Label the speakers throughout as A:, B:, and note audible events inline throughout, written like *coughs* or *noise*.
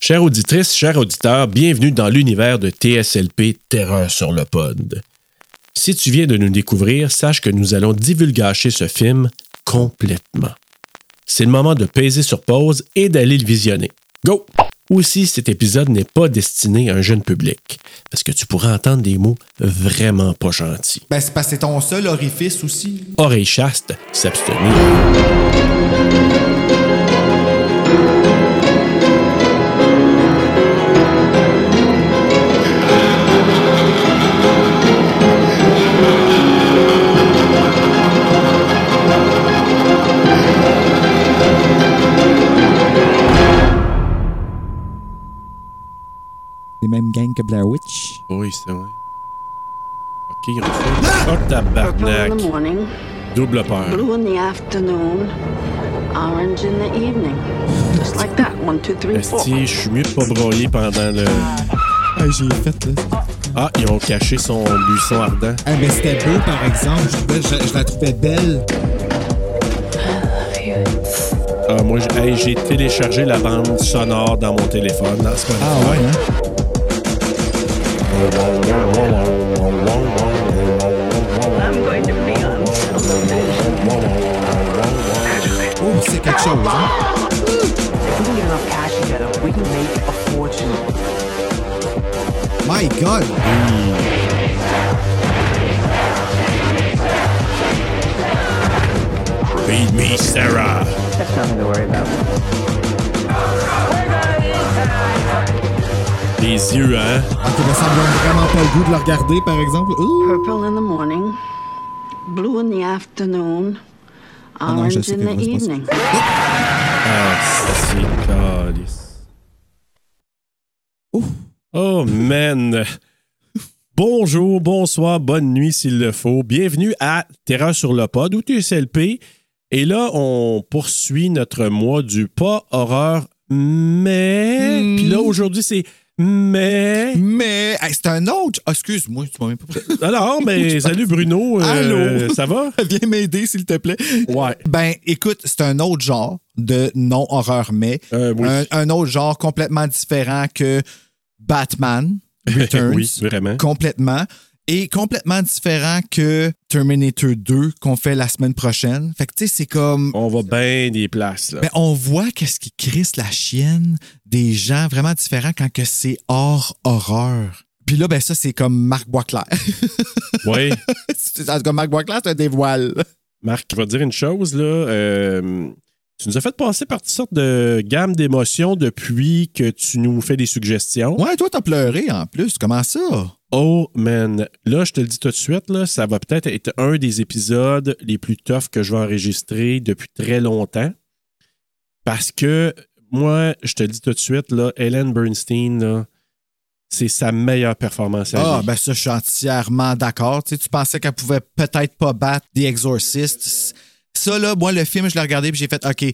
A: Chères auditrices, chers auditeurs, bienvenue dans l'univers de TSLP Terreur sur le Pod. Si tu viens de nous découvrir, sache que nous allons divulgacher ce film complètement. C'est le moment de peser sur pause et d'aller le visionner. Go! Aussi, cet épisode n'est pas destiné à un jeune public, parce que tu pourras entendre des mots vraiment pas gentils.
B: Ben, c'est parce que c'est ton seul orifice aussi.
A: Oreille chaste, s'abstenir.
C: Les mêmes gangs que Blair Witch.
A: Oui, c'est vrai. Ok, on fait. Oh,
D: Purple
A: tabarnak.
D: in the morning,
A: Double peur.
D: blue in the afternoon, orange in the evening. Just like that. One, two, three, four.
A: Esti, je suis mieux de pas broyer pendant le.
C: Ah, j'ai fait, là.
A: Ah, ils ont caché son buisson ardent.
B: Ah, mais c'était beau, par exemple. Je, trouvais- je- je la trouvais belle.
A: Ah, moi, j'- hey, j'ai téléchargé la bande sonore dans mon téléphone. Dans ce
C: Ah, ouais, hein?
B: Oh, c'est quelque chose, hein?
E: If we get enough cash together, we can make a fortune.
B: My God!
A: Feed me, Sarah!
E: That's nothing to worry about.
A: Les yeux, hein?
B: Ok, ben, ça me donne vraiment pas le goût de la regarder, par exemple. Ouh!
D: Purple in the morning, blue in the afternoon,
C: non, je
D: orange
C: sais
D: in
C: que
D: the
C: je vois, c'est pas
D: evening.
A: Ah, c'est calice.
C: Ouf.
A: Oh, man! Bonjour, bonsoir, bonne nuit s'il le faut. Bienvenue à Terreur sur le pod ou TSLP. Et là, on poursuit notre mois du pas horreur, mais.
B: Mm.
A: Puis là, aujourd'hui, c'est mais.
B: *laughs* Mais, hey, c'est un autre. Ah, excuse-moi, tu m'as même pas pris.
A: Alors, mais salut Bruno. euh,
B: Allô?
A: Ça va?
B: Viens m'aider, s'il te plaît.
A: Ouais.
B: Ben, écoute, c'est un autre genre de non-horreur, mais
A: Euh, oui.
B: un, un autre genre complètement différent que Batman
A: *laughs*
B: Returns.
A: oui, vraiment.
B: complètement. Et complètement différent que Terminator 2 qu'on fait la semaine prochaine. Fait que, tu sais, c'est comme.
A: On va bien des places, là.
B: Ben, on voit qu'est-ce qui crisse la chienne des gens vraiment différents quand que c'est hors horreur. Puis là, ben ça, c'est comme Marc Boisclair. *laughs*
A: Oui.
B: C'est- en tout cas, Marc Boisclair, c'est un dévoile.
A: Marc, je vais te dire une chose, là. Euh, tu nous as fait passer par toutes sortes de gammes d'émotions depuis que tu nous fais des suggestions.
B: Ouais, toi, t'as pleuré en plus. Comment ça?
A: Oh, man. Là, je te le dis tout de suite, là, ça va peut-être être un des épisodes les plus toughs que je vais enregistrer depuis très longtemps. Parce que, moi, je te le dis tout de suite, là, Hélène Bernstein, là, c'est sa meilleure performance à
B: Ah,
A: vie.
B: ben ça, je suis entièrement d'accord. Tu sais, tu pensais qu'elle pouvait peut-être pas battre The Exorcist. Ça, là, moi, le film, je l'ai regardé puis j'ai fait, OK,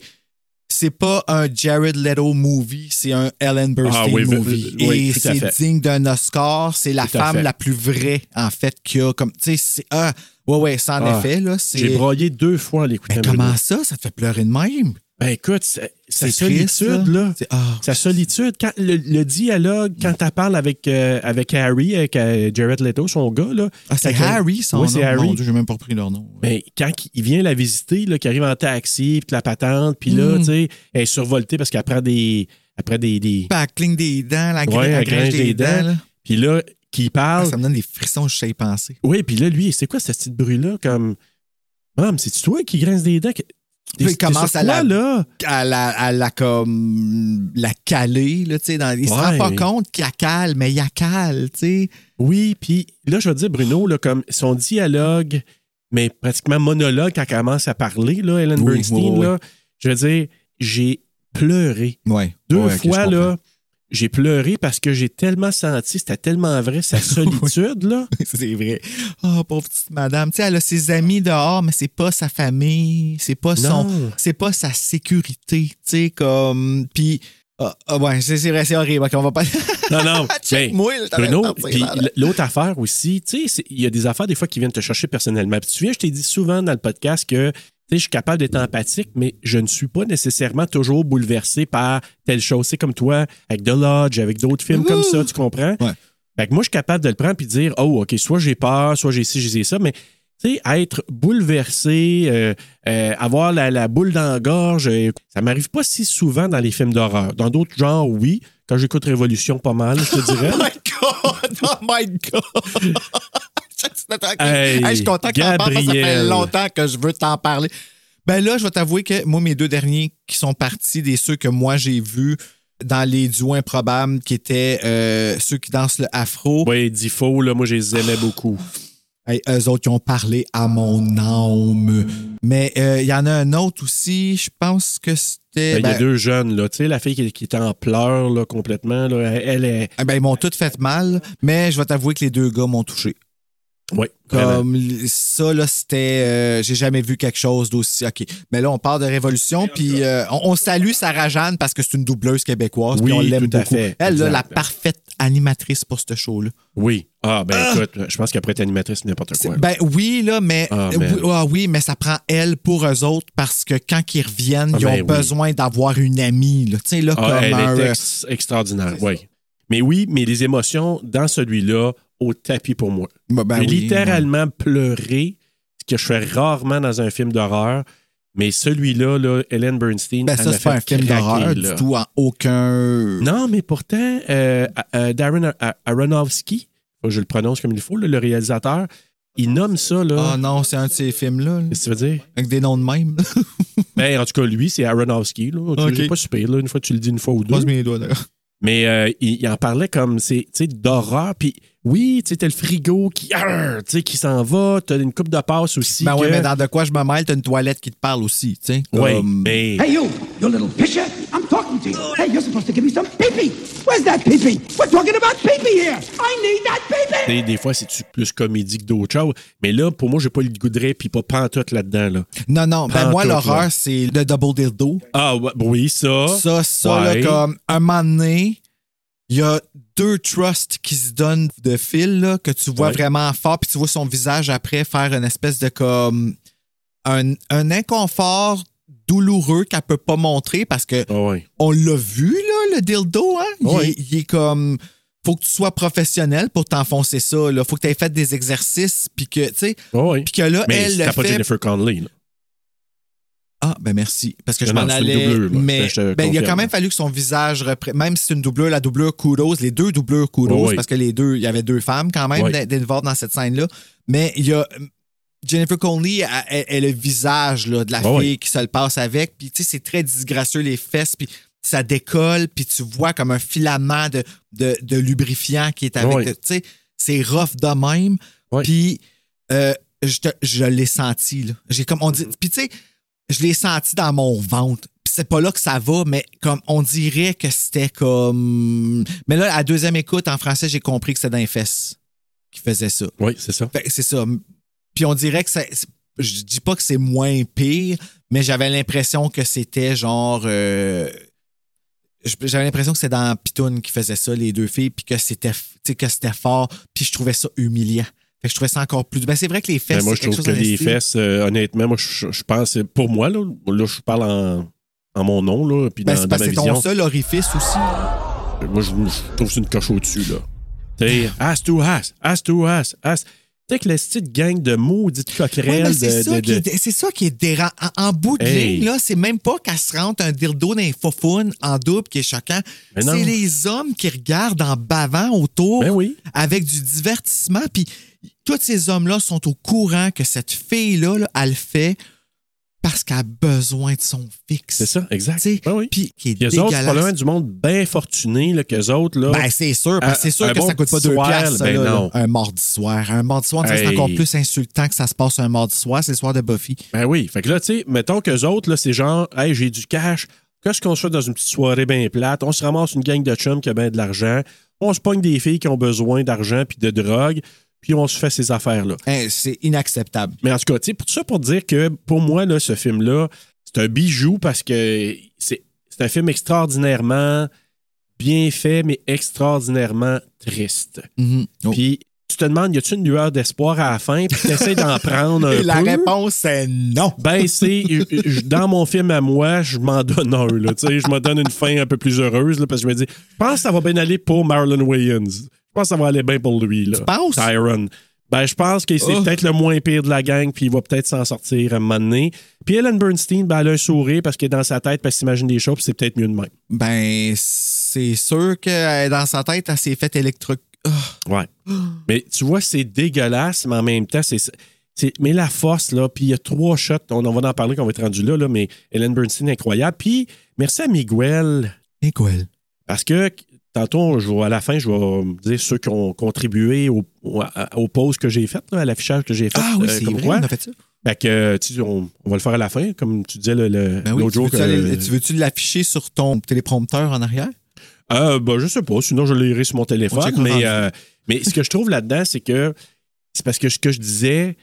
B: c'est pas un Jared Leto movie, c'est un Ellen Burstyn
A: Ah oui, v-
B: movie.
A: v- oui,
B: Et
A: tout à
B: c'est
A: fait.
B: digne d'un Oscar. C'est la
A: Tout à
B: femme
A: fait.
B: la plus vraie, en fait, qui a comme. Tu sais, c'est. Ah, ouais, ouais, ça, en
A: Ah,
B: effet, là. ben, c'est-
A: J'ai broyé deux fois en l'écoutant.
B: Mais
A: Bruno.
B: comment ça? Ça te fait pleurer de même?
A: Ben écoute, sa, sa
B: C'est
A: solitude,
B: triste,
A: là.
B: C'est- ah,
A: Sa solitude, quand le, le dialogue, quand tu parles avec, euh, avec Harry, avec euh, Jared Leto, son gars, là,
B: ah, c'est
A: Quand-
B: Harry, son
A: Oui,
B: nom.
A: c'est
B: Mon
A: Harry.
B: Dieu, j'ai même pas repris leur nom.
A: ben, quand il vient la visiter, là, qu'il arrive en taxi, puis que la patente, puis là,
B: Mm.
A: tu sais, elle est survoltée parce qu'elle prend des. Après des, des-
B: Pas cligne des dents, la
A: Ouais,
B: gr-
A: elle
B: la gringe des dents. là.
A: Puis là, qui
B: Ah,
A: parle.
B: ça me donne des frissons, je sais y penser.
A: Oui, puis là, lui, c'est quoi cette petite bruit-là? Comme. Maman, c'est toi qui grince des dents? Que-
B: Puis
A: T'es-
B: il
A: t'es
B: commence
A: sur
B: à la-
A: quoi, là?
B: À la, à la comme la caler, là, tu sais, dans- il se
A: Ouais.
B: rend pas compte qu'il la cale, mais il la cale, tu sais.
A: Oui, puis là, je vais te dire, Bruno, là, comme son dialogue, mais pratiquement monologue quand elle commence à parler, là, Ellen
B: Oui,
A: Bernstein,
B: oui, oui, oui.
A: là, je veux dire, j'ai pleuré.
B: Ouais.
A: Deux fois, là, j'ai pleuré parce que j'ai tellement senti, c'était tellement vrai, sa
B: *laughs*
A: solitude, là.
B: *laughs* c'est vrai. Oh, pauvre petite madame, tu sais, elle a ses amis dehors, mais c'est pas sa famille, c'est pas son
A: Non.
B: c'est pas sa sécurité, tu sais comme puis ah, ah, ouais, c'est c'est vrai, c'est horrible. OK, on va pas
A: Non,
B: *laughs*
A: non. ben,
B: Check-moi, là, t'aurais
A: Bruno,
B: parti,
A: puis
B: là, là.
A: l'autre affaire aussi, tu sais, c'est- il y a des affaires des fois qui viennent te chercher personnellement. Puis tu te souviens, je t'ai dit souvent dans le podcast que tu sais, je suis capable d'être empathique, mais je ne suis pas nécessairement toujours bouleversé par telle chose. C'est comme toi, avec The Lodge, avec d'autres films comme ça, tu comprends?
B: Ouais.
A: Fait que moi, je suis capable de le prendre puis de dire, oh, OK, soit j'ai peur, soit j'ai ci, j'ai ça, mais tu sais, être bouleversé, euh, euh, avoir la, la boule dans la gorge, euh, ça m'arrive pas si souvent dans les films d'horreur. Dans d'autres genres, oui. Quand j'écoute Révolution, pas mal, je te
B: *laughs*
A: dirais.
B: my God! Oh my *laughs* God!
A: Hey,
B: Hey, je suis content que t'en parles parce que ça fait
A: Gabriel.
B: longtemps que je veux t'en parler. Ben là, je vais t'avouer que moi, mes deux derniers qui sont partis des ceux que moi j'ai vus dans les duos improbables qui étaient euh, ceux qui dansent le afro,
A: oui, Difo, là, moi, je les aimais beaucoup.
B: Hey, eux autres qui ont parlé à mon âme. Mais euh, il y en a un autre aussi, je pense que
A: Ben,
B: c'était.
A: Il y a
B: Ben,
A: deux jeunes, là. Tu sais, la fille qui, qui était en pleurs, là, complètement, là, elle est.
B: eh ben, ils m'ont tous fait mal, mais je vais t'avouer que les deux gars m'ont touché.
A: Oui, vraiment.
B: Comme l- ça, là, c'était. euh, J'ai jamais vu quelque chose d'aussi. OK. Mais là, on part de Révolution, puis euh, on, on salue Sarah Jeanne parce que c'est une doubleuse québécoise, puis
A: Oui,
B: on l'aime
A: tout à
B: beaucoup.
A: fait.
B: Elle, là, la
A: Exact.
B: parfaite animatrice pour ce show-là.
A: Oui. Ah, ben écoute, je pense qu'après, t'es animatrice, n'importe
B: C'est-
A: quoi.
B: Ben oui, là, mais.
A: Ah,
B: oui,
A: man.
B: ah oui, mais ça prend elle pour eux autres parce que quand ils reviennent,
A: Ah,
B: ils ont
A: ben oui.
B: besoin d'avoir une amie, là. Tu sais, là,
A: Ah,
B: comme un.
A: elle est
B: euh,
A: ex- extraordinaire, oui. Mais oui, mais les émotions dans celui-là, au tapis pour moi.
B: ben, ben
A: J'ai
B: oui,
A: littéralement pleuré, ce que je fais rarement dans un film d'horror. Mais celui-là, là, Helen Bernstein,
B: Ben
A: elle
B: ça,
A: m'a
B: c'est pas
A: fait
B: un film
A: craquer, là.
B: d'horreur du tout, en aucun.
A: Non, mais pourtant, euh, euh, Darren Ar- Ar- Aronofsky, faut que je le prononce comme il faut, là, le réalisateur, il nomme ça, là.
B: Ah non, c'est un de ces films-là, là,
A: Qu'est-ce que ça veut dire?
B: avec des noms de même.
A: Ben, en tout cas, lui, c'est Aronofsky. Là. Tu sais,
B: Ok.
A: j'ai pas super. Là. Une fois, tu le dis une fois ou deux.
B: Passe mes doigts, d'accord.
A: Mais euh, il, il en parlait comme, c'est, tu sais, d'horreur. Puis oui, tu sais, t'as le frigo qui, Arr! tu sais, qui s'en va. T'as une coupe de passe aussi.
B: Ben oui,
A: que-
B: mais dans de quoi je me mêle, t'as une toilette qui te parle aussi, tu sais.
A: Ouais,
B: comme-
A: mais...
F: Hey, you, you little pisher. I'm talking to you. Hey, you're supposed to give me some pee-pee. Where's that pee-pee? We're talking about pee-pee here. I need that pee-pee.
A: tu sais, Des fois, c'est plus comédie que d'autres choses. Mais là, pour moi, j'ai pas le goût de rire, puis pas pantoute là-dedans. Là.
B: Non, non, ben
A: Pantoute,
B: moi,
A: là.
B: l'horreur, c'est le double dildo.
A: Ah, ouais, oui, ça.
B: Ça, ça,
A: Ouais.
B: là, comme, un moment donné, il y a deux trusts qui se donnent de fil, là, que tu vois
A: Ouais.
B: vraiment fort, puis tu vois son visage après faire une espèce de, comme, un, un inconfort douloureux qu'elle peut pas montrer parce que
A: Ah ouais.
B: on l'a vu, là, le dildo, hein? Il,
A: Oui.
B: est, il est comme. Faut que tu sois professionnel pour t'enfoncer ça, là. Faut que tu aies fait des exercices, puis que, tu sais.
A: Ah ouais.
B: Puis que là,
A: Mais
B: elle
A: c'était
B: le
A: pas
B: fait.
A: Jennifer Connelly. là.
B: Ah, ben merci. Parce que je
A: Non,
B: m'en
A: non, c'est une
B: allais.
A: doublure, là.
B: mais
A: Je te
B: ben, il a quand
A: confirme.
B: même fallu que son visage reprenne. Même si c'est une doublure, la doublure kudos, les deux doublures kudos,
A: Oh oui.
B: parce que les deux, il y avait deux femmes quand même
A: Oui.
B: d'être d'être dans cette scène-là. Mais il y a. Jennifer Conley, elle, elle a le visage là, de la
A: Oh oui.
B: fille qui se le passe avec. Puis, tu sais, c'est très disgracieux, les fesses. Puis, ça décolle. Puis, tu vois comme un filament de, de, de lubrifiant qui est avec.
A: Oh oui.
B: Tu sais, c'est rough de même.
A: Oui.
B: Puis, euh, je, te- je l'ai senti. là. J'ai comme on dit.
A: Mm-hmm.
B: Puis tu sais, je l'ai senti dans mon ventre. Puis c'est pas là que ça va, mais comme on dirait que c'était comme. Mais là, à la deuxième écoute en français, j'ai compris que c'était dans les fesses qui faisait ça.
A: Oui, c'est ça.
B: Fait que c'est ça. Puis on dirait que ça. c'est- Je dis pas que c'est moins pire, mais j'avais l'impression que c'était genre. euh, j- j'avais l'impression que c'était dans Pitoun qui faisait ça, les deux filles, puis que c'était f- tu sais, que c'était fort, puis je trouvais ça humiliant. Fait que je trouvais ça encore plus. Ben, c'est vrai que les fesses.
A: Ben, moi, je
B: c'est quelque
A: trouve que
B: chose dans
A: les
B: le style.
A: fesses, euh, honnêtement, moi, je, je pense, pour moi, là, là, je parle en, en mon nom, là, puis
B: Ben,
A: dans,
B: c'est
A: dans
B: parce
A: ma
B: que c'est ton
A: vision.
B: seul orifice aussi.
A: Moi, je, je trouve que c'est une coche au-dessus, là. T'sais, ass to ass, ass to ass, ass. Tu sais que la petite gang de maudites
B: Ouais,
A: coquerelles
B: mais
A: de-
B: c'est ça,
A: de-
B: qui
A: de-
B: est dé- c'est ça qui est dérangant. En, en bout de
A: Hey.
B: ligne, là, c'est même pas qu'elle se rentre un dildo dans les faufounes en double qui est choquant.
A: Mais non.
B: C'est les hommes qui regardent en bavant autour
A: Ben oui.
B: avec du divertissement. Puis tous ces hommes-là sont au courant que cette fille-là, là, elle le fait parce qu'elle a besoin de son fixe.
A: C'est ça, exact.
B: Tu sais,
A: Ben oui.
B: Puis qui est
A: Les autres, c'est
B: dégueulasse.
A: probablement du monde bien fortuné, là, qu'eux autres, là.
B: Ben, c'est sûr, parce que c'est
A: Un-
B: sûr
A: un
B: que
A: bon
B: ça coûte pas
A: petit
B: deux
A: soir,
B: piastres, ça,
A: ben
B: là, là.
A: non.
B: Un mardi soir. Un mardi soir, on dirait que c'est
A: Hey.
B: encore plus insultant que ça se passe un mardi soir, c'est le soir de Buffy.
A: Ben oui. Fait que là, tu sais, mettons qu'eux autres, là, c'est genre, hey, j'ai du cash. Qu'est-ce qu'on se fait dans une petite soirée bien plate? On se ramasse une gang de chums qui a bien de l'argent. On se pogne des filles qui ont besoin d'argent puis de drogue. Puis on se fait ces affaires-là.
B: Hein, c'est inacceptable.
A: Mais en tout cas, tu sais, pour tout ça pour dire que pour moi, là, ce film-là, c'est un bijou parce que c'est c'est un film extraordinairement bien fait, mais extraordinairement triste.
B: Mhm. Oh.
A: Puis tu te demandes, y a-tu une lueur d'espoir à la fin, puis t'essaies d'en *laughs* prendre un
B: Et la
A: peu.
B: réponse, c'est non.
A: Ben, c'est. je- je- Dans mon film à moi, je m'en donne un. Là, tu sais, je me donne une fin un peu plus heureuse là, parce que je me dis, je pense que ça va bien aller pour Marlon Wayans. Je pense que ça va aller bien pour lui. Là.
B: Tu penses?
A: Tyron. Ben, je pense que c'est
B: Oh.
A: peut-être le moins pire de la gang, puis il va peut-être s'en sortir à un moment donné. Puis Ellen Bernstein, ben, elle a un sourire parce qu'elle est dans sa tête, parce qu'elle s'imagine des choses, puis c'est peut-être mieux de même.
B: Ben, c'est sûr que euh, dans sa tête, elle s'est faite électro... Ah,
A: Ouais. *gasps* Mais tu vois, c'est dégueulasse, mais en même temps, c'est. c'est- mais la force, là, puis il y a trois shots, on, on va en parler quand on va être rendu là, là, mais Ellen Bernstein, incroyable. Puis, merci à Miguel,
B: Et quoi, elle?
A: parce que tantôt, je vais- à la fin, je vais me dire ceux qui ont contribué au, au, à- aux pauses que j'ai faites, là, à l'affichage que j'ai fait.
B: Ah oui,
A: euh,
B: c'est
A: comme
B: vrai,
A: quoi.
B: on a fait ça.
A: Fait que, tu sais, on, on va le faire à la fin, comme tu disais le, le-
B: Ben oui,
A: l'autre
B: tu
A: jour.
B: veux-tu
A: que-
B: aller- tu veux-tu l'afficher sur ton téléprompteur en arrière?
A: Euh, ben, je sais pas, sinon je lirai sur mon
B: On
A: téléphone.
B: checkera
A: Mais,
B: dans
A: euh, mais ce que je trouve là-dedans, c'est que c'est parce que ce que je disais,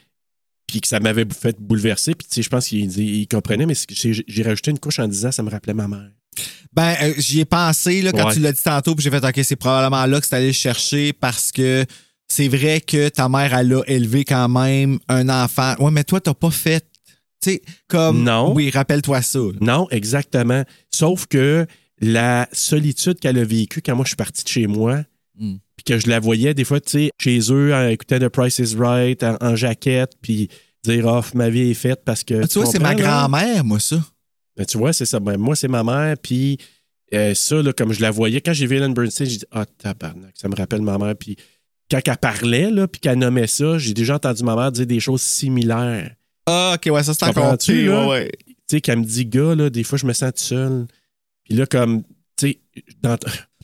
A: puis que ça m'avait fait bouleverser, puis tu sais, je pense qu'il il comprenait, mais c'est que j'ai j'ai rajouté une couche en disant ça me rappelait ma mère.
B: Ben, euh, j'y ai pensé là, quand
A: Ouais.
B: tu l'as dit tantôt, puis j'ai fait OK, c'est probablement là que c'est allé le chercher parce que c'est vrai que ta mère, elle a élevé quand même un enfant. Ouais, mais toi, t'as pas fait. Tu sais, comme.
A: Non.
B: Oui, rappelle-toi ça. là.
A: Non, exactement. Sauf que la solitude qu'elle a vécue quand moi je suis parti de chez moi,
B: Mm.
A: puis que je la voyais des fois, tu sais, chez eux, en écoutant The Price is Right, en, en jaquette, puis dire, oh, ma vie est faite parce que.
B: Ah, tu vois, c'est ma
A: comprends, là?
B: grand-mère, moi, ça.
A: Ben, tu vois, c'est ça. Ben, moi, c'est ma mère. Puis euh, ça, là, comme je la voyais, quand j'ai vu Ellen Bernstein, j'ai dit Ah, tabarnak, ça me rappelle ma mère. Puis quand elle parlait, là, puis qu'elle nommait ça, j'ai déjà entendu ma mère dire des choses similaires.
B: Ah, OK, ouais, ça, c'est encore
A: Comprends-tu,
B: pire.
A: là?
B: ouais, ouais.
A: Tu sais, qu'elle me dit Gars, là, des fois, je me sens tout seul. Puis là, comme, tu sais, dans-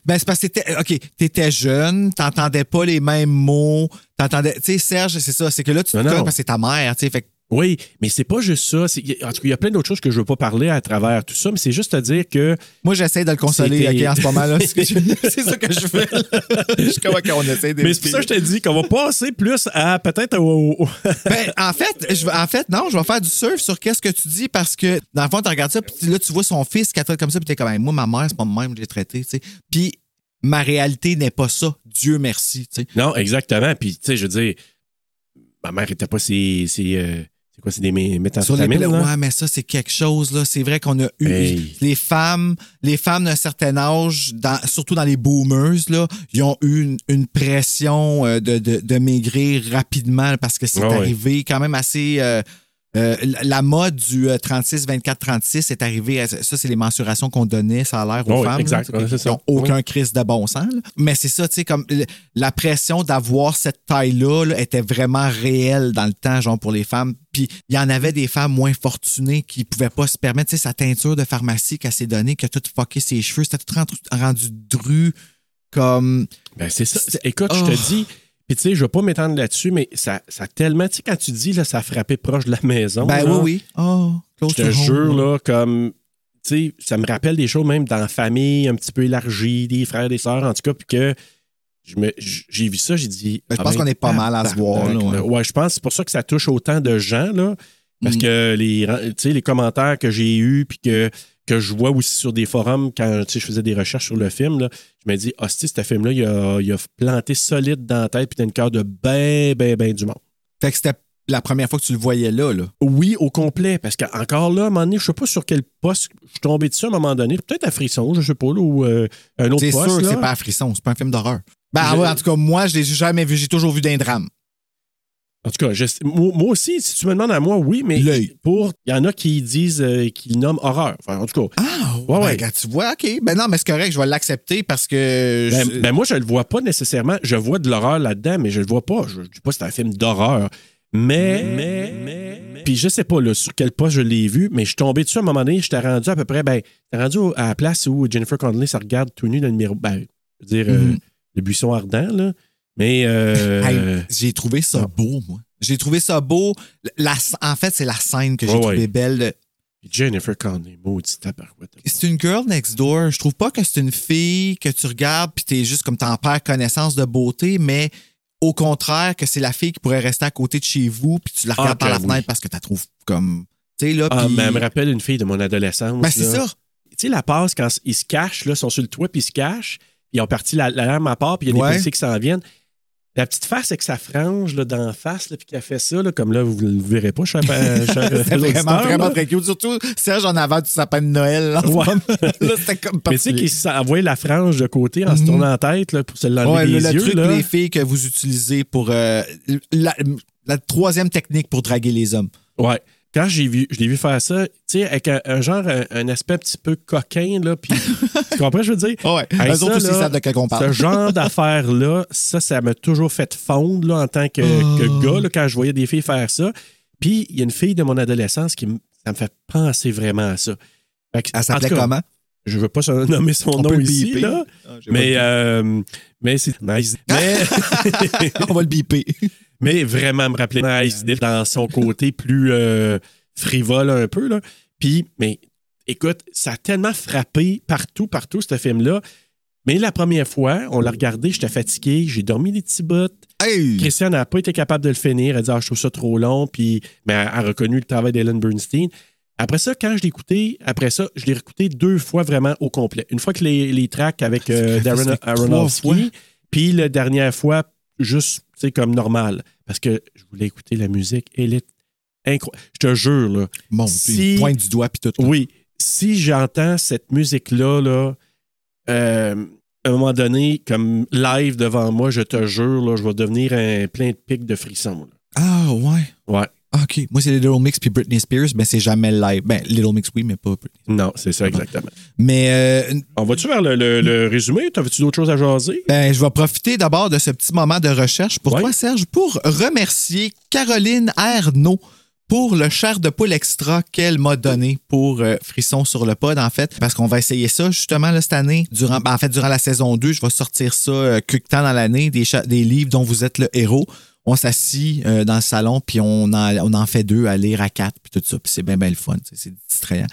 B: Ben, c'est parce que t'étais, OK, t'étais jeune, t'entendais pas les mêmes mots, t'entendais, tu sais, Serge, c'est ça, c'est que là, tu te
A: Non, non.
B: donnes parce que c'est ta mère, tu sais, fait que
A: Oui, mais c'est pas juste ça. C'est- En tout cas, il y a plein d'autres choses que je veux pas parler à travers tout ça, mais c'est juste à dire que
B: moi, j'essaie de le consoler,
A: C'était-
B: OK, en ce moment, là, c'est, ce que
A: *laughs*
B: je- c'est ça que je fais, là. Je suis comme, OK, on essaie
A: Mais c'est pour ça que je te dis qu'on va *laughs* passer plus à peut-être au. au-
B: Ben, en fait, je, vais- en fait, non, je vais faire du surf sur qu'est-ce que tu dis parce que, dans le fond, tu regardes ça, puis là, tu vois son fils qui a traite comme ça, puis t'es comme, Hey, moi, ma mère, c'est pas moi-même, je l'ai traité, tu sais. Puis, ma réalité n'est pas ça. Dieu merci, tu sais.
A: non, exactement. Puis, tu sais, je veux dire, ma mère était pas si. si, euh, c'est quoi, c'est des mé-
B: Sur les
A: méthamphétamines?
B: plaies,
A: là?
B: ouais, mais ça, c'est quelque chose, là. C'est vrai qu'on a eu.
A: Hey.
B: Les femmes, les femmes d'un certain âge, dans- surtout dans les boomers, là, ils ont eu une, une pression euh, de, de- de maigrir rapidement parce que c'est
A: Ah ouais.
B: arrivé quand même assez. euh, euh, la- la mode du euh, 36, 24, 36 est arrivée. à- ça, c'est les mensurations qu'on donnait, ça a l'air aux
A: Ouais,
B: femmes.
A: exact,
B: là,
A: ouais, c'est ça.
B: qui ont aucun crise de bon sens. là. Mais c'est ça, tu sais, comme le- la pression d'avoir cette taille-là là, était vraiment réelle dans le temps, genre pour les femmes. Puis il y en avait des femmes moins fortunées qui pouvaient pas se permettre, tu sais, sa teinture de pharmacie qu'elle s'est donnée, qui a tout fucké ses cheveux, c'était tout rendu, rendu dru, comme.
A: Ben, c'est ça.
B: C'est-
A: Écoute, je
B: Oh.
A: te dis, puis tu sais, je veux pas m'étendre là-dessus, mais ça, ça tellement, tu sais, quand tu dis, là, ça a frappé proche de la maison.
B: Ben
A: là,
B: oui, oui. Oh, close
A: Je te
B: to home.
A: jure, là, comme, tu sais, ça me rappelle des choses même dans la famille un petit peu élargie, des frères, des sœurs, en tout cas, puis que je me- j- j'ai vu ça, j'ai dit.
B: Ben, je
A: ah
B: pense
A: ben,
B: qu'on est pas mal à se voir, là,
A: tabarnak,
B: ouais.
A: Ouais, je pense que c'est pour ça que ça touche autant de gens, là, parce
B: Mm.
A: que les, tu sais, les commentaires que j'ai eus, puis que, que je vois aussi sur des forums quand tu sais, je faisais des recherches sur le film, là, je me dis, hostie, ce film-là, il a, il a planté solide dans la tête, puis dans le cœur de ben, ben, ben du monde.
B: Fait que c'était la première fois que tu le voyais là, là.
A: Oui, au complet. Parce qu'encore là, à un moment donné, je sais pas sur quel poste je suis tombé dessus à un moment donné. Peut-être à Frisson, je sais pas, là, ou euh, un autre
B: C'est
A: poste.
B: sûr que
A: là.
B: c'est pas un frisson, c'est pas un film d'horreur. Ben,
A: Je-
B: ouais, en tout cas, moi, je l'ai jamais vu. J'ai toujours vu d'un drame.
A: En tout cas, je sais- moi, moi aussi, si tu me demandes à moi, oui, mais
B: L'œil.
A: pour. Il y en a qui disent euh, qu'ils nomment horreur. Enfin, en tout cas.
B: Ah,
A: Ouais, ouais.
B: regarde, tu vois, OK. Ben non, mais c'est correct, je vais l'accepter parce que.
A: Ben,
B: je-
A: ben, moi, je le vois pas nécessairement. Je vois de l'horreur là-dedans, mais je le vois pas. Je, je dis pas que c'est un film d'horreur. Mais, mais, puis je sais pas là, sur quel poste je l'ai vu, mais je suis tombé dessus à un moment donné, j'étais rendu à peu près, ben, j'étais rendu au- à la place où Jennifer Connelly se regarde tout nu dans le miroir, ben, je veux dire, euh,
B: Mhm.
A: le buisson ardent, là. Mais, euh,
B: *laughs* Hey, j'ai trouvé ça beau, moi. J'ai trouvé ça beau. La- la- en fait, c'est la scène que j'ai
A: Ouais,
B: trouvée
A: ouais.
B: belle.
A: Jennifer Connelly, maudit tabarouette.
B: C'est une girl next door. Je trouve pas que c'est une fille que tu regardes puis t'es juste comme t'en perds connaissance de beauté, mais au contraire que c'est la fille qui pourrait rester à côté de chez vous puis tu la
A: Ah,
B: regardes par
A: que
B: la
A: oui.
B: fenêtre parce que t'as trouves comme tu sais là.
A: Ah,
B: puis-
A: mais elle me rappelle une fille de mon adolescence.
B: ben, c'est
A: là.
B: ça.
A: tu sais, la passe, quand ils se cachent, là, sont sur le toit, puis ils se cachent, puis ils ont parti la, la lame à part, puis il y a des
B: Ouais.
A: policiers qui s'en viennent. La petite face avec sa frange là, dans la face, là, puis qui a fait ça, là, comme là, vous ne le verrez pas, cher, cher,
B: *laughs*
A: *laughs* cher
B: C'était vraiment,
A: auditeur,
B: vraiment
A: là.
B: très cute. Surtout Serge en avant du sapin de Noël. Là, en ce
A: Ouais.
B: moment. *laughs* là c'était comme
A: Mais tu sais
B: particulier. Mhm.
A: qu'il s'est envoyé la frange de côté en se tournant la tête là, pour se l'enlever
B: Ouais,
A: des
B: le, le
A: yeux.
B: truc,
A: là.
B: les filles, que vous utilisez pour. euh, la, la troisième technique pour draguer les hommes.
A: Ouais. Quand j'ai vu, je l'ai vu faire ça, tu sais, avec un, un genre, un, un aspect un petit peu coquin, là,
B: *laughs*
A: puis tu comprends, ce que je veux dire?
B: Ah Ouais.
A: Hey,
B: Eux
A: ça,
B: autres aussi,
A: là,
B: ils savent de quoi qu'on
A: Ce
B: parle. *laughs*
A: genre d'affaires-là, ça, ça m'a toujours fait fondre là, en tant que,
B: Oh.
A: que gars, là, quand je voyais des filles faire ça. Puis, il y a une fille de mon adolescence qui me, ça me fait penser vraiment à ça. Fait que-
B: Elle s'appelait
A: en tout cas,
B: comment?
A: Je veux pas son- nommer son
B: On
A: nom
B: peut le
A: ici,
B: biper.
A: là.
B: Ah, j'ai
A: Mais, euh, mais c'est
B: *laughs*
A: nice. Mais,
B: On va le biper.
A: mais vraiment me rappeler nice Diff dans son côté plus euh, frivole un peu. Là. Puis, mais écoute, ça a tellement frappé partout, partout, ce film-là. Mais la première fois, on l'a regardé, j'étais fatigué, j'ai dormi des petits bouts.
B: Hey!
A: Christiane n'a pas été capable de le finir. Elle dit ah, Je trouve ça trop long. Puis, mais elle a reconnu le travail d'Ellen Bernstein. Après ça, quand je l'ai écouté, après ça, je l'ai réécouté deux fois vraiment au complet. Une fois que les, les tracks
B: *laughs*
A: avec euh,
B: Ça
A: Darren
B: fait trois fois.
A: Aronofsky, puis la dernière fois, juste tu sais, comme normal. Parce que je voulais écouter la musique. Elle est incroyable. Je te jure, là,
B: Mon
A: Si-
B: Dieu, pointe du doigt puis tout.
A: oui, si j'entends cette musique-là, là, euh, à un moment donné, comme live devant moi, je te jure, là, je vais devenir un plein de pics de frissons. là.
B: Ah, ouais. Ah,
A: Ouais.
B: OK. Moi, c'est Little Mix puis Britney Spears, mais c'est jamais live. Ben, Little Mix, oui, mais pas Britney.
A: Non, c'est ça exactement.
B: Mais euh,
A: On va-tu vers le, le- le résumé? T'avais-tu d'autres choses à jaser?
B: Ben, je vais profiter d'abord de ce petit moment de recherche pour
A: Ouais.
B: toi, Serge, pour remercier Caroline Arnaud pour le char de poule extra qu'elle m'a donné pour euh, Frisson sur le pod, en fait, parce qu'on va essayer ça justement là, cette année. Durant, ben, en fait, durant la saison 2, je vais sortir ça euh, quelque temps dans l'année, des, cha- des livres dont vous êtes le héros. On s'assit euh, dans le salon, puis on en, on en fait deux à lire à quatre, puis tout ça. Puis c'est bien, bien le fun, tu sais, c'est distrayant.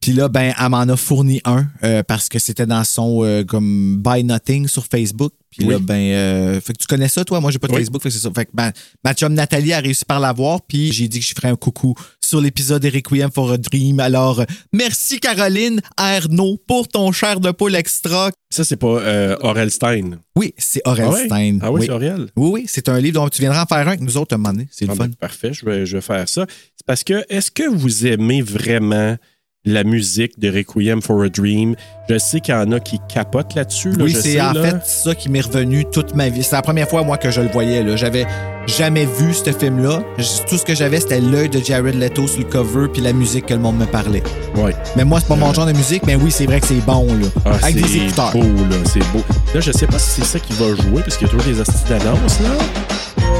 B: Puis là, ben, elle m'en a fourni un euh, parce que c'était dans son euh, comme Buy Nothing sur Facebook. Puis là,
A: Oui.
B: ben, euh, fait que tu connais ça, toi. Moi, j'ai pas de
A: Oui.
B: Facebook, fait que c'est ça. Fait que ben, ma chum Nathalie a réussi par l'avoir, puis j'ai dit que je ferais un coucou sur l'épisode des Requiem for a Dream. Alors, euh, merci Caroline Arnaud pour ton cher de poule extra.
A: Ça, c'est pas euh, Aurel Stein.
B: Oui, c'est
A: Ah ouais?
B: Orelstein.
A: Ah oui,
B: oui.
A: c'est Aurel.
B: oui, oui, c'est un livre dont tu viendras en faire un avec nous autres un moment donné. C'est le
A: Ah,
B: fun.
A: ben, parfait, je vais, je vais faire ça. C'est parce que, est-ce que vous aimez vraiment la musique de Requiem for a Dream? Je sais qu'il y en a qui capotent là-dessus. là,
B: Oui,
A: je
B: c'est
A: sais,
B: en
A: là.
B: fait ça qui m'est revenu toute ma vie. C'est la première fois, moi, que je le voyais. Là. J'avais jamais vu ce film-là. J- Tout ce que j'avais, c'était l'œil de Jared Leto sur le cover puis la musique que le monde me parlait.
A: Ouais.
B: Mais moi, c'est pas mon genre de musique, mais oui, c'est vrai que c'est bon, là.
A: Ah,
B: Avec des
A: c'est
B: écouteurs.
A: beau, là, c'est beau. Là, je sais pas si c'est ça qui va jouer, parce qu'il y a toujours des astuces d'annonce, là.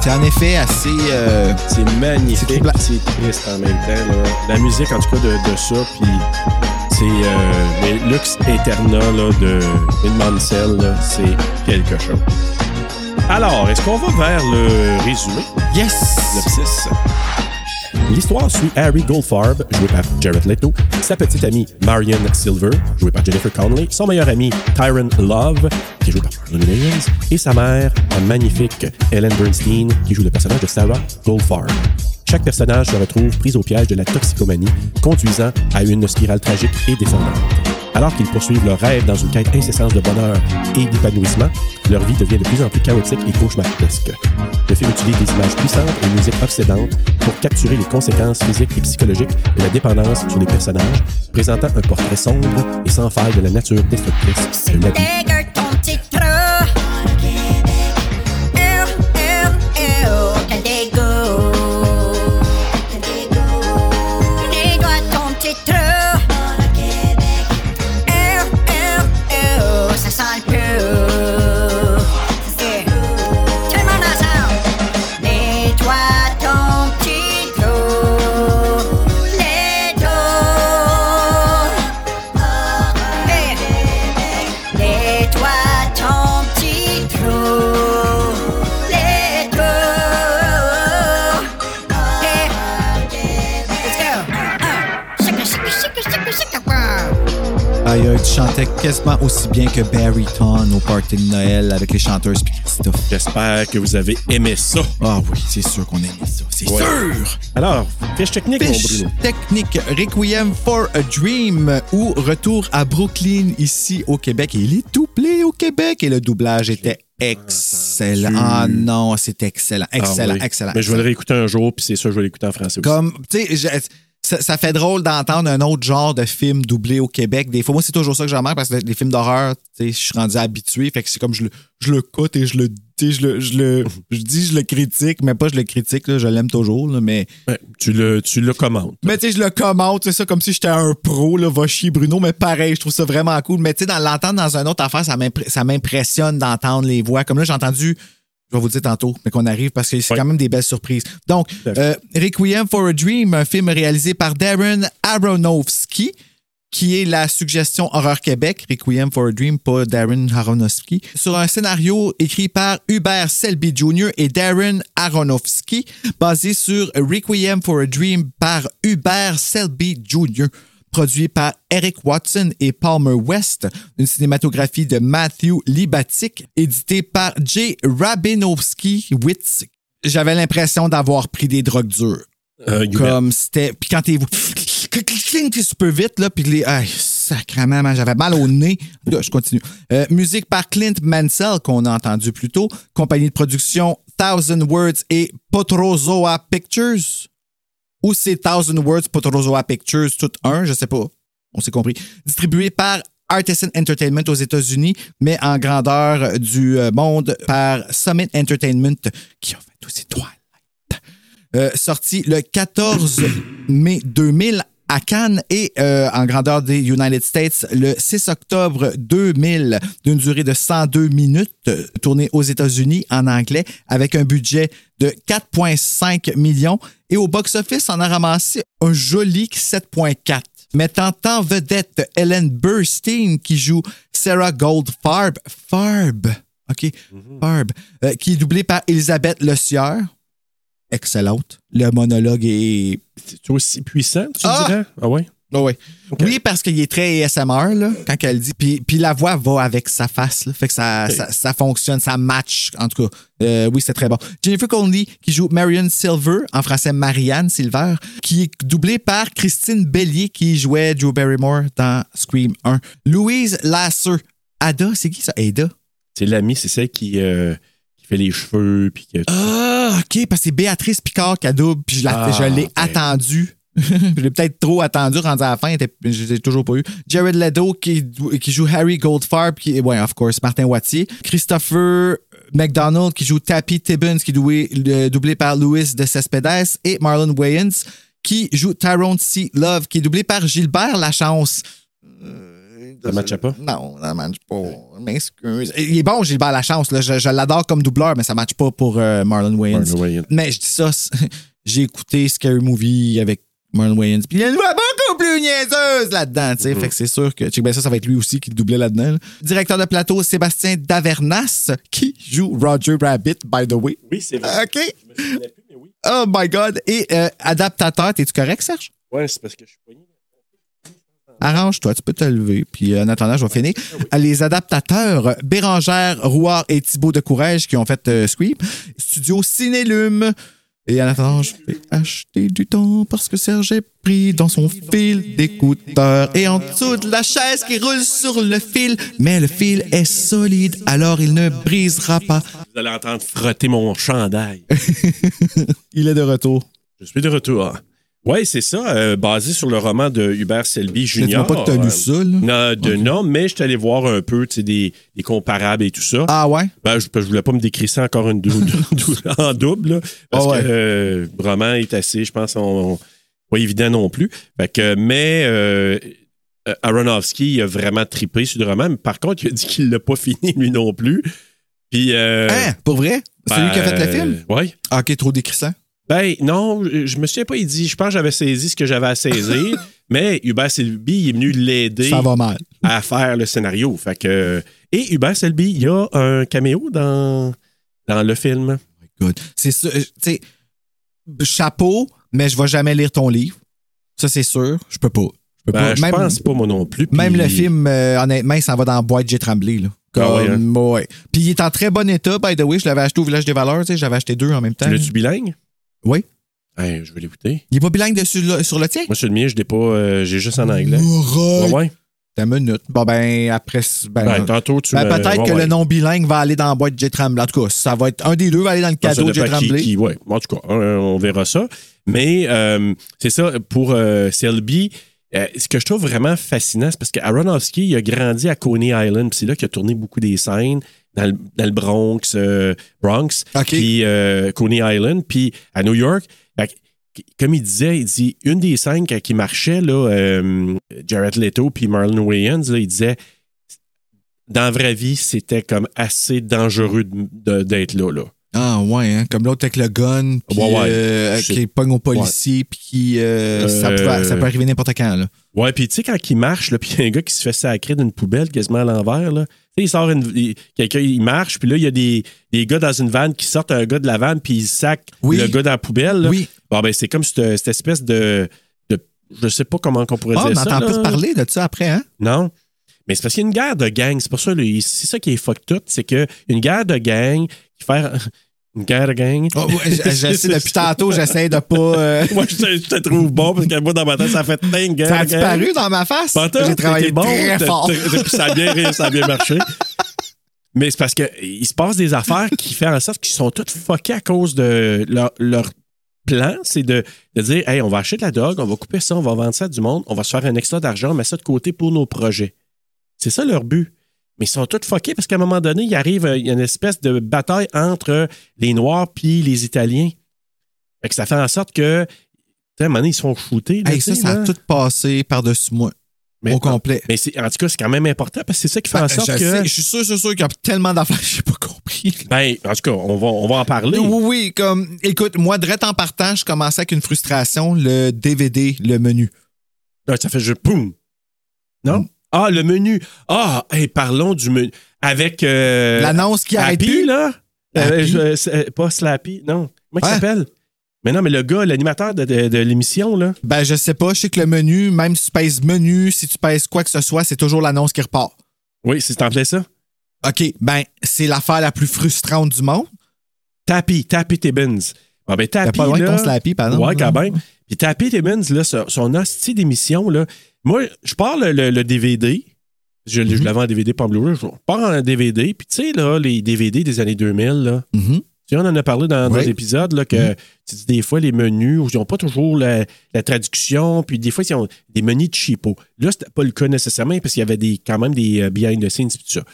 B: C'est en effet assez... euh,
A: C'est
B: C'est
A: magnifique,
B: troublant.
A: puis c'est triste en même temps, là. La musique, en tout cas, de, de ça, puis c'est... euh, mais Lux Eterna, là, de Vin Mansell, là, c'est quelque chose. Alors, est-ce qu'on va vers le résumé?
B: Yes!
A: Synopsis. L'histoire suit Harry Goldfarb, joué par Jared Leto, sa petite amie Marion Silver, jouée par Jennifer Connelly, son meilleur ami Tyron Love, qui est joué par Robin Williams, et sa mère, la magnifique Ellen Bernstein, qui joue le personnage de Sarah Goldfarb. Chaque personnage se retrouve pris au piège de la toxicomanie, conduisant à une spirale tragique et descendante. Alors qu'ils poursuivent leur rêve dans une quête incessante de bonheur et d'épanouissement, leur vie devient de plus en plus chaotique et cauchemardesque. Le film utilise des images puissantes et une musique obsédante pour capturer les conséquences physiques et psychologiques de la dépendance sur les personnages, présentant un portrait sombre et sans faille de la nature destructrice de la vie.
G: Säger ton sitt trö Ö, ö, ö, kan det gå? Det går att ton sitt trö Ö, ö, ö, sen salt på Tummarna sa Mais toi ton petit trou, les
H: Eh,
G: dos, les
B: Stewart chantait quasiment aussi bien que Barryton au party de Noël avec les chanteuses puis Christophe.
A: J'espère que vous avez aimé ça.
B: Ah oui, c'est sûr qu'on aimait ça. C'est
A: Ouais.
B: sûr!
A: Alors, fiche technique, mon
B: Fiche
A: Bruno.
B: technique Requiem for a Dream ou Retour à Brooklyn ici au Québec. Et il est doublé au Québec et le doublage était excellent. Ah non, c'est excellent, excellent,
A: Ah oui.
B: excellent.
A: Mais je vais le réécouter un jour, puis c'est sûr, je vais l'écouter en français aussi.
B: Comme, tu sais, je- ça, ça fait drôle d'entendre un autre genre de film doublé au Québec. Des fois, moi, c'est toujours ça que j'en manque parce que les films d'horreur, tu sais, je suis rendu habitué. Fait que c'est comme je le, je le coûte et je le, tu sais, je le, je
A: *laughs*
B: le, je dis, je le critique, mais pas je le critique, là, je l'aime toujours, là, mais.
A: Ouais, tu, le, tu le commandes.
B: Mais tu sais, je le commente, c'est ça, comme si j'étais un pro, là, va chier Bruno, mais pareil, je trouve ça vraiment cool. Mais tu sais, dans l'entendre dans une autre affaire, ça m'impré- ça m'impressionne d'entendre les voix. Comme là, j'ai entendu, je vais vous le dire tantôt, mais qu'on arrive parce que c'est
A: Ouais.
B: quand même des belles surprises. Donc, euh, Requiem for a Dream, un film réalisé par Darren Aronofsky, qui est la suggestion Horreur Québec, Requiem for a Dream, pas Darren Aronofsky, sur un scénario écrit par Hubert Selby Jr. et Darren Aronofsky, basé sur Requiem for a Dream par Hubert Selby Jr., produit par Eric Watson et Palmer West, une cinématographie de Matthew Libatic, édité par J. Rabinowski-Witz. J'avais l'impression d'avoir pris des drogues dures
A: Euh, you bet.
B: comme c'était puis quand t'es t'es super vite là puis les ah, sacrément man, j'avais mal au nez Là, je continue Euh, musique par Clint Mansell qu'on a entendu plus tôt compagnie de production Thousand Words et Potrozoa Pictures ou c'est Thousand Words Potrozoa Pictures tout un je sais pas on s'est compris distribué par Artisan Entertainment aux États-Unis, mais en grandeur du euh, monde par Summit Entertainment, qui ont fait aussi étoiles. Euh, sorti le 14 mai 2000 à Cannes et euh, en grandeur des United States le 6 octobre 2000 d'une durée de 102 minutes euh, tournée aux États-Unis en anglais avec un budget de 4,5 millions et au box-office on a ramassé un joli 7,4 mettant en vedette Ellen Burstyn qui joue Sarah Goldfarb Farb OK Farb euh, qui est doublée par Elisabeth Le Sieur excellente. Le monologue est.
A: C'est aussi puissant, tu
B: Ah!
A: dirais? Ah ouais?
B: Oui, parce qu'il est très ASMR, là, quand elle dit. Puis, puis la voix va avec sa face, là. Fait que ça,
A: Ok.
B: ça, ça fonctionne, ça match, en tout cas. Euh, oui, c'est très bon. Jennifer Conley, qui joue Marion Silver, en français Marianne Silver, qui est doublée par Christine Bellier, qui jouait Joe Barrymore dans Scream 1. Louise Lasser. Ada, c'est qui ça? Ada?
A: C'est l'ami, c'est celle qui, euh, qui fait les cheveux, puis que...
B: Ah, OK, parce que c'est Béatrice Picard qui a double, puis je, la-
A: Ah,
B: je l'ai
A: ok.
B: attendue. *laughs* je l'ai peut-être trop attendu, rendu à la fin, elle était- je l'ai toujours pas eu. Jared Leto qui, qui joue Harry Goldfarb, qui, ouais, of course, Martin Wattier. Christopher McDonald qui joue Tappy Tibbins, qui est doué- le- doublé par Louis de Cespedes. Et Marlon Wayans qui joue Tyrone C. Love, qui est doublé par Gilbert Lachance.
A: Ça matchait pas?
B: Non, ça match pas. Je M'excuse. Il est bon, Gilbert Lachance. Là. Je, je l'adore comme doubleur, mais ça match pas pour euh, Marlon Wayans.
A: Marlon Wayans.
B: Mais je dis ça, c'est- *laughs* j'ai écouté Scary Movie avec Marlon Wayans. Puis il y a une voix beaucoup plus niaiseuse là-dedans. tu sais. Fait que c'est sûr que check bien ça, ça va être lui aussi qui le doublait là-dedans. là. Directeur de plateau, Sébastien Davernas, qui joue Roger Rabbit, by the way.
A: Oui, c'est
B: OK. Oh my God. Et euh, adaptateur, t'es-tu correct, Serge?
A: Ouais, c'est parce que je suis poigné.
B: Arrange-toi, tu peux te lever. Puis euh, en attendant, je vais finir. Les adaptateurs, euh, Bérangère, Rouard et Thibaut de Courage qui ont fait euh, Scream. Studio Cinélume. Et en attendant, je vais acheter du temps parce que Serge est pris dans son fil d'écouteur. Et en dessous de la chaise qui roule sur le fil. Mais le fil est solide, alors il ne brisera pas.
A: Vous allez entendre frotter mon chandail.
B: Il est de retour.
A: je suis de retour. Ouais, c'est ça, euh, basé sur le roman de Hubert Selby Jr.
B: Dites-moi pas que t'as lu ça,
A: Non,
B: là.
A: de non, mais je suis allé voir un peu, tu sais, des, des comparables et tout ça.
B: Ah ouais?
A: Ben, je, je voulais pas me décrisser encore une dou- *laughs* dou- dou- en double, là, parce
B: Ah ouais.
A: que euh, le roman est assez, je pense, on- on- pas évident non plus. Fait que, mais euh, euh, Aronofsky il a vraiment tripé sur le roman, mais par contre, il a dit qu'il l'a pas *laughs* fini lui non plus. Puis, euh,
B: hein? Pour vrai? Celui qui a fait le
A: ben,
B: film?
A: Ouais.
B: Ah, ok, trop décrissant.
A: Ben non, je je me souviens pas, il dit, je pense que j'avais saisi ce que j'avais à saisir,
B: *laughs*
A: mais Hubert Selby il est venu l'aider
B: Ça va mal.
A: à faire le scénario. Fait que, et Hubert Selby, il y a un caméo dans, dans le film.
B: Good. C'est sûr, euh, tu sais, chapeau, mais je vais jamais lire ton livre. Ça, c'est sûr. Je peux pas. Je peux
A: Ben,
B: pas-
A: je
B: même-
A: pense pas, moi non plus. puis-
B: Même le film, euh, honnêtement, il s'en va dans la boîte J'ai tremblé. Là. Comme,
A: Ah ouais, hein?
B: ouais. Puis il est en très bon état, by the way. Je l'avais acheté au Village des Valeurs. tu sais, J'avais acheté deux en même temps.
A: Tu l'as-tu bilingue?
B: hein? Oui.
A: Hey, je vais l'écouter.
B: Il est pas bilingue dessus, là, sur le tien?
A: Moi, sur le mien, je l'ai pas. euh, J'ai juste en anglais. Ouais,
B: Mourol.
A: ouais.
B: T'as une minute. Bon, ben, après. c- Ben,
A: Ben,
B: ben,
A: tantôt, tu m'as-
B: peut-être
A: ouais,
B: que
A: ouais.
B: le non bilingue va aller dans la boîte J'ai tremblé. En tout cas, ça va être un des deux va aller dans le
A: Ça
B: cadeau J'ai
A: dépend qui-
B: tremblé.
A: qui- ouais. En tout cas, euh, on verra ça. Mais euh, c'est ça, pour euh, Selby, euh, ce que je trouve vraiment fascinant, c'est parce que Aronofsky, il a grandi à Coney Island, puis c'est là qu'il a tourné beaucoup des scènes dans le, dans le Bronx, euh, Bronx,
B: OK.
A: puis euh, Coney Island, puis à New York. Fait que, qu- comme il disait, il dit une des scènes qui- qui marchait, là, euh, Jared Leto puis Marlon Wayans, là, il disait dans la vraie vie, c'était comme assez dangereux de- de- d'être là, là.
B: Ah, ouais, hein, comme l'autre avec le gun, puis,
A: Ouais, ouais.
B: euh,
A: C'est-
B: qui pogne au policier, puis qui. euh, Ça,
A: Euh,
B: peut, ça peut arriver n'importe quand, là.
A: Ouais, puis tu sais, quand il marche, là, *laughs* puis il y a un gars qui se fait sacrer d'une poubelle quasiment à l'envers, là. Tu sais, il sort une. il- Quelqu'un, il marche, puis là, il y a des, des gars dans une vanne qui sortent un gars de la vanne, puis ils sacent
B: Oui.
A: le gars dans la poubelle, là.
B: Oui.
A: Bon, ben, c'est comme cette, cette espèce de, de. Je sais pas comment qu'on pourrait
B: Ah, on
A: dire ça.
B: n'entend
A: là.
B: plus parler de ça après, hein?
A: Non. Mais c'est parce qu'il y a une guerre de gang. C'est pour ça, là, c'est ça qui est fuck tout. C'est que une guerre de gang, qui faire. *laughs* Une guerre de gang.
B: Oh, ouais, j-
A: *laughs*
B: j'essaie depuis tantôt, j'essaie de pas. euh,
A: Moi, je te, je te trouve bon, parce que moi, dans ma tête, ça
B: *laughs*
A: fait dingue. guerre
B: Ça a
A: de gang.
B: disparu dans ma face.
A: Pantoute,
B: J'ai travaillé
A: t'étais bon,
B: très
A: t'as-
B: fort.
A: t'as- puis ça a bien, ré- ça a bien marché. Mais c'est parce qu'il se passe des affaires qui font en sorte qu'ils sont toutes fuckés à cause de leur, leur plan. C'est de, de dire, hey, on va acheter de la dog, on va couper ça, on va vendre ça à du monde, on va se faire un extra d'argent, on met ça de côté pour nos projets. C'est ça leur but. Mais ils sont tous fuckés parce qu'à un moment donné, il arrive euh, il y a une espèce de bataille entre les Noirs puis les Italiens. Fait que ça fait en sorte que, tu sais, à un moment donné, ils sont shootés. là,
B: Hey, ça,
A: tu sais,
B: ça
A: là.
B: a tout passé par-dessus moi,
A: hein? Mais-
B: au complet.
A: mais c'est- en tout cas, c'est quand même important parce que c'est ça qui fait en
B: Ben,
A: sorte
B: je,
A: que.
B: sais, je suis sûr, sûr, sûr qu'il y a tellement d'affaires que j'ai pas compris.
A: Ben, en tout cas, on va, on va en parler.
B: Oui, oui, comme, écoute, moi, direct en partant, je commençais avec une frustration, le DVD, le menu.
A: Là, Ben, ça fait je poum. Non?
B: Mm.
A: Ah, le menu. Ah, hey, parlons du menu. Avec. euh,
B: L'annonce qui arrête
A: Happy,
B: plus.
A: là?
B: Happy?
A: Euh, je- c'est- euh, pas Slappy, non. Comment il
B: Hein?
A: s'appelle? Mais non, mais le gars, l'animateur de, de- de l'émission, là.
B: Ben, je sais pas, je sais que le menu, même si tu pèses menu, si tu pèses quoi que ce soit, c'est toujours l'annonce qui repart.
A: Oui, c'est en plein ça.
B: OK, ben, c'est l'affaire la plus frustrante du monde.
A: Tappy, Tappy Tibbins. Ah, ben,
B: T'as
A: Tappy.
B: pas loin de
A: là,
B: ton slappy, pardon.
A: Ouais, quand même. Puis Tappy Timmons, là, son, son hostie d'émission, là. Moi, je pars le, le- le DVD. Je,
B: Mhm.
A: je l'avais en DVD, pas en Blu-ray. Je pars en DVD. Puis, tu sais, là, les DVD des années 2000, là.
B: Mhm.
A: Tu sais, on en a parlé dans
B: Oui.
A: nos épisodes, là, que tu dis des fois, les menus, ils n'ont pas toujours la, la traduction. Puis, des fois, ils ont des menus de cheapo. Là, c'était pas le cas nécessairement parce qu'il y avait des, quand même des euh, behind the scenes, puis tout ça.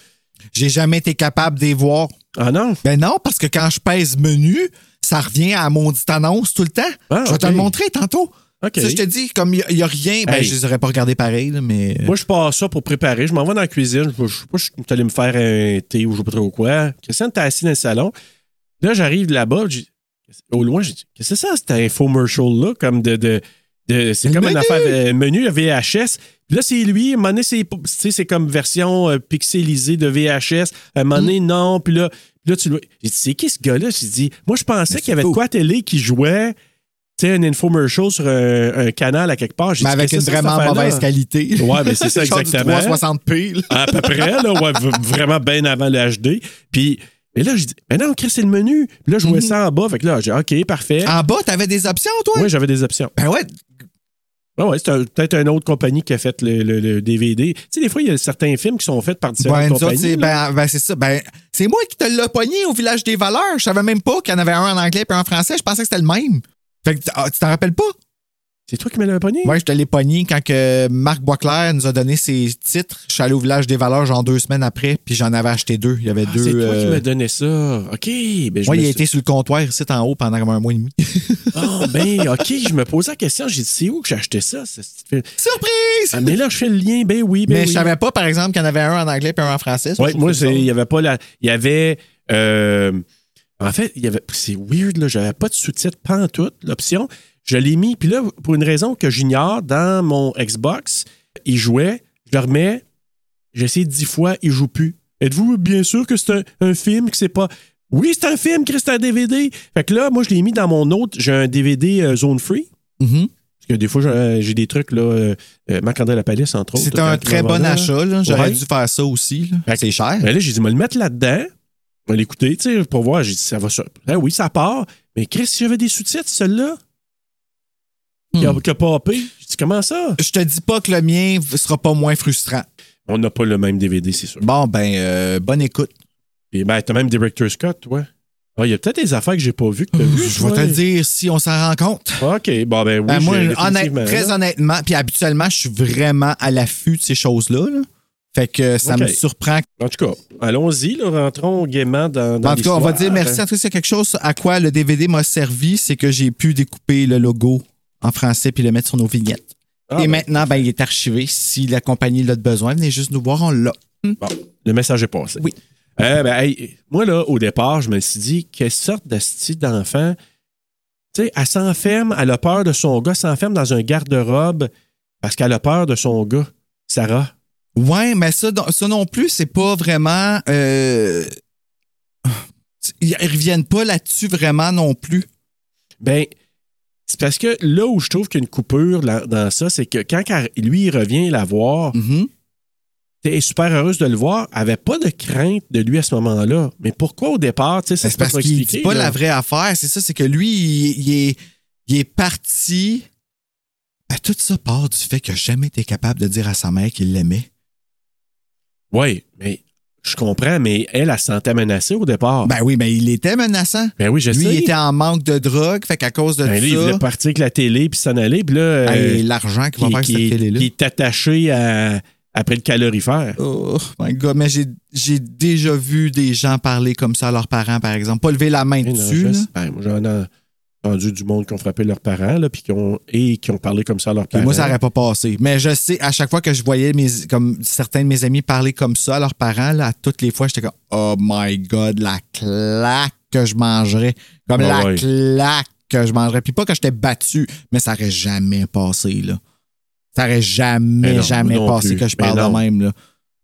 B: J'ai jamais été capable d'y voir.
A: Ah non?
B: Ben non, parce que quand je pèse menu, ça revient à mon dite annonce tout le temps.
A: Ah,
B: je vais te
A: ok.
B: le montrer tantôt.
A: OK.
B: Ça, je te dis, comme il n'y a, rien, ben,
A: Hey.
B: je les aurais pas regardés pareil, là, mais.
A: Moi, je passe ça pour préparer. Je m'en vais dans la cuisine. Je, je sais pas, je suis allé me faire un thé ou je sais pas trop quoi. Christiane, t'es assis dans le salon. Là, j'arrive là-bas. j'ai- Au loin, j'ai dit Qu'est-ce que c'est ça, cet infomercial-là Comme de. de, de- c'est
B: Le
A: comme un
B: menu!
A: affaire euh, menu VHS. Puis là, c'est lui. À un moment donné, c'est, tu sais, c'est comme version euh, pixelisée de VHS. À un moment donné,
B: Mm.
A: non. Puis là, puis là tu le vois. J'ai dit C'est qui ce gars-là J'ai dit Moi, je pensais
B: Mais
A: qu'il y avait
B: c'est
A: de
B: fou.
A: quoi à télé qui jouait. Tu sais, un infomercial sur un, un canal à quelque part. J'ai
B: mais
A: dit,
B: avec
A: Qu'est-ce que c'est ça,
B: une
A: cette
B: vraiment
A: affaire-là?
B: mauvaise qualité.
A: Ouais, ben, c'est ça,
B: *laughs* Genre du
A: exactement.
B: 360p, là.
A: À peu près, là, ouais, v- vraiment bien avant le HD. Puis, et là, je dis, mais non, Chris, c'est le menu. Puis là, je
B: Mhm.
A: vois ça en bas. Fait que là, j'ai OK, parfait.
B: En bas, t'avais des options, toi?
A: Oui, j'avais des options. Ah
B: Ben ouais.
A: Ouais, ouais, c'est un- peut-être une autre compagnie qui a fait le, le- le DVD. Tu sais, des fois, il y a certains films qui sont faits par différentes
B: Ben, nous autres,
A: compagnies.
B: c'est
A: là.
B: ben, ben, c'est ça. Ben, c'est moi qui te l'ai pogné au village des valeurs. Je savais même pas qu'il y en avait un en anglais et un en français. Je pensais que c'était le même. Fait que ah, tu t'en rappelles pas?
A: C'est toi qui me l'as pogné?
B: Moi, je te l'ai pogné quand que Marc Boisclair nous a donné ses titres. Je suis allé au village des valeurs genre deux semaines après, puis j'en avais acheté deux. Il y avait
A: Ah,
B: deux.
A: c'est toi qui
B: euh,
A: m'as donné ça. OK. Ben, je
B: Moi,
A: me
B: il a
A: suis-
B: été sur le comptoir ici en haut pendant comme un mois
A: *laughs*
B: et demi. *laughs*
A: Ah, ben, OK, je me posais la question. J'ai dit, c'est où que j'ai acheté ça? ce petit film?
B: Surprise!
A: Ah, mais là, je fais le lien. Ben oui, ben
B: Mais
A: oui.
B: je savais pas, par exemple, qu'il y en avait un en anglais et un en français. Ça,
A: Oui,
B: je trouve
A: moi,
B: ça
A: c'est-
B: bizarre.
A: il y avait pas la. Il y avait. euh, en fait, il y avait. C'est weird, là. J'avais pas de sous-titres pantoute, l'option. Je l'ai mis. Puis là, pour une raison que j'ignore, dans mon Xbox, il jouait. Je le remets. J'ai essayé dix fois. Il joue plus. Êtes-vous bien sûr que c'est un, un film que c'est pas. Oui, c'est un film, Chris, c'est un DVD. Fait que là, moi, je l'ai mis dans mon autre. J'ai un DVD euh, Zone Free.
B: Mhm.
A: Parce que des fois, j'ai euh, j'ai des trucs, là, euh, euh, Marc-André Lapalisse, entre autres.
B: C'est
A: là,
B: un
A: quand il
B: très
A: m'a
B: bon
A: vendu, là.
B: achat. là. J'aurais
A: Ouais.
B: dû faire ça aussi. là.
A: Fait que-
B: C'est cher.
A: Ben là, j'ai dit, me le mettre là-dedans. On va l'écouter, tu sais, pour voir. J'ai dit, ça va ça. Ben oui, ça part. Mais Chris, s'il y avait des sous-titres, celui-là, qui,
B: Hmm.
A: a, qui a popé. J'ai dit, comment ça?
B: Je te dis pas que le mien v- sera pas moins frustrant.
A: On n'a pas le même DVD, c'est sûr.
B: Bon, ben, euh, bonne écoute.
A: Puis, ben, t'as même Director Scott, toi. Ah, il y a peut-être des affaires que j'ai pas vues que t'as vues.
B: Je vais te
A: toi.
B: le dire si on s'en rend compte.
A: OK, bon, ben oui.
B: Ben, moi,
A: j'ai-
B: honnête-
A: définitivement,
B: très
A: là.
B: honnêtement, puis habituellement, je suis vraiment à l'affût de ces choses-là. là. Fait que ça
A: Ok.
B: me surprend.
A: En tout cas, allons-y, là, rentrons gaiement dans, dans
B: En tout cas, on va
A: l'histoire. hein.
B: dire merci à tous. C'est quelque chose à quoi le DVD m'a servi, c'est que j'ai pu découper le logo en français puis le mettre sur nos vignettes.
A: Ah,
B: Et
A: ben,
B: maintenant, ben, il est archivé. Si la compagnie l'a de besoin, venez juste nous voir, on l'a.
A: Bon, le message est passé.
B: Oui.
A: Euh, ben, hey, moi, là, au départ, je me suis dit, quelle sorte de style d'enfant. Tu sais, elle s'enferme, elle a peur de son gars, s'enferme dans un garde-robe parce qu'elle a peur de son gars, Sarah.
B: Ouais, mais ça, don- ça non plus, c'est pas vraiment. euh, Ils ils reviennent pas là-dessus vraiment non plus.
A: Ben, c'est parce que là où je trouve qu'il y a une coupure là- dans ça, c'est que quand qu'elle- lui, il revient la voir,
B: Mhm.
A: elle est super heureuse de le voir, elle avait pas de crainte de lui à ce moment-là. Mais pourquoi au départ, tu sais, ça
B: C'est
A: c'est pas
B: Ben, parce
A: trop
B: qu'il
A: expliqué.
B: dit pas
A: là.
B: la vraie affaire. C'est ça, c'est que lui, il, il est, il est parti. Ben, tout ça part du fait qu'il n'a jamais été capable de dire à sa mère qu'il l'aimait.
A: Oui, mais je comprends, mais elle, elle se sentait menacée au départ. Ben,
B: Ben oui, mais il était menaçant.
A: oui, je
B: lui,
A: sais.
B: il était en manque de drogue, fait qu'à cause de
A: Ben, lui, il voulait
B: ça, ben,
A: partir avec la télé puis s'en aller, puis là, euh,
B: hey, l'argent qu'il va faire avec
A: qui,
B: cette
A: qui-
B: télé-là.
A: qui est attaché à- après le calorifère.
B: Oh my god, mais j'ai, j'ai déjà vu des gens parler comme ça à leurs parents, par exemple. Pas lever la main
A: Eh non,
B: dessus.
A: je
B: là.
A: sais. Ben, moi, j'en ai entendu du monde qui ont frappé leurs parents là, puis qui ont, et qui ont parlé comme ça à leurs
B: Puis
A: parents.
B: moi, ça n'aurait pas passé. Mais je sais, à chaque fois que je voyais mes, comme certains de mes amis parler comme ça à leurs parents, là, à toutes les fois, j'étais comme Oh my God, la claque que je mangerais. Comme
A: Ah
B: la
A: ouais.
B: claque que je mangerais. Puis pas que j'étais battu, mais ça n'aurait jamais passé. Là. Ça n'aurait
A: Mais
B: jamais,
A: non,
B: jamais
A: moi non
B: passé
A: plus.
B: que je
A: Mais
B: parle
A: non.
B: de même. Là.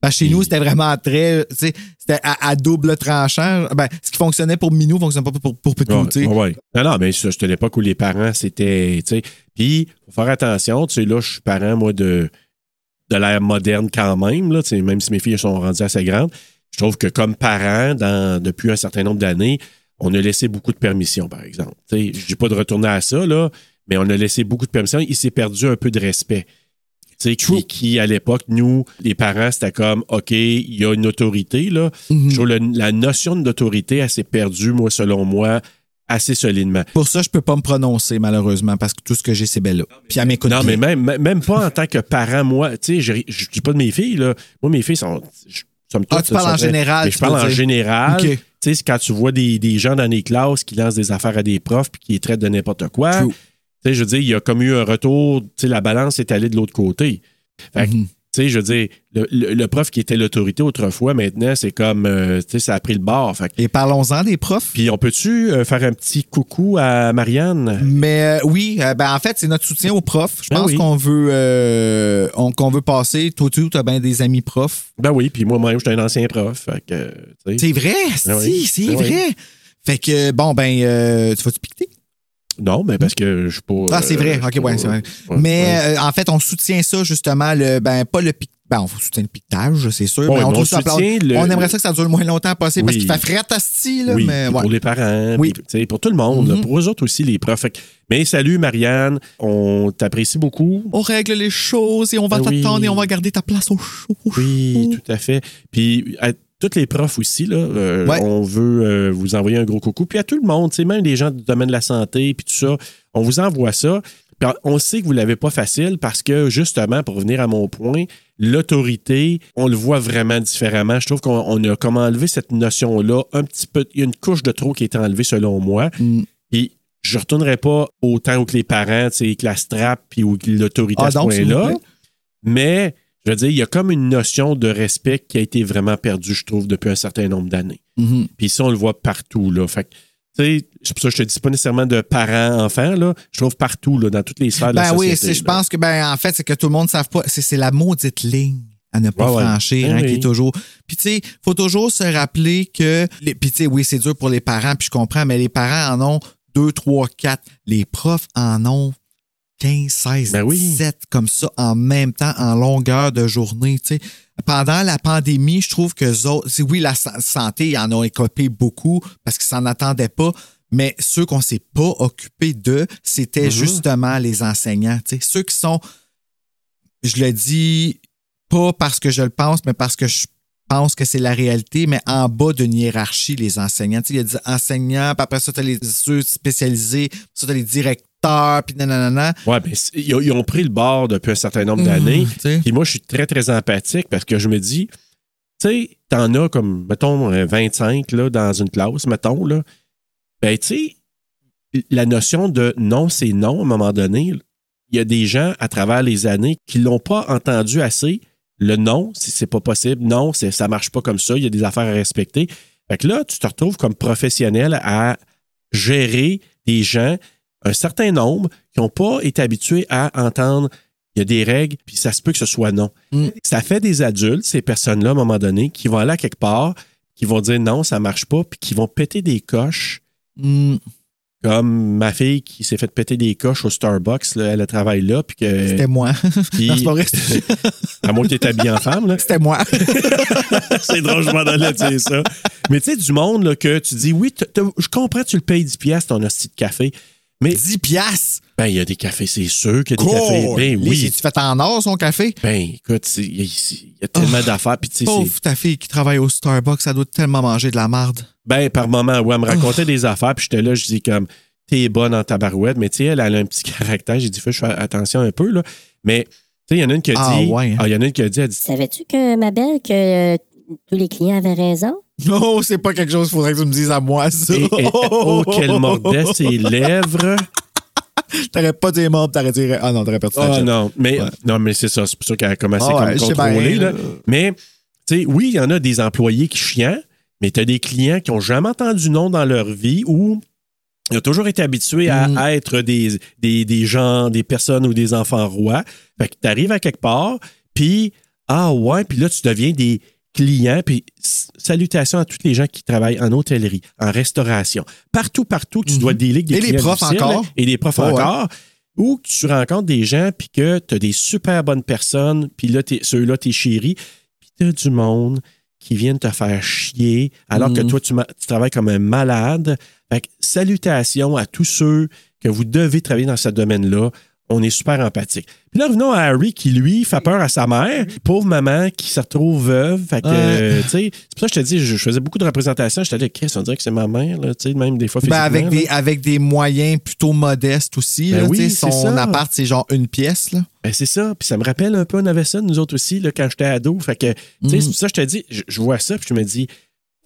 B: Parce que chez nous, c'était vraiment très. tu sais, C'était à, à double tranchant. Ben, ce qui fonctionnait pour Minou ne fonctionnait pas pour, pour Pitou.
A: Ouais,
B: tu sais.
A: ouais, ouais. Non, non, mais ça, c'était l'époque où les parents, c'était. tu sais, Puis, faut faire attention, tu sais, là, je suis parent, moi, de, de l'ère moderne quand même, là, tu sais, même si mes filles sont rendues assez grandes. Je trouve que comme parent, dans, depuis un certain nombre d'années, on a laissé beaucoup de permissions, par exemple. Tu sais, Je dis pas de retourner à ça, là, mais on a laissé beaucoup de permissions. Il s'est perdu un peu de respect. Tu sais, qui, qui, à l'époque, nous, les parents, c'était comme, OK, il y a une autorité, là. Je trouve le- la notion d'autorité, elle s'est perdue, moi, selon moi, assez solidement.
B: Pour ça, je peux pas me prononcer, malheureusement, parce que tout ce que j'ai, c'est Bella. Puis elle m'écoute.
A: Non,
B: bien.
A: mais même, même- même pas en tant que parent, moi, tu sais, je, je dis pas de mes filles, là. Moi, mes filles sont. je- somme
B: Ah,
A: toute,
B: tu parles
A: sont
B: en
A: très-
B: général,
A: mais je
B: tu
A: parle
B: veux
A: en
B: dire.
A: général.
B: Ok.
A: Tu sais, c'est quand tu vois des, des gens dans les classes qui lancent des affaires à des profs puis qui les traitent de n'importe quoi.
B: True.
A: Tu sais, je veux dire, il y a comme eu un retour, tu sais, la balance est allée de l'autre côté. Fait que,
B: Mhm.
A: Tu sais, je veux dire, le, le- le prof qui était l'autorité autrefois, maintenant, c'est comme, euh, tu sais, ça a pris le bord. Fait que-
B: Et parlons-en des profs.
A: Puis on peut-tu euh, faire un petit coucou à Marianne?
B: Mais euh, oui, euh, ben en fait, c'est notre soutien aux profs. Je
A: Ben
B: pense
A: oui.
B: qu'on veut euh, on- qu'on veut passer. Toi, tu as bien des amis profs.
A: Ben oui, puis moi-même, j'étais un ancien prof. Fait que, euh, tu sais.
B: C'est vrai, si,
A: Ben oui.
B: c'est
A: Ben oui.
B: vrai. Fait que bon, ben euh, tu vas-tu piqueter?
A: Non, mais parce que je suis pas.
B: Ah, c'est vrai.
A: euh,
B: OK,
A: je suis
B: ouais,
A: pas-
B: c'est vrai.
A: ouais,
B: mais
A: ouais.
B: euh, en fait, on soutient ça justement, le ben pas le pic. Ben, on soutient le piquetage, c'est
A: Ouais,
B: sûr. mais on,
A: mais on
B: trouve ça plate.
A: soutient le-
B: on aimerait ça que ça dure le moins longtemps possible
A: Oui.
B: parce qu'il fait fret à style, là,
A: oui,
B: mais
A: puis
B: ouais.
A: Pour les parents,
B: Oui. Mhm.
A: oui. pour tout le monde, là, pour eux autres aussi, les profs. Fait que- Mais salut, Marianne. On t'apprécie beaucoup.
B: On règle les choses et on va
A: Ben oui.
B: t'attendre et on va garder ta place au chaud. au
A: Oui,
B: chaud.
A: tout à fait. Puis à tous les profs aussi, là, euh,
B: Ouais.
A: on veut euh, vous envoyer un gros coucou. Puis à tout le monde, tu sais, même les gens du domaine de la santé, puis tout ça, on vous envoie ça. Puis on sait que vous l'avez pas facile parce que, justement, pour revenir à mon point, l'autorité, on le voit vraiment différemment. Je trouve qu'on on a comme enlevé cette notion-là un petit peu. Il y a une couche de trop qui est enlevée selon moi.
B: Mm.
A: Puis je retournerai pas autant où que les parents, tu sais, que la strap, puis où que l'autorité
B: Ah,
A: à ce
B: donc, s'il vous
A: point-là.
B: plaît.
A: Mais, je veux dire, il y a comme une notion de respect qui a été vraiment perdue, je trouve, depuis un certain nombre d'années.
B: Mhm.
A: Puis ça, on le voit partout, là. Fait que, tu sais, c'est pour ça que je te dis pas nécessairement de parents-enfants, là. Je trouve partout, là, dans toutes les sphères de la
B: Ben
A: société.
B: oui, c'est- je
A: là.
B: pense que ben en fait, c'est que tout le monde ne savent pas. C'est c'est la maudite ligne à ne pas
A: Ouais, ouais.
B: franchir,
A: Ben
B: hein, qui
A: oui.
B: est toujours. Puis tu sais, faut toujours se rappeler que. les- Puis tu sais, oui, c'est dur pour les parents, puis je comprends, mais les parents en ont deux, trois, quatre. Les profs en ont 15, 16,
A: Ben oui.
B: 17 comme ça en même temps, en longueur de journée. tu sais. Pendant la pandémie, je trouve que eux autres, c'est- oui, la sa- santé, ils en ont écopé beaucoup parce qu'ils s'en attendaient pas. Mais ceux qu'on s'est pas occupés d'eux, c'était
A: Mm-hmm.
B: justement les enseignants. tu sais. Ceux qui sont, je le dis pas parce que je le pense, mais parce que je pense que c'est la réalité, mais en bas d'une hiérarchie, les enseignants. Tu sais, il y a des enseignants, puis après ça, tu as les ceux spécialisés, puis ça, tu as les directeurs, puis nanana.
A: Ouais, ben, c'est- ils, ont- ils ont pris le bord depuis un certain nombre d'années.
B: Mm, Tu sais.
A: Et moi, je suis très, très empathique parce que je me dis, tu sais, t'en as comme, mettons, euh, 25 là, dans une classe, mettons, là. Ben, tu sais, la notion de non, c'est non, à un moment donné, il y a des gens à travers les années qui l'ont pas entendu assez. Le non, si c'est pas possible, non, c'est- ça marche pas comme ça, il y a des affaires à respecter. Fait que là, tu te retrouves comme professionnel à gérer des gens, un certain nombre, qui n'ont pas été habitués à entendre il y a des règles, puis ça se peut que ce soit non.
B: Mm.
A: Ça fait des adultes, ces personnes-là, à un moment donné, qui vont aller à quelque part, qui vont dire non, ça marche pas, puis qui vont péter des coches,
B: Hmm.
A: comme ma fille qui s'est fait péter des coches au Starbucks, là, elle travaille là, puis que.
B: C'était moi.
A: puis-
B: Non, *laughs*
A: *laughs*
B: c'est pas vrai.
A: à moins que tu habillé en femme, *laughs* là.
B: C'était moi.
A: C'est drôle, je m'en allais dire ça. Mais tu sais, du monde là, que tu dis, oui, t'as- t'as- je comprends, tu le payes 10 piastres, ton hostie de café. Mais
B: 10 piastres.
A: ben, il y a des cafés, c'est sûr qu'il y a des cafés.
B: Cool.
A: Ben oui.
B: tu fait en or, son café?
A: Ben écoute, c'est- il y, a- il y a tellement d'affaires. Puis tu sais, c'est-
B: Pauvre ta fille qui travaille au Starbucks, elle doit tellement manger de la marde. *laughs*
A: Ben, par moment, ouais, elle me racontait des affaires, puis j'étais là, je dis comme, t'es bonne en tabarouette, mais tu sais, elle, elle a un petit *laughs* caractère, j'ai dit, fais je fais attention un peu, là. Mais, tu sais, il y en a une qui a
B: Ah,
A: dit,
B: ouais, hein.
A: ah, il y en a une qui a dit, elle dit,
H: Savais-tu que, ma belle, que euh, tous les clients avaient raison?
B: Non, c'est pas quelque chose qu'il faudrait que tu me dises à moi, ça.
A: Eh, eh,
B: *laughs*
A: oh, qu'elle mordait ses lèvres.
B: T'aurais pas dit mort, t'aurais dit. *laughs* Ah non, t'aurais perdu ta
A: Oh
B: job.
A: non, mais
B: Ouais.
A: non, mais c'est ça, c'est pour ça qu'elle a commencé
B: Ah
A: comme
B: ouais, je sais
A: contrôler.
B: bien,
A: là.
B: euh, là.
A: Mais tu sais, oui, il y en a des employés qui chiant, mais tu as des clients qui n'ont jamais entendu non dans leur vie ou ils ont toujours été habitués
B: Mm.
A: à être des, des, des gens, des personnes ou des enfants rois. Fait que tu arrives à quelque part, puis ah ouais, puis là tu deviens des clients, puis s- salutations à tous les gens qui travaillent en hôtellerie, en restauration, partout, partout que tu dois déliguer des
B: Mm-hmm. Et les
A: clients
B: profs
A: difficiles,
B: encore.
A: Et les profs
B: Oh, Ouais, ouais.
A: encore. Ou que tu rencontres des gens, puis que tu as des super bonnes personnes, puis là, t'es- ceux-là, t'es chéri, puis tu as du monde qui viennent te faire chier, alors que
B: Mhm.
A: toi, tu, ma- tu travailles comme un malade. Fait que, salutations à tous ceux que vous devez travailler dans ce domaine-là. On est super empathique. Puis là, revenons à Harry qui, lui, fait peur à sa mère. Pauvre maman qui se retrouve veuve. Fait que,
B: Ouais.
A: euh, tu sais, c'est pour ça que je te dis, je, je faisais beaucoup de représentations. Je te dis, qu'est-ce qu'on dirait que c'est ma mère, là, tu sais, même des fois,
B: Ben, avec,
A: physiquement,
B: des,
A: là.
B: avec des moyens plutôt modestes aussi.
A: Ben
B: là,
A: oui,
B: tu sais,
A: c'est
B: son
A: ça.
B: appart, c'est genre une pièce. Là.
A: Ben, c'est ça. Puis ça me rappelle un peu, on avait ça, nous autres aussi, là, quand j'étais ado. Fait que, tu sais,
B: Mhm.
A: c'est pour ça que je te dis, je, je vois ça, puis je me dis,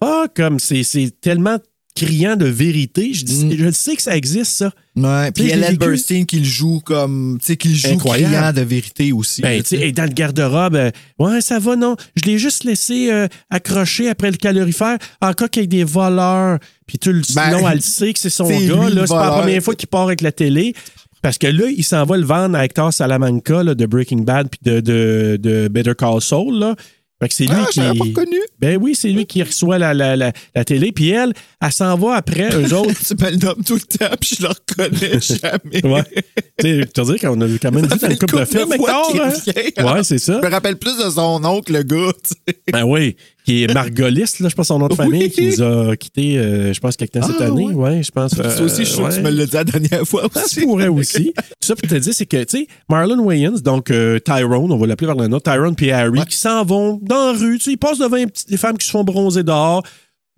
A: ah, comme c'est c'est tellement criant de vérité. Je dis,
B: Mm.
A: je le sais que ça existe, ça.
B: Ouais, puis
A: Tu sais, je l'ai
B: Ellen
A: vécu.
B: Burstyn qui le joue comme. Tu sais, qui le joue
A: Incroyable.
B: criant de vérité aussi.
A: Ben,
B: là,
A: tu sais, et dans le garde-robe, euh, ouais, ça va, non? Je l'ai juste laissé euh, accroché après le calorifère, en cas qu'il y ait des voleurs. Puis tout le
B: Ben,
A: sinon,
B: *laughs*
A: elle sait que c'est son
B: c'est
A: gars,
B: lui,
A: là.
B: le
A: C'est pas la
B: voleur.
A: première fois qu'il part avec la télé. Parce que là, il s'en va le vendre à Hector Salamanca, là, de Breaking Bad, puis de, de, de Better Call Saul, là. Fait que c'est lui
B: Ah, je l'avais
A: qui.
B: pas reconnu.
A: Ben oui, c'est lui qui reçoit la, la, la, la télé, puis elle, elle s'en va après eux
B: *laughs*
A: autres.
B: Tu me le nommes tout le temps, puis je
A: *laughs*
B: le reconnais jamais.
A: Ouais. Tu sais, tu veux dire qu'on a quand même
B: Ça
A: vu dans
B: fait
A: une couple de
B: une
A: films,
B: couple de fois
A: Hector.
B: qu'il
A: hein?
B: revient.
A: Ouais, c'est ça.
B: Je me rappelle plus de son oncle, le gars. tu sais.
A: Ben oui, qui est Margolis, là, je pense son nom de
B: Oui.
A: famille, qui nous a quittés, euh, je pense, quelque temps cette
B: Ah,
A: année.
B: ouais.
A: Ouais, je pense. euh,
B: Ça aussi, je suis sûr
A: ouais.
B: que tu me l'as dit la dernière fois
A: Ça
B: aussi.
A: se pourrait aussi. Tout ça pour te dire, c'est que, tu sais, Marlon Wayans, donc euh, Tyrone, on va l'appeler par le nom, Tyrone puis Harry, qui s'en vont dans la rue, tu sais, ils passent devant les petites- les femmes qui se font bronzer dehors.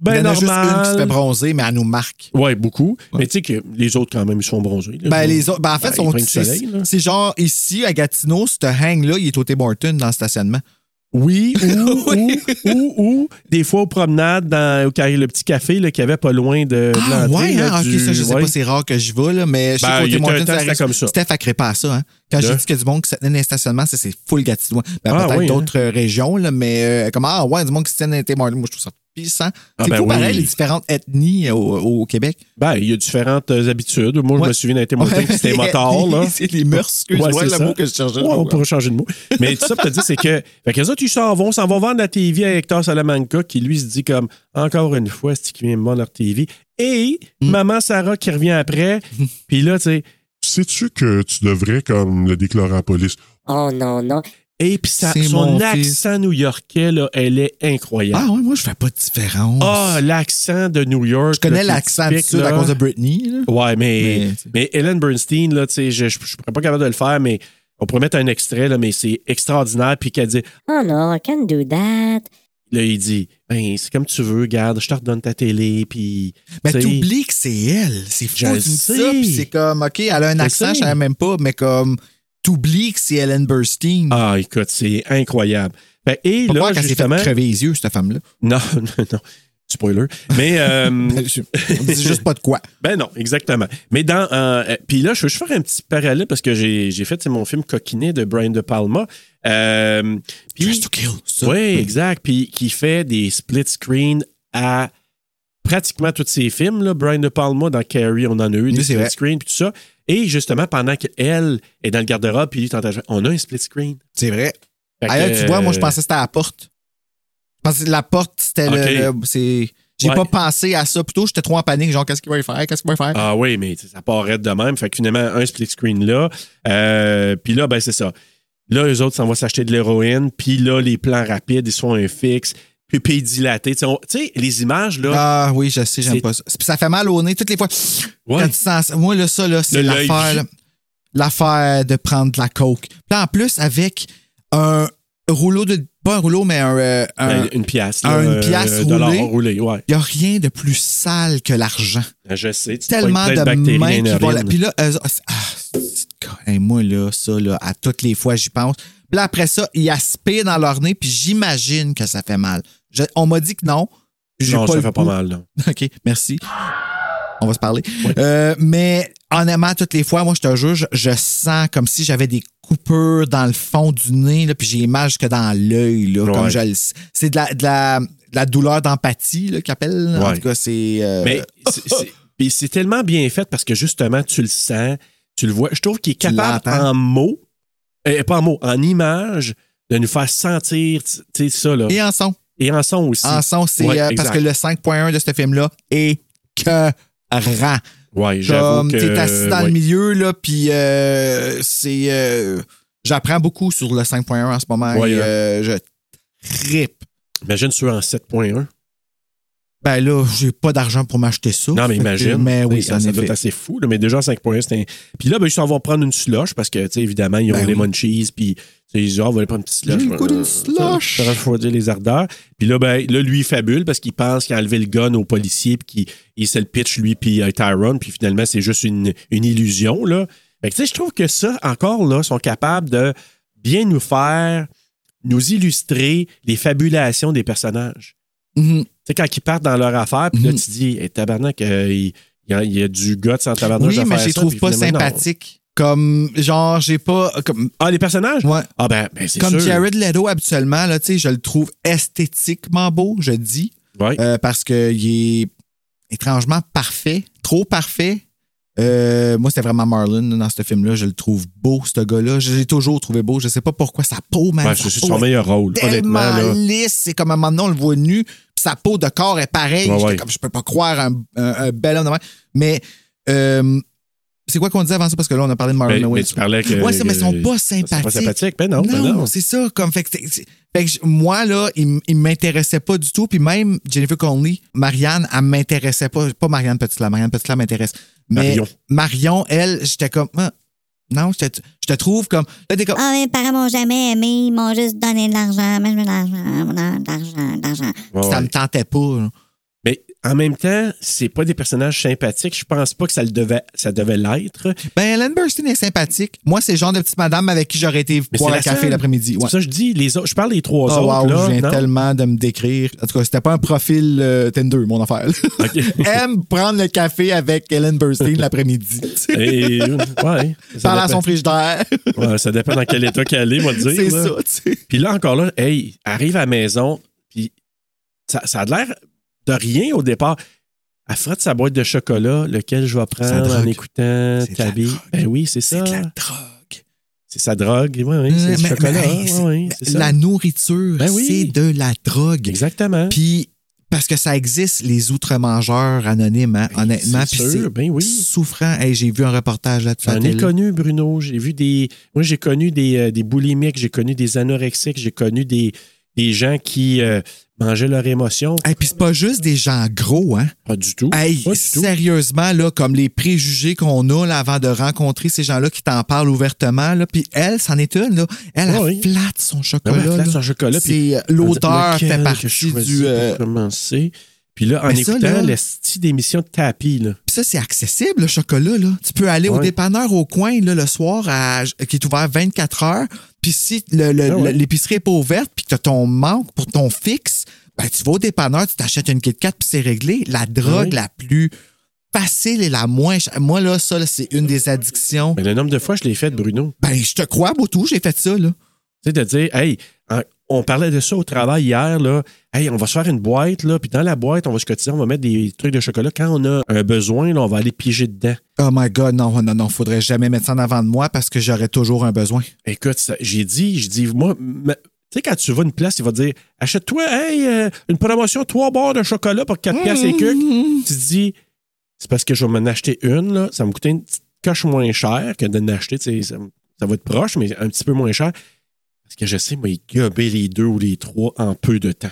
A: Ben
B: *laughs* Il y en a juste une qui se fait
A: normal.
B: bronzer, mais elle nous marque.
A: Ouais, beaucoup. Mais tu sais que les autres, quand même, ils se font bronzer. là.
B: Ben, les autres, ben, en fait,
A: ils
B: sont-
A: prennent du
B: c'est-
A: soleil, là.
B: c'est genre ici, à Gatineau, ce hang-là, il est au Tim Hortons dans le stationnement.
A: Oui,
B: *laughs*
A: ou, ou, ou, ou, des fois aux promenades dans, au carré le petit café là, qu'il y avait pas loin Euh, de, de
B: Ah,
A: l'entrée,
B: ouais,
A: là,
B: hein,
A: du-
B: ok, ça, je sais
A: ouais.
B: pas, c'est rare que je vais, là, mais je
A: Ben,
B: sais qu'au
A: il y a
B: Tim
A: eu un temps,
B: Hortons, ça
A: c'était
B: arrive-
A: comme ça.
B: Steph, elle crée pas à ça, hein. Quand
A: De?
B: j'ai dit qu'il y a du monde qui se tenait dans les stationnements, c'est- c'est full Gatineau. Ben,
A: Ah,
B: peut-être
A: oui, hein.
B: d'autres euh, régions, là, mais euh, comme, ah, ouais, du monde qui se tient dans les Tim Hortons, moi, je trouve ça pissant.
A: Ah,
B: c'est
A: ben
B: fou,
A: oui.
B: pareil, les différentes ethnies euh, au, au Québec.
A: Ben, il y a différentes euh, habitudes. Moi, je
B: Ouais.
A: me souviens d'un Tim Hortons, puis
B: *laughs*
A: c'était
B: Les
A: motard, là.
B: ethnies, C'est les mœurs, excuse-moi,
A: c'est
B: le
A: ça.
B: mot que je cherchais.
A: Ouais, on pourrait changer de mot. Mais tout ça pour te dire, c'est que. Fait que les autres, ils s'en vont, s'en vont vendre la TV à Hector Salamanca, qui lui se dit comme encore une fois,
B: Mm. *laughs*
A: c'est qui vient me vendre leur TV. Et maman Sarah qui revient après. Puis là, tu sais,
I: sais-tu que tu devrais comme le déclarer à la police?
H: Oh non, non.
A: Et puis sa-
B: C'est
A: son
B: mon
A: accent new-yorkais, là, elle est incroyable.
B: Ah ouais, moi, je fais pas de différence.
A: Ah, l'accent de New York.
B: je connais
A: là, qui est
B: l'accent du
A: typique,
B: sud à
A: là.
B: cause de Britney. là.
A: Ouais, mais,
B: Mais, tu sais.
A: mais, Ellen Bernstein, là, tu sais, je ne serais pas capable de le faire, mais on pourrait mettre un extrait, là, mais c'est extraordinaire. Puis qu'elle dit,
H: Oh non, I can't do that.
A: là, il dit, ben, c'est comme tu veux, garde, je te redonne ta télé, puis.
B: Mais
A: tu sais,
B: Ben, t'oublies que c'est elle. C'est fou,
A: Je
B: tu
A: le
B: me dis
A: sais.
B: ça, puis c'est comme, OK, elle a un
A: le
B: accent,
A: sais.
B: je savais même pas, mais comme, t'oublies que c'est Ellen Burstein.
A: Ah, écoute, c'est incroyable. Ben, et
B: Pas
A: là,
B: qu'elle s'est fait
A: justement.
B: crever les yeux, cette femme-là.
A: Non, *laughs* non, non. Spoiler. Mais.
B: *laughs*
A: euh,
B: Ben, je- On dit juste pas
A: *laughs*
B: de quoi.
A: Ben non, exactement. Mais dans. euh, euh, Puis là, je veux juste faire un petit parallèle parce que j'ai j'ai fait c'est mon film Coquinet de Brian De Palma. Euh, puis-
B: Dress to kill, ça.
A: oui, exact. Puis qui fait des split screens à pratiquement tous ses films. Là. Brian De Palma, dans Carrie, on en a eu des
B: Oui, c'est
A: split
B: vrai.
A: screens, puis tout ça. Et justement, pendant qu'elle est dans le garde-robe, puis lui, est en train de- on a un split screen.
B: C'est vrai.
A: Fait
B: Ah,
A: que,
B: tu vois, moi, je
A: euh,
B: pensais que c'était à la porte. Je pensais que la porte, c'était le-
A: Ok.
B: le. c'est- J'ai
A: Ouais.
B: pas pensé à ça. Plutôt, j'étais trop en panique. Genre, qu'est-ce qu'il va y faire? Qu'est-ce qu'il va y faire?
A: Ah oui, mais tu sais, ça part raide de même. Fait que finalement, un split screen là. Euh, puis là, ben c'est ça. Là, eux autres s'en vont s'acheter de l'héroïne. Puis là, les plans rapides, ils sont un fixe. Puis puis dilaté. Tu sais, on- tu sais, les images, là,
B: Ah oui, je sais,
A: C'est-
B: j'aime pas ça. Puis ça fait mal au nez toutes les fois.
A: Ouais.
B: Quand tu sens ça. Moi, là, ça, là, c'est
A: De l'œil.
B: l'affaire. là. L'affaire de prendre de la coke. Puis en plus, avec un rouleau de. Pas un rouleau, mais un. euh, un-
A: ben, une pièce.
B: un-
A: là,
B: Ah, une pièce
A: dollar
B: roulée.
A: roulé, ouais.
B: il n'y a rien de plus sale que l'argent.
A: Euh, Je sais. tu te
B: Tellement
A: pognes plein
B: de
A: bactéries
B: mains
A: dans
B: qui
A: les
B: vont. là-
A: narines.
B: Puis là, eux- ah, c'est- ah, c'est- hey, moi, là, ça, là, à toutes les fois, j'y pense. Puis là, après ça, ils aspirent dans leur nez, puis j'imagine que ça fait mal. Je- on m'a dit que non. J'ai
A: Non, ça
B: le
A: fait pas
B: goût.
A: mal, non.
B: *laughs* OK, merci. On va se parler. Euh, mais honnêtement, toutes les fois, moi, je te jure, je, je sens comme si j'avais des coupures dans le fond du nez, là, puis j'ai mal jusque dans l'œil. là,
A: Ouais.
B: comme je le- C'est de la, de la- de la douleur d'empathie là, qu'ils appellent. là. En
A: Ouais.
B: tout cas, c'est. euh,
A: Mais c'est- c'est- puis c'est tellement bien fait parce que justement, tu le sens, tu le vois. Je trouve qu'il est
B: Tu
A: capable
B: l'entends.
A: en mots, euh, pas en mots, en images, de nous faire sentir tu sais, ça. Là.
B: Et en son.
A: Et en son aussi.
B: En son, c'est.
A: Ouais,
B: euh, parce
A: exact.
B: que le 5.1 de ce film-là est que rang.
A: Ouais, j'avoue
B: Comme
A: que.
B: t'es assis dans
A: ouais.
B: le milieu, là, puis euh, c'est. euh, J'apprends beaucoup sur le 5.1 en ce moment.
A: Ouais,
B: et,
A: hein.
B: euh, je trippe.
A: Imagine sur en 7.1.
B: Ben là, j'ai pas d'argent pour m'acheter ça.
A: Non,
B: Fait
A: mais
B: que-
A: imagine.
B: Mais oui,
A: ça,
B: en
A: ça doit
B: effet.
A: être assez fou. là, mais déjà en 5.1, c'est un. Puis là, ben, ils s'en vont prendre une slush parce que, tu sais, évidemment, ils ont
B: Ben
A: les
B: oui. Mmh.
A: munchies. Puis tu sais, ils disent, Ah, on va aller prendre une petite slush.
B: J'ai le goût d'une
A: Euh,
B: slush.
A: Ça va refroidir les ardeurs. Puis là, ben, là, lui, il fabule parce qu'il pense qu'il a enlevé le gun au policier. Puis qu'il il se le pitch, lui, puis euh, Tyrone. Puis finalement, c'est juste une, une illusion, là. Fait que, tu sais, je trouve que ça, encore, là, sont capables de bien nous faire, nous illustrer les fabulations des personnages.
B: Mhm.
A: Tu sais, quand ils partent dans leur affaire, puis là,
B: Mhm.
A: tu dis, hey, tabarnak, euh, il, il y a, il y a du guts en tabarnak.
B: Oui,
A: de
B: mais
A: faire
B: je les
A: ça,
B: trouve
A: puis
B: pas
A: finalement, non.
B: sympathiques. Comme, genre, j'ai pas. Comme,
A: Ah, les personnages?
B: ouais.
A: Ah, ben, ben, c'est
B: Comme
A: sûr.
B: Jared Leto, habituellement, là, tu sais, je le trouve esthétiquement beau, je dis.
A: Ouais.
B: euh, parce qu'il est étrangement parfait, trop parfait. Euh, moi, c'était vraiment Marlon dans ce film-là. Je le trouve beau, ce gars-là. Je l'ai toujours trouvé beau. Je sais pas pourquoi. Sa peau, man.
A: Ben,
B: sa
A: c'est c'est
B: peau
A: son
B: est
A: meilleur rôle, honnêtement.
B: tellement
A: Là.
B: lisse. C'est comme à un moment donné, on le voit nu, puis sa peau de corps est pareille.
A: Ouais,
B: J'étais
A: ouais.
B: Comme, je peux pas croire un, un- un bel homme de même. Mais euh, c'est quoi qu'on disait avant ça? Parce que là, on a parlé de Marlon
A: Ben, mais
B: Owens.
A: tu parlais que.
B: Ah, ouais, ça, mais ils sont pas
A: Ils sont
B: sympathiques.
A: pas sympathiques. Ben non, ben
B: Ah non,
A: non.
B: c'est ça. Comme, fait que c'est- c'est- fait que je- moi, là, il, m- il m'intéressait pas du tout. Puis même Jennifer Conley, Marianne, elle m'intéressait pas. Pas Marianne Petitla. Marianne Petitla m'intéresse. Mais
A: Marion.
B: Marion. elle, j'étais comme. Ah, non, je te, je te trouve comme. Là, t'es comme.
H: Ah, mes parents m'ont jamais aimé, ils m'ont juste donné de l'argent, mais je veux de l'argent, de l'argent, de l'argent.
A: Ouais,
B: Ça
A: ouais.
B: me tentait pas. là.
A: Mais en même temps, c'est pas des personnages sympathiques. Je pense pas que ça le devait, ça devait l'être.
B: Ben, Ellen Burstyn est sympathique. Moi, c'est le genre de petite madame avec qui j'aurais été
A: Mais
B: boire
A: c'est
B: un
A: la
B: café
A: seule.
B: l'après-midi.
A: C'est
B: Ouais.
A: pour ça que je dis, les autres, je parle des trois
B: Oh,
A: autres.
B: wow,
A: là,
B: je viens
A: non?
B: tellement de me décrire. En tout cas, c'était pas un profil euh, Tinder, mon affaire.
A: Ok.
B: *laughs* Aime prendre le café avec Ellen Burstyn l'après-midi.
A: Et-
B: *laughs*
A: ouais, ça
B: Parle à
A: dépend, *laughs*
B: son frigidaire.
A: ouais, ça dépend dans quel état qu'elle est, moi, le dire.
B: C'est
A: là.
B: ça, tu sais.
A: Puis là, encore là, hey, arrive à la maison, puis ça, ça a l'air de rien au départ. Elle frotte sa boîte de chocolat, lequel je vais prendre en
B: drogue.
A: écoutant
B: C'est de la
A: ta vie.
B: drogue.
A: Ben oui, c'est ça.
B: drogue.
A: C'est sa drogue. Oui, oui, c'est du
B: Mais-
A: chocolat. Ah,
B: mais, hey,
A: ouais,
B: c'est-
A: ouais, c'est ça.
B: La nourriture,
A: Ben oui.
B: c'est de la drogue.
A: Exactement.
B: Puis Parce que ça existe, les outre-mangeurs anonymes, hein,
A: Ben,
B: honnêtement.
A: c'est sûr,
B: Puis c'est
A: ben oui.
B: souffrant. Hey, j'ai vu un reportage là-dessus. à
A: J'en
B: la
A: ai
B: télé.
A: connu, Bruno. J'ai vu des. Moi, j'ai connu des, euh, des boulimiques, j'ai connu des anorexiques, j'ai connu des, des gens qui euh, mangeaient leurs émotions.
B: Hey, puis c'est pas juste des gens gros, hein?
A: Pas du tout.
B: Hey,
A: pas du tout.
B: sérieusement, là, comme les préjugés qu'on a là, avant de rencontrer ces gens-là qui t'en parlent ouvertement, là, puis elle, c'en est une, là. Elle,
A: Ah
B: elle
A: oui.
B: flatte
A: Ah
B: son
A: ouais,
B: chocolat.
A: flatte
B: là.
A: son chocolat, puis-
B: C'est euh, l'odeur
A: Lequel
B: fait
A: que
B: partie
A: je choisis
B: du.
A: pour
B: euh,
A: commencer. Puis là, en
B: Mais ça,
A: écoutant
B: là-
A: le style d'émission de tapis, là.
B: Puis ça, c'est accessible, le chocolat. Là. Tu peux aller au
A: Ouais.
B: dépanneur au coin là, le soir à- qui est ouvert 24 heures. Puis si le- le-
A: Ah ouais.
B: le- l'épicerie n'est pas ouverte puis que tu as ton manque pour ton fixe, ben, tu vas au dépanneur, tu t'achètes une Kit Kat puis c'est réglé. La drogue
A: Ouais.
B: la plus facile et la moins... chère. Moi, là, ça, là, c'est une des addictions.
A: Mais Ben, le nombre de fois, je l'ai fait, Bruno.
B: Ben, je te crois, Boutou, j'ai fait ça. Là.
A: Tu sais, de dire, hey, en- on parlait de ça au travail hier, là. Hey, on va se faire une boîte, là. Puis dans la boîte, on va se cotiser, on va mettre des trucs de chocolat. Quand on a un besoin, là, on va aller piger dedans.
B: Oh my God, non, non, non, faudrait jamais mettre ça en avant de moi parce que j'aurais toujours un besoin.
A: Écoute, ça- j'ai dit, je dis, moi, ma- tu sais, quand tu vas à une place, il va te dire, achète-toi, hey, euh, une promotion, trois barres de chocolat pour 4 piastres et quelques.
B: Mm-hmm.
A: Tu te dis, c'est parce que je vais m'en acheter une, là. Ça va me coûter une petite coche moins chère que d'en acheter, tu sais, ça, ça va être proche, mais un petit peu moins cher. Parce que je sais, moi, gober les deux ou les trois en peu de temps.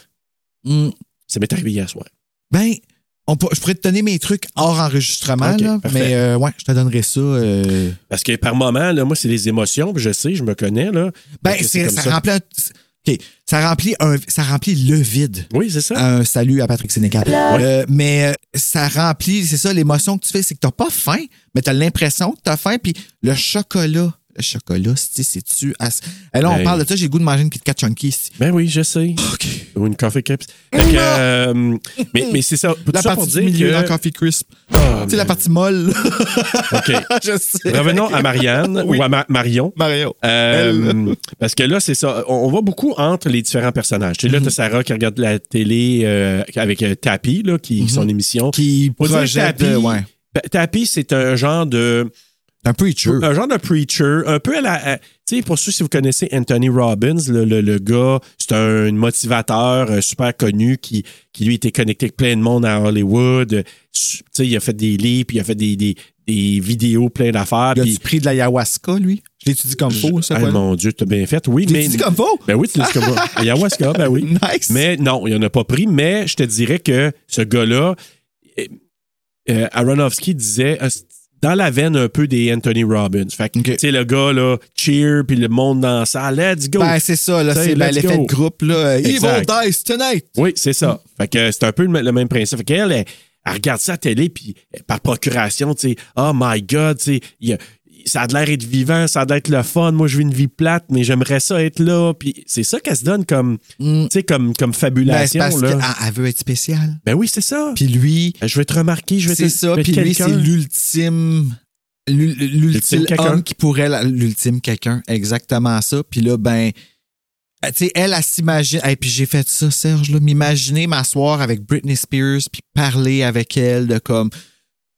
B: Hmm.
A: Ça m'est arrivé hier soir.
B: Ben, on pour- je pourrais te donner mes trucs hors enregistrement,
A: Ok,
B: là,
A: parfait.
B: mais euh, ouais, je te donnerai ça. euh,
A: Parce que par moment, là, moi, c'est les émotions, puis je sais, je me connais, là.
B: Ben,
A: Parce que
B: c'est-
A: comme
B: ça, remplit un- OK, ça remplit un- ça remplit le vide.
A: Oui, c'est ça.
B: Un salut à Patrick Sénécal.
A: Ouais.
B: Euh, mais euh, ça remplit, c'est ça, l'émotion que tu fais, c'est que t'as pas faim, mais t'as l'impression que t'as faim, puis le chocolat. Le chocolat, c'est- c'est-tu... ass- Eh, là, on
A: Hey.
B: parle de ça, j'ai le goût de manger une Kit Kat Chunky ici.
A: Ben oui, je sais.
B: OK.
A: Ou une coffee crisp. Fait que, euh, mais mais c'est ça. Tout
B: La
A: ça pour
B: partie du
A: dire
B: milieu
A: que-
B: dans Coffee Crisp.
A: Ah,
B: tu sais, la
A: mais-
B: partie molle.
A: OK.
B: *laughs* je sais.
A: Revenons à Marianne
B: *laughs* Oui.
A: ou à Ma- Marion.
B: Mario.
A: Euh, parce que là, c'est ça. On, on va beaucoup entre les différents personnages. Tu sais, là,
B: Mhm.
A: t'as Sarah qui regarde la télé euh, avec euh, Tapi, là, qui son émission.
B: Mhm. Qui
A: Faut dire
B: projette...
A: tapis.
B: euh, ouais.
A: Pa- Tapi, c'est un genre de
B: C'est un preacher.
A: un genre de preacher, un peu à la. à- tu sais, pour ceux si vous connaissez Anthony Robbins, le, le- le gars, c'est un motivateur euh, super connu qui, qui lui était connecté avec plein de monde à Hollywood. Euh, Tu sais, il a fait des livres, puis il a fait des, des- des vidéos, plein d'affaires.
B: Il
A: Puis,
B: a-tu pris de l'ayahuasca, lui? Je l'ai-tu comme faux, ça?
A: Ah,
B: quoi-là?
A: mon Dieu, t'as bien fait, oui,
B: Je
A: mais.
B: l'ai-tu dit comme faux?
A: Ben oui, tu l'as dit comme moi. Ayahuasca, ben
B: *laughs*
A: oui.
B: Nice.
A: Mais non, il n'en a pas pris, mais je te dirais que ce gars-là, euh, euh, Aronofsky disait euh, c'est dans la veine un peu des Anthony Robbins. Fait que,
B: Ok.
A: tu sais, le gars, là, cheer, puis le monde dans la salle, let's go.
B: Ben, c'est ça, là,
A: Say,
B: c'est ben,
A: let's
B: l'effet
A: go.
B: de groupe, là. Evil
A: Exact.
B: Dice Tonight!
A: oui, c'est ça. Fait que euh, c'est un peu le, le même principe. Fait qu'elle, elle, elle regarde ça à la télé, puis euh, par procuration, tu sais, oh my God, tu sais, il y a- Ça a de l'air d'être vivant, ça a de l'air d'être le fun. Moi, je vis une vie plate, mais j'aimerais ça être là. Puis c'est ça qu'elle se donne comme, tu sais, comme, comme
B: Mm. Ben, c'est
A: fabulation.
B: parce
A: là.
B: qu'elle elle veut être spéciale.
A: Ben oui, c'est ça.
B: Puis lui,
A: Euh, Je vais te remarquer, je vais
B: c'est
A: te je
B: ça,
A: vais
B: puis
A: être
B: lui,
A: quelqu'un.
B: c'est l'ultime... l'ul-
A: L'ultime
B: L'ultime
A: quelqu'un.
B: homme qui pourrait... la- L'ultime quelqu'un, exactement ça. Puis là, ben... euh, Tu sais, elle, elle s'imagine... Et puis j'ai fait ça, Serge, là. M'imaginer m'asseoir avec Britney Spears puis parler avec elle de comme...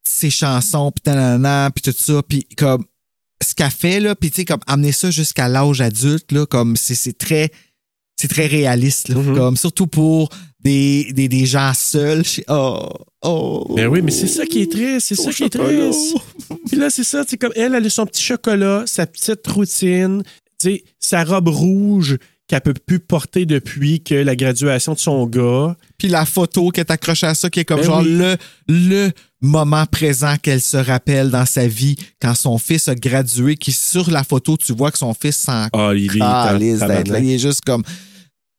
B: ses chansons, puis nanana, puis tout ça, puis comme ce qu'elle fait là, puis tu sais comme amener ça jusqu'à l'âge adulte là, comme c'est c'est très c'est très réaliste là,
A: Mhm.
B: comme surtout pour des, des, des gens seuls. Je- Oh oh.
A: Ben oui, mais c'est ça qui est triste, c'est
B: Au
A: ça qui est
B: chocolat.
A: triste. Puis là, c'est ça, c'est comme elle, elle a son petit chocolat, sa petite routine, tu sais, sa robe rouge qu'elle peut plus porter depuis que la graduation de son gars.
B: Puis la photo qui est accrochée à ça qui est comme
A: Ben
B: genre
A: oui.
B: le le moment présent qu'elle se rappelle dans sa vie quand son fils a gradué qui sur la photo tu vois que son fils s'en
A: Ah, il est
B: calisse d'être là.
A: tabarnak.
B: il est juste comme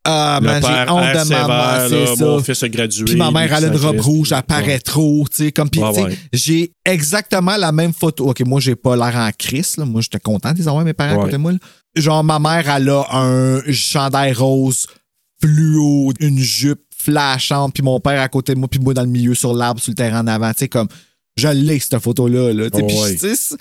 B: ah,
A: Le
B: man, j'ai
A: père,
B: honte
A: R
B: de
A: sévère,
B: maman,
A: là,
B: c'est ça.
A: mon fils a gradué.
B: Puis ma mère,
A: lui,
B: elle a une
A: sans
B: robe
A: Christ.
B: rouge, elle paraît trop, tu sais, comme, puis
A: Ouais,
B: tu sais,
A: ouais.
B: j'ai exactement la même photo. OK, moi, j'ai pas l'air en crise, là. Moi, j'étais content de les avoir, mes parents, à
A: Ouais.
B: côté de moi, là. Genre, ma mère, elle a un chandail rose fluo, une jupe flashante, puis mon père à côté de moi, puis moi dans le milieu sur l'arbre, sur le terrain en avant, tu sais, comme, je l'ai, cette photo-là, là, tu sais,
A: Ouais,
B: puis
A: ouais.
B: tu sais, c'est-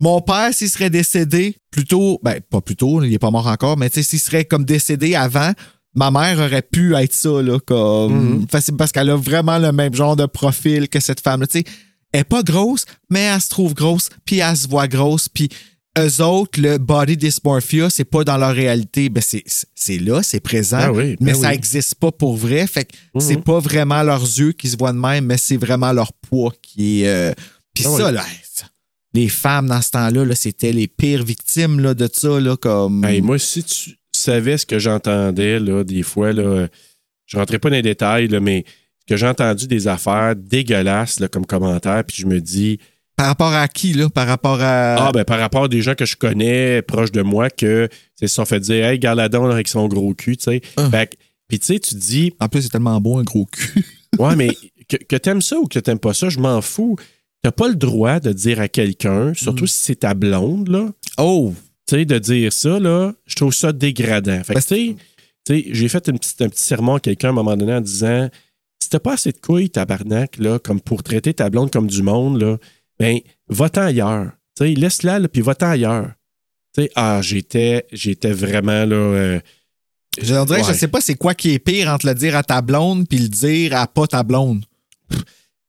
B: mon père, s'il serait décédé plus tôt, ben, pas plus tôt, il est pas mort encore, mais tu sais, s'il serait comme décédé avant, ma mère aurait pu être ça, là, comme.
A: Mhm.
B: facile, Parce qu'elle a vraiment le même genre de profil que cette femme-là. Tu sais, elle est pas grosse, mais elle se trouve grosse, puis elle se voit grosse, puis eux autres, le body dysmorphia, c'est pas dans leur réalité. Ben c'est, c'est là, c'est présent,
A: Ben oui, ben
B: mais ça
A: oui. Mhm.
B: n'existe pas pour vrai. Fait que c'est pas vraiment leurs yeux qui se voient de même, mais c'est vraiment leur poids qui est. euh, Puis
A: Ah
B: ça,
A: oui.
B: là, ça, les femmes dans ce temps-là, là, c'était les pires victimes là, de ça. Là, comme...
A: Hey, Ben, moi, si tu savais ce que j'entendais, là, des fois, là, euh, je rentrais pas dans les détails, là, mais que j'ai entendu des affaires dégueulasses là, comme commentaire, puis je me dis,
B: Par rapport à qui, là? Par rapport à.
A: ah, ben par rapport à des gens que je connais proches de moi, que tu sais, ils se sont fait dire, hey, Galadon là, avec son gros cul, tu sais.
B: Ah.
A: Fait que- Puis tu sais, tu te dis,
B: En plus, c'est tellement beau, un gros cul.
A: Ouais, mais *laughs* que, que t'aimes ça ou que t'aimes pas ça, je m'en fous. T'as pas le droit de dire à quelqu'un, surtout si c'est ta blonde, là,
B: *laughs* Oh!
A: tu sais, de dire ça, là, je trouve ça dégradant. Fait que,
B: Parce-
A: tu sais, tu sais, j'ai fait une petite- un petit sermon à quelqu'un à un moment donné en disant si t'as pas assez de couilles, tabarnak, là, comme pour traiter ta blonde comme du monde, là, ben, va-t'en ailleurs. Tu sais, laisse-la, là, puis va-t'en ailleurs. Tu sais, ah, j'étais, j'étais vraiment, là. euh,
B: Je dirais que je
A: ouais.
B: sais pas c'est quoi qui est pire entre le dire à ta blonde puis le dire à pas ta blonde.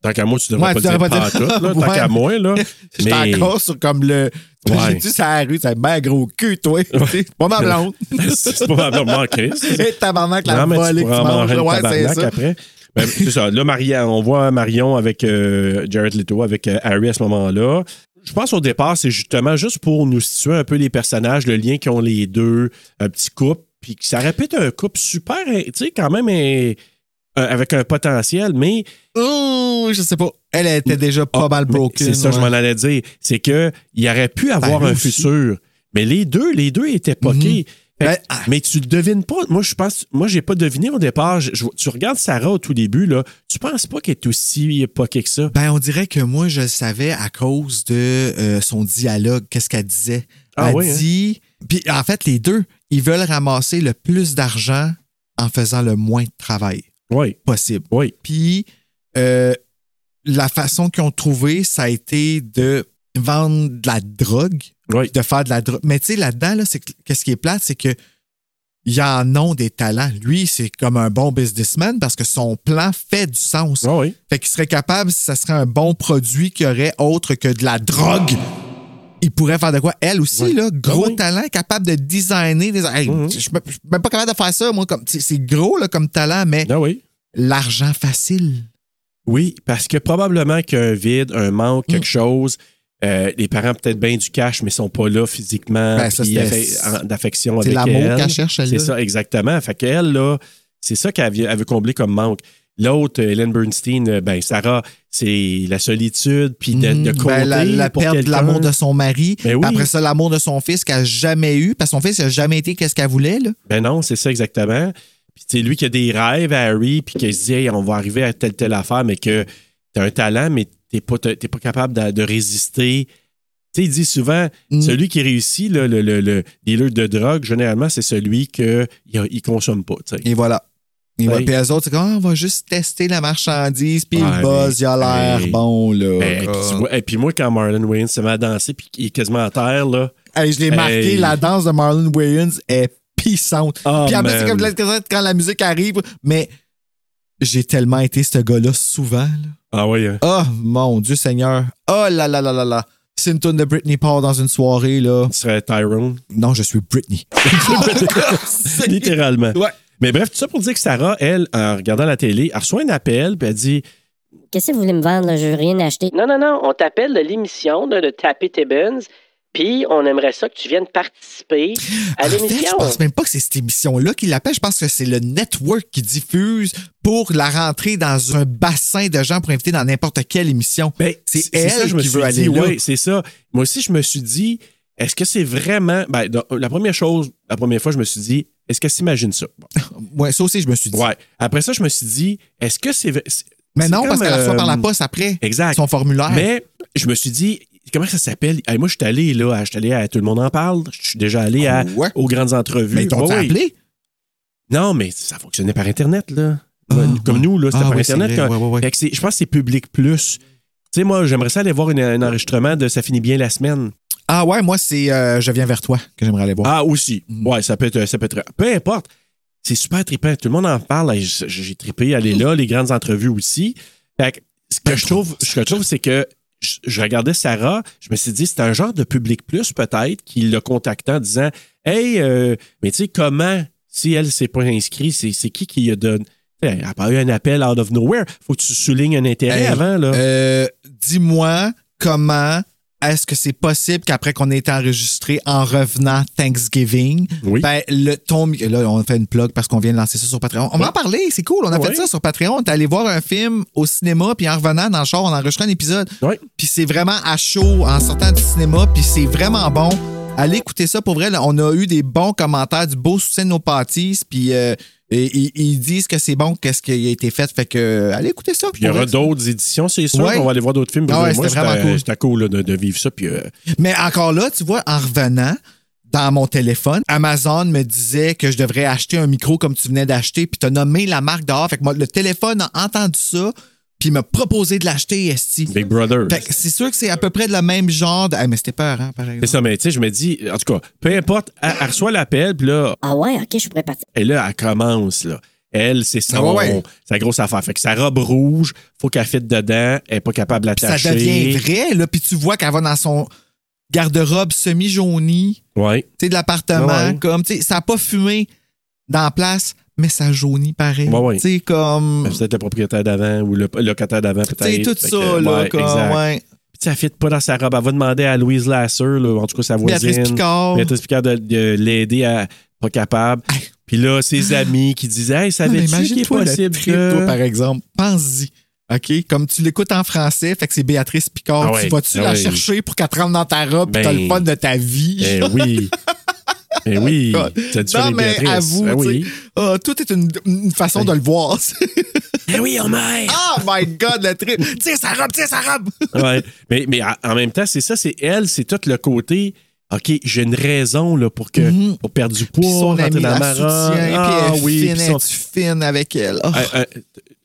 A: Tant qu'à moi, tu devrais
B: Ouais,
A: pas
B: tu
A: le dire
B: devrais pas dire- *laughs*
A: pantoute, là. Tant
B: Ouais.
A: qu'à moi, là.
B: J'étais
A: Mais-
B: encore sur comme le.
A: Ouais.
B: *laughs* J'ai dit ça à la rue, c'est ben gros cul,
A: *laughs*
B: toi. C'est pas ma blonde.
A: c'est pas vraiment manquer.
B: Et tabarnak, la
A: Non, mais
B: volée
A: tu
B: que tu
A: pourras en
B: manges.
A: manger une
B: Ouais, c'est
A: tabarnak
B: ça.
A: après. Ben, c'est ça. Là, Marion, on voit Marion avec euh, Jared Leto, avec euh, Harry à ce moment-là. Je pense au départ, c'est justement juste pour nous situer un peu les personnages, le lien qu'ont les deux, un petit couple, puis que ça répète un couple super, hein, tu sais, quand même, hein, euh, avec un potentiel, mais
B: Ouh, je sais pas. Elle était déjà pas mal
A: Mm. Ah, mais
B: broken.
A: C'est ça, je
B: ouais.
A: m'en allais dire. C'est que il aurait pu avoir
B: lui
A: un
B: aussi.
A: futur. Mais les deux, les deux étaient poqués. Fait que-
B: Ben, ah.
A: mais tu le devines pas. Moi, je pense. Moi, j'ai pas deviné au départ. Je- je- tu regardes Sarah au tout début, là. Tu penses pas qu'elle est aussi poquée que ça.
B: Ben, on dirait que moi, je le savais à cause de euh, son dialogue, qu'est-ce qu'elle disait.
A: Ah
B: elle
A: oui, hein?
B: dit. Puis en fait, les deux, ils veulent ramasser le plus d'argent en faisant le moins de travail
A: Oui,
B: possible.
A: oui.
B: Puis euh, la façon qu'ils ont trouvé, ça a été de vendre de la drogue,
A: Oui.
B: de faire de la drogue. Mais tu sais, là-dedans, là, c'est que- qu'est-ce qui est plate, c'est que il y en a des talents. Lui, c'est comme un bon businessman parce que son plan fait du sens.
A: Ah oui.
B: Fait qu'il serait capable, si ça serait un bon produit qui aurait autre que de la drogue, il pourrait faire de quoi? Elle aussi,
A: Ouais.
B: là, gros
A: Ah oui.
B: talent, capable de designer des. Hey,
A: Mhm.
B: Je suis même- je suis même pas capable de faire ça, moi. comme C'est c'est gros là, comme talent, mais
A: Ah oui.
B: l'argent facile.
A: Oui, parce que probablement qu'il y a un vide, un manque, quelque
B: Mm.
A: chose. Euh, les parents peut-être bien du cash, mais sont pas là physiquement,
B: Ben, ça,
A: puis
B: c'était-
A: affa- en- d'affection
B: C'est
A: avec
B: l'amour
A: elle.
B: qu'elle cherche, elle,
A: C'est
B: là.
A: ça, exactement. Fait qu'elle, là, c'est ça qu'elle vient- elle veut combler comme manque. L'autre, euh, Hélène Bernstein, euh, ben Sarah, c'est la solitude, puis de, de
B: Mhm.
A: compter
B: Ben, la, la
A: pour
B: perte de
A: quelqu'un.
B: l'amour de son mari.
A: Ben oui.
B: Puis Après ça, l'amour de son fils qu'elle a jamais eu, parce que son fils n'a jamais été qu'est-ce qu'elle voulait. Là.
A: Ben non, c'est ça exactement. Puis c'est lui qui a des rêves à Harry, puis qui se dit Hey, on va arriver à telle telle affaire, mais que t'as un talent, mais t'es pas t'es t'es pas capable de, de résister. Tu sais, il dit souvent
B: Mm.
A: celui qui réussit là, le, le, le dealer de drogue, généralement c'est celui que il, a- il consomme pas. tu sais.
B: Et voilà. Et
A: Ben.
B: voilà. Puis eux autres, c'est comme, Ah, on va juste tester la marchandise, puis
A: Ouais,
B: le buzz,
A: mais-
B: il a l'air
A: mais-
B: bon, là.
A: Ben,
B: Comme-
A: tu vois, et puis moi, quand Marlon Wayne se met à danser, puis il est quasiment à terre, là.
B: Hey, je l'ai marqué,
A: Hey.
B: la danse de Marlon Williams est pissante.
A: Ah,
B: Puis après,
A: man.
B: c'est comme de la cassette quand la musique arrive, mais j'ai tellement été ce gars-là souvent. là.
A: Ah oui, hein.
B: Oh mon Dieu Seigneur. Oh là là là là là. C'est une tune de Britney part dans une soirée, là.
A: Ce serait
B: *laughs*
A: Tyrone,
B: Non, je suis
A: *laughs*
B: Britney.
A: littéralement.
B: Ouais.
A: Mais bref, tout ça pour dire que Sarah, elle, en regardant la télé, elle reçoit un appel, puis elle dit
H: Qu'est-ce que vous voulez me vendre? là? Je veux rien acheter.
E: Non, non, non, on t'appelle de l'émission là, de Tapé Tibbons, puis on aimerait ça que tu viennes participer à
B: En fait, je
E: l'émission.
B: pense même pas que c'est cette émission-là qui l'appelle. Je pense que c'est le network qui diffuse pour la rentrer dans un bassin de gens pour inviter dans n'importe quelle émission.
A: Ben,
B: C'est
A: ça,
B: elle
A: je me
B: qui
A: suis
B: veut aller
A: dit,
B: là.
A: Oui, c'est ça. Moi aussi, je me suis dit, est-ce que c'est vraiment. Ben, dans- la première chose, la première fois, je me suis dit, est-ce qu'elle s'imagine ça?
B: Ouais, ça aussi, je me suis dit.
A: Ouais. Après ça, je me suis dit, est-ce que c'est. c'est-
B: Mais
A: c'est
B: non, parce
A: comme,
B: qu'elle la reçoit
A: euh,
B: par la poste après.
A: Exact.
B: Son formulaire.
A: Mais je me suis dit, comment ça s'appelle? Hey, moi, je suis allé là, à- je suis allé à Tout le monde en parle. Je suis déjà allé à,
B: Ouais.
A: aux grandes entrevues.
B: Oh. Mais ils t'ont
A: Ouais, ouais.
B: appelé?
A: Non, mais ça fonctionnait par Internet, là.
B: Ah,
A: Comme
B: ouais.
A: nous, là, c'était
B: Ah,
A: par
B: ouais, c'est
A: Internet.
B: vrai.
A: quand-
B: Ouais, ouais, ouais.
A: Fait que c'est- je pense que c'est Public Plus. Tu sais, moi, j'aimerais ça aller voir une- un enregistrement de Ça finit bien la semaine.
B: Ah ouais, moi, c'est euh, Je viens vers toi que j'aimerais aller voir.
A: Ah, aussi.
B: Mm.
A: Ouais, ça peut être. Ça peut être peu importe. C'est super trippant. Tout le monde en parle. Hey,
B: Ben,
A: j- J'ai trippé. Aller là, les grandes entrevues aussi. Fait que ce que je trouve, ce que je trouve, c'est que je, je regardais Sarah, je me suis dit, c'est un genre de public plus peut-être qui l'a contacté en disant Hey, euh, mais tu sais, comment, si elle s'est pas inscrite, c'est c'est qui qui a donné. Elle n'a pas eu un appel out of nowhere. Faut que tu soulignes un intérêt
B: Hey,
A: avant, là.
B: Euh, Dis-moi comment est-ce que c'est possible qu'après qu'on ait été enregistré en revenant Thanksgiving,
A: Oui.
B: ben, le ton. Là, on fait une plug parce qu'on vient de lancer ça sur Patreon. On va en parler, c'est cool. On a
A: Ouais.
B: fait ça sur Patreon. On est allé voir un film au cinéma, puis en revenant dans le char, on a enregistré un épisode.
A: Ouais.
B: Puis c'est vraiment à chaud en sortant du cinéma, puis c'est vraiment bon. Allez écouter ça pour vrai. là, on a eu des bons commentaires, du beau soutien de nos parties, puis euh, et- et- ils disent que c'est bon, qu'est-ce qui a été fait. Fait que euh, allez écouter ça.
A: Puis il y
B: pour
A: aura
B: vrai.
A: d'autres éditions, c'est sûr.
B: Ouais.
A: On va aller voir d'autres films.
B: Ah ouais,
A: Moi,
B: c'était vraiment
A: c'était-
B: cool.
A: C'était cool là, de, de vivre ça. Puis, euh,
B: Mais encore là, tu vois, en revenant dans mon téléphone, Amazon me disait que je devrais acheter un micro comme tu venais d'acheter, puis t'as nommé la marque dehors. Fait que moi, le téléphone a entendu ça, puis il m'a proposé de l'acheter, Esti.
A: Big Brother.
B: Fait que c'est sûr que c'est à peu près le même genre de. Ah, mais c'était peur, hein, par exemple.
A: C'est ça, mais tu sais, je me dis, en tout cas, peu importe, elle, elle reçoit l'appel, puis là,
H: Ah ouais, ok, je suis prêt à partir.
A: Et là, elle commence, là. Elle, c'est son,
B: Ah ouais, ouais.
A: sa grosse affaire. Fait que sa robe rouge, faut qu'elle fitte dedans, elle est pas capable de
B: Puis ça
A: l'attacher.
B: devient vrai, là, puis tu vois qu'elle va dans son garde-robe semi-jaunie,
A: Ouais.
B: tu sais, de l'appartement,
A: Ouais, ouais.
B: comme, tu sais, ça n'a pas fumé dans la place, mais ça jaunit pareil.
A: Ouais, ouais.
B: Tu sais, comme.
A: Ben, Peut-être le propriétaire d'avant ou le le locataire d'avant,
B: Tu
A: peut-être.
B: sais, tout
A: Fait
B: ça,
A: que,
B: là,
A: ouais,
B: comme.
A: exact.
B: ouais.
A: Puis ça fitte pas dans sa robe. Elle va demander à Louise Lasser, là, en tout cas sa voisine.
B: Béatrice Picard.
A: Béatrice Picard de, de l'aider à pas capable. Puis là, ses amis qui disaient Hey,
B: Ah, mais
A: savais-tu qu'il est
B: Imagine-toi le
A: possible
B: trip, toi,
A: que...
B: par exemple. Pense-y. OK? Comme tu l'écoutes en français, fait que c'est Béatrice Picard.
A: Ah ouais,
B: Tu vas-tu
A: ah
B: la
A: ouais.
B: chercher pour qu'elle te rentre dans ta robe
A: Ben,
B: et t'as le fun de ta vie?
A: Eh oui. Eh
B: *laughs*
A: oui.
B: God.
A: T'as dû
B: Non,
A: faire les
B: mais
A: Béatrice.
B: avoue,
A: Eh oui.
B: tu Ah, tout est une, une façon
A: Ben.
B: de le voir. *laughs*
A: Eh oui, on m'aide.
B: oh my God, le trip! Tire sa robe, tire sa robe!
A: Ouais. Mais, mais en- en même temps, c'est ça, c'est elle, c'est tout le côté. OK, j'ai une raison là, pour que
B: Mhm.
A: pour perdre du
B: Puis
A: poids,
B: son
A: rentrer
B: ami
A: dans
B: la
A: ma robe.
B: soutient,
A: Ah
B: puis elle est
A: oui,
B: fine,
A: puis
B: elle
A: son-
B: est fine avec elle. Oh.
A: Euh, euh,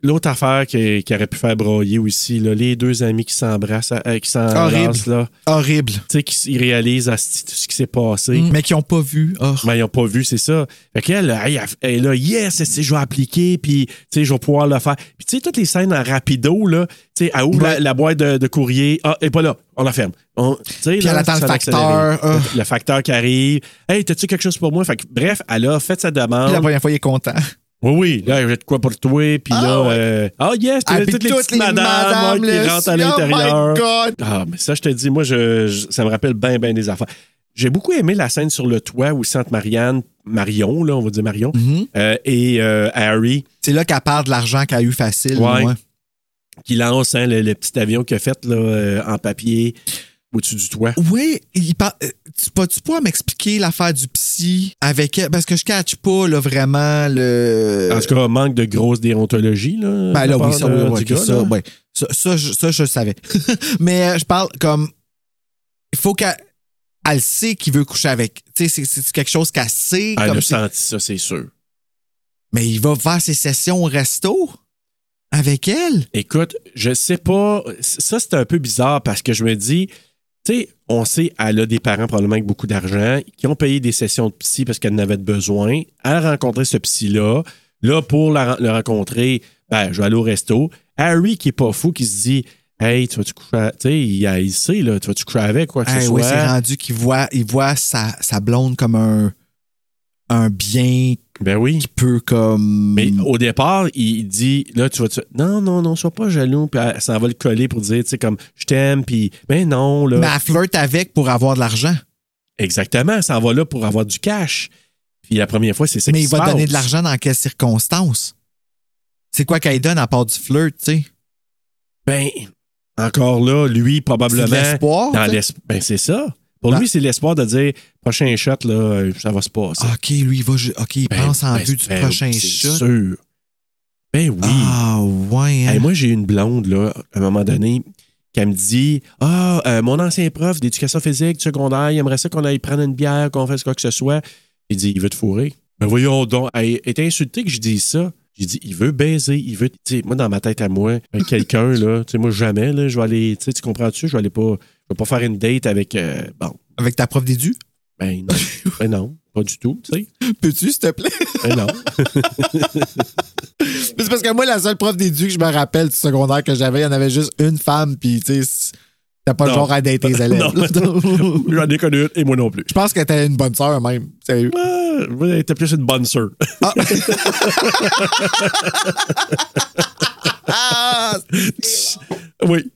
A: L'autre affaire qui, qui aurait pu faire broyer aussi, là, les deux amis qui s'embrassent, euh, qui s'embrassent,
B: Horrible.
A: là,
B: Horrible.
A: tu sais, qui s- ils réalisent asti, tout ce qui s'est passé.
B: Mais qui n'ont pas vu. Oh.
A: Mais Ben, ils n'ont pas vu, c'est ça. Fait qu'elle, elle, elle, elle, là, yes, esti, je vais appliquer, puis, tu sais, je vais pouvoir le faire. Puis, tu sais, toutes les scènes en rapido, là, tu sais, elle ouvre la,
B: Ouais.
A: la boîte de, de courrier, ah, elle est pas là, on la ferme. On, tu sais,
B: Puis
A: là,
B: elle attend
A: ça
B: le
A: va accélérer.
B: facteur. ah.
A: Le, le facteur qui arrive. Hey, t'as-tu quelque chose pour moi? Fait que, bref, elle a fait sa demande.
B: Puis la première fois, il est content.
A: Oui, oui, là, j'ai de quoi pour toi, puis
B: Ah,
A: là,
B: ouais.
A: euh, ah, yes, t'as
B: Ah, puis
A: toutes les petites madames, ouais, qui
B: le-
A: rentrent à
B: Oh
A: l'intérieur.
B: my God!
A: Ah, mais ça, je te dis, moi, je, je- ça me rappelle bien, bien des affaires. J'ai beaucoup aimé la scène sur le toit où Sainte Marianne, Marion, là, on va dire Marion,
B: Mhm.
A: euh, et euh, Harry
B: C'est là qu'elle parle de l'argent qu'elle a eu facile.
A: Ouais.
B: moi.
A: qui lance hein, le, le petit avion qu'il a fait là, euh, en papier au-dessus du toit.
B: Oui, il par- euh, tu peux-tu pas m'expliquer l'affaire du psy avec elle? Parce que je catch pas là, vraiment le.
A: En tout cas, manque de grosse déontologie. Là,
B: Euh,
A: de
B: Ben là,
A: la part
B: oui, ça,
A: de-
B: oui,
A: du
B: oui,
A: gars,
B: ça,
A: là.
B: ouais. ça, ça, je, ça, je le savais. *laughs* Mais euh, je parle comme. Il faut qu'elle elle sait qu'il veut coucher avec. Tu sais, c'est- c'est quelque chose qu'elle sait.
A: Elle
B: comme
A: a
B: c'est-
A: Ah, senti ça, c'est sûr.
B: Mais il va faire ses sessions au resto avec elle.
A: Écoute, je sais pas. Ça, c'est un peu bizarre parce que je me dis, tu sais, on sait, elle a des parents probablement avec beaucoup d'argent qui ont payé des sessions de psy parce qu'elle en avait de besoin. Elle a rencontré ce psy-là. Là, pour la- le rencontrer, ben, je vais aller au resto. Harry, qui est pas fou, qui se dit, hey, tu vas-tu coucher à- Tu sais, il, a- il sait, là, tu vas-tu coucher avec quoi que
B: Ah
A: ce
B: oui, c'est
A: soit.
B: rendu qu'il voit, il voit sa, sa blonde comme un, un bien
A: Ben oui.
B: qui peut comme.
A: Mais oh, au départ, il dit là, tu vas tu non non non, sois pas jaloux, puis elle s'en va le coller pour dire tu sais comme je t'aime puis mais non là.
B: Mais elle flirte avec pour avoir de l'argent.
A: Exactement, elle s'en va là pour avoir du cash. Puis la première fois, c'est ça
B: Mais
A: qui
B: il
A: se
B: va
A: passe.
B: donner de l'argent dans quelles circonstances? C'est quoi qu'elle donne à part du flirt, tu sais?
A: Ben, encore là, lui,
B: C'est de
A: probablement.
B: l'espoir.
A: Dans
B: tu sais?
A: l'espoir. Ben, c'est ça. Pour
B: Dans-
A: lui, c'est l'espoir de dire prochain shot, là, euh, ça va se passer.
B: Ah, OK, lui, il va. ju- OK, il
A: Ben,
B: pense en
A: ben,
B: vue du
A: ben,
B: prochain
A: c'est
B: shot.
A: sûr. Ben oui.
B: Ah, ouais. hein.
A: Hey, moi, j'ai eu une blonde, là, à un moment donné, qui elle me dit Ah, euh, mon ancien prof d'éducation physique du secondaire, il aimerait ça qu'on aille prendre une bière, qu'on fasse quoi que ce soit. Il dit Il veut te fourrer. Ben voyons donc. Elle est insultée que je dise ça. J'ai dit, il veut baiser, il veut. Tu sais, moi, dans ma tête à moi, euh, quelqu'un, là, tu sais, moi, jamais, là, je vais aller. Tu sais, tu comprends-tu? Je vais aller pas. Je vais pas faire une date avec. euh, bon,
B: Avec ta prof d'édu?
A: ben non. ben non, pas du tout, tu sais.
B: *laughs* Peux-tu, s'il te plaît? *laughs*
A: Ben non.
B: Mais C'est parce que moi, la seule prof d'édu que je me rappelle du secondaire que j'avais, il y en avait juste une femme, puis tu sais, T'as pas le
A: Non.
B: genre à *laughs* dater les élèves.
A: Non.
B: là. *laughs*
A: J'en ai connu une, et moi non plus.
B: Je pense que t'as une bonne sœur, même. *laughs* Sérieux.
A: Ah, Vous êtes plus une bonne sœur. *laughs*
B: Ah!
A: oui.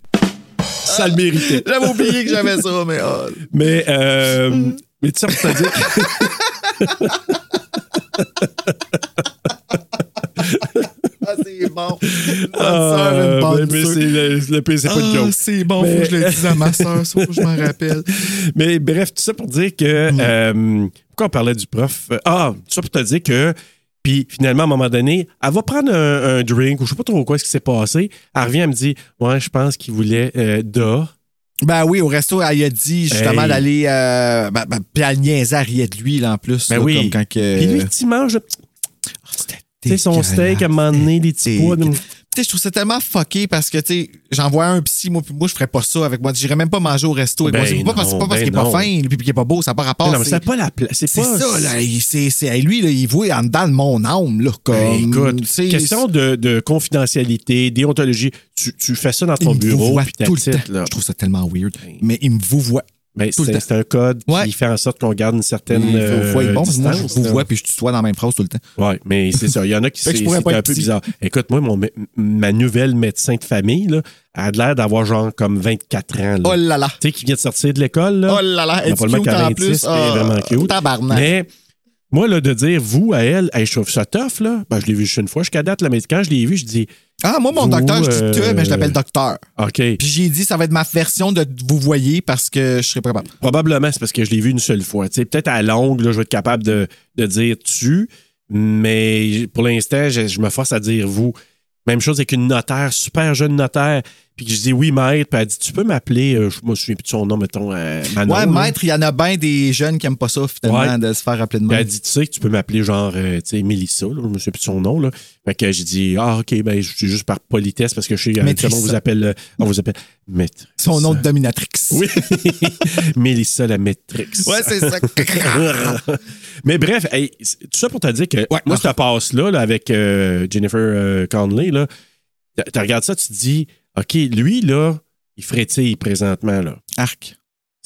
A: Ça le méritait.
B: J'avais oublié que j'avais ça, mais. ah.
A: Mais, euh,
B: Mm-hmm.
A: mais tu sais, on
B: *laughs*
A: t'a dit que-
B: Ah, c'est bon. Une bonne
A: Ah,
B: sœur, une
A: mais,
B: bonne
A: mais
B: sœur.
A: c'est le, le pire, c'est pas une
B: Ah,
A: joke.
B: c'est bon, faut
A: Mais-
B: que je le dise à ma sœur, ça, faut que je m'en rappelle.
A: Mais bref, tout ça pour dire que.
B: Mm.
A: euh, pourquoi on parlait du prof? Ah, tout ça pour te dire que. Puis finalement, à un moment donné, elle va prendre un, un drink ou je sais pas trop quoi ce qui s'est passé. Elle revient, elle me dit Ouais, je pense qu'il voulait euh, dehors.
B: Ben oui, au resto, elle y a dit justement
A: Hey.
B: d'aller. Euh, ben, ben, puis elle niaisait, elle riait de lui, là, en plus.
A: Ben
B: là,
A: oui.
B: Comme quand que...
A: Puis lui, il petit mange,
B: Oh, c'était
A: tu sais, son steak à un moment donné, des petits pois.
B: dégueulasse. Tu sais, je trouve ça tellement fucké parce que, tu sais, j'en vois un psy, moi, puis moi, je ferais pas ça avec moi. J'irais même pas manger au resto avec
A: Ben
B: moi. C'est pas parce,
A: non,
B: pas parce
A: ben
B: qu'il est pas
A: non.
B: fin, puis qu'il est pas beau, ça n'a pas rapport.
A: Mais non, mais
B: c'est-
A: c'est pas la place. C'est
B: c'est
A: pas-
B: ça, là. il- C'est, c'est, hey, lui, là, il voit en dedans de mon âme, là. Comme,
A: Ben, écoute,
B: tu sais,
A: question de, de confidentialité, déontologie, tu, tu fais ça dans
B: il
A: ton
B: me
A: bureau,
B: vouvoie
A: puis t'as
B: tout le
A: titre,
B: temps.
A: là.
B: Je trouve ça tellement weird.
A: Ben.
B: Mais il me vouvoie.
A: Mais
B: tout le
A: Ben, c'est
B: temps.
A: c'est un code
B: Ouais.
A: qui fait en sorte qu'on garde une certaine.
B: Il me vouvoie.
A: euh,
B: Bon, parce que moi, je
A: distance, là.
B: vouvoie, puis je te sois dans la même phrase tout le temps.
A: Oui, mais c'est ça. Il y en a qui
B: *laughs* Fait que
A: c'est
B: je pourrais
A: c'est
B: pas
A: un
B: être
A: peu
B: petit.
A: bizarre. Écoute, moi, mon, mé- ma nouvelle médecin de famille, là, elle a l'air d'avoir genre comme 24 ans. là.
B: Oh là là.
A: Tu sais, qui vient de sortir de l'école. là.
B: Oh là là,
A: Elle
B: elle
A: a
B: est
A: pas le mec
B: cute
A: à
B: en
A: 26,
B: plus. Ah,
A: elle est vraiment cute.
B: Tabarnak.
A: Mais moi, là, de dire vous à elle, hey, je trouve ça tough, là. Ben, je l'ai vu juste une fois jusqu'à date, là, mais quand je l'ai vu, je dis
B: Ah, moi, mon
A: Vous,
B: docteur, je dis
A: euh,
B: que, mais je l'appelle docteur.
A: OK.
B: Puis j'ai dit, ça va être ma version de vous voyez parce que je serai pas capable.
A: Probablement, c'est parce que je l'ai vu une seule fois. Tu sais, Peut-être à longue, là, je vais être capable de, de dire tu, mais pour l'instant, je, je me force à dire vous. Même chose avec une notaire, super jeune notaire, puis que je dis oui, maître, puis elle dit tu peux m'appeler, euh, je me souviens plus de son nom, mettons, euh, Manon. là.
B: ouais, maître, il y en a bien des jeunes qui aiment pas ça, finalement,
A: Ouais.
B: de se faire rappeler de
A: Puis elle
B: maître.
A: dit tu sais que tu peux m'appeler genre, euh, tu sais, Mélissa, là, je me souviens plus de son nom. Là. Fait que j'ai dit ah, ok, ben, je suis juste par politesse parce que je sais,
B: Maîtresse.
A: habituellement, on vous appelle, euh, on vous appelle maître.
B: Son nom de dominatrix.
A: Oui, *laughs* Mélissa la maîtrix.
B: Ouais,
A: *laughs*
B: c'est ça.
A: Mais bref, hey, c'est- tout ça pour te dire que
B: Ouais.
A: moi, cette passe-là là, avec euh, Jennifer euh, Conley, là, t- tu regardes ça, tu te dis, OK, lui, là, il frétille présentement. là.
B: Arc.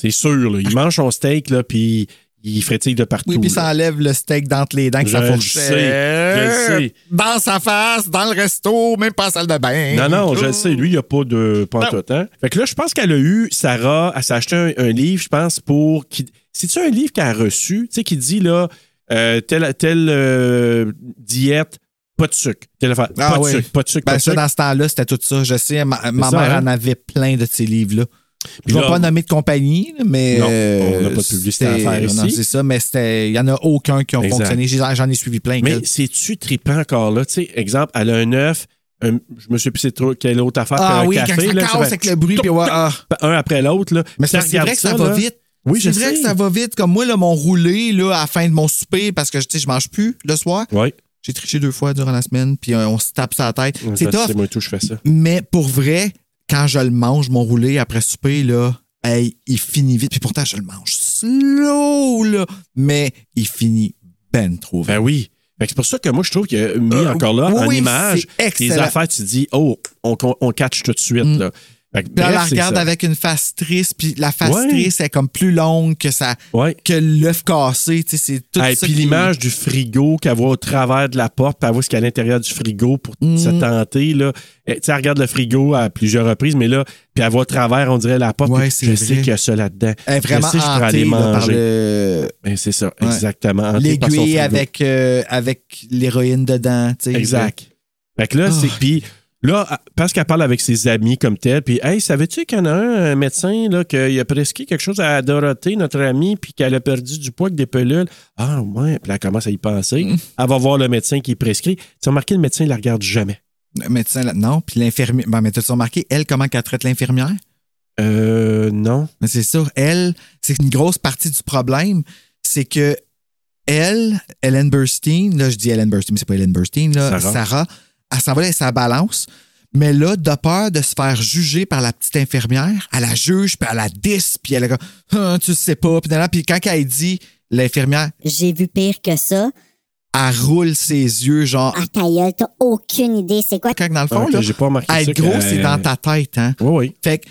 A: C'est sûr, là, il mange son steak, là, puis il frétille de partout.
B: Oui, puis ça
A: là.
B: enlève le steak d'entre les dents que
A: Je
B: ça
A: le
B: fourchait.
A: sais, je le sais.
B: Dans sa face, dans le resto, même pas en salle de bain. Oh.
A: Non, non, je le sais. Lui, il n'y a pas de pantoute. Hein? Fait que là, je pense qu'elle a eu, Sarah, elle s'est acheté un, un livre, je pense, pour. qui- C'est-tu un livre qu'elle a reçu, tu sais, qui dit, là, euh, telle, telle euh, diète, pas de sucre. Telle affaire,
B: Ah
A: pas,
B: oui.
A: de sucre pas de sucre, pas
B: Ben,
A: de
B: ça,
A: sucre.
B: dans ce temps-là, c'était tout ça. Je sais, ma, ma
A: ça,
B: mère
A: hein?
B: en avait plein de ces livres-là.
A: Puis
B: Je ne vais
A: là,
B: pas nommer de compagnie, mais.
A: Non, on
B: euh,
A: n'a pas de publicité à
B: c'était-
A: faire ici.
B: Non, c'est ça, mais c'était- il n'y en a aucun qui ont
A: Exact.
B: fonctionné. J'en j'en ai suivi plein.
A: Mais
B: quel-
A: c'est-tu trippant encore là? Tu sais, exemple, elle a un œuf, un- je me sais plus c'est trop quelle autre affaire.
B: ah
A: puis un
B: oui,
A: café,
B: quand ça
A: là,
B: casse
A: fait
B: avec le bruit, puis ouais, ah.
A: un après l'autre. là.
B: Mais
A: Puis
B: c'est parce que c'est
A: regardes
B: vrai que ça,
A: là.
B: va vite.
A: Oui, je
B: c'est vrai
A: sais.
B: que ça va vite. Comme moi, là, mon roulé, là, à la fin de mon souper, parce que, tu sais, je mange plus le soir.
A: Oui,
B: J'ai triché deux fois durant la semaine, puis euh, on se tape sur la tête. C'est
A: Ça,
B: tough.
A: c'est moi et tout, je fais ça.
B: Mais pour vrai, quand je le mange, mon roulé après souper, là, hey, il finit vite. Puis pourtant, je le mange slow, là. Mais il finit ben trop vite.
A: Ben oui. Fait que c'est pour ça que moi, je trouve qu'il a mis
B: Euh,
A: encore là,
B: oui,
A: en
B: oui,
A: image,
B: c'est excellent.
A: des affaires, tu dis, oh, on, on, on catch tout de suite.
B: Mm.
A: Là. Fait que
B: Puis
A: bref,
B: elle la
A: c'est
B: regarde
A: Ben, ça.
B: avec une face triste, puis la face
A: Ouais.
B: triste est comme plus longue que ça
A: Ouais.
B: que l'œuf cassé, tu sais, c'est tout
A: Et
B: ça.
A: puis
B: qui-
A: l'image du frigo qu'elle voit au travers de la porte, puis elle voit ce qu'il y a à l'intérieur du frigo pour se tenter. Là. Eh, tu sais, elle regarde le frigo à plusieurs reprises, mais là, puis elle voit au travers, on dirait, la porte.
B: Ouais,
A: puis
B: c'est
A: je
B: vrai.
A: sais qu'il y a ça là-dedans.
B: Elle est vraiment
A: je sais, je pourrais
B: hantée
A: aller
B: là, par
A: manger.
B: le-
A: Ben, c'est ça,
B: Ouais.
A: exactement. hantée par son
B: l'aiguille
A: frigo.
B: avec, euh, avec l'héroïne dedans, tu sais.
A: Exact. Fait que là,
B: Ah.
A: c'est. Puis là, parce qu'elle parle avec ses amis comme tel, puis, hey, savais-tu qu'il y en a un, un médecin, là, qu'il a prescrit quelque chose à Dorothée, notre amie, puis qu'elle a perdu du poids avec des pelules? Ah, ouais. Puis là, elle commence à y penser.
B: Mm.
A: Elle va voir le médecin qui prescrit. Tu as remarqué, le médecin, il la regarde jamais.
B: Le médecin, là- non, puis l'infirmière. Ben, mais t'as-tu remarqué, elle, comment qu'elle traite l'infirmière?
A: Euh, non.
B: Mais c'est ça, elle, c'est une grosse partie du problème, c'est que elle, Ellen Burstein, là, je dis Ellen Burstein, mais c'est pas Ellen Burstein, là,
A: Sarah.
B: Sarah, elle s'en va là, sa balance. Mais là, de peur de se faire juger par la petite infirmière, elle la juge, puis elle la dis, puis elle est comme, Ah, tu sais pas, puis, nanana. puis quand elle dit, l'infirmière,
H: J'ai vu pire que ça.
B: elle roule ses yeux, genre,
H: Ah, ta gueule, t'as aucune idée c'est quoi.
B: quand dans le
A: Ah,
B: fond,
A: ok,
B: là,
A: J'ai pas remarqué ça.
B: être
A: que- Euh,
B: gros, c'est dans ta tête, hein.
A: Oui, oui.
B: Fait que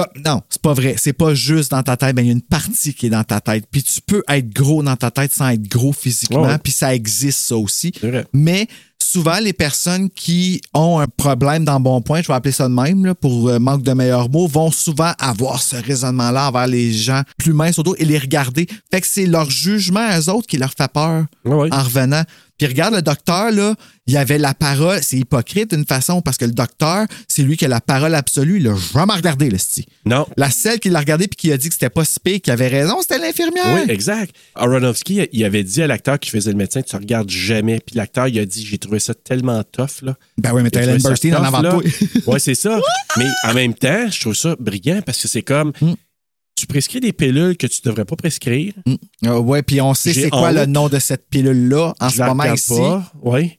B: co- non, c'est pas vrai. C'est pas juste dans ta tête, mais il y a une partie qui est dans ta tête. Puis tu peux être gros dans ta tête sans être gros physiquement,
A: Ouais.
B: puis ça existe ça aussi.
A: C'est vrai.
B: Mais souvent, les personnes qui ont un problème dans bon point, je vais appeler ça de même, là, pour euh, manque de meilleurs mots, vont souvent avoir ce raisonnement-là envers les gens plus minces autour et les regarder. Fait que c'est leur jugement à eux autres qui leur fait peur
A: Ouais, ouais.
B: en revenant. Puis regarde le docteur, là, il avait la parole. C'est hypocrite d'une façon parce que le docteur, c'est lui qui a la parole absolue. Il a jamais regardé, le style.
A: Non.
B: La seule qui l'a regardé puis qui a dit que c'était pas si pire, qui avait raison, c'était l'infirmière.
A: Oui, exact. Aronofsky, il avait dit à l'acteur qui faisait le médecin, tu regardes jamais. Puis l'acteur, il a dit, j'ai trouvé ça tellement tough. Là.
B: Ben oui, mais t'as Ellen Burstyn en avant toi.
A: Oui, c'est ça. Mais en même temps, je trouve ça brillant parce que c'est comme,
B: Mm.
A: tu prescris des pilules que tu devrais pas prescrire.
B: Ah ouais, puis on sait
A: J'ai
B: c'est quoi
A: honte.
B: le nom de cette pilule-là en
A: Je
B: ce
A: la
B: moment
A: regarde
B: ici.
A: pas. Oui.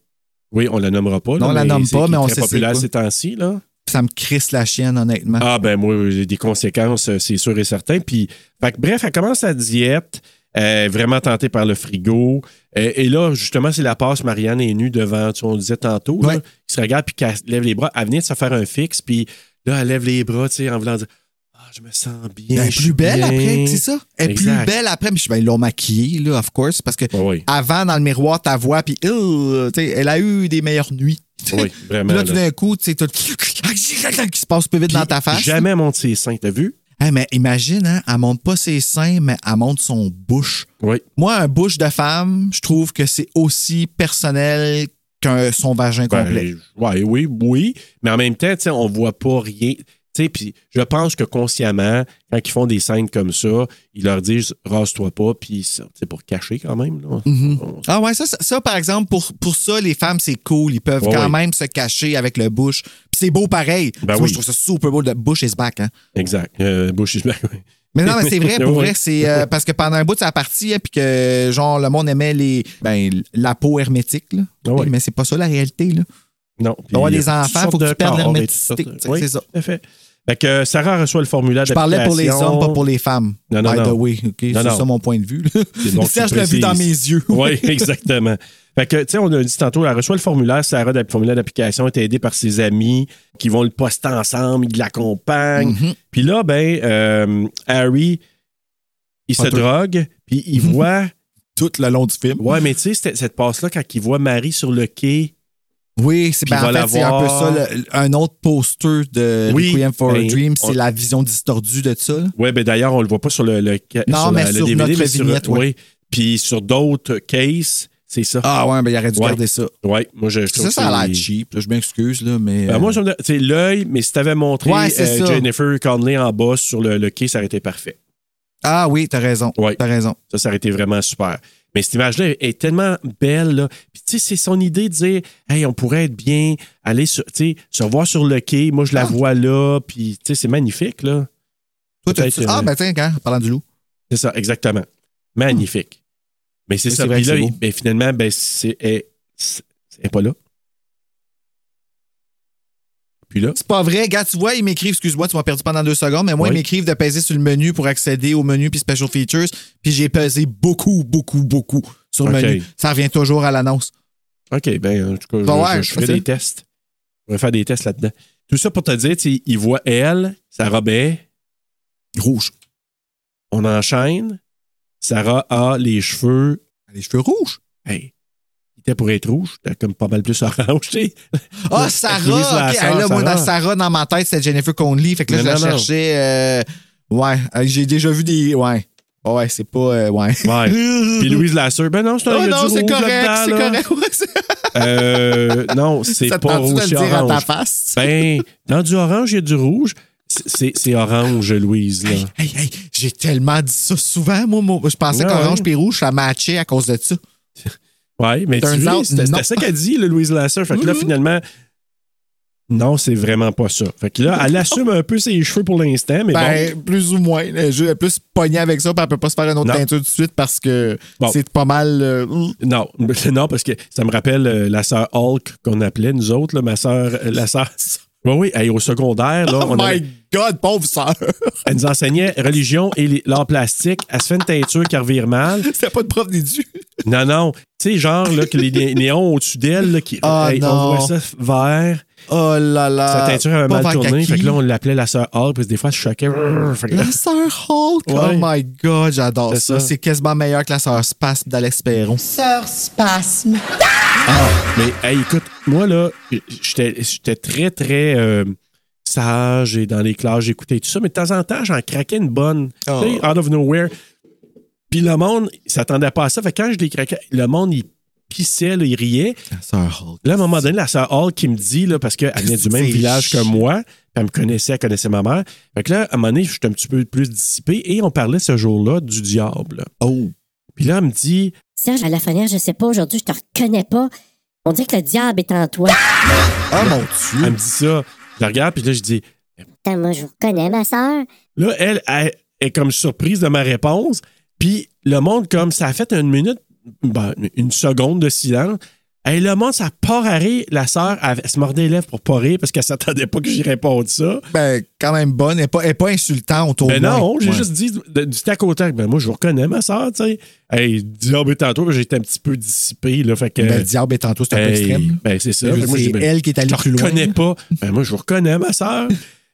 A: Oui, on la nommera pas. là,
B: Non, on la
A: mais
B: nomme
A: c'est
B: pas,
A: qui
B: mais
A: est
B: on
A: très
B: sait c'est
A: populaire
B: quoi.
A: ces temps-ci, là.
B: Ça me crisse la chienne, honnêtement.
A: Ah ben moi, j'ai des conséquences, euh, c'est sûr et certain. Puis, fait que bref, elle commence sa diète, euh, vraiment tentée par le frigo. Euh, et là, justement, c'est la passe. Marianne est nue devant, tu sais, on le disait tantôt, là,
B: Ouais.
A: qui se regarde puis qu'elle lève les bras. Elle venait de se faire un fixe, puis là, elle lève les bras, tu sais, en voulant dire Ah, je me sens bien.
B: Elle est
A: je suis
B: Ben, plus belle
A: bien.
B: après, c'est ça? Elle est plus
A: Exact.
B: belle après, mais je suis ben, ils l'ont maquillée, là, of course, parce que
A: Ah Oui,
B: avant, dans le miroir, ta voix, puis euh, tu sais, elle a eu des meilleures nuits.
A: oui, vraiment.
B: *laughs* Puis là, tout
A: là.
B: d'un coup, tu sais, tout qui se passe plus vite dans
A: Puis
B: ta face.
A: Jamais monte ses seins, t'as vu?
B: Hey, mais imagine, hein, elle monte pas ses seins, mais elle monte son bouche.
A: Oui.
B: Moi, un bouche de femme, je trouve que c'est aussi personnel qu'un son vagin
A: Ben,
B: complet.
A: ouais, oui, oui. Mais en même temps, tu sais, on voit pas rien. Tu sais, puis je pense que consciemment, quand ils font des scènes comme ça, ils leur disent rase-toi pas, puis ça, c'est pour cacher quand même. là.
B: Mhm.
A: On-
B: Ah ouais, ça, ça, ça, par exemple, pour, pour ça, les femmes, c'est cool. Ils peuvent
A: Ouais,
B: quand
A: ouais.
B: même se cacher avec le bouche. Puis c'est beau pareil.
A: Ben
B: Moi,
A: oui.
B: je trouve ça super beau. Le bouche is back. Hein.
A: Exact. Euh, Bush is back, oui.
B: Mais non, mais
A: *laughs*
B: c'est vrai, pour
A: Oui.
B: vrai, c'est euh, parce que pendant un bout, ça partie, hein, puis que genre le monde aimait les ben la peau hermétique, là.
A: Ah ouais.
B: Mais c'est pas ça la réalité, là.
A: Non. puis
B: D'avoir
A: il y a
B: des enfants,
A: toutes sortes
B: faut que
A: de
B: tu perdes
A: corps et
B: l'herméticité,
A: tout euh,
B: tu sais,
A: Oui,
B: c'est ça.
A: tout à fait. Fait que euh, Sarah reçoit le formulaire
B: Je parlais pour les hommes, pas pour les femmes.
A: Non, non,
B: By
A: non.
B: the way, ok, c'est
A: non.
B: ça mon point de vue. là.
A: C'est
B: *laughs*
A: bon que tu
B: Serge l'a
A: précises.
B: vu dans mes yeux.
A: Oui, *laughs* exactement. Fait que, tu sais, on a dit tantôt, elle reçoit le formulaire, Sarah, le formulaire d'application est aidée par ses amis qui vont le poster ensemble, ils l'accompagnent.
B: Mhm.
A: Puis là, ben, euh, Harry, il se
B: Potter.
A: drogue, puis il
B: Mm-hmm.
A: voit.
B: *laughs* Tout le long du film.
A: ouais, mais tu sais, cette, cette passe-là, quand il voit Marie sur le quai.
B: Oui, c'est
A: Puis
B: ben,
A: il
B: en
A: va
B: fait, c'est un peu
A: l'avoir.
B: ça. le- un autre poster de
A: Oui,
B: Requiem for a
A: ben,
B: Dream,
A: on-
B: c'est la vision distordue de ça. là.
A: Ouais, ben d'ailleurs, on le voit pas sur le, le ca-
B: Non,
A: sur la-
B: mais
A: le
B: sur
A: DVD,
B: notre
A: mais sur-
B: vignette, ouais.
A: oui. Puis sur d'autres cases, c'est ça.
B: Ah ouais, ben il aurait dû
A: Ouais.
B: garder ça.
A: Ouais, moi, je, je trouve
B: Ça, ça a
A: que
B: l'air
A: c'est-
B: cheap. là, je m'excuse, là, mais.
A: Ben,
B: euh,
A: moi, ça me donne- tu sais, l'œil, mais si t'avais montré
B: Ouais, c'est
A: euh,
B: ça.
A: Jennifer Conley en bas sur le, le quai, ça aurait été parfait.
B: Ah oui, t'as raison.
A: Ouais.
B: T'as raison.
A: Ça, ça aurait été vraiment super. Mais cette image-là est tellement belle. là. Puis, tu sais, c'est son idée de dire Hey, on pourrait être bien, aller sur, tu sais, se voir sur le quai. Moi, je la
B: Ah.
A: vois là. Puis, tu sais, c'est magnifique, là.
B: Toi, t'as-
A: Peut-être,
B: Ah,
A: euh,
B: ben tiens, quand, parlant du loup.
A: C'est ça, exactement. Magnifique. Mais c'est
B: Oui,
A: ça.
B: c'est vrai
A: Puis
B: que
A: là,
B: c'est
A: il-
B: beau.
A: ben, finalement, ben, c'est, elle, c'est- elle est pas là. Puis là,
B: C'est pas vrai. Gars, tu vois, ils m'écrivent, excuse-moi, tu m'as perdu pendant deux secondes, mais moi,
A: Oui.
B: ils m'écrivent de peser sur le menu pour accéder au menu puis Special Features. Puis j'ai pesé beaucoup, beaucoup, beaucoup sur le
A: Ok.
B: menu. Ça revient toujours à l'annonce.
A: OK, ben en tout cas, je-
B: Bah
A: je,
B: ouais,
A: je ferai
B: c'est-
A: des tests. Je vais faire des tests là-dedans. Tout ça pour te dire, tu sais, il voit elle, sa robe est,
B: Rouge.
A: on enchaîne. Sarah a les cheveux.
B: Les cheveux rouges.
A: Hey, il était pour être rouge, t'as comme pas mal plus *laughs* orange, tu sais. Ouais,
B: Ah,
A: *laughs* Louise
B: Sarah!
A: Lassalle,
B: ok. Hey, là, moi,
A: Sarah.
B: dans Sarah, dans ma tête, c'était Jennifer Conley. Fait que
A: Non,
B: là, je la
A: non, non.
B: cherchais. euh, Ouais. Euh, J'ai déjà vu des. Ouais. Ouais, c'est pas. euh, Ouais.
A: Ouais. Puis Louise Lasser, ben non, c'est un
B: *laughs* Oh
A: il y a
B: non,
A: du
B: c'est
A: rouge
B: correct,
A: là-dedans,
B: c'est
A: là.
B: correct. Ouais, c'est-
A: Euh,
B: *laughs*
A: non, c'est
B: Ça te
A: pas
B: tente-tu
A: rouge,
B: de le
A: c'est
B: dire à ta
A: orange.
B: face?
A: Ben, dans du orange, il y a du rouge. C'est- C'est c'est orange, Louise, là.
B: Hey, hey, hey, j'ai tellement dit ça souvent, moi. moi, je pensais
A: Ouais,
B: qu'orange
A: ouais.
B: puis rouge, ça matchait à cause de ça.
A: Ouais, mais tu
B: Turns
A: vois,
B: out,
A: c'était
B: non. Mm-hmm.
A: c'était ça qu'elle dit, le Louise Lasser. Fait que là, finalement, non, c'est vraiment pas ça. Fait que là, elle assume un peu ses cheveux pour l'instant, mais
B: Mm-hmm. Ben, plus ou moins. Le jeu est plus pogné avec ça, puis elle peut pas se faire une autre
A: Non.
B: teinture tout de suite parce que
A: Bon.
B: c'est pas mal. euh, hum.
A: bon. Non, *laughs* non, parce que ça me rappelle euh, la sœur *laughs* Hulk qu'on appelait, nous autres, là, ma sœur, euh, la sœur. Oui, oui, hey, au secondaire, là,
B: oh
A: on
B: my
A: avait-
B: God, pauvre sœur! *laughs*
A: Elle nous enseignait religion et les- l'art plastique. Elle se fait une teinture qui revire mal.
B: C'était pas de prof d'édu.
A: Non, non. Tu sais, genre, là, que les
B: *laughs*
A: né- néons au-dessus d'elle, là, qui.
B: Ah, non.
A: On voit ça f- vert.
B: Oh là là!
A: Sa teinture avait
B: Pauvre
A: mal tourné.
B: Akaki.
A: Fait que là, on l'appelait la sœur Hall, puis des fois, elle se choquait.
B: Mmh.
A: Fait que-
B: La sœur Hulk! Oh
A: Ouais.
B: my God, j'adore
A: C'est
B: ça.
A: ça.
B: C'est quasiment meilleur que la sœur Spasme d'Alex Perron.
G: Sœur Spasme.
A: Mais hey, écoute, moi là, j'étais j'étais très, très euh, sage et dans les classes, j'écoutais tout ça, mais de temps en temps, j'en craquais une bonne.
B: Oh.
A: Tu sais, out of nowhere. Puis le monde, il s'attendait pas à ça. Fait que quand je les craquais, le monde, il pissait, là, il riait.
B: La sœur Hulk.
A: Là, à un moment donné, la sœur Hall qui me dit, là, parce qu'elle venait du même
B: C'est
A: village que
B: chiant.
A: moi, puis elle me connaissait, elle connaissait ma mère. Fait que là, à un moment donné, j'étais un petit peu plus dissipé et on parlait ce jour-là du diable.
B: Oh!
A: Puis là, elle me dit,
H: Serge, à la fenêtre, je sais pas, aujourd'hui, je te reconnais pas. On dirait que le diable est en toi.
B: Ah mon
A: elle
B: Dieu!
A: me dit ça. Je la regarde, puis là, je dis,
H: Putain, moi, je vous reconnais, ma sœur.
A: Là, elle, elle est comme surprise de ma réponse. Puis le monde, comme ça a fait une minute, ben, une seconde de silence. Et le monde, ça part à rire. La sœur, elle, elle se mordait les lèvres pour pas rire parce qu'elle s'attendait pas que j'y réponde ça.
B: Ben, quand même bonne. Elle n'est pas, elle est pas insultante au
A: Mais
B: moins.
A: Ben non, j'ai
B: Ouais.
A: juste dit de- du tac au tac. Ben moi, je vous reconnais, ma sœur, tu sais. Hey, diable tantôt, j'étais un petit peu dissipé, là. Fait que.
B: Ben, le diable est tantôt, c'est un peu
A: Hey,
B: extrême.
A: Ben, c'est ça.
B: Je
A: Fait
B: veux
A: que moi,
B: dire,
A: j'ai- ben,
B: elle qui est allée
A: je
B: plus loin.
A: reconnais pas. Ben, moi, je vous reconnais, ma soeur.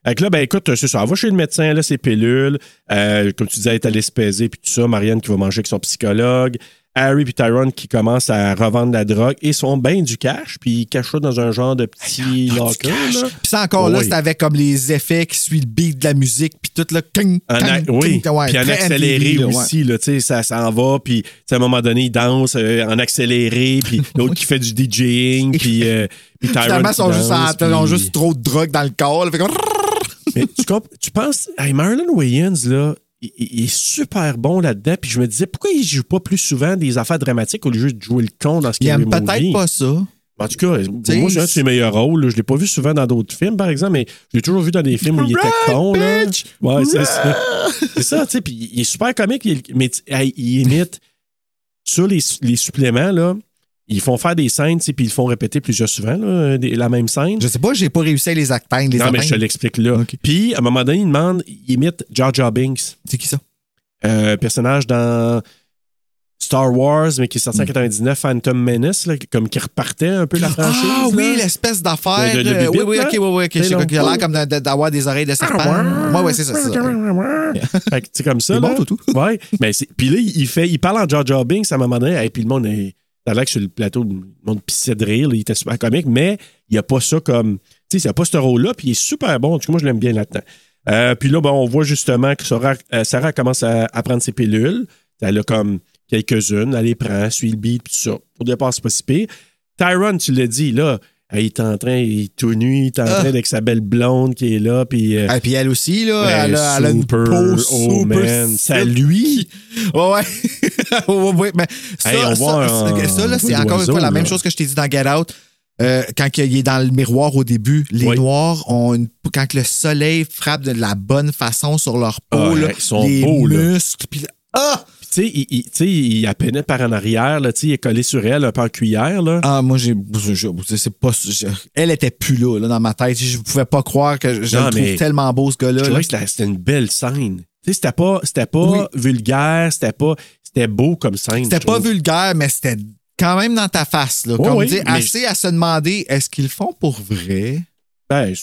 A: Fait que là, ben écoute, c'est ça. Elle va chez le médecin, là, ses pilules. Euh, comme tu disais, elle est allée se peser, puis tout ça. Marianne qui va manger avec son psychologue. Harry puis Tyrone qui commence à revendre la drogue. Ils sont bien du cash, puis ils cachent ça dans un genre de petit
B: Ah, du
A: locker,
B: cash.
A: là.
B: Puis ça encore là,
A: Oh, Oui.
B: c'est avec comme les effets qui suivent le beat de la musique, puis tout le king,
A: En a- oui, puis en accéléré aussi, là, tu sais, ça s'en va, puis tu sais, à un moment donné, il danse euh, en accéléré,
B: *laughs*
A: puis l'autre qui fait du DJing, puis, euh, puis Tyrone
B: Finalement, ils
A: qui
B: sont juste, en-
A: danse,
B: ils ont
A: puis- Ah,
B: juste trop de drogue dans le corps. là, fait comme-
A: Mais tu, comp- tu penses, hey, Marlon Wayans, là, il, il est super bon là-dedans. Puis je me disais, pourquoi il joue pas plus souvent des affaires dramatiques au lieu de jouer le con dans ce
B: Il
A: qu'il
B: aime peut-être pas ça.
A: En tout cas, pour
B: T'sais,
A: moi, c'est un de ses meilleurs rôles. là. Je l'ai pas vu souvent dans d'autres films, par exemple, mais je l'ai toujours vu dans des films où il était
B: Right,
A: con. là.
B: bitch!
A: Ouais, c'est ça. C'est ça, tu sais. Puis il est super comique, il- mais tu- hey, il imite. Sur les, les suppléments, là, ils font faire des scènes, tu sais, puis ils le font répéter plusieurs souvent, là, des- la même scène.
B: Je sais pas, j'ai pas réussi à les atteindre. Les
A: non, mais je te
B: atteindre.
A: l'explique là.
B: Ok.
A: Puis, à un moment donné, il demande, il imite Jar Jar Binks,
B: C'est qui ça?
A: euh, personnage dans Star Wars, mais qui est sorti en 99, Phantom Menace, là, comme qui repartait un peu la franchise.
B: Hmm. Ah oui,
A: là.
B: l'espèce d'affaire.
A: De- de- de
B: euh, oui,
A: bibite,
B: oui,
A: là.
B: ok, oui, oui, ok. Je
A: C'est
B: sais quoi,
A: long. Oh.
B: qu'il a l'air comme de- de- d'avoir des oreilles de serpent. Ouais, ouais, c'est ça. c'est ça.
A: Fait que, tu sais, comme ça.
B: C'est bon,
A: là.
B: *laughs* Toutou.
A: Ouais. Mais c'est- puis là, il, fait, il parle en Jar Jar Binks à un moment donné, et puis le monde est. Ça a l'air que sur le plateau, le monde pissait de rire, là, il était super comique, mais il n'y a pas ça comme. Tu sais, il n'y a pas ce rôle-là, puis il est super bon. En tout cas, moi, je l'aime bien là-dedans. Euh, puis là, ben, on voit justement que Sarah, euh, Sarah commence à, à prendre ses pilules. Elle a comme quelques-unes, elle les prend, suit le beat, puis tout ça. Au départ, c'est pas si pire. Tyron, tu l'as dit, là, il est en train, il est tout nu, il est en
B: Ah.
A: train avec sa belle blonde qui est là, puis. euh,
B: Et puis elle aussi, là,
A: ben,
B: elle, a, elle a une
A: super,
B: peau
A: oh
B: super
A: man,
B: souple.
A: ça lui.
B: Ouais, *laughs* ouais. ouais, ouais, mais ça,
A: Hey, on
B: ça,
A: voit
B: ça,
A: un-
B: ça, là,
A: on voit
B: c'est
A: l'oiseau,
B: encore une fois la
A: là.
B: même chose que je t'ai dit dans Get Out. Euh, quand il est dans le miroir au début, les
A: Oui.
B: noirs ont une- quand le soleil frappe de la bonne façon sur leur peau,
A: Ah,
B: là,
A: ils sont
B: les
A: beaux, là.
B: muscles, puis là, ah,
A: Puis, tu sais, il, il, tu sais, il la peinait par en arrière, là, tu sais, il est collé sur elle, un peu en cuillère, là.
B: ah, moi j'ai, je- je- c'est pas, je- elle était plus là, là, dans ma tête, je pouvais pas croire que je, je
A: Non,
B: le trouve
A: mais-
B: tellement beau ce
A: je
B: gars-là. là.
A: trouvais que c'était- c'était une belle scène. Tu sais, c'était pas, c'était pas vulgaire, c'était pas, c'était beau comme scène.
B: C'était
A: je
B: pas
A: trouve.
B: vulgaire, mais c'était quand même dans ta face. Là.
A: Oui,
B: Comme
A: oui,
B: dire,
A: mais-
B: assez à se demander, est-ce qu'ils le font pour vrai?
A: Ben, je-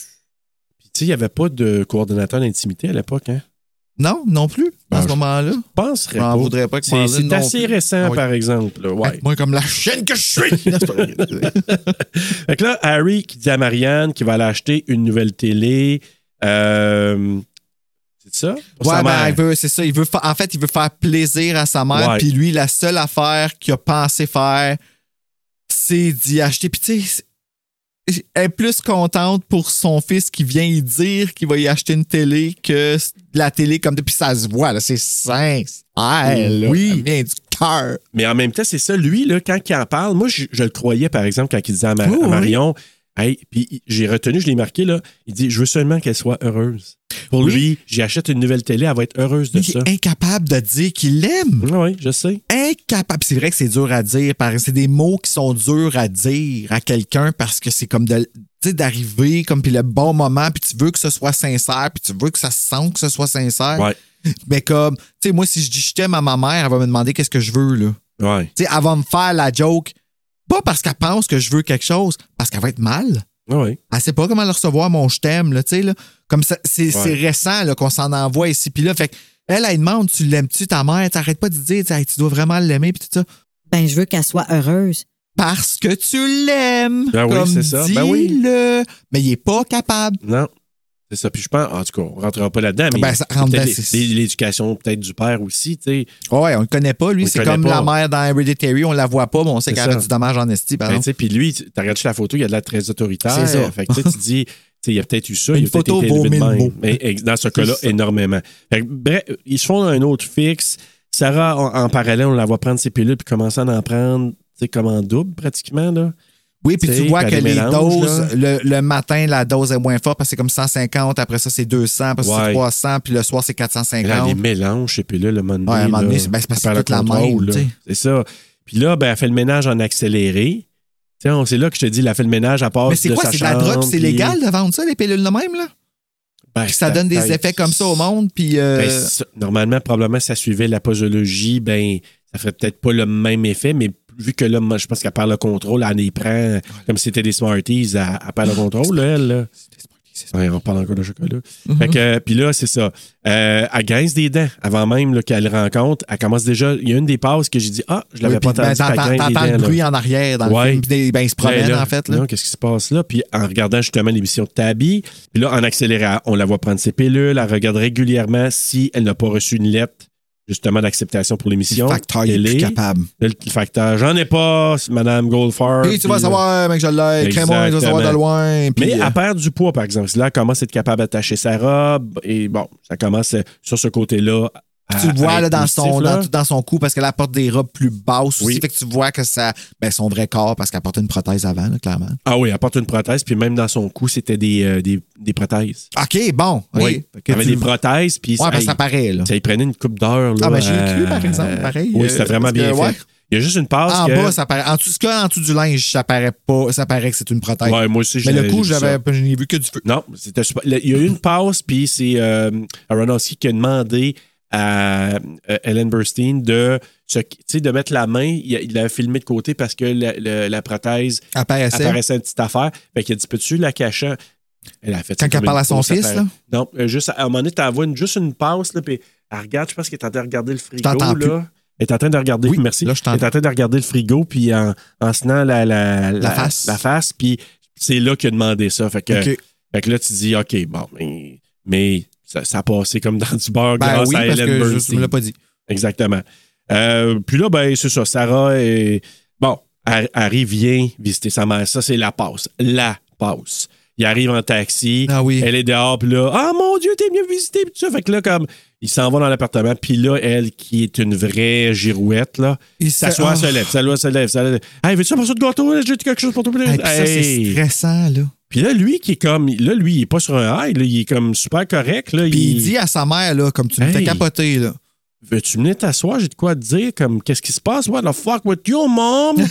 A: Puis, tu sais, il y avait pas de coordonnateur d'intimité à l'époque, hein.
B: Non, non plus, à
A: Ben,
B: ce
A: je-
B: moment-là.
A: Je penserais
B: J'en
A: pas.
B: voudrais pas que
A: C'est,
B: Marlon
A: c'est
B: non
A: assez
B: plus.
A: récent,
B: Ah oui.
A: par exemple, là,
B: *laughs*
A: ouais.
B: Moi, comme la chaîne que je
A: *laughs*
B: suis! Non, c'est pas vrai.
A: Fait que là, Harry qui dit à Marianne qu'il va aller acheter une nouvelle télé. euh, c'est ça? Pour
B: ouais,
A: sa
B: ben,
A: mère.
B: il veut, c'est ça. Il veut fa- en fait, il veut faire plaisir à sa mère.
A: Ouais.
B: Puis lui, la seule affaire qu'il a pensé faire, c'est d'y acheter. Puis tu sais, c'est- elle est plus contente pour son fils qui vient y dire qu'il va y acheter une télé que la télé comme depuis ça se voit. Là, c'est sincère. là.
A: Oui.
B: Elle vient du cœur.
A: Mais en même temps, c'est ça, lui, là, quand il en parle, moi, je, je le croyais, par exemple, quand il disait à, Ma- à Marion, Hey, puis il- j'ai retenu, je l'ai marqué là. Il dit Je veux seulement qu'elle soit heureuse. Pour
B: Oui.
A: lui, j'achète une nouvelle télé, elle va être heureuse de
B: Il
A: ça.
B: est incapable de dire qu'il l'aime.
A: Ah oui, je sais.
B: Incapable. C'est vrai que c'est dur à dire. parce que C'est des mots qui sont durs à dire à quelqu'un parce que c'est comme de tu sais, d'arriver comme puis le bon moment puis tu veux que ce soit sincère puis tu veux que ça se sente que ce soit sincère
A: Ouais.
B: mais comme tu sais moi si je dis je t'aime à ma mère elle va me demander qu'est-ce que je veux là
A: Ouais.
B: tu sais elle va me faire la joke pas parce qu'elle pense que je veux quelque chose parce qu'elle va être mal
A: Ah oui.
B: elle sait pas comment le recevoir, mon je t'aime, là, tu sais, là. Comme ça, c'est c'est récent, là, qu'on s'en envoie ici. Puis là, fait que, elle, elle demande, tu l'aimes-tu, ta mère? T'arrêtes pas de dire, tu sais, Hey, tu dois vraiment l'aimer, puis tout ça.
J: Ben, je veux qu'elle soit heureuse.
B: Parce que tu l'aimes!
A: Ben oui,
B: comme
A: c'est ça. Ben oui.
B: dis-le. Mais il est pas capable.
A: Non. C'est ça. Puis je pense, en tout cas, on ne rentrera pas là-dedans, mais
B: Ben, ça rentre
A: peut-être
B: dans-
A: l'é-
B: c'est-
A: l'é- l'éducation peut-être du père aussi, tu sais.
B: Ouais, on le connaît pas,
A: On
B: lui.
A: le
B: C'est
A: connaît
B: comme
A: pas.
B: la mère dans Hereditary, on la voit pas, mais on sait
A: C'est
B: qu'elle
A: ça.
B: a du dommage en esti, par
A: Ben, tu
B: exemple.
A: sais, puis lui, tu regardes la photo, il a de la très autoritaire.
B: Ah C'est
A: *laughs*
B: ça.
A: Fait que tu sais, tu dis, tu sais, il y a peut-être eu ça,
B: Une
A: il a peut-être
B: photo
A: été
B: vaut
A: élevé de
B: mille
A: même.
B: mots.
A: Mais ex- dans ce
B: C'est
A: cas-là,
B: ça.
A: énormément. Fait que, bref, ils se font un autre fixe. Sarah, en, en parallèle, on la voit prendre ses pilules puis commencer à en prendre, tu sais, comme en double pratiquement, là.
B: Oui, puis
A: tu sais,
B: tu vois
A: t'as
B: que
A: des
B: les
A: mélanges,
B: doses, le, le matin, la dose est moins forte parce que c'est comme 150, après ça, c'est 200, après ça,
A: Ouais.
B: c'est 300, puis le soir, c'est
A: Elle a
B: 450.
A: les mélanges, et puis là, le Monday.
B: Ouais, à un moment
A: là,
B: donné, c'est- ben, c'est parce que
A: elle perd
B: c'est
A: le
B: toute la même,
A: contrôle, là.
B: tu sais.
A: C'est ça. Puis là, ben, elle fait le ménage en accéléré. Tu sais, on- C'est là que je te dis, elle a fait le ménage à part.
B: Mais c'est
A: de
B: quoi?
A: sa
B: C'est de la
A: chambre,
B: drogue? C'est
A: puis-
B: légal de vendre ça, les pilules de même, là?
A: Ben,
B: Puis ça donne des
A: peut-être.
B: effets comme ça au monde, puis... euh,
A: Ben, ça- normalement, probablement, ça suivait la posologie, ben, ça ferait peut-être pas le même effet, mais vu que là, moi, je pense qu'elle perd le contrôle, elle les prend comme si c'était des Smarties, elle, elle perd le contrôle, elle. là. Ouais, on parle encore de chocolat.
B: Mm-hmm.
A: Fait que, euh, puis là, c'est ça. Euh, elle grince des dents avant même là, qu'elle le rencontre. Elle commence déjà. Il y a une des passes que j'ai dit Ah, je l'avais
B: oui,
A: pas
B: puis, ben,
A: entendu.
B: t'entends-
A: elle grince des
B: T'entends le
A: dents, là.
B: bruit en arrière dans
A: Ouais.
B: le film, puis des- ben, ils se promènent,
A: Ben, là,
B: en fait, là.
A: Non, qu'est-ce qui se passe là? Puis en regardant justement l'émission de Tabby, puis là, en accélérant, on la voit prendre ses pilules, elle regarde régulièrement si elle n'a pas reçu une lettre justement d'acceptation pour l'émission.
B: le facteur, il est
A: Elle
B: plus
A: est-
B: capable.
A: Le le facteur, j'en ai pas, c'est Madame Goldfarb.
B: Puis tu vas
A: Puis,
B: savoir, mec, je l'ai, crée-moi, tu vas savoir de
A: Exactement.
B: loin, puis...
A: Mais
B: euh,
A: elle perd du poids, par exemple. Là, elle commence à être capable d'attacher sa robe. Et bon, ça commence euh, sur ce côté-là. à-
B: tu le
A: à
B: vois
A: être
B: là, dans,
A: positif,
B: son,
A: là.
B: dans, dans son cou parce qu'elle porte des robes plus basses
A: Oui.
B: aussi. Fait que tu vois que ça. Ben, son vrai corps parce qu'elle portait une prothèse avant, là, clairement.
A: Ah oui, elle porte une prothèse, puis même dans son cou, c'était des, euh, des, des prothèses.
B: OK, bon. OK. Fait que
A: Elle avait
B: tu-
A: des prothèses, puis
B: Ouais, parce que
A: hey,
B: ça paraît, là.
A: Ça y prenait une coupe d'heure. là,
B: Ah, ben, j'ai
A: euh,
B: cru, par exemple, pareil.
A: Oui,
B: Euh,
A: c'était vraiment
B: parce que,
A: bien fait.
B: ouais.
A: Il y a juste une passe.
B: En
A: que-
B: bas, ça paraît. En dessous, ce qu'il y a en dessous du linge, ça paraît pas. Ça paraît que c'est une prothèse.
A: Ouais, moi aussi,
B: Mais
A: j'ai-
B: le coup,
A: j'ai vu
B: j'avais,
A: ça.
B: je n'ai vu que du feu.
A: Non, c'était super. Le- Il y a eu une passe, puis c'est euh, Aronofsky qui a demandé à euh, Ellen Burstein de, se- tu sais, de mettre la main. Il, a- il l'a filmé de côté parce que la, le- la prothèse
B: Apparaissait.
A: apparaissait une petite affaire. Fait qu'il a dit Peux-tu la cacher Elle a fait ça
B: Quand
A: comme
B: elle parle
A: une
B: à son
A: pause, ça
B: fils,
A: paraît-
B: là?
A: Non, euh, juste, à un moment donné, t'envoies une- juste une passe, là, puis elle regarde, je pense qu'elle est en train de regarder le frigo.
B: t'entends
A: là.
B: plus.
A: Elle est en train de regarder,
B: Oui,
A: merci.
B: là,
A: elle
B: je
A: est
B: t'entends.
A: en train de regarder le frigo, puis en, en senant la, la, la-
B: face.
A: la face, puis c'est là qu'il a demandé ça. Fait que,
B: OK.
A: fait que là, tu dis, OK, bon, mais, mais ça, ça a passé comme dans du beurre
B: Ben
A: grâce
B: oui,
A: à
B: parce
A: Ellen
B: que je- je
A: Burstyn.
B: me l'ai pas dit.
A: Exactement. Euh, puis là, ben, c'est ça. Sarah est. Bon, Har- Harry vient visiter sa mère. Ça, c'est la passe. La passe. Il arrive en taxi.
B: Ah oui.
A: Elle est dehors, puis là, ah mon Dieu, t'es mieux visiter, puis tout ça. Fait que là, comme, il s'en va dans l'appartement, puis là, elle, qui est une vraie girouette, là,
B: Il se-
A: s'assoit,
B: Ah.
A: elle se lève, s'assoit, se lève, se lève. Hey, veux-tu un morceau de gâteau? J'ai quelque chose pour toi.
B: Hey, puis ça, c'est
A: Hey!
B: stressant, là.
A: Puis là, lui, qui est comme, là, lui, il est pas sur un high, là, il est comme super correct, là.
B: Puis il dit à sa mère, là, comme tu me fais
A: Hey.
B: capoter, là.
A: veux-tu venir t'asseoir? J'ai de quoi te dire, comme, qu'est-ce qui se passe? What the fuck with you,
B: *laughs*
A: mom? Tu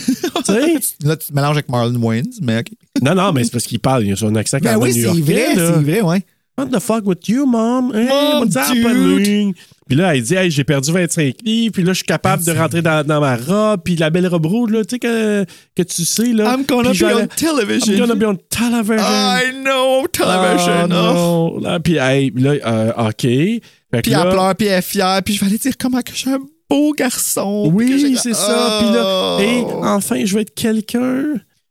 A: sais?
B: Là, tu te mélanges avec Marlon Wayans, mais OK.
A: non, non, mais c'est parce qu'il parle, il a son accent quand
B: Ben
A: même
B: oui, c'est
A: new-yorkais,
B: vrai,
A: là.
B: c'est vrai, ouais.
A: What the fuck with you, mom? Hey,
B: Mom,
A: what's
B: dude.
A: happening? Puis là, elle dit, hey, j'ai perdu 25 livres, puis là, je suis capable de rentrer dans, dans ma robe, puis la belle robe rouge, là, tu sais, que, que tu sais, là.
B: I'm gonna
A: Puis
B: be
A: dans la-
B: on television.
A: I'm gonna be on television.
B: I know, television. oh.
A: Oh, non. Là, puis, hey, là, euh, OK. Fait que
B: Puis
A: là-
B: elle pleure, puis elle est fière, puis je vais aller dire comment que je suis un beau garçon. puis que
A: Oui,
B: j'ai-
A: c'est ça. Puis là,
B: Oh.
A: et enfin, je vais être quelqu'un.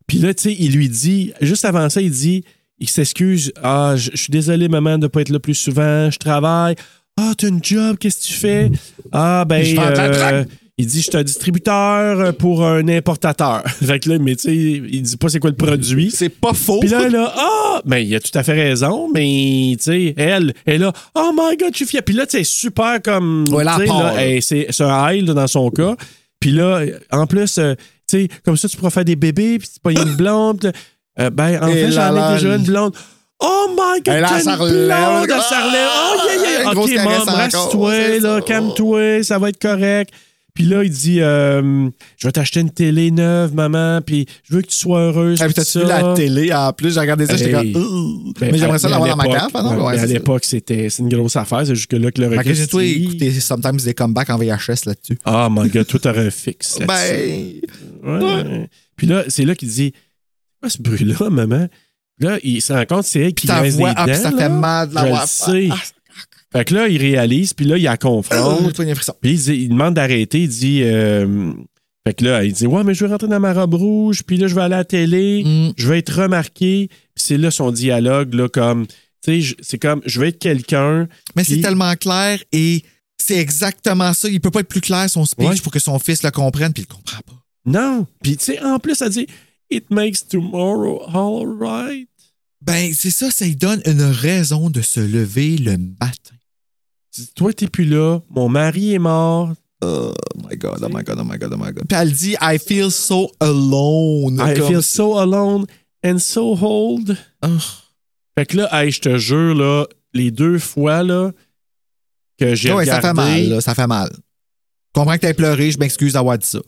A: Puis là, tu sais, il lui dit, juste avant ça, il dit, il s'excuse. Ah, je je suis désolé, maman, de ne pas être là plus souvent. Je travaille. Ah, t'as une job, qu'est-ce que tu fais? Ah, ben.
B: Je vends de la
A: euh,
B: drogue.
A: il dit, je suis un distributeur pour un importateur. *laughs* fait que là, mais tu sais, il dit pas c'est quoi le produit.
B: C'est pas faux.
A: Puis là, là, ah, ben, il a tout à fait raison, mais, tu sais, elle, elle a, oh my god, je suis fière. Puis là, tu sais, super comme.
B: Ouais, la
A: tu sais,
B: part,
A: là,
B: là.
A: elle, c'est c'est un high, là, dans son cas.
K: *laughs*
A: Puis là, en plus, euh, tu sais, comme ça, tu pourras faire des bébés, puis tu pas une blonde. puis là, Euh, ben, en
K: Et
A: fait,
K: la
A: j'en ai
K: laine.
A: déjà une blonde. Oh my God!
K: Et là,
A: t'as
K: ça
A: une
K: relève.
A: blonde, elle
K: Ah!
A: s'enlève. Oh yeah, yeah!
K: Une grosse
A: OK,
K: caresse
A: maman,
K: encore,
A: reste-toi,
K: c'est
A: là,
K: ça.
A: calme-toi, ça va être correct. Puis là, il dit, euh, je vais t'acheter une télé neuve, maman, puis je veux que tu sois heureuse.
K: Ah, puis
A: tout
K: t'as-tu
A: ça.
K: vu la télé? En plus, j'ai regardé ça, j'étais
A: Hey.
K: comme... Ouh.
A: Ben,
K: mais j'aimerais
A: à-
K: ça
A: mais à
K: l'avoir dans ma
A: l'époque,
K: carte, par exemple.
A: ouais,
K: Ouais,
A: mais à
K: c'est ça.
A: l'époque, c'était c'est une grosse affaire. C'est juste que là, que le
K: Fait que
A: regret.
K: j'ai tout écouté sometimes des comebacks en VHS là-dessus.
A: Ah, my God, tout aurait un fixe. là-dessus.
K: Ben.
A: Ouais. Puis là, c'est là qu'il dit Quoi ce bruit-là, maman Là, il se rend compte, c'est elle qui
K: ta
A: grince
K: voix,
A: des
K: ah, puis
A: dents,
K: ça
A: là.
K: fait mal de la
A: Je
K: voir. Ah,
A: le sais. Fait que là, il réalise, puis là, il la
B: Ah,
K: Oh, *coughs*
A: confronte.
K: toi, il y a un frisson.
A: Puis il, dit- il demande d'arrêter. Il dit. euh, fait que là, il dit Ouais, mais je vais rentrer dans ma robe rouge, puis là, je vais aller à la télé, je vais être remarqué. Puis c'est là son dialogue, là, comme. Tu sais, je- c'est comme Je vais être quelqu'un.
B: Mais
A: puis-
B: c'est tellement clair et c'est exactement ça. Il peut pas être plus clair son speech
A: Ouais.
B: pour que son fils le comprenne, puis il le comprend pas.
A: Non. Puis, tu sais, en plus, elle dit It makes tomorrow all right.
B: Ben, c'est ça, ça lui donne une raison de se lever le matin.
A: Tu dis, Toi, t'es plus là. Mon mari est mort.
K: Oh my God, oh my God, oh my God, oh my God.
B: Puis elle dit I feel so alone.
A: I
B: Comme- ah.
A: feel so alone and so old. Fait que là, hey, je te jure, là, les deux fois là, que j'ai
B: Ah ouais, ça
A: regardé.
B: fait mal, là, ça fait mal. Je comprends que t'aies pleuré, je m'excuse d'avoir dit ça.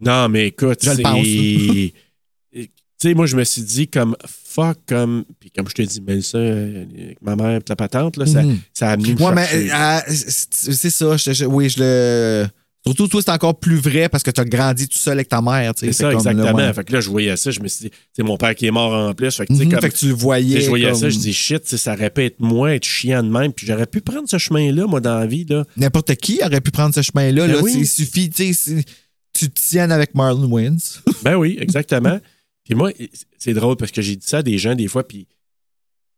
A: Non, mais écoute,
B: Je le
A: c'est- *laughs*
B: pense.
A: tu sais, moi, je me suis dit comme fuck, comme. Puis comme je te dis, mais ça, euh, avec ma mère et ta patente, là, ça,
B: Mhm.
A: ça a mis me
B: Ouais, mais
A: chercher.
B: euh, euh, c'est c'est ça. je- je- oui, je le. Surtout, toi, c'est encore plus vrai parce que tu as grandi tout seul avec ta mère. tu sais,
A: C'est ça,
B: comme, là,
A: exactement.
B: ouais.
A: Fait que là, je voyais ça, je me suis dit, c'est mon père qui est mort en plus. Fait que, tu sais,
B: Mhm,
A: comme-
B: fait que tu le
A: tu sais,
B: voyais.
A: je voyais
B: comme
A: ça, je dis shit, tu sais, ça répète moi, être chiant de même, puis j'aurais pu prendre ce chemin-là, moi, dans la vie,
B: *laughs*
A: là.
B: N'importe qui aurait pu prendre ce chemin-là.
A: Ben
B: là,
A: oui.
B: tu- Il suffit, tu sais, si tu te tiennes avec Marlon Wins.
A: Ben oui, exactement. puis moi, c'est drôle parce que j'ai dit ça à des gens des fois, puis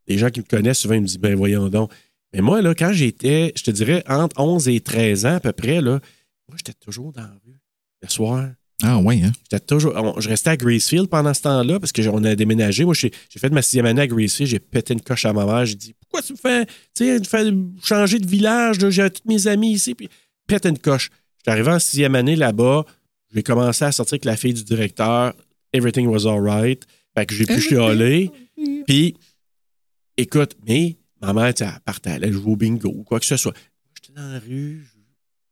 A: les gens qui me connaissent souvent ils me disent ben voyons donc. Mais moi, là, quand j'étais, je te dirais, entre 11 et 13 ans à peu près, là, moi, j'étais toujours dans la rue le soir.
B: Ah, ouais, hein?
A: J'étais toujours. on- je restais à Gracefield pendant ce temps-là parce que j'ai- on a déménagé. Moi, j'ai j'ai fait ma sixième année à Gracefield, j'ai pété une coche à ma mère. J'ai dit Pourquoi tu me fais, tu sais, tu me fais changer de village? là, J'ai tous mes amis ici. Puis, pète une coche. J'étais arrivé en sixième année là-bas. J'ai commencé à sortir avec la fille du directeur. Everything was alright. Fait que j'ai pu chialer. Puis, écoute, mais ma mère, tu sais, elle partait, elle allait jouer au bingo ou quoi que ce soit. J'étais dans la rue,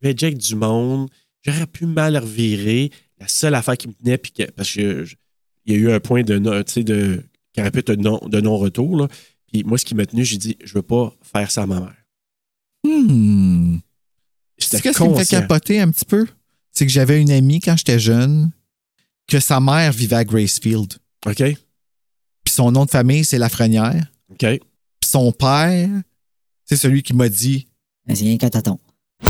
A: je reject du monde. J'aurais pu mal revirer. La seule affaire qui me tenait, puis que- parce que je- il y a eu un point de, non- tu sais, de, qui répète de non- de non-retour. là. puis moi, ce qui m'a tenu, j'ai dit, je veux pas faire ça à ma mère.
B: Hmm.
A: J'étais
B: C'est qu'est-ce qui me fait
A: conscient.
B: capoter un petit peu? C'est que j'avais une amie quand j'étais jeune que sa mère vivait à Gracefield.
A: OK?
B: Puis son nom de famille, c'est Lafrenière.
A: OK?
B: Puis son père, c'est celui qui m'a dit
J: C'est rien qu'un tâton.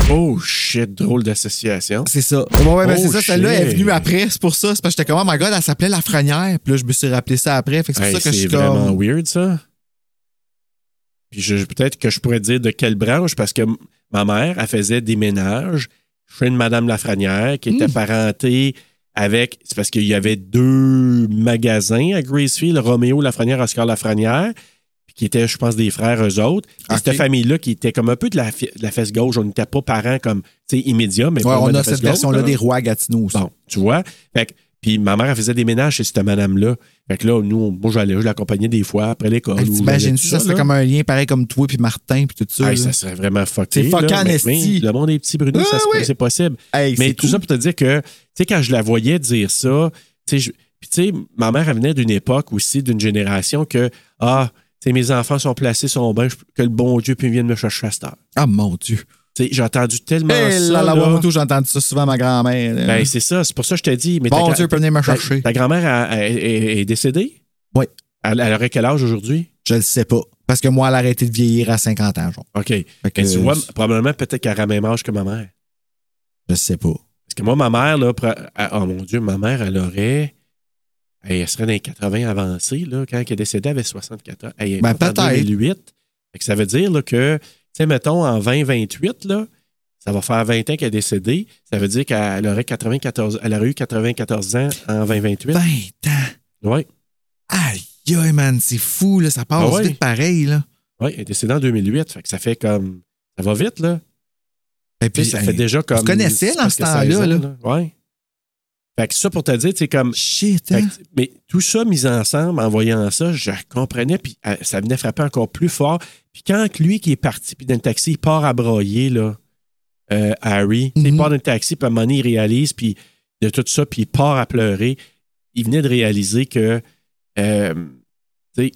A: Oh shit, drôle d'association.
B: C'est ça. Ouais, ouais, ben
A: Oh,
B: c'est ça. Celle-là
A: shit.
B: est venue après. C'est pour ça. C'est parce que j'étais comme, oh my god, elle s'appelait La Frenière. Puis là, je me suis rappelé ça après. Fait que c'est pour
A: Hey,
B: ça que je suis
A: c'est
B: comme.
A: vraiment weird, ça. Puis je- peut-être que je pourrais dire de quelle branche, parce que m- ma mère, elle faisait des ménages chez une Madame Lafrenière qui
B: Hmm.
A: était parentée avec. C'est parce qu'il y avait deux magasins à Gracefield, Roméo Lafrenière, Oscar Lafrenière, puis qui étaient, je pense, des frères eux autres. Et
B: Ok.
A: Cette famille-là qui était comme un peu de la, fi- de la fesse gauche, on n'était pas parents comme, tu sais, immédiat, mais
B: Ouais,
A: pas
B: on
A: de la
B: a
A: fesse
B: cette
A: gauche,
B: version-là
A: hein.
B: des rois à Gatineau aussi.
A: Bon, tu vois. Fait que- puis ma mère, elle faisait des ménages chez cette madame-là. Fait que là, nous, on- moi, j'allais, je l'accompagnais des fois après l'école.
B: Hey,
A: ou j'allais
B: T'imagines-tu,
A: tout
B: ça, serait
A: là.
B: comme un lien pareil comme toi puis Martin puis tout ça.
A: Hey,
B: là.
A: ça serait vraiment fucké.
B: C'est fucké
A: là,
B: en
A: mais-
B: esti.
A: mais Le monde est petit, Bruno,
B: Ah,
A: ça se peut,
B: oui.
A: c'est possible.
B: Hey,
A: mais
B: c'est
A: tout ça pour te dire que, tu sais, quand je la voyais dire ça, tu sais, je- puis tu sais, ma mère, elle venait d'une époque aussi, d'une génération que, ah, tu sais, mes enfants sont placés, sont bien, je- que le bon Dieu, puis ils viennent me chercher à cette heure.
B: Ah mon Dieu.
A: Tu sais, j'ai entendu tellement
B: Hey,
A: ça.
B: Eh, la
A: là.
B: la Wamoto, j'ai entendu ça souvent à ma grand-mère. là.
A: Ben, c'est ça, c'est pour ça que je t'ai dit. Mais
B: Bon
A: ta gra-
B: Dieu, venez me
A: ta-
B: chercher.
A: Ta grand-mère elle- elle- elle est décédée?
B: Oui.
A: Elle, elle aurait quel âge aujourd'hui?
B: Je le sais pas. Parce que moi, elle a arrêté de vieillir à 50 ans, genre.
A: OK.
B: Fait que-
A: Et tu vois, probablement peut-être qu'elle a le même âge que ma mère.
B: Je sais pas.
A: Parce que moi, ma mère, là, pre- elle- oh mon Dieu, ma mère, elle aurait. Elle, elle serait dans les 80 avancés, là, quand elle est décédée, elle avait 64 ans. Elle est
B: Ben,
A: morte en
B: peut-être.
A: 2008. Fait que ça veut dire là, que, tu sais, mettons, en 2028, là, ça va faire 20 ans qu'elle est décédée. Ça veut dire qu'elle aurait 94 elle aurait eu 94 ans en 2028.
B: 20 ans.
A: Oui.
B: Aïe, aïe, man, c'est fou, là. Ça passe
A: Ah ouais?
B: vite pareil, là.
A: Oui, elle est décédée en 2008. Fait que ça fait comme. Ça va vite, là.
B: Et
A: Puis, ça fait déjà comme.
B: Vous connaissez, dans ce
A: presque 16
B: temps-là,
A: ans,
B: là?
A: Ouais. Fait que ça pour te dire, c'est comme.
B: Shit, hein.
A: Fait que- mais tout ça mis ensemble, en voyant ça, je comprenais, puis euh, ça venait frapper encore plus fort. Puis quand que lui qui est parti, puis dans le taxi, il part à broyer, là, euh, Harry, Tu sais,
B: Mhm.
A: il part dans le taxi, puis à un moment donné, il réalise, puis de tout ça, puis il part à pleurer. Il venait de réaliser que, euh, tu sais,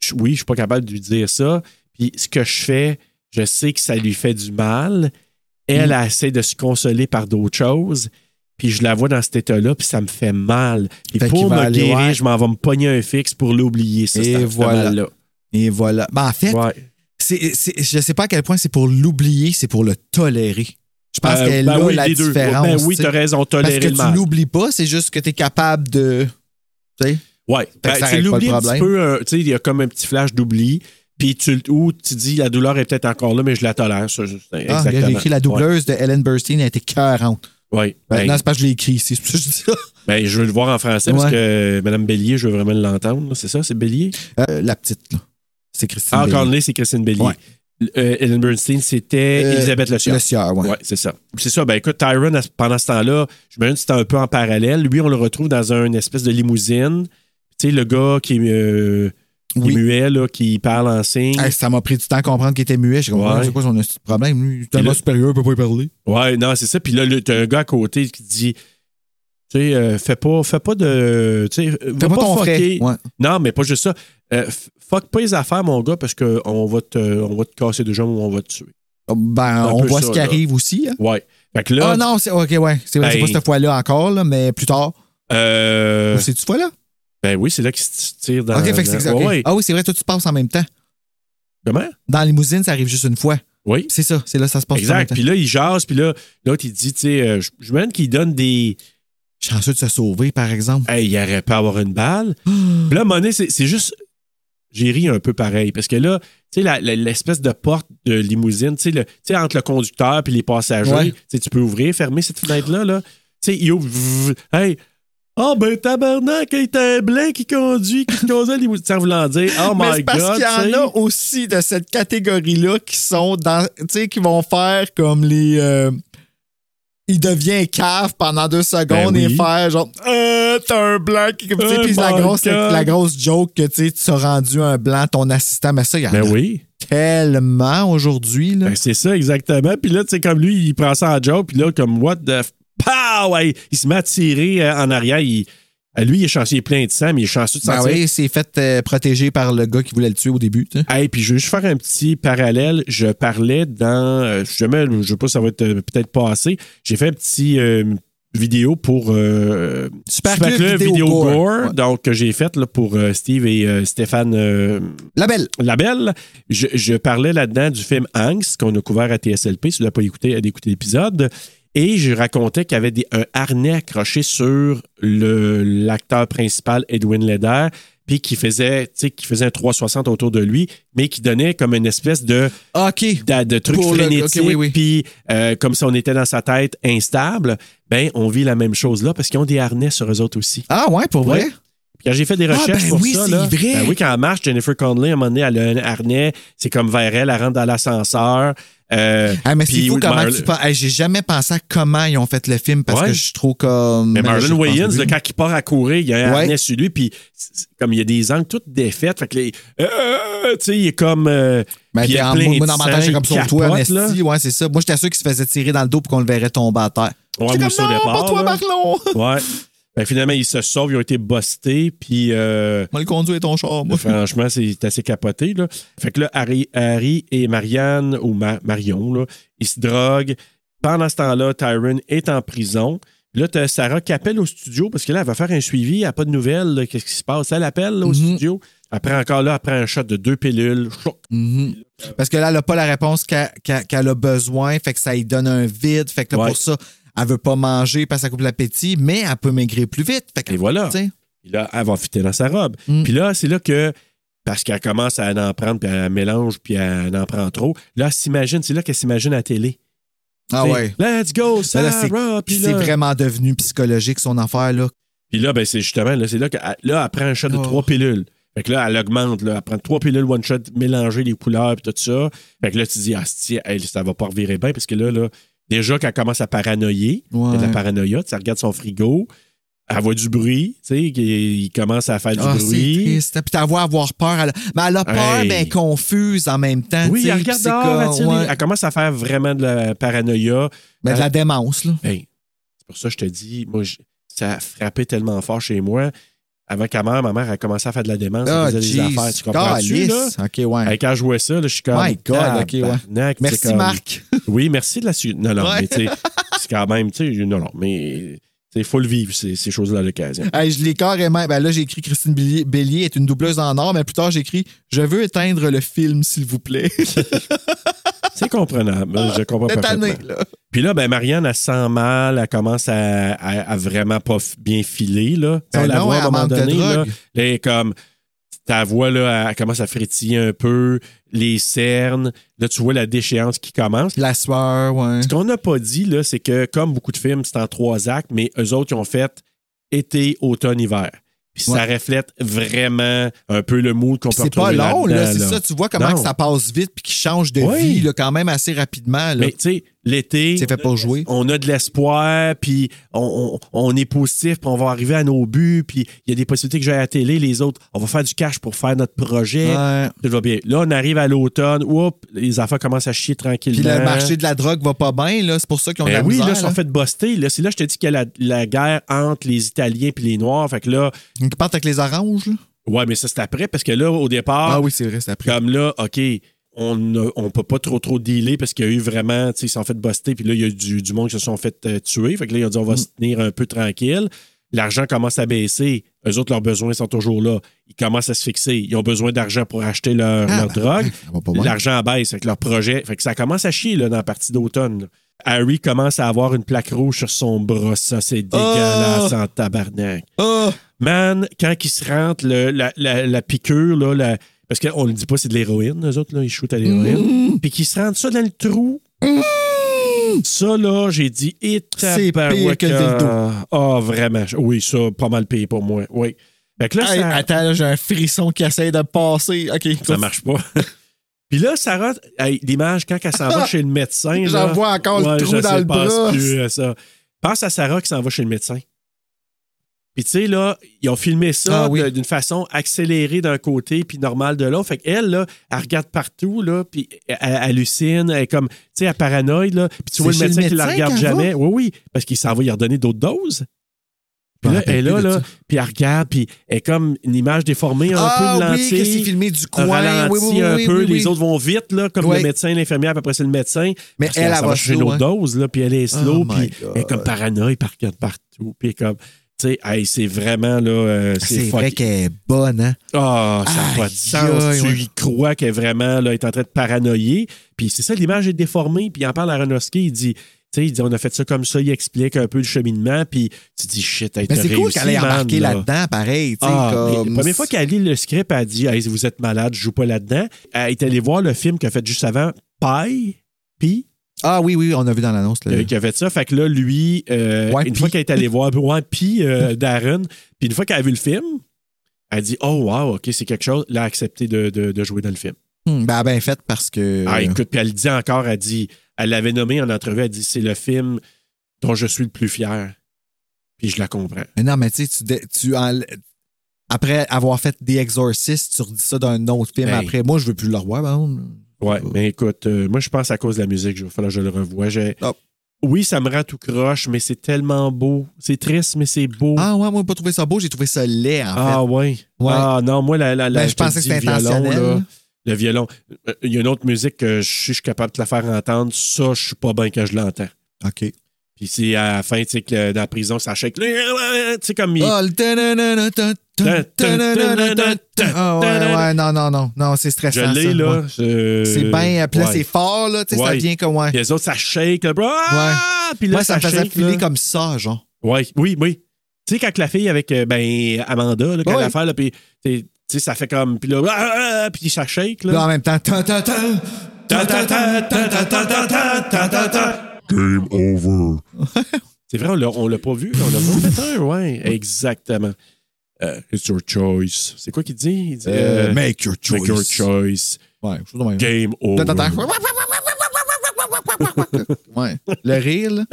A: je- oui, je suis pas capable de lui dire ça, puis ce que je fais, je sais que ça lui fait du mal.
B: Mm.
A: Elle, elle essaie de se consoler par d'autres choses. Puis je la vois dans cet état-là, puis ça me fait mal. Et
B: Fait
A: pour
B: qu'il
A: me
B: va aller,
A: guérir,
B: ouais.
A: je m'en vais me pogner un fixe pour l'oublier, ça,
B: Et
A: cet- ce
B: voilà.
A: mal-là.
B: Et voilà. Ben, en fait,
A: Ouais.
B: c'est- c'est- je sais pas à quel point c'est pour l'oublier, c'est pour le tolérer. Je pense
A: Euh,
B: qu'elle
A: ben
B: a
A: oui,
B: la
A: les deux.
B: différence.
A: Ben oui,
B: tu sais.
A: t'as raison,
B: Parce
A: tolérer
B: que
A: le mal.
B: tu l'oublies pas, c'est juste que tu es capable de. Tu sais?
A: Ouais.
B: que ça
A: Ben, tu
B: règle pas le
A: l'oublies un petit
B: problème.
A: peu, euh, tu sais, il y a comme un petit flash d'oubli. Puis tu le- ou tu dis la douleur est peut-être encore là, mais je la tolère. Ça, c'est-
B: Ah,
A: exactement.
B: regarde, j'ai écrit la doubleuse de Ellen Burstein, elle était cœurante.
A: Ouais. Ouais.
B: Maintenant,
A: Ben,
B: c'est parce que je l'ai écrit ici, c'est pour ça que je dis ça.
A: ben, je veux le voir en français parce
B: Ouais.
A: que Mme Bélier, je veux vraiment l'entendre. là. C'est ça, c'est Bélier?
B: Euh, la petite, là. C'est Christine.
A: Ah,
B: Bailey.
A: Conley, c'est Christine Bélier.
B: Ouais.
A: Euh, Ellen Bernstein, c'était
B: Euh,
A: Elisabeth Le Sieur.
B: Le Sieur, ouais.
A: Ouais, c'est ça. C'est ça. Ben écoute, Tyron, à ce- pendant ce temps-là, je me que c'était un peu en parallèle. Lui, on le retrouve dans une espèce de limousine. Tu sais, le gars qui, est, euh, qui est
B: Oui.
A: muet, là, qui parle en signe.
B: Hey, ça m'a pris du temps à comprendre qu'il était muet. J'ai
A: Ouais.
B: compris, c'est quoi son petit problème? Lui, il est tellement
A: là-
B: supérieur, il peut pas y parler.
A: Ouais, non, c'est ça. Puis là, le- t'as un gars à côté qui dit Tu sais, euh, fais, pas, fais pas de. Tu sais, fais
B: pas ton frais. Ouais.
A: Non, mais pas juste ça. Euh, f- fuck pas les affaires, mon gars, parce qu'on va, te- on va te casser deux jambes ou on va te tuer.
B: Ben,
A: Un
B: on
A: peu
B: voit
A: ça,
B: ce qui
A: là.
B: arrive aussi. hein.
A: Ouais. Fait que là.
B: Ah non, c'est OK, ouais. C'est vrai, c'est
A: Ben-
B: pas cette fois-là encore, là, mais plus tard.
A: euh,
B: C'est cette fois-là?
A: ben oui, c'est là qu'il se tire dans.
B: OK, fait que c'est
A: dans-
B: ok.
A: Ouais, ouais.
B: Ah oui, c'est vrai, toi, tu passes en même temps.
A: Comment?
B: Dans la limousine, ça arrive juste une fois.
A: Oui.
B: C'est ça, c'est là que ça se passe. en même
A: Exact.
B: temps.
A: Puis là, il jase, puis là, l'autre, il dit, tu sais, euh, je je me demande qu'il donne des.
B: Chanceux de se sauver, par exemple.
A: Hey, il aurait pas avoir une balle. Puis là, à un moment donné, c'est c'est juste. J'ai ri un peu pareil, parce que là, tu sais, la- la- l'espèce de porte de limousine, tu sais, le- tu sais, entre le conducteur puis les passagers,
B: Ouais.
A: tu sais, tu peux ouvrir, fermer cette fenêtre-là, là. Tu sais, il ouvre. vzz, Hey! Oh, ben, tabarnak, il était un blanc qui conduit, qui causait la limousine, sans vouloir dire, oh
B: mais
A: my
B: c'est parce
A: god.
B: qu'il y
A: tu sais.
B: en a aussi de cette catégorie-là qui sont dans. Tu sais, qui vont faire comme les. euh, il devient cave pendant deux secondes
A: Ben oui.
B: et faire genre. Euh, t'as un blanc qui. comme, tu sais,
A: Oh
B: Puis la
A: my
B: grosse,
A: God.
B: la grosse joke que tu sais, tu as rendu un blanc ton assistant. Mais ça, il y en
A: Ben
B: a
A: oui.
B: tellement aujourd'hui. là.
A: Ben, c'est ça, exactement. Puis là, tu sais, comme lui, il prend ça en job, puis là, comme what the. f- Pow! Ouais, il se met à tirer euh, en arrière. Il- euh, lui, il est chanceux, il est plein de sang, mais il est chanceux de s'en
B: Ben
A: tirer.
B: oui, c'est fait euh, protéger par le gars qui voulait le tuer au début. tu sais.
A: Hey, puis je veux juste faire un petit parallèle. Je parlais dans. euh, Justement, je sais pas, ça va être euh, peut-être pas assez. J'ai fait un petit. euh, vidéo pour euh,
B: Super Club Vidéo
A: Vidéo
B: Gore.
A: Gore,
B: Ouais.
A: donc que j'ai faite là, pour euh, Steve et euh, Stéphane euh,
B: La belle.
A: Labelle, je, je parlais là-dedans du film Angst qu'on a couvert à TSLP, si tu l'as pas écouté, allez écouter l'épisode. Et je racontais qu'il y avait des- un harnais accroché sur le- l'acteur principal, Edwin Leder, puis qui faisait, tu sais, qui faisait un 360 autour de lui, mais qui donnait comme une espèce de,
B: OK.
A: de, de truc
B: Pour le-
A: frénétique,
B: ok, oui, oui.
A: puis euh, comme si on était dans sa tête instable. Ben, on vit la même chose là parce qu'ils ont des harnais sur eux autres aussi.
B: Ah ouais, pour vrai?
A: Ouais. Puis Quand j'ai fait des
B: Ah,
A: recherches
B: ben
A: pour
B: oui,
A: ça,
B: c'est
A: là,
B: vrai.
A: ben oui, quand elle marche, Jennifer Conley, à un moment donné, elle a un harnais, c'est comme vers elle, elle rentre dans l'ascenseur. Euh,
B: Ah, mais c'est
A: puis
B: fou comment
A: Marlon-
B: tu penses. Hey, J'ai jamais pensé à comment ils ont fait le film parce
A: Ouais.
B: que je suis trop comme.
A: Mais
B: Ben,
A: Marlon
B: je pense
A: Wayans,
B: que oui.
A: là, quand il part à courir, il y a un
B: Ouais.
A: harnais sur lui, puis c'est- c'est comme il y a des angles toutes défaites, fait que les- euh, tu sais, il est comme... euh,
B: Mais
A: puis il y
B: Ben, t'es
A: a
B: en-
A: plein
B: moi,
A: de
B: dans ma
A: sang,
B: tête, j'ai
A: il
B: comme sur
A: capote,
B: toi,
A: là.
B: Amnesty. Ouais, c'est ça. Moi, j'étais sûr qu'il se faisait tirer dans le dos pour qu'on le verrait tomber à terre.
A: Ouais, moi
B: J'étais comme,
A: aussi, au
B: non,
A: départ,
B: pas toi,
A: là.
B: Marlon. *laughs*
A: Ouais. Ben, finalement, ils se sauvent, ils ont été bustés, puis... euh,
B: Moi, le conduit ton char, moi.
A: Franchement, c'est assez capoté. Là. Fait que là, Harry, Harry et Marianne, ou Ma- Marion, là, ils se droguent. Pendant ce temps-là, Tyron est en prison. Puis Là, t'as Sarah qui appelle au studio parce que là, elle va faire un suivi. Elle n'a pas de nouvelles. là. Qu'est-ce qui se passe? Elle appelle là, au
B: Mhm.
A: studio. Après, encore là, après un shot de deux pilules. Choc.
B: Mhm. Parce que là, elle n'a pas la réponse qu'a- qu'a- qu'elle a besoin. Fait que ça lui donne un vide. Fait que là,
A: Ouais.
B: pour ça, elle veut pas manger parce que ça coupe l'appétit, mais elle peut maigrir plus vite. Fait que,
A: Et voilà.
B: tu sais,
A: Puis là, elle va fitter dans sa robe.
B: Mm.
A: Puis là, c'est là que, parce qu'elle commence à en prendre, puis elle mélange, puis elle en prend trop. Là, elle s'imagine, c'est là qu'elle s'imagine à la télé.
B: Ah
A: T'sais,
B: ouais.
A: Let's go,
B: Ben là,
A: Sarah!
B: c'est
A: Puis
B: c'est
A: là-
B: vraiment devenu psychologique, son affaire, là.
A: Puis là, ben, c'est justement, là, c'est là qu'elle là, elle prend un shot de
B: Oh.
A: trois pilules. Fait que là, elle augmente, là, elle prend trois pilules one shot, mélanger les couleurs et tout ça. Fait que là, tu dis, ah, si, elle, ça va pas revirer bien, parce que là, là déjà qu'elle commence à paranoïer,
B: Ouais.
A: elle a de la paranoïa, tu sais, elle regarde son frigo, Elle voit du bruit, tu sais, qu'il il commence à faire du
B: Ah, c'est
A: bruit.
B: triste. Puis t'as voix avoir peur. Elle, mais elle a peur,
A: Hey.
B: mais elle est confuse en même temps.
A: Oui,
B: hein, tu sais,
A: elle
B: puis
A: regarde
B: c'est
A: dehors, elle,
B: comme,
A: tire les-
B: ouais.
A: elle commence à faire vraiment de la paranoïa.
B: Ben, de
A: Elle-
B: la démence, là.
A: Hey, c'est pour ça que je te dis, moi, je- ça a frappé tellement fort chez moi. Avec ma mère, ma mère a commencé à faire de la démence,
B: Ah,
A: elle faisait des
B: jeez.
A: affaires. Tu comprends-tu, là?
B: Calisse. OK, ouais.
A: Hey, quand je jouais ça, là, je suis comme.
B: My God, ok, ouais.
A: tabarnak, c'est
B: Merci,
A: comme-
B: Marc.
A: Oui, merci de la suite. Non, non,
B: Ouais.
A: mais tu sais, c'est quand même, tu sais, non, non, mais il faut le vivre, ces, ces choses-là à l'occasion.
B: Hey, je l'ai carrément. Ben là, j'ai écrit Christine Bélier, Bélier est une doubleuse en or, mais plus tard, j'ai écrit Je veux éteindre le film, s'il vous plaît.
A: C'est comprenable, je comprends
B: *laughs* Cette
A: parfaitement.
B: année, là.
A: Puis là, ben, Marianne, elle sent mal, elle commence à, à- à vraiment pas f- bien filer. Là. Tu sais,
B: Ben
A: on la
B: non,
A: voit à
B: elle
A: un moment
B: manque de
A: donné. Là,
B: drogue.
A: là, elle est comme ta voix, là, elle commence à frétiller un peu, les cernes. Là, tu vois la déchéance qui commence.
B: La sueur, ouais.
A: Ce qu'on n'a pas dit, là, c'est que comme beaucoup de films, c'est en trois actes, mais eux autres, ils ont fait été, automne, hiver. Puis ça
B: Ouais.
A: reflète vraiment un peu le mood qu'on
B: Puis
A: peut
B: C'est pas
A: retrouver
B: long, là.
A: là-dedans,
B: C'est ça, tu vois comment
A: Non.
B: que ça passe vite puis qu'il change de
A: Oui.
B: vie, là, quand même assez rapidement, là.
A: Mais tu sais, l'été,
B: C'est fait pour jouer.
A: on a de l'espoir, puis on, on- on est positif, puis on va arriver à nos buts, puis il y a des possibilités que j'aille à la télé, les autres, on va faire du cash pour faire notre projet.
B: Ouais.
A: Tout va bien. Là, on arrive à l'automne, oups, les affaires commencent à chier tranquillement.
B: Puis le marché de la drogue va pas bien, là. C'est pour ça qu'ils ont de
A: Ben
B: la
A: oui,
B: misère,
A: là, ils sont
B: là.
A: fait buster. Là, c'est là que je te dis qu'il y a la, la guerre entre les Italiens puis les Noirs. Fait que là,
B: Ils partent avec les oranges, là.
A: ouais, mais ça, c'est après, parce que là, au départ,
B: Ah oui, c'est vrai, c'est après.
A: comme là, OK, on ne on peut pas trop trop dealer parce qu'il y a eu vraiment, tu sais, ils se sont fait buster, puis là, il y a eu du, du monde qui se sont fait euh, tuer. Fait que là, ils ont dit, on va se tenir un peu tranquille. L'argent commence à baisser. Eux autres, leurs besoins sont toujours là. Ils commencent à se fixer. Ils ont besoin d'argent pour acheter leur,
B: Ah,
A: leur
B: ben,
A: drogue.
B: ça va pas bien.
A: L'argent baisse avec leur projet. Fait que ça commence à chier là, dans la partie d'automne. là. Harry commence à avoir une plaque rouge sur son bras. Ça, c'est dégueulasse en tabarnak.
B: Ah!
A: Man, quand ils se rentrent, le- la, la- la piqûre, là, la- parce qu'on ne le dit pas, c'est de l'héroïne, eux autres, là, ils shootent à l'héroïne.
B: Mm.
A: Puis qu'ils se rentrent ça dans le trou. Ça, là, j'ai dit, et
B: C'est pire
A: tabarouette,
B: que le dildo.
A: Ah, ah, vraiment. Oui, ça, pas mal payé pour moi. Oui. Fait que là,
B: Hey,
A: ça,
B: Attends, là, j'ai un frisson qui essaie de passer. OK.
A: ça marche pas. *laughs* Puis là, Sarah, hey, l'image, quand elle
B: *laughs*
A: s'en va chez le médecin.
B: J'en
A: là,
B: vois encore le
A: ouais, je
B: trou dans
A: sais,
B: le
A: pense
B: bras.
A: plus à ça. Pense à Sarah qui s'en va chez le médecin. Puis tu sais, là, ils ont filmé ça
B: Ah oui.
A: de- d'une façon accélérée d'un côté puis normale de l'autre. Fait qu'elle, là, elle regarde partout, là, puis elle, elle hallucine, elle est comme, tu sais, elle paranoïde, là. Puis tu vois le
B: C'est chez le
A: médecin qui la
B: médecin
A: regarde
B: qu'elle
A: jamais. Oui, oui, parce qu'il s'en va y redonner d'autres doses.
B: Je
A: Puis
B: me
A: là,
B: rappelle
A: elle est là,
B: plus de
A: là,
B: ça.
A: puis elle regarde, puis elle est comme une image déformée, un peu de
B: Ah oui,
A: lentille
B: que c'est filmé du coin.
A: ralentit
B: oui, oui, oui,
A: un
B: oui,
A: peu,
B: oui,
A: les
B: oui.
A: autres vont vite, là, comme
B: Ouais.
A: le médecin, l'infirmière, puis après c'est le médecin.
B: Mais
A: Parce
B: elle,
A: qu'elle
B: elle
A: s'en
B: va
A: chercher une
B: slow,
A: autre dose, là, puis elle est
B: Oh
A: slow,
B: my
A: puis
B: God.
A: elle est comme paranoïa, elle regarde partout, puis elle est comme... Tu sais, hey, c'est vraiment, là, euh, c'est
B: Ah, C'est vrai
A: fuck.
B: qu'elle est bonne, hein?
A: Ah, ça n'a pas de
B: Aïe,
A: sens.
B: aïe,
A: Tu
B: ouais.
A: y crois qu'elle est vraiment, là, est en train de paranoïer. Puis c'est ça, l'image est déformée. Puis il en parle à Aronofsky, il dit... Tu sais, il dit, on a fait ça comme ça, il explique un peu le cheminement, puis tu dis, shit, hey,
B: Mais
A: t'as
B: Ben, c'est cool
A: réussi,
B: qu'elle ait
A: man,
B: embarqué
A: là.
B: là-dedans, pareil. tu sais,
A: Ah, mais
B: comme-
A: La première fois qu'elle lit le script, elle a dit Hey, Vous êtes malade, je joue pas là-dedans. Elle est allée voir le film qu'elle a fait juste avant, Pie, Pi,
B: Ah oui, oui, on a vu dans l'annonce. là.
A: euh, qui a fait ça. Fait que là, lui, euh,
B: Ouais,
A: une
B: Pi.
A: fois qu'elle est allée voir ouais, Pi, euh, Darren, puis une fois qu'elle a vu le film, elle dit Oh, wow, OK, c'est quelque chose. Là, elle a accepté de, de- de jouer dans le film.
B: Hmm, ben, ben fait parce que.
A: Ah, écoute, puis elle le dit encore Elle dit Elle l'avait nommé en entrevue, elle dit C'est le film dont je suis le plus fier. Puis je la comprends.
B: Mais non, mais tu sais, tu, dé- tu enl- après avoir fait des exorcistes, tu redis ça d'un autre film
A: Hey.
B: après. Moi, je veux plus le revoir, par exemple.
A: Ouais,
B: Oh.
A: mais écoute, euh, moi je pense à cause de la musique, je vais falloir que je le revoie. J'ai-
B: Ah.
A: Oui, ça me rend tout croche, mais c'est tellement beau. C'est triste, mais c'est beau.
B: Ah ouais, moi, j'ai pas trouvé ça beau, j'ai trouvé ça laid, en
A: Ah, ouais.
B: Ouais.
A: Ah non, moi la, la, la-
B: Ben, je
A: te
B: pensais que
A: dis,
B: c'était
A: le violon,
B: intentionnel.
A: là, le violon. Euh, Il y a une autre musique que je suis je suis capable de te la faire entendre. Ça, je suis pas bien quand je l'entends.
B: fait. OK.
A: Puis c'est à la fin, tu sais, que le- dans la prison, ça shake. Tu sais, comme il-
B: Ah, le tanana, ta- ta- tanana, ta- ta- Ah, ouais, ouais, non, non, non. Non, c'est
A: je
B: stressant. ça.
A: l'ai, là.
B: Ouais.
A: euh,
B: C'est bien. Puis là,
A: ouais.
B: c'est fort, là. Tu sais, ça
A: Ouais.
B: vient comme. Ouais.
A: Puis les autres, ça shake. là. Ah! Puis là,
B: Moi, ça me faisait
A: shake, là.
B: filer comme ça, genre.
A: Ouais, oui, oui. Tu sais, quand la fille avec euh, ben, Amanda, là, quand
B: Ouais.
A: elle a fait, là, puis tu sais, ça fait comme. Puis là, ah, ah, ah, puis ça shake,
B: Là, en
A: là.
B: même temps. ta- ta- ta-
A: Ta, ta, ta, ta, ta, ta, ta, ta, ta, ta, ta.
I: Game over.
A: C'est vrai, on l'a- on l'a pas vu, là, on l'a pas fait un, ouais, exactement. Euh, it's your choice. C'est quoi qu'il dit? Il dit
B: Euh,
A: euh,
B: make your choice.
A: make your choice.
B: Ouais, je trouve
A: Game over.
B: *laughs* Attends, attends. Ouais. Le rire, là.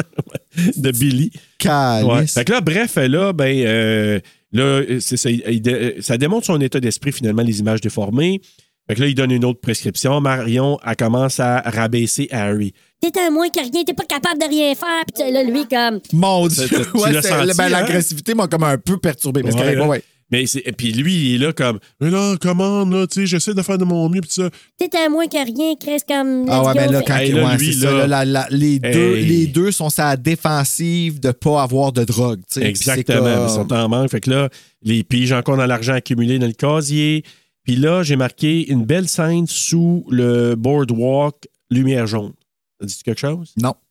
A: de Billy.
B: Calice.
A: Ouais. Fait que là, bref, là, ben, euh, là, c'est ça, il- il dé- euh, ça démontre son état d'esprit, finalement, les images déformées. Fait que là, il donne une autre prescription. Marion, elle commence à rabaisser Harry.
G: T'es un moins que rien, t'es pas capable de rien faire. Puis t'sais, là, lui, comme.
B: Mon
A: Ça,
B: Dieu.
A: tu- tu
B: *laughs* ouais,
A: l'as
B: c'est-
A: senti,
B: ben,
A: hein?
B: L'agressivité m'a comme un peu perturbé. Parce que,
A: Ouais,
B: ouais,
A: là.
B: ouais.
A: Mais c'est- et puis lui, il est là comme,
L: Mais là, commande, là, tu sais, j'essaie de faire de mon mieux, pis ça.
G: T'es un moins que rien, Chris, comme.
B: Ah ouais,
G: let's
B: ben
G: go.
B: là,
G: Fait-
B: quand
A: Hey,
B: ouais,
A: là, lui,
B: c'est ça,
A: là.
B: là, la- la- les, deux,
A: Hey.
B: les deux sont sa défensive de pas avoir de drogue. tu sais, puis c'est
A: Exactement. Ils
B: comme-
A: sont en manque. Fait que là, les piges encore dans l'argent accumulé dans le casier. Puis là, j'ai marqué une belle scène sous le boardwalk lumière jaune. Ça dit quelque chose?
B: Non. Ah.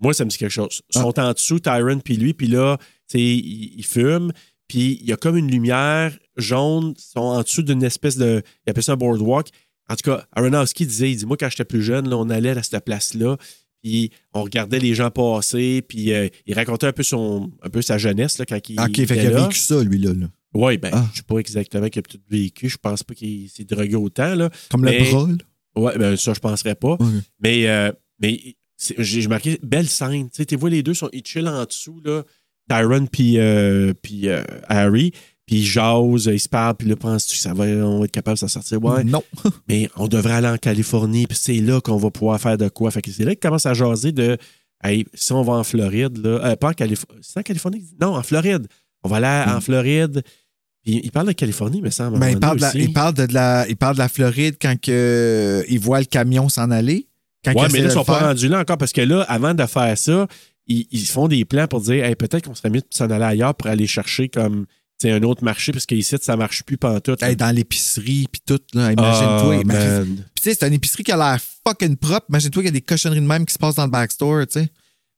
A: Moi, ça me dit quelque chose. Ils sont en dessous, Tyron puis lui, puis là, tu sais, ils ils fument. Puis il y a comme une lumière jaune. Ils sont en dessous d'une espèce de. Ils appellent ça un boardwalk. En tout cas, Aronofsky disait, il dit, moi, quand j'étais plus jeune, là, on allait à cette place-là, puis on regardait les gens passer, puis euh, il racontait un peu, son, un peu sa jeunesse là, quand il
B: Ah, Ok, fait
A: était
B: qu'il a
A: là.
B: vécu ça, lui, là. là.
A: Oui, ben,
B: Ah.
A: je ne sais pas exactement qu'il a tout vécu. Je pense pas qu'il s'est drogué autant. Là.
B: Comme
A: Mais-
B: le bras, là.
A: Oui, ben, ça, je penserais pas.
B: Ouais.
A: Mais, euh, mais c'est- j'ai j'ai marqué belle scène. Tu sais, tu vois, les deux sont ils chillent en dessous, là. Tyron puis euh, puis, euh, Harry. Puis ils jasent, ils se parlent, puis là, penses-tu que ça va, on va être capable de s'en sortir? Ouais.
B: Non.
A: Mais on devrait aller en Californie, puis c'est là qu'on va pouvoir faire de quoi. Fait que c'est là qu'ils commencent à jaser de Hey, si on va en Floride, là. euh, pas en Californie. C'est en Californie? qu'ils disent? Non, en Floride. On va aller en Floride. Puis ils parlent de Californie, mais ça, à un moment
B: Mhm. Ben, il,
A: donné
B: parle de la,
A: aussi.
B: il parle de la, il parle de la Floride quand que, euh, il voit le camion s'en aller. Quand
A: Ouais,
B: il
A: mais là,
B: essaie de
A: ils
B: le
A: sont pas
B: faire.
A: rendus là encore parce que là, avant de faire ça, ils, ils font des plans pour dire Hey, peut-être qu'on serait mieux de s'en aller ailleurs pour aller chercher comme tu sais, un autre marché parce qu'ici, ça marche plus pantoute.
B: Hey, dans l'épicerie, puis tout, là. Imagine-toi.
A: Ah,
B: imagine-
A: man.
B: Puis, tu sais, c'est une épicerie qui a l'air fucking propre. Imagine-toi qu'il y a des cochonneries de même qui se passent dans le backstore, tu sais.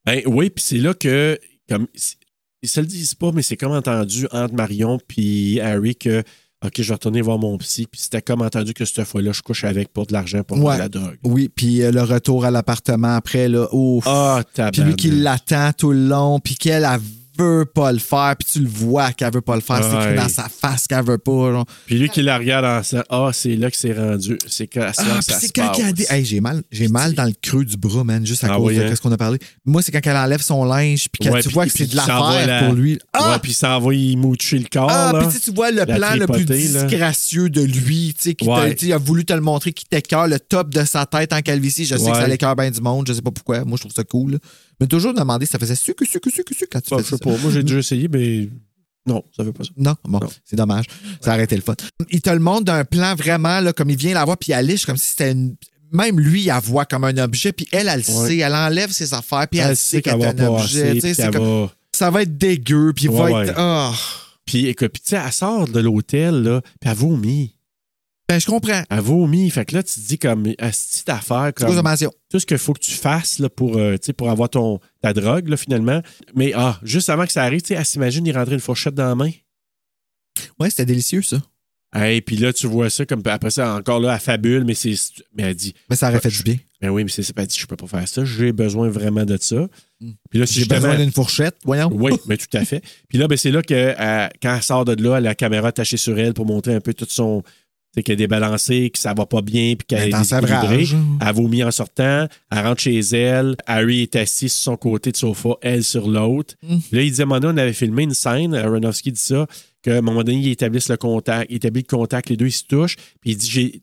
A: Ben oui, puis c'est là que, comme, c- ils se le disent pas, mais c'est comme entendu entre Marion puis Harry que, OK, je vais retourner voir mon psy. Puis c'était comme entendu que cette fois-là, je couche avec pour de l'argent pour
B: Ouais.
A: de la drogue.
B: Oui, puis euh, le retour à l'appartement après, là, ouf.
A: Ah, tabarnak.
B: Puis lui qui l'attend tout le long, puis qu'elle elle veut pas le faire, puis tu le vois qu'elle veut pas le faire, c'est
A: Ouais.
B: écrit dans sa face qu'elle veut pas. genre.
A: Puis lui qui la regarde en disant Ah, c'est là que c'est rendu. C'est que c'est là
B: Ah,
A: que
B: puis
A: ça
B: c'est
A: se
B: quand
A: passe.
B: qu'elle dit hey, j'ai mal, j'ai mal dans le creux du bras, man, juste à
A: Ah
B: cause
A: oui,
B: de
A: hein?
B: ce qu'on a parlé. Moi, c'est quand elle enlève son linge, puis que
A: Ouais,
B: tu
A: puis-
B: vois que
A: puis
B: c'est
A: il
B: de
A: s'en va
B: l'affaire
A: la-
B: pour lui. Ah,
A: ouais, puis il s'en va y moucher le corps.
B: Ah,
A: là.
B: puis tu sais, tu vois le
A: La
B: plan le plus
A: tripotée, là.
B: disgracieux de lui, tu sais, qui t'a-
A: Ouais.
B: tu sais, il a voulu te le montrer, qui t'écœure le top de sa tête en calvitie. Je sais
A: Ouais.
B: que ça l'écœure bien du monde, je sais pas pourquoi. Moi, je trouve ça cool. Mais toujours demander, ça faisait suc, suc, suc, suc quand tu
A: Bah,
B: fais
A: je sais
B: ça.
A: pas. Moi, j'ai déjà essayé, mais non, ça veut pas ça.
B: Non, bon, c'est dommage. Ça a arrêté le fun. Il te le montre d'un plan vraiment, là, comme il vient la voir, puis elle liche comme si c'était une. Même lui, il la voit comme un objet, puis elle, elle le
A: Ouais.
B: sait, elle enlève ses affaires, puis elle, sait qu'elle est
A: va
B: un
A: pas
B: objet.
A: assez,
B: tu sais,
A: puis
B: c'est
A: elle
B: comme-
A: va-
B: Ça va être dégueu, puis il
A: Ouais,
B: va
A: ouais.
B: être. ah.
A: Puis, écoute, puis tu sais, elle sort de l'hôtel, là, puis elle vomit.
B: Ben, je comprends.
A: Elle vomit. Fait que là, tu te dis comme, asti d'affaire,
B: C'est
A: comme,
B: consommation.
A: tout ce qu'il faut que tu fasses là, pour, euh, tu sais, pour avoir ton, ta drogue, là, finalement. Mais ah, juste avant que ça arrive, tu sais, elle s'imagine y rentrer une fourchette dans la main.
B: Ouais, c'était délicieux, ça.
A: Hey, puis là, tu vois ça, comme après ça, encore là, elle fabule, mais c'est. Mais elle dit,
B: Mais ça aurait fait du bien.
A: ben oui, mais c'est ça, elle dit, je peux pas faire ça, j'ai besoin vraiment de ça. Puis là, si
B: Hmm. J'ai besoin d'une fourchette, voyons. *laughs*
A: Oui, mais tout à fait. Puis là, ben, c'est là que euh, quand elle sort de là, elle a la caméra attachée sur elle pour montrer un peu tout son. Tu sais, qu'elle est débalancée, que ça va pas bien, puis qu'elle
B: Mais
A: est
B: Ben, dans sa
A: déséquilibrée.
B: rage, hein.
A: Elle vomit en sortant, elle rentre chez elle. Harry est assis sur son côté de sofa, elle sur l'autre.
B: Mm.
A: Puis Là, il disait, à un moment donné, on avait filmé une scène, euh, Aronofsky dit ça, qu'à un moment donné, ils établissent le contact, ils établissent le contact, les deux, ils se touchent, puis il dit, j'ai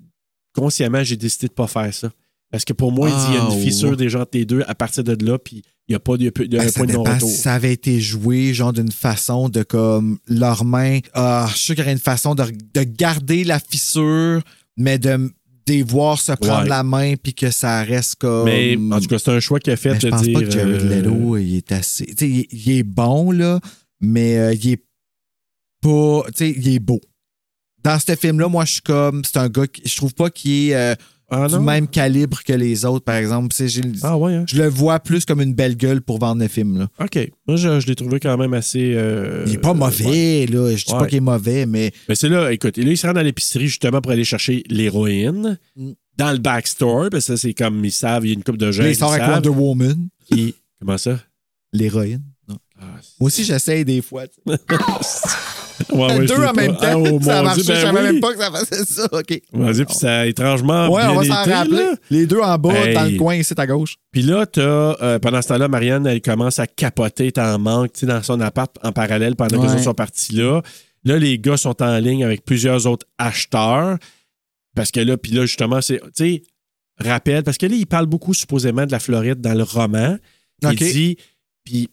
A: consciemment, j'ai décidé de pas faire ça. Parce que pour moi, il dit, il y a
B: Ah,
A: une fissure
B: ouais.
A: des gens des deux à partir de là, puis il n'y a pas de, de-
B: Ben,
A: un
B: ça
A: point de
B: dépend
A: non-retour.
B: si ça avait été joué, genre d'une façon de comme leurs mains. Ah, je suis sûr qu'il y aurait une façon de, de garder la fissure, mais de, de les voir se prendre
A: Ouais.
B: la main puis que ça reste comme.
A: Mais en tout cas, c'est un choix qu'il a fait
B: Mais Ben, je
A: de
B: pense
A: dire.
B: pas que Jared
A: euh,
B: Leto, il est assez. Tu sais, il, il est bon, là, mais euh, il est pas. Tu sais, il est beau. Dans ce film-là, moi, je suis comme. C'est un gars. qui- Je trouve pas qu'il est euh,
A: Ah,
B: du
A: non?
B: même calibre que les autres, par exemple. Tu sais, j'ai-
A: Ah ouais, hein?
B: Je le vois plus comme une belle gueule pour vendre le film, là.
A: OK. Moi, je, je l'ai trouvé quand même assez. euh,
B: Il est pas
A: ouais.
B: mauvais, là. Je dis pas
A: Ouais.
B: qu'il est mauvais, mais
A: Mais c'est là, écoute, là, il se rend à l'épicerie justement pour aller chercher l'héroïne
B: Mm.
A: dans le backstore, parce que ça, c'est comme ils savent, il y a une coupe de gens.
B: il sort
A: ils
B: avec
A: savent.
B: Wonder Woman,
A: *laughs* Puis- Comment ça?
B: l'héroïne. Non.
A: Ah, c'est-
B: Moi aussi, j'essaye des fois. tu sais.
A: Ouais, ouais, je
B: *laughs* Deux
A: l'ai pas.
B: en même temps,
A: Ah, oh,
B: ça a
A: mon
B: marché.
A: Dieu, ben
B: je savais
A: oui.
B: même pas que ça faisait ça. OK. Ah.
A: Vas-y, puis ça a étrangement
B: Ouais, on va
A: bien
B: s'en
A: été, là.
B: rappeler. Les deux en bas,
A: Hey.
B: dans le coin, ici, à gauche.
A: Puis là, t'as, euh, pendant ce temps-là, Marianne, elle commence à capoter, t'es en manque, tu sais, dans son appart en parallèle pendant que les
B: Ouais.
A: autres sont partis là. Là, les gars sont en ligne avec plusieurs autres acheteurs. Parce que là, puis là, justement, c'est, tu sais, rappel, parce que là, il parle beaucoup supposément de la Floride dans le roman.
B: OK.
A: Il dit, puis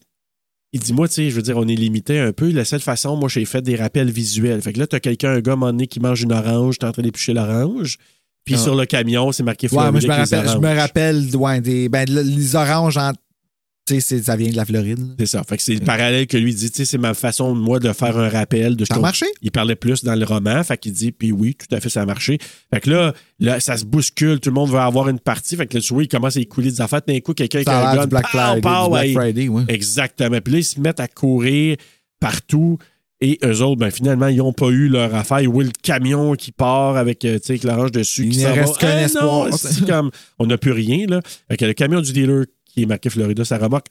A: il dit, moi, tu sais, je veux dire, on est limité un peu. La seule façon, moi, j'ai fait des rappels visuels. Fait que là, t'as quelqu'un, un gars, à un moment donné, qui mange une orange, t'es en train d'éplucher l'orange. Puis
B: Ah.
A: sur le camion, c'est marqué
B: Ouais,
A: Floride
B: moi, je me
A: avec les
B: rappelle, je me
A: oranges.
B: rappelle ouais, des, ben, le- les oranges, en- tu sais, c'est- ça vient de la Floride. là.
A: C'est ça. Fait que c'est le parallèle que lui dit, tu sais, c'est ma façon de moi de faire un rappel. De
B: Ça a
A: ton-
B: marché?
A: Il parlait plus dans le roman, fait qu'il dit, puis oui, tout à fait, ça a marché. Fait que là, là, ça se bouscule, tout le monde veut avoir une partie. Fait que là, tu vois, il commence à écouler des affaires. D'un coup, quelqu'un qui
B: Ça a
A: a un
B: l'air
A: gun,
B: du Black
A: pow,
B: Friday,
A: pow,
B: du Black
A: hey.
B: Friday, ouais.
A: Exactement. Puis là, ils se mettent à courir partout. Et eux autres, ben, finalement, ils n'ont pas eu leur affaire. Oui, le camion qui part avec, euh, tu sais, avec l'orange dessus.
B: Il
A: qui
B: ne
A: s'en
B: reste
A: va.
B: qu'un
A: Ah,
B: espoir.
A: non, c'est comme, on n'a plus rien, là. Fait que le camion du dealer qui est marqué Florida, ça remorque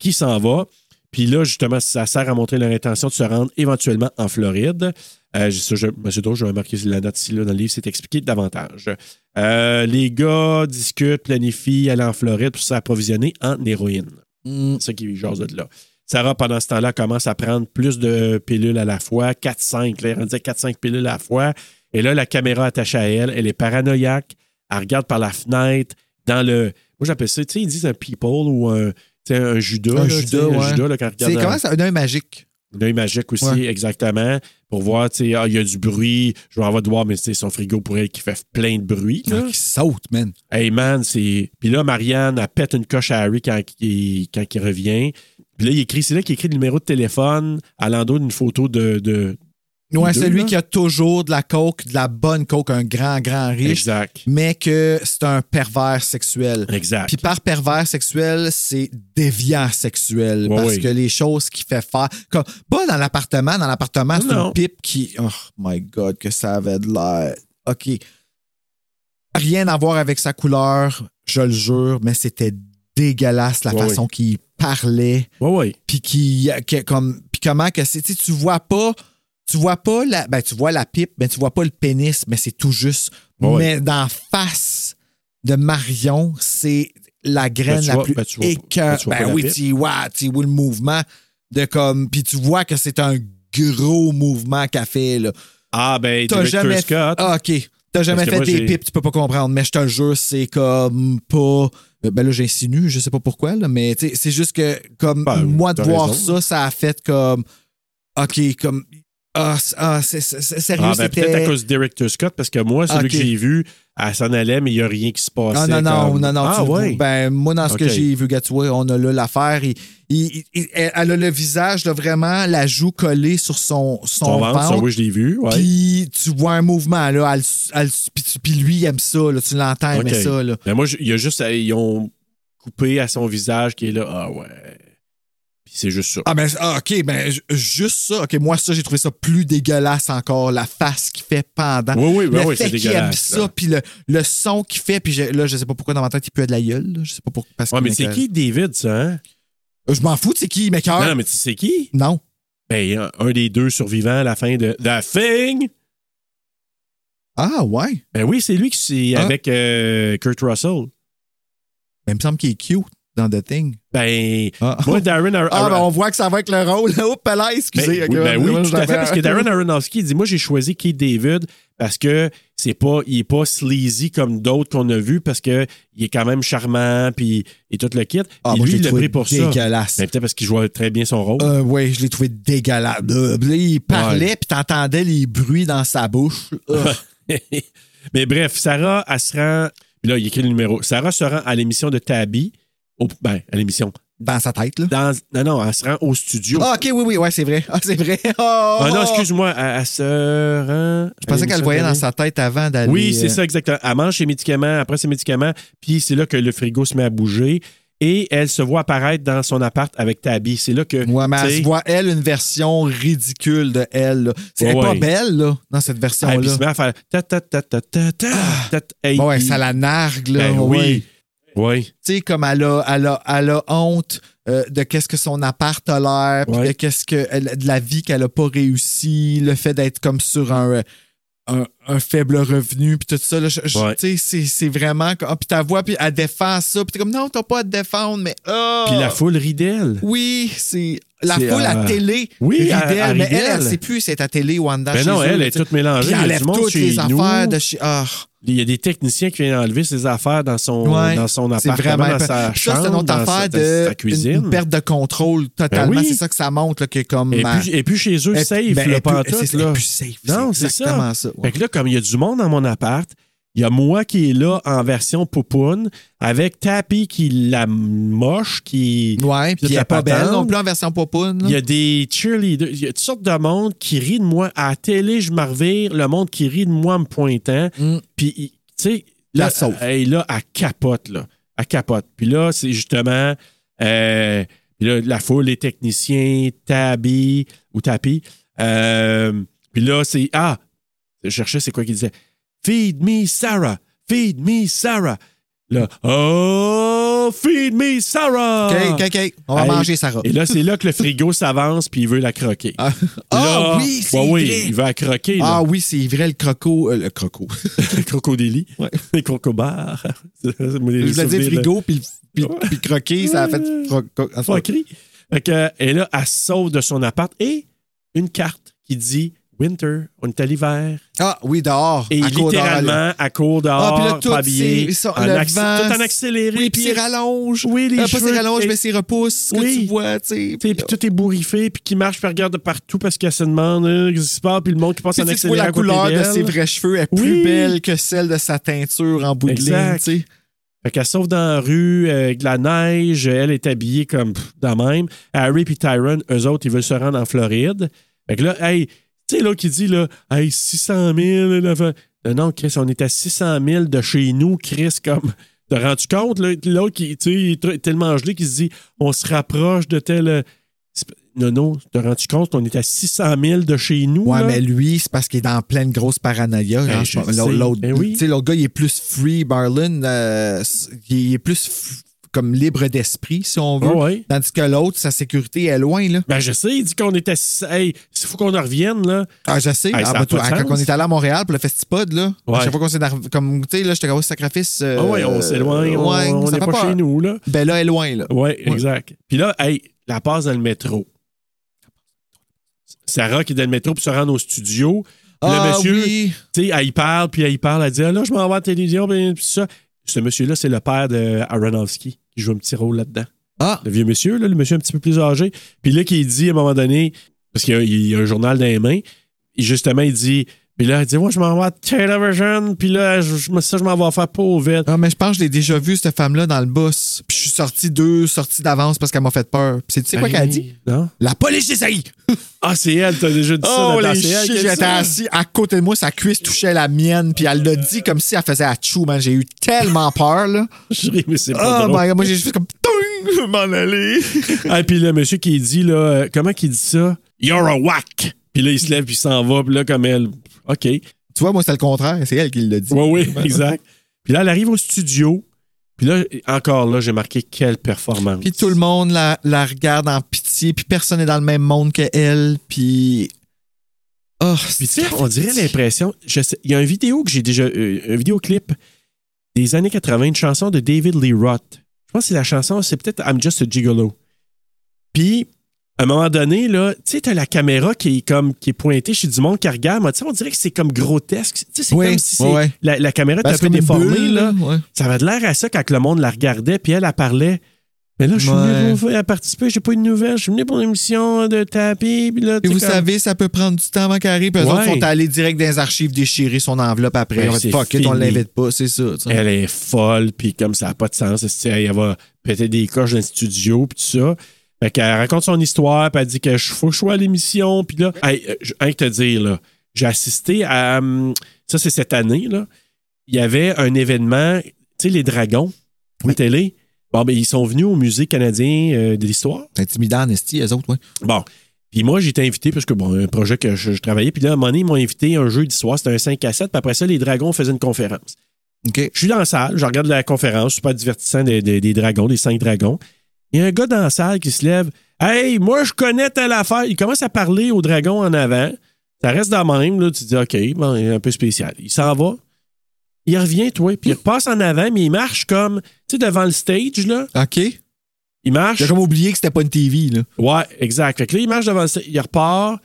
A: qui s'en va. Puis là, justement, ça sert à montrer leur intention de se rendre éventuellement en Floride. Euh, je- ça, je, Monsieur Drou, je vais marquer la note ici là, dans le livre, c'est expliqué davantage. Euh, les gars discutent, planifient aller en Floride pour s'approvisionner en héroïne.
B: Mm.
A: C'est ça qui jase de là. Sarah, pendant ce temps-là, commence à prendre plus de pilules à la fois, 4-5. Là, elle rendait 4-5 pilules à la fois. Et là, la caméra attachée à elle, elle est paranoïaque. Elle regarde par la fenêtre, dans le. Moi, j'appelle ça, tu sais, ils disent un people ou un, tu sais, un Judas. là,
B: Un
A: tu sais,
B: Judas, ouais.
A: Un Judas, là, quand elle regarde
B: C'est
A: dans-
B: comment ça? Un œil magique.
A: un œil magique aussi,
B: Ouais.
A: exactement, pour voir, tu sais, ah, il y a du bruit, je vais en avoir de voir, mais c'est son frigo pour elle qui fait plein de bruit. là.
B: Qui saute, man.
A: Hey man, c'est. Puis là, Marianne, elle pète une coche à Harry quand il, quand il revient. Puis là, il écrit, c'est là qu'il écrit le numéro de téléphone à l'endos d'une photo de. de
B: Ouais,
A: deux,
B: celui
A: là.
B: qui a toujours de la coke, de la bonne coke, un grand, grand riche,
A: Exact.
B: mais que c'est un pervers sexuel.
A: Exact.
B: Puis par pervers sexuel, c'est déviant sexuel.
A: Ouais,
B: parce
A: ouais.
B: que les choses qu'il fait faire. Comme, pas dans l'appartement. Dans l'appartement, c'est
A: Non.
B: une pipe qui. Oh my God, que ça avait de l'air. OK. Rien à voir avec sa couleur, je le jure, mais c'était dégueulasse la
A: Ouais,
B: façon
A: ouais.
B: qu'il parlait.
A: Ouais, ouais.
B: Puis qui. que- comme, puis comment que c'est. Tu sais, tu vois pas. Tu vois pas la. Ben, tu vois la pipe, mais tu vois pas le pénis, mais c'est tout juste.
A: Ouais, ouais.
B: Mais d'en face de Marion, c'est la graine
A: tu
B: la
A: vois-
B: plus
A: ben, tu vois pas- ben,
B: écœurante.
A: tu vois pas
B: Ben
A: la
B: oui,
A: pipe.
B: tu vois, tu vois le mouvement de comme. Puis tu vois que c'est un gros mouvement qu'a fait, là.
A: Ah, ben,
B: T'as
A: David
B: jamais.
A: Prescott.
B: Ah, OK. T'as
A: Parce
B: jamais
A: que
B: fait
A: moi, j'ai-
B: des pipes, tu peux pas comprendre, mais je te le jure, c'est comme pas. Ben là, j'insinue, je sais pas pourquoi, là, mais tu sais, c'est juste que, comme
A: Ben,
B: moi, de
A: t'as
B: voir
A: raison.
B: ça, ça a fait comme. OK, comme. Ah, c'est- ah, c'est c'est- c'est sérieux,
A: Ah, ben, peut-être à
B: c'était. Ah,
A: cause de Director Scott, parce que moi, celui
B: Ok.
A: que j'ai vu, elle s'en allait, mais il n'y a rien qui se passait.
B: Ah non, non,
A: comme-
B: non, non.
A: Ah,
B: tu-
A: ouais.
B: Ben, moi, dans ce
A: Ok.
B: que j'ai vu, Gatoué, on a là l'affaire. il- il- il- elle elle a le visage, là, vraiment, la joue collée sur son, son,
A: Son ventre, ça,
B: ventre.
A: oui, je l'ai vu. Ouais.
B: Puis tu vois un mouvement, là. elle- elle- puis tu- Puis lui, il aime ça, là. Tu l'entends aimer
A: Ok.
B: ça, là.
A: Ben, moi, je- il y a juste. Ils ont coupé à son visage qui est là. Ah, ouais. Puis c'est juste ça.
B: Ah, ben, ah, OK, ben, ju- juste ça. OK, moi, ça, j'ai trouvé ça plus dégueulasse encore, la face qu'il fait pendant.
A: Oui, oui, oui,
B: Ah, le
A: oui, c'est
B: fait qu'il aime
A: dégueulasse, là.
B: ça, puis le, le son qu'il fait, puis j'ai- là, je sais pas pourquoi dans ma tête, il peut être de la gueule. là. Je sais pas pourquoi. parce
A: Ouais,
B: qu'il
A: mais c'est
B: m'écoeure.
A: qui David, ça, hein?
B: Euh, Je m'en fous, c'est qui, il m'écoeure.
A: Non, mais tu sais qui?
B: Non.
A: Ben, un, un des deux survivants à la fin de The Thing.
B: Ah, ouais.
A: Ben oui, c'est lui qui c'est
B: Ah.
A: avec euh, Kurt Russell.
B: Mais il me semble qu'il est cute dans The Thing.
A: Ben,
B: Ah. *laughs*
A: moi, Darren Ar-
B: Ah,
A: Ar-
B: ben, on voit que ça va avec le rôle. *laughs* Oups, là,
A: Ben,
B: excusez.
A: oui,
B: ok,
A: ben
B: ouais,
A: oui,
B: ouais,
A: tout
B: je
A: à fait.
B: l'avais-
A: Parce que Darren Aronofsky il dit Moi, j'ai choisi Keith David parce que c'est pas, il est pas sleazy comme d'autres qu'on a vus parce qu'il est quand même charmant puis et tout le kit.
B: Ah,
A: Et lui,
B: moi, je l'ai
A: il l'a
B: trouvé
A: pris pour ça.
B: dégueulasse.
A: Ben, peut-être parce qu'il jouait très bien son rôle.
B: Euh, ouais, je l'ai trouvé dégueulasse. Euh, là, il parlait, puis t'entendais les bruits dans sa bouche.
A: *laughs*
B: Euh,
A: Mais bref, Sarah, elle se rend. puis Là, il écrit le numéro. Sarah se rend à l'émission de Tabby. Au, ben, à l'émission.
B: dans sa tête, là.
A: Dans- non, non, elle se rend au studio.
B: Ah, ok, oui, oui, ouais, c'est vrai. Ah, c'est vrai. *laughs* Oh,
A: Ah non, excuse-moi, elle, elle se rend.
B: Je pensais qu'elle le voyait dans sa tête avant d'aller.
A: Oui, c'est
B: euh,
A: ça, exactement. Elle mange ses médicaments, après ses médicaments, puis c'est là que le frigo se met à bouger et elle se voit apparaître dans son appart avec Tabby. C'est là que.
B: Ouais, mais
A: tu
B: elle
A: sais,
B: se voit, elle, une version ridicule de elle. là. C'est elle est
A: Ouais,
B: pas
A: ouais.
B: belle, là, dans cette
A: elle, puis
B: version-là.
A: se met à faire ta, ta, ta, ta, ta, ta, ta, hey,
B: Bon, ouais,
A: puis-
B: ça la nargue, là.
A: Ben
B: ouais.
A: oui. Oui.
B: Tu sais, comme elle a, elle a, elle a honte euh, de qu'est-ce que son appart a l'air, puis
A: Ouais.
B: de qu'est-ce que elle- de la vie qu'elle a pas réussi, le fait d'être comme sur un, euh, un, un faible revenu, puis tout ça. là, je- je-
A: Ouais.
B: Tu sais, c'est- c'est vraiment. comme- Ah, puis ta voix, puis elle défend ça, puis t'es comme non, t'as pas à te défendre, mais ah!
A: Puis la foule rit d'elle.
B: Oui, c'est. La
A: C'est,
B: foule
A: euh,
B: à télé.
A: oui, à-
B: Ridel,
A: à
B: mais
A: Ridel.
B: elle, elle sait plus si c'est à télé ou en dedans.
A: Mais
B: chez
A: Ben non,
B: eux,
A: elle
B: là,
A: est
B: tu sais.
A: toute mélangée.
B: Puis
A: Il y a
B: Elle
A: du
B: lève
A: monde
B: toutes
A: chez
B: les
A: nous.
B: affaires de chez. Ah.
A: Il y a des techniciens qui viennent enlever ses affaires dans son,
B: Ouais,
A: dans son
B: c'est
A: appartement,
B: vraiment
A: dans sa
B: Puis ça,
A: chambre,
B: c'est une autre
A: dans sa,
B: affaire
A: dans
B: de
A: sa cuisine.
B: Une, une perte de contrôle totalement.
A: Ben oui.
B: C'est ça que ça montre là, que comme
A: Et
B: euh,
A: puis, et puis chez eux,
B: elle-
A: safe,
B: ben,
A: le
B: elle peut-
A: pantoute,
B: c'est- elle
A: là.
B: est plus safe,
A: Non, c'est
B: exactement
A: ça. Ben,
B: ça, ouais.
A: Fait que là, comme il y a du monde dans mon appart, il y a moi qui est là en version poupoune, avec Tappy qui la moche, qui.
B: ouais, puis
A: toute
B: elle
A: la
B: est pas belle
A: patente.
B: non plus en version popoune. là.
A: Il y a des cheerleaders, il y a toutes sortes de monde qui rit de moi. À la télé, je me revire, le monde qui rit de moi en me pointant.
B: Mm.
A: Puis, il- tu sais,
B: La
A: là,
B: sauve.
A: elle, là, elle capote, là. Elle capote. Puis là, c'est justement, euh, puis là, la foule, les techniciens, Tabi ou Tapi. Euh, puis là, c'est, ah, je cherchais, c'est quoi qu'il disait? Feed me, Sarah! Feed me, Sarah! Là, oh, feed me, Sarah!
B: OK, OK, OK. On va
A: Hey,
B: manger, Sarah.
A: Et là, c'est là que le frigo s'avance puis il veut la croquer.
B: Ah,
A: Là,
B: ah oui, c'est
A: ouais, oui,
B: vrai.
A: il veut la croquer.
B: Ah
A: là.
B: oui, c'est vrai, le croco. euh,
A: *laughs*
B: le croco.
A: le crocodélie. *laughs*
B: Ouais.
A: Le crocobar. Je
B: Je voulais dire frigo, puis le- puis-
A: Ouais.
B: puis le croqué, ça a fait. croco- en tout cas.
A: Fait que, et là, elle sauve de son appart et une carte qui dit Winter, on est à l'hiver.
B: Ah oui, dehors.
A: Et
B: à court Ah, dehors, là.
A: littéralement, à cours dehors, pas habillé,
B: c'est- ça,
A: en
B: le
A: acc-
B: vent,
A: tout en accéléré.
B: Oui, puis
A: puis-
B: c'est rallonge.
A: Oui, les
B: Euh, Pas
A: cheveux-
B: c'est rallonge,
A: et-
B: mais c'est repousse. Que
A: Oui.
B: tu vois, tu sais.
A: T'sais, puis tout est bourriffé, puis qui marche, puis regarde de partout parce qu'elle se demande euh, qu'est-ce qui se passe, puis le monde qui passe
B: Puis
A: en
B: Ah, tu sais, tu vois,
A: accéléré.
B: la
A: à côté
B: couleur de
A: d'elle.
B: ses vrais cheveux est plus
A: Oui.
B: belle que celle de sa teinture en bout de ligne.
A: Exact.
B: tu sais.
A: Fait qu'elle sauve dans la rue, euh, avec de la neige, elle est habillée comme pff, dans la même. Harry puis Tyron, eux autres, ils veulent se rendre en Floride. Fait que là, hey, tu sais, là, qui dit, là, hey, 600 000, là, fait- Euh, non, Chris, on est à 600 000 de chez nous, Chris, comme. T'as rendu compte, là, l'autre, qui, tu sais, il est tr- tellement gelé qu'il se dit, on se rapproche de tel. euh, c'est pas- Non, non, t'as rendu compte, on est à 600 000 de chez nous.
B: Ouais,
A: là.
B: mais lui, c'est parce qu'il est dans pleine grosse paranoïa.
A: Ben,
B: genre,
A: je
B: je-
A: sais.
B: l'autre- L'autre
A: Ben oui.
B: tu sais, l'autre gars, il est plus free, Barlin. euh, il est plus f- comme libre d'esprit, si on veut.
A: Ah ouais.
B: Tandis que l'autre, sa sécurité est loin. Là.
A: Ben, je sais, il dit qu'on est à 600 Hey, il faut qu'on en revienne, là.
B: Ah, je sais.
A: Hey,
B: Ah,
A: ça a
B: bah,
A: pas
B: toi,
A: de
B: quand
A: sens.
B: on est allé à Montréal pour le Festipod, là,
A: Ouais.
B: à chaque fois qu'on s'est arri- comme tu sais, là, j'étais au sacrifice. euh,
A: Ah ouais, on s'éloigne, on-
B: ouais,
A: on
B: ça
A: n'est
B: fait
A: pas
B: peur.
A: chez nous, là.
B: Ben là, elle est loin, là.
A: Ouais, exact. Puis là, hey, la passe dans le métro. Sarah qui est dans le métro pour se rendre au studio. Le
B: Ah,
A: monsieur,
B: oui.
A: tu sais, elle y parle, puis elle y parle, elle dit Ah là, je m'en vais à la télévision, puis puis ça. Ce monsieur-là, c'est le père de Aronofsky qui joue un petit rôle là-dedans.
B: Ah.
A: Le vieux monsieur, là, le monsieur un petit peu plus âgé. Puis là, qui dit à un moment donné, parce qu'il y a, il y a un journal dans les mains, et justement, il dit Puis là, il dit Moi, je m'en vais à la télévision, puis là, je, je- ça, je m'en vais faire pauvre.
B: Ah, mais je pense que je l'ai déjà vu, cette femme-là, dans le bus. Puis je suis sorti deux sorties d'avance parce qu'elle m'a fait peur. Puis c'est- tu sais quoi qu'elle a dit?
A: Non.
B: La police essaye!
A: Ah, c'est elle, t'as déjà dit ça.
B: Oh,
A: Nathan,
B: les
A: c'est elle qui a
B: chiens!
A: dit
B: J'étais
A: ça.
B: assis à côté de moi, sa cuisse touchait la mienne, puis elle l'a dit comme si elle faisait à chou, man. J'ai eu tellement peur, là.
A: *laughs* Je ris, mais c'est pas
B: Oh
A: drôle.
B: my god, moi j'ai juste fait comme Ting! Je vais m'en aller!
A: Ah, puis le monsieur qui dit, là, euh, comment qu'il dit ça? You're a whack! Puis là, il se lève, puis il s'en va, puis là, comme elle, OK. Oui,
B: Tu vois, moi c'était le contraire, c'est elle qui l'a dit.
A: oui, exact. Puis là, elle arrive au studio, puis là, encore là, j'ai marqué quelle performance.
B: Puis tout le monde la, la regarde en pitié, puis personne n'est dans le même monde qu'elle, puis. Oh,
A: Puis tu sais, on dirait l'impression. je sais- Il y a une vidéo que j'ai déjà. euh, un vidéoclip des années 80, une chanson de David Lee Roth. Je pense que c'est la chanson, c'est peut-être I'm Just a Gigolo. Puis, à un moment donné, là, tu sais, t'as la caméra qui est comme qui est pointée chez du monde qui regarde, mais tu sais, on dirait que c'est comme grotesque. Tu sais, c'est
B: Oui,
A: comme si c'est-
B: ouais, ouais.
A: La, la caméra
B: Ben,
A: est un
B: c'est
A: peu
B: comme une
A: déformée,
B: bulle,
A: là.
B: ouais.
A: Ça avait de l'air à ça quand le monde la regardait, puis elle, elle parlait. Mais là, je suis
B: Ouais.
A: venu pour- à participer, j'ai pas eu de nouvelles, je suis venu pour l'émission de tapis, puis là,
B: Et
A: tu sais,
B: vous
A: comme-
B: savez, ça peut prendre du temps avant qu'elle arrive. Puis eux
A: Ouais.
B: autres sont allés direct dans les archives déchirer son enveloppe après.
A: Ben,
B: on va
A: c'est
B: dire, fuck it, on
A: fini.
B: l'invite pas, c'est ça. tu sais.
A: Elle est folle, puis comme ça n'a pas de sens, elle se dit, elle va péter des coches dans le studio, puis tout ça. Fait qu'elle raconte son histoire, puis elle dit que je- faut que je sois à l'émission, puis là, hey, euh, je- rien que te dire, là, j'ai assisté à. hum, Ça, c'est cette année, là. Il y avait un événement, tu sais, les dragons, à télé. Bon, ben, ils sont venus au Musée canadien euh, de l'histoire.
B: C'est intimidant, Anesti, eux autres, ouais.
A: Bon. Puis moi, j'étais invité parce que, bon, un projet que je, je travaillais. Puis là, à un moment donné, ils m'ont invité un jeudi soir. C'était un 5 à 7. Puis après ça, les Dragons faisaient une conférence. Je suis dans la salle, je regarde la conférence, super divertissant des, des- des dragons, des cinq dragons. Il y a un gars dans la salle qui se lève. Hey, moi, je connais telle affaire. Il commence à parler au dragon en avant. Ça reste dans le même. Là, tu te dis, OK, bon, il est un peu spécial. Il s'en va. Il revient, toi, puis il repasse en avant, mais il marche comme, tu sais, devant le stage, là.
B: OK.
A: Il marche.
B: J'ai comme oublié que c'était pas une TV, là.
A: Ouais, exact. Fait que là, il marche devant le stage, il repart,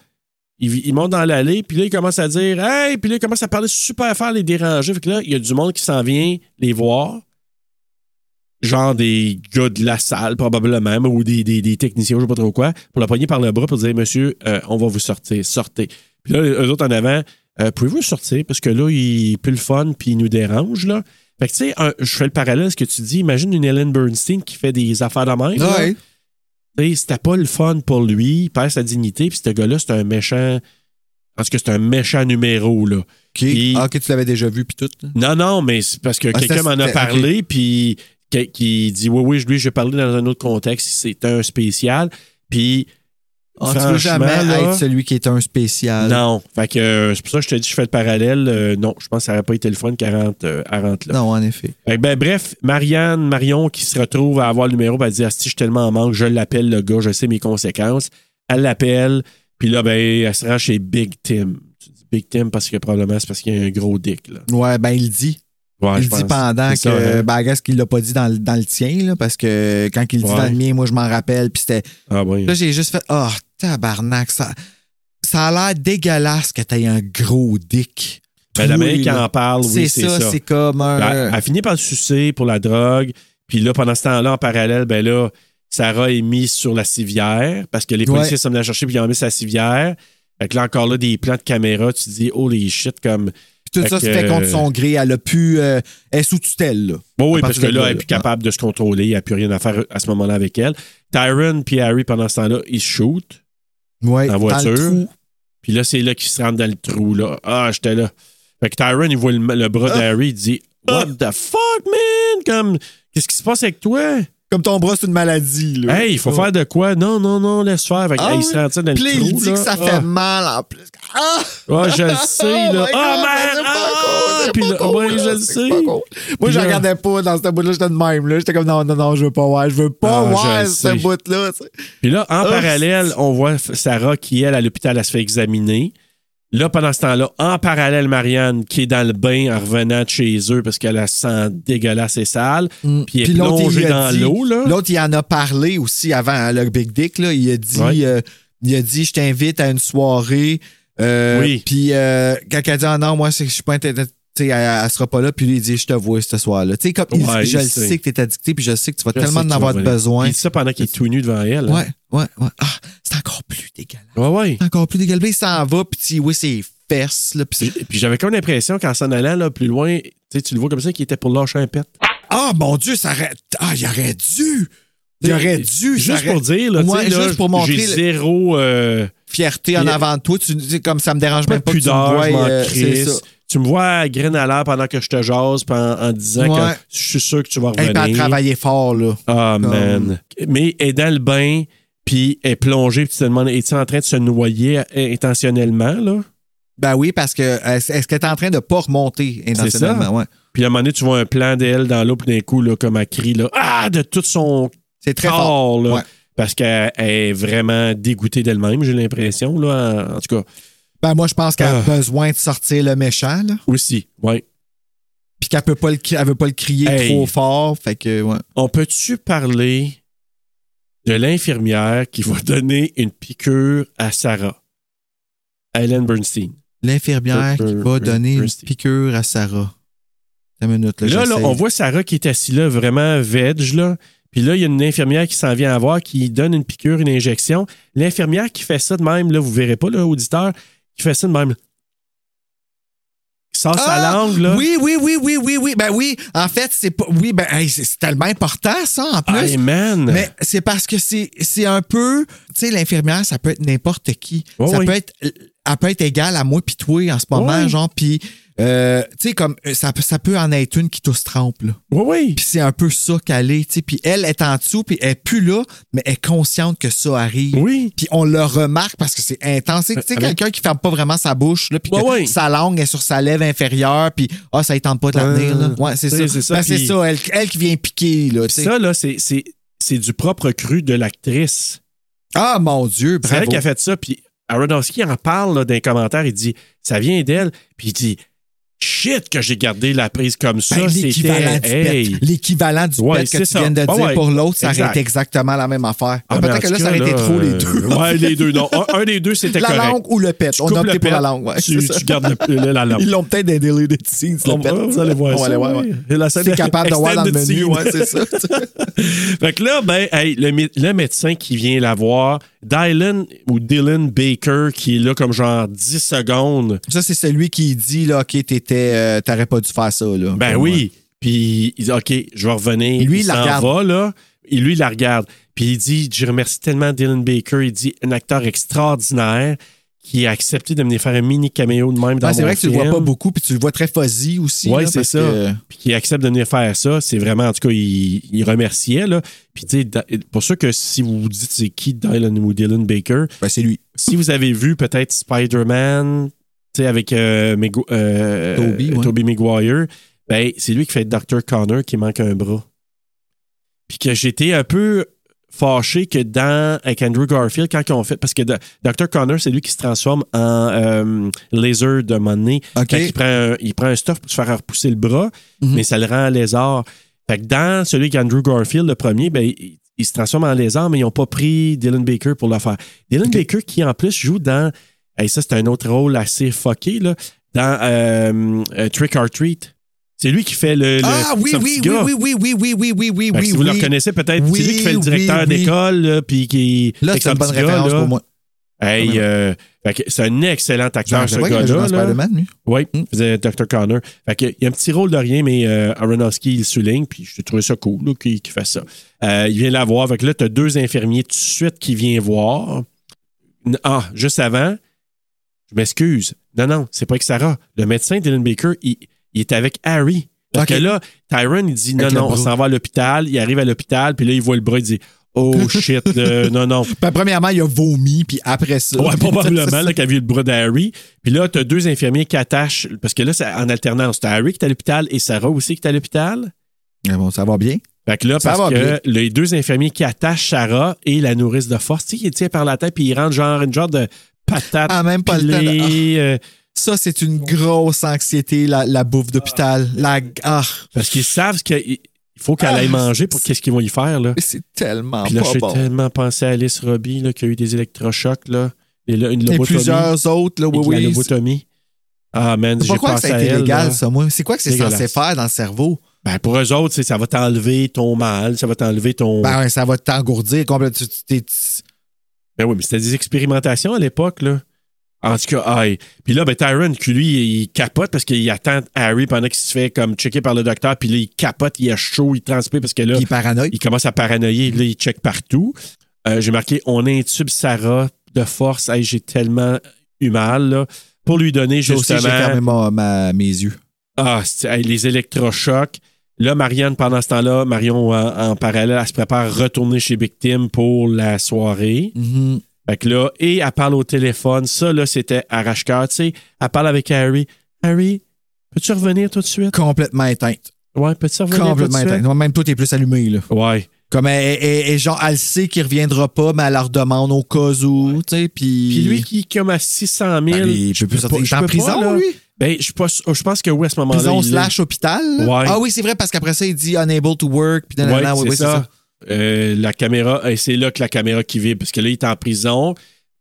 A: il, il monte dans l'allée, puis là, il commence à dire Hey, puis là, il commence à parler super fort, les déranger. Fait que là, il y a du monde qui s'en vient les voir. Genre des gars de la salle, probablement, ou des, des- des techniciens, je sais pas trop quoi, pour le poigner par le bras pour dire Monsieur, euh, on va vous sortir, sortez. Puis là, eux autres en avant, Euh, pouvez-vous sortir? Parce que là, il pue le fun, puis il nous dérange, là. Fait que tu sais, un- je fais le parallèle à ce que tu dis. Imagine une Ellen Bernstein qui fait des affaires de même. là.
B: Ouais.
A: Tu sais, c'était pas le fun pour lui, il perd sa dignité, puis ce gars-là, c'est un méchant. Parce que c'est un méchant numéro, là. Puis-
B: Ah, OK, tu l'avais déjà vu, puis tout. là.
A: Non, non, mais c'est parce que
B: Ah,
A: quelqu'un
B: c'était-
A: m'en a
B: c'était-
A: parlé, puis que- qui dit Oui, oui, lui, j'ai parlé dans un autre contexte, c'est un spécial. Puis.
B: Ah, tu
A: franchement,
B: veux jamais
A: là,
B: être celui qui est un spécial.
A: Non. Fait que euh, c'est pour ça que je te dis, je fais le parallèle. Euh, non, je pense que ça n'aurait pas été le fun qu'elle rentre, euh, elle rentre là.
B: Non, en effet.
A: Fait que, ben, bref, Marianne, Marion qui se retrouve à avoir le numéro, ben, elle dit Si je suis tellement en manque, je l'appelle le gars, je sais mes conséquences. Elle l'appelle, puis là, ben, elle se rend chez Big Tim. Tu dis Big Tim parce que probablement c'est parce qu'il y a un gros dick. Là.
B: Ouais, ben il le dit.
A: Ouais,
B: il
A: je
B: le dit
A: pense.
B: pendant que.
A: C'est ça, hein.
B: Ben, qu'est-ce qu'il l'a pas dit dans, le- dans le tien, là, parce que quand il le dit
A: Ouais.
B: dans le mien, moi, je m'en rappelle, puis c'était.
A: Ah, oui.
B: Là, j'ai juste fait Oh, tabarnak, ça, ça a l'air dégueulasse que t'aies un gros dick.
A: Ben, la
B: Troué,
A: manière qu'elle
B: là.
A: en parle, oui, c'est ça.
B: C'est comme un. euh,
A: Ben, elle, elle finit par le sucer pour la drogue. Puis là, pendant ce temps-là, en parallèle, ben là, Sarah est mise sur la civière parce que les
B: Ouais.
A: policiers sont venus la chercher puis ils ont mis sa civière. Fait que là, encore là, des plans de caméra, tu dis, oh les shit, comme.
B: Puis tout ça se
A: euh,
B: fait contre son gré. Elle a pu. euh, elle est sous tutelle, là.
A: Bon, oui,
B: À
A: parce
B: partir
A: que
B: de
A: là, elle est plus capable de se contrôler. Il n'y a plus rien à faire à ce moment-là avec elle. Tyron puis Harry, pendant ce temps-là, ils se shootent
B: Ouais,
A: dans la
B: dans le
A: voiture.
B: trou.
A: Puis là, c'est là qu'ils se rentrent dans le trou. Là. Ah, j'étais là. Fait que Tyron, il voit le, le
B: Ah!
A: bras d'Harry, il dit What the fuck, man? Comme, qu'est-ce qui se passe avec toi?
B: Comme ton bras, c'est une maladie, là.
A: Hey, il faut
B: Ouais.
A: faire de quoi? Non, non, non, laisse faire. Fait que,
B: Ah
A: hey, il
B: oui.
A: se rentre dans le
B: Puis là,
A: trou.
B: il dit
A: là.
B: que ça fait
A: Ah.
B: mal en plus. Ah! Oh
A: Ah, je
B: *laughs*
A: le sais, là.
B: my
A: Ah,
B: God,
A: man!
B: c'est pas
A: Ah!
B: cool, c'est
A: Puis
B: pas
A: là,
B: cool,
A: ouais, je
B: là,
A: le
B: c'est
A: sais.
B: pas cool. Moi,
A: Puis
B: je
A: là-
B: regardais pas dans ce bout-là, j'étais de même. là. J'étais comme non, non, non, je veux pas voir. Je veux pas
A: Ah, je
B: voir
A: le sais.
B: ce bout-là. tu sais.
A: Puis là, en
B: Ah,
A: parallèle, on voit F- Sarah qui, elle, à l'hôpital, elle se fait examiner. Là, pendant ce temps-là, en parallèle, Marianne qui est dans le bain en revenant de chez eux parce qu'elle la sent dégueulasse et sale. Puis elle est
B: Mm, l'autre, il
A: plongée
B: a
A: dans
B: dit-
A: l'eau, là.
B: L'autre, il en a parlé aussi avant, hein, le Big Dick. Là. Il a dit,
A: Ouais.
B: euh, il a dit, je t'invite à une soirée. euh,
A: Oui.
B: Puis euh, quand elle dit, ah non, moi, c'est que je suis pas intéressé. Elle, elle sera pas là, puis lui, il dit, je te vois ce soir-là. Tu sais, comme, il
A: Ouais,
B: dit, je
A: il
B: le
A: sait.
B: sais que t'es addicté, puis je sais que tu vas
A: Je sais
B: tellement en
A: qu'il va
B: avoir
A: revenir.
B: besoin.
A: Puis ça pendant qu'il est tout nu devant elle.
B: Ouais, ouais, ouais. Ah, c'est encore plus dégueulasse.
A: Ouais, ouais.
B: C'est encore plus dégueulasse. Il s'en va, puis tu- oui, ses fesses, là, puis c'est-
A: Puis j'avais comme l'impression qu'en s'en allant là, plus loin, tu sais, tu le vois comme ça, qu'il était pour lâcher un pet.
B: Ah, mon Dieu, ça aurait. Ah, il aurait dû. Il aurait dû. ça
A: Juste
B: aurait-
A: pour dire, là, tu
B: Ouais,
A: sais, là,
B: juste pour montrer
A: j'ai
B: le-
A: zéro euh,
B: fierté en
A: Et-
B: avant de toi. Tu dis comme ça me dérange
A: pas
B: même
A: de
B: pas que tu me
A: pudeur,
B: vois,
A: je m'en
B: euh, c'est ça.
A: crisse. Tu me vois à graine à l'air pendant que je te jase puis en, en disant
B: Ouais.
A: que je suis sûr que tu vas
B: Elle hey,
A: revenir.
B: puis elle travaillait fort, là.
A: Ah,
B: Comme-
A: man. Mais elle est dans le bain, puis elle est plongée, puis tu te demandes, es-tu en train de se noyer euh, intentionnellement, là?
B: Ben oui, parce que euh, est-ce qu'elle est en train de pas remonter
A: C'est
B: intentionnellement?
A: ça.
B: Ouais.
A: Puis à un moment donné, tu vois un plan d'elle dans l'eau, puis d'un coup, là, comme elle crie, là, ah, de tout son
B: C'est très
A: corps,
B: fort.
A: là.
B: Ouais.
A: Parce qu'elle elle est vraiment dégoûtée d'elle-même, j'ai l'impression, là, en- en tout cas.
B: Ben moi, je pense qu'elle a
A: Ah.
B: besoin de sortir le méchant, là.
A: Aussi, oui.
B: Puis qu'elle peut pas le, cri- elle veut pas le crier
A: Hey.
B: trop fort. Fait que, ouais.
A: On peut-tu parler de l'infirmière qui va donner une piqûre à Sarah? Helen Bernstein.
B: L'infirmière qui
A: Euh,
B: va
A: euh,
B: donner une
A: Christy.
B: piqûre à Sarah. Une minute, là.
A: Là, là,
B: j'essaie.
A: on voit Sarah qui est assise là, vraiment veg, là. Puis là, il y a une infirmière qui s'en vient à voir, qui donne une piqûre, une injection. L'infirmière qui fait ça de même, là, vous verrez pas, là, auditeur, qui fait ça de même. Qui sort sa
B: Ah!
A: langue, là.
B: Oui, oui, oui, oui, oui, oui. Ben oui, en fait, c'est pas. Oui, ben hey, c'est c'est tellement important, ça, en plus.
A: Hey, man!
B: Mais c'est parce que c'est c'est un peu. Tu sais, l'infirmière, ça peut être n'importe qui.
A: Ouais,
B: ça
A: ouais.
B: peut être. Elle peut être égale à moi pis toi en ce moment,
A: Ouais.
B: genre, puis Euh, tu sais, comme euh, ça, peut- ça peut en être une qui tous trempe, là.
A: Oui, oui.
B: Puis c'est un peu ça qu'elle est, tu sais. Puis elle est en dessous, puis elle est plus là, mais elle est consciente que ça arrive.
A: Oui. Euh,
B: Puis on le remarque parce que c'est intense. Tu sais,
A: Avec-
B: quelqu'un qui ferme pas vraiment sa bouche, là, puis
A: Ouais,
B: que
A: ouais.
B: sa langue est sur sa lèvre inférieure, puis ah, ça ne tente pas de la tenir, là. Ouais, c'est
A: Tu sais,
B: ça.
A: Euh, c'est ça,
B: Ben, c'est
A: puis-
B: ça, elle, elle qui vient piquer, là, tu sais.
A: Ça, là, c'est- c'est c'est du propre cru de l'actrice.
B: Ah, mon Dieu,
A: C'est
B: bravo.
A: elle qui a fait ça. Puis Aronofsky en parle là, dans les commentaires. Il dit Ça vient d'elle. Puis il dit Shit, que j'ai gardé la prise comme ça.
B: Ben, l'équivalent
A: C'était.
B: du
A: Hey.
B: pet. L'équivalent du
A: Ouais,
B: pet que
A: c'est
B: tu
A: ça.
B: viens de
A: Ah
B: dire
A: ouais,
B: pour l'autre, ça aurait
A: exact.
B: été exactement la même affaire.
A: Ah, mais en
B: Peut-être que
A: tout
B: là, ça
A: cas,
B: aurait été
A: là,
B: trop les
A: euh,
B: deux.
A: ouais, les deux, non. Un, un des deux, c'était
B: la
A: correct.
B: langue ou le pet.
A: Tu
B: On
A: coupes
B: a
A: le
B: opté pour
A: pet,
B: la langue. ouais,
A: tu,
B: c'est ça.
A: tu gardes le- le- la
B: *laughs*
A: langue.
B: Ils l'ont peut-être dans des délais de signes,
A: On
B: le pet.
A: va- vous allez voir
B: On va
A: ça.
B: aller voir,
A: oui.
B: ouais.
A: Et la scène
B: C'est capable de voir dans le
A: extended
B: menu.
A: scene.
B: ouais, c'est ça.
A: *laughs* Fait que là, ben, hey, le, mé- le médecin qui vient la voir, Dylan ou Dylan Baker, qui est là comme genre 10 secondes.
B: Ça, c'est celui qui dit, là, OK, t'étais, euh, t'aurais pas dû faire ça, là.
A: Ben
B: Comme,
A: oui. Puis il dit OK, je vais revenir.
B: Lui,
A: il
B: il la
A: s'en
B: regarde.
A: va, là. Et lui, il la regarde. Puis il dit Je remercie tellement Dylan Baker. Il dit un acteur extraordinaire qui a accepté de venir faire un mini caméo de même dans
B: Ouais, Ben, c'est
A: mon
B: vrai que tu le
A: film.
B: vois pas beaucoup, puis tu le vois très fuzzy aussi.
A: Oui,
B: là,
A: c'est
B: parce
A: ça.
B: que-
A: Puis qui accepte de venir faire ça, c'est vraiment, en tout cas, il, il remerciait. Là. Puis, tu sais, da- pour ça que si vous vous dites c'est qui Dylan ou Dylan Baker,
B: Ben, c'est lui.
A: si vous avez vu peut-être Spider-Man, tu sais, avec euh, Migu- euh,
B: Toby, ouais.
A: Tobey Maguire, ben, c'est lui qui fait Dr. Connor qui manque un bras. Puis que j'étais un peu fâché que dans, avec Andrew Garfield, quand ils ont fait, parce que Do- Dr. Connor, c'est lui qui se transforme en euh, laser de monnaie.
B: OK. Mhm.
A: il, prend un, il prend un stuff pour se faire repousser le bras, mais ça le rend en lézard. Fait que dans celui avec Andrew Garfield, le premier, ben, il, il se transforme en lézard, mais ils n'ont pas pris Dylan Baker pour le faire. Dylan Baker, qui en plus joue dans. Hey, ça, c'est un autre rôle assez fucké, là. Dans euh, euh, Trick or Treat. C'est lui qui fait le. le-
B: Ah oui,
A: son petit
B: oui, oui,
A: gars.
B: oui, oui, oui, oui, oui, oui, oui,
A: Fait que
B: oui.
A: si vous le
B: oui.
A: reconnaissez peut-être,
B: Oui,
A: c'est lui qui fait le
B: oui,
A: directeur
B: oui.
A: d'école, là, puis qui.
B: Là,
A: avec
B: c'est
A: son
B: une bonne
A: petit gars,
B: référence
A: là.
B: pour moi.
A: Hey, euh, fait que c'est un excellent acteur, ce
B: Je vois qu'il a joué
A: gars-là.
B: dans
A: là.
B: Spider-Man, lui.
A: Oui, il faisait Dr. Connor. Fait que, il y a un petit rôle de rien, mais euh, Aronofsky, il le souligne, puis j'ai trouvé ça cool là, qu'il qu'il fasse ça. Euh, il vient la voir. Fait que là, tu as deux infirmiers tout de suite qui viennent voir. N- Ah, juste avant, je m'excuse. Non, non, c'est pas avec Sarah. Le médecin, Dylan Baker, il, il est avec Harry. Parce
B: Ok.
A: que là, Tyron, il dit non,
B: Avec le
A: non, on
B: bras.
A: s'en va à l'hôpital. Il arrive à l'hôpital, puis là, il voit le bras, il dit oh shit, euh, non, non.
B: Ben, premièrement, il a vomi, puis après ça. *laughs*
A: Ouais, probablement, là, qui a vu le bras d'Harry. Puis là, t'as deux infirmiers qui attachent, parce que là, c'est en alternance. T'as Harry qui est à l'hôpital et Sarah aussi qui est à l'hôpital.
B: Ah bon, ça va bien.
A: Fait que là,
B: Ça
A: parce
B: va bien.
A: que les deux infirmiers qui attachent Sarah et la nourrice de force, tu sais, il tient par la tête puis il rentre genre une genre de patate.
B: Ah, même pas le temps de- Ah.
A: pilée, euh,
B: Ça, c'est une grosse anxiété, la, la bouffe d'hôpital. La. Ah,
A: parce qu'ils savent ce qu'il faut qu'elle
B: Ah,
A: aille manger pour qu'est-ce qu'ils vont y faire, là.
B: c'est tellement
A: Puis là,
B: pas
A: j'ai
B: bon.
A: tellement pensé à Alice Robbie, là, qui a eu des électrochocs, là. Et là, une
B: Et
A: lobotomie.
B: plusieurs autres, là,
A: Et de la
B: oui, oui.
A: lobotomie. Ah, man, j'ai
B: C'est Pourquoi que
A: pensé
B: ça a
A: à
B: été
A: elle,
B: légal,
A: là.
B: ça, moi? C'est quoi que c'est censé
A: Dégueulasse.
B: faire dans le cerveau?
A: Ben, pour eux autres, c'est- ça va t'enlever ton mal, ça va t'enlever ton. Ben,
B: Ben, ouais, ça va t'engourdir complètement. Tu- tu- t'es- tu-
A: Ben oui, mais c'était des expérimentations à l'époque, là. En tout cas, aïe. Puis là, ben, Tyron, que lui, il capote parce qu'il attend Harry pendant qu'il se fait comme checker par le docteur, puis là, il capote, il a chaud, il transpire parce que là,
B: Il est paranoïaque.
A: il commence à paranoïer, là, il check partout. Euh, j'ai marqué On intube Sarah de force. Hey, j'ai tellement eu mal, là. Pour lui donner
B: J'ai aussi, j'ai
A: justement.
B: fermé ma- ma- mes yeux.
A: Ah, c'est- hey, les électrochocs. Là, Marianne, pendant ce temps-là, Marion, en, en parallèle, elle se prépare à retourner chez Victime pour la soirée.
B: Mhm.
A: Fait que là, et elle parle au téléphone. Ça, là, c'était arrache-cœur. Tu sais, elle parle avec Harry. Harry, peux-tu revenir tout de suite?
B: Complètement éteinte.
A: Ouais, peux-tu revenir
B: Complètement
A: tout de
B: éteinte.
A: suite?
B: Moi, Même toi, t'es plus allumé, là.
A: Ouais.
B: Comme elle, elle- elle- genre, elle sait qu'il reviendra pas, mais elle leur demande au cas où, tu sais, puis...
A: Puis lui qui est comme à 600 000.
B: Ben, il peut plus
A: je
B: sortir.
A: pas-
B: Il est
A: je
B: en
A: peux
B: prison,
A: pas, là.
B: lui?
A: Ben, je suis pas sûr- je pense que oui, à ce moment-là.
B: Prison
A: il l'est.
B: slash hôpital. là.
A: Ouais.
B: Ah oui, c'est vrai, parce qu'après ça, il dit unable to work, puis
A: Ouais,
B: nanana, oui,
A: c'est
B: oui, c'est
A: ça.
B: ça.
A: Euh, la caméra, et c'est là que la caméra qui vibre, parce que là, il est en prison.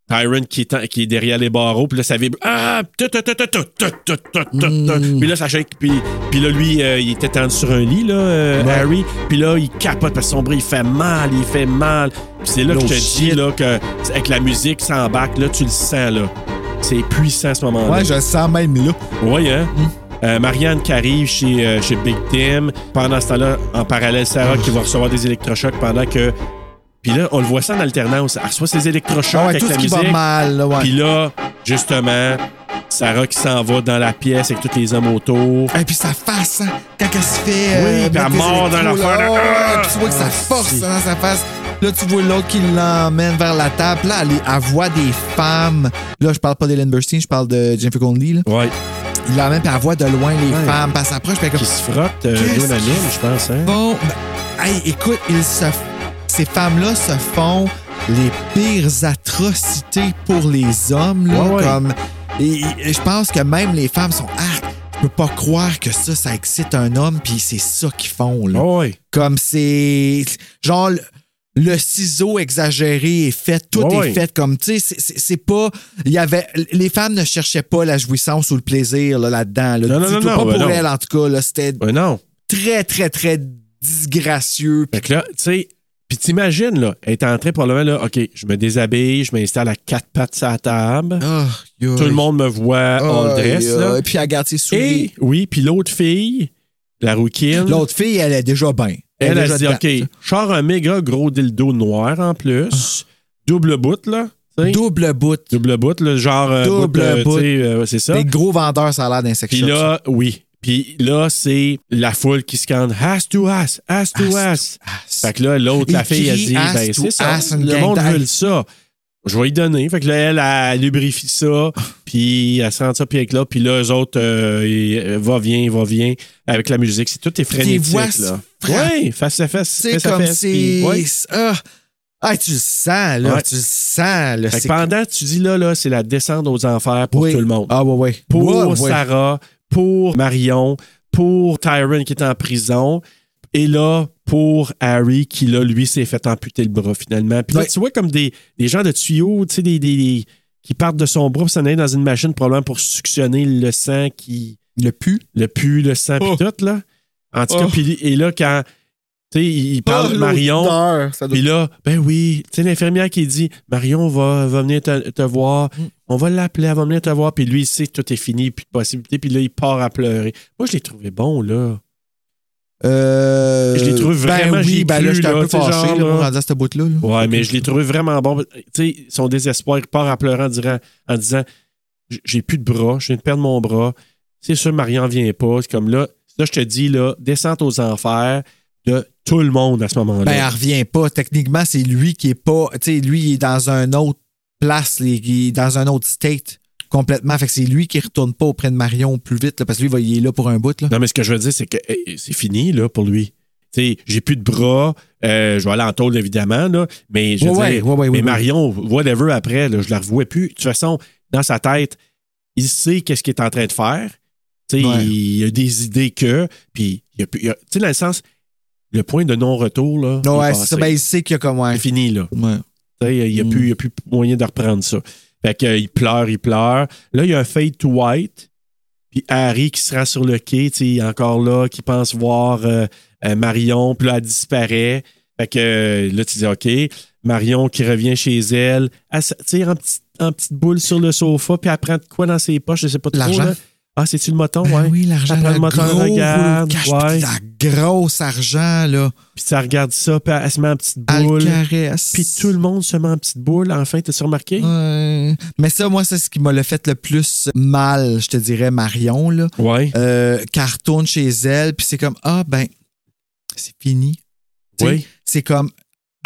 A: Tyron qui est, en- qui est derrière les barreaux, puis là, ça vibre. Ah! Tut, tut, tut, tut, tut, tut, tut, tut, tut.
B: Hmm.
A: Puis là, ça shake, puis, puis là, lui, euh, il était tendu sur un lit, là, euh,
B: Ouais.
A: Harry. Puis là, il capote parce que son bras, il fait mal, il fait mal. Puis c'est là que
B: No
A: je te dis,
B: shit.
A: là, que c'est- avec la musique, ça embarque, là, tu le sens, là. C'est puissant, ce moment-là.
B: Ouais, je le sens même là.
A: Oui, hein? Euh, Marianne qui arrive chez, euh, chez Big Tim. Pendant ce temps-là, en parallèle, Sarah qui va recevoir des électrochocs pendant que. Puis là, on le voit ça en alternance. Elle reçoit ses électrochocs
B: Ah ouais,
A: avec
B: tout
A: la
B: ce qui
A: musique.
B: va mal, là, ouais.
A: Puis là, justement, Sarah qui s'en va dans la pièce avec tous les hommes autour.
B: Et puis sa face, hein, quand elle se fait. euh,
A: Oui, puis
B: mettre
A: elle
B: des
A: mord dans
B: électrodes,
A: l'affaire,
B: là,
A: là.
B: ouais, puis tu vois que ça force
A: si.
B: dans sa face. Là, tu vois l'autre qui l'emmène vers la table. Là, elle, est- elle voit des femmes. Là, je parle pas d'Hélène Burstein, je parle de Jennifer Connelly. Là.
A: Ouais.
B: Il l'emmène, puis elle voit de loin les
A: Ouais.
B: femmes. Puis elle s'approche, puis elle
A: Qui
B: est comme,
A: se frotte, euh,
B: Qu'est-ce
A: Jim à Jim, je pense. Hein?
B: Bon, ben, hey, écoute, ils se, ces femmes-là se font les pires atrocités pour les hommes. Là,
A: Ouais, ouais.
B: Comme, et, et je pense que même les femmes sont ah, je peux pas croire que ça, ça excite un homme, puis c'est ça qu'ils font. Là.
A: Ah ouais.
B: Comme c'est genre le, le ciseau exagéré est fait, tout
A: Ouais,
B: est
A: ouais.
B: fait comme tu sais, c'est- c'est c'est pas il y avait les femmes ne cherchaient pas la jouissance ou le plaisir là, là-dedans. là.
A: Non, non,
B: Dis-toi
A: non,
B: pas
A: non,
B: pour
A: ben non.
B: elles en tout cas, là, c'était
A: Ouais, Ben non.
B: très, très, très disgracieux.
A: Fait que là, tu sais, puis t'imagines, là, elle est en train probablement, là, OK, je me déshabille, je m'installe à quatre pattes sur la table.
B: oh, Ah
A: Tout le monde me voit, on le dresse, là.
B: Et puis elle garde ses souliers.
A: Et, oui, puis l'autre fille, la rouquine,
B: L'autre fille, elle est déjà bien.
A: elle,
B: est
A: elle
B: déjà
A: se dit,
B: dedans.
A: OK, je sors un méga gros dildo noir en plus,
B: Ah.
A: double bout, là. tu sais.
B: Double bout.
A: Double bout, là, genre. euh,
B: Double
A: euh,
B: bout.
A: tu sais, euh, c'est ça.
B: Des gros vendeurs, ça a l'air d'un sex
A: Puis
B: shop, ça.
A: là, oui. Puis là, c'est la foule qui scande Ass to ass, ass to ass.
B: ass.
A: Fait que là, l'autre,
B: Il
A: la fille, elle
B: crie
A: dit
B: ass
A: Ben,
B: to
A: c'est ça.
B: ass, une
A: Le
B: gang
A: monde
B: d'ass.
A: veut ça. Je vais y donner. Fait que là, elle, elle, lubrifie
B: *laughs*
A: ça. Puis elle se rend ça, puis avec là. Puis là, eux autres, euh, ils- euh, va, viens, va, viens. Avec la musique, c'est tout est
B: Des
A: frénétique.
B: voix se
A: là.
B: frappent.
A: Oui, face à face.
B: C'est
A: face à
B: comme
A: face,
B: si.
A: puis- ouais.
B: Ah, Ah, tu le sens, là.
A: Ouais.
B: Tu le sens, là.
A: Fait que
B: C'est-
A: pendant, tu dis là, là, c'est la descente aux enfers pour
B: Oui.
A: tout le monde.
B: Ah, ouais, ouais.
A: pour
B: Ouais, ouais.
A: Sarah, pour Marion, pour Tyron qui est en prison, et là, pour Harry qui, là, lui, s'est fait amputer le bras finalement. Puis là,
B: Ouais.
A: tu vois comme des, des gens de tuyaux, tu sais, des, des- des- qui partent de son bras pour s'en aller dans une machine probablement pour suctionner le sang qui...
B: Le pu.
A: Le pu, le sang, puis tout, là. En tout cas,
B: Oh.
A: puis- et là, quand... Tu sais, il il parle
B: Ah,
A: de Marion.
B: l'odeur, ça doit-
A: Puis là, ben oui, tu sais, l'infirmière qui dit Marion va, va venir te, te voir, on va l'appeler, elle va venir te voir, puis lui, il sait que tout est fini, puis de possibilité, puis là, il part à pleurer. Moi, je l'ai trouvé bon, là.
B: Euh,
A: Je l'ai trouvé vraiment-
B: Ben
A: j'y ai
B: oui, ben
A: cru,
B: là, j'étais
A: là,
B: un peu
A: tu sais,
B: fâché,
A: genre,
B: là,
A: là.
B: rendu à cette bout-là. là.
A: Ouais, mais je l'ai trouvé vraiment bon. Tu sais, son désespoir, il part à pleurer en, dirant- en disant J- J'ai plus de bras, je viens de perdre mon bras. C'est sûr, Marion vient pas. C'est comme là, là, je te dis, là, descente aux enfers de tout le monde à ce moment-là.
B: Ben, elle revient pas. Techniquement, c'est lui qui est pas. Tu sais, lui, il est dans un autre place, les- il est dans un autre state complètement. Fait que c'est lui qui retourne pas auprès de Marion plus vite, là, parce que lui, il va- il est là pour un bout. Là.
A: Non, mais ce que je veux dire, c'est que eh, c'est fini là, pour lui. Tu sais, j'ai plus de bras, euh, je vais aller en tôle, évidemment, là, mais je veux
B: Ouais,
A: dire,
B: ouais, ouais, ouais,
A: mais
B: ouais.
A: Marion, whatever, après, là, je la revois plus. De toute façon, dans sa tête, il sait qu'est-ce qu'il est en train de faire. Tu sais,
B: Ouais.
A: il a des idées que, puis il y a plus- il y a- tu sais, dans le sens, le point de non-retour, là, il est
B: ouais,
A: passé.
B: c'est ça. Ben, il sait qu'il y a comme. Ouais.
A: c'est fini, là.
B: Ouais.
A: Tu sais, Il n'y a,
B: Mm.
A: plus- il y a plus moyen de reprendre ça. Fait que, euh, il pleure, il pleure. Là, il y a un fade to white. Puis Harry qui se rend sur le quai, tu sais, encore là, qui pense voir euh, euh, Marion. Puis là, elle disparaît. Fait que euh, là, tu dis OK. Marion qui revient chez elle. Elle se tire en, petit- en petite boule sur le sofa. Puis elle prend de quoi dans ses poches? Je sais pas trop.
B: L'argent.
A: là. Ah, c'est-tu le moton?
B: Ben
A: ouais.
B: oui, l'argent.
A: Elle prend
B: la
A: le moteur,
B: gros rouleau de
A: regarde,
B: cash,
A: ouais.
B: pis la grosse argent, là.
A: Puis ça regarde ça. Puis elle, elle se met en petite
B: Elle
A: boule.
B: caresse.
A: Puis tout le monde se met en petite boule. Enfin, t'as-tu remarqué?
B: Ouais. Mais ça, moi, c'est ce qui m'a le fait le plus mal, je te dirais, Marion, là.
A: Ouais.
B: Euh, qu'elle retourne chez elle, puis c'est comme, ah, ben, c'est fini. Tu sais,
A: Oui.
B: C'est comme,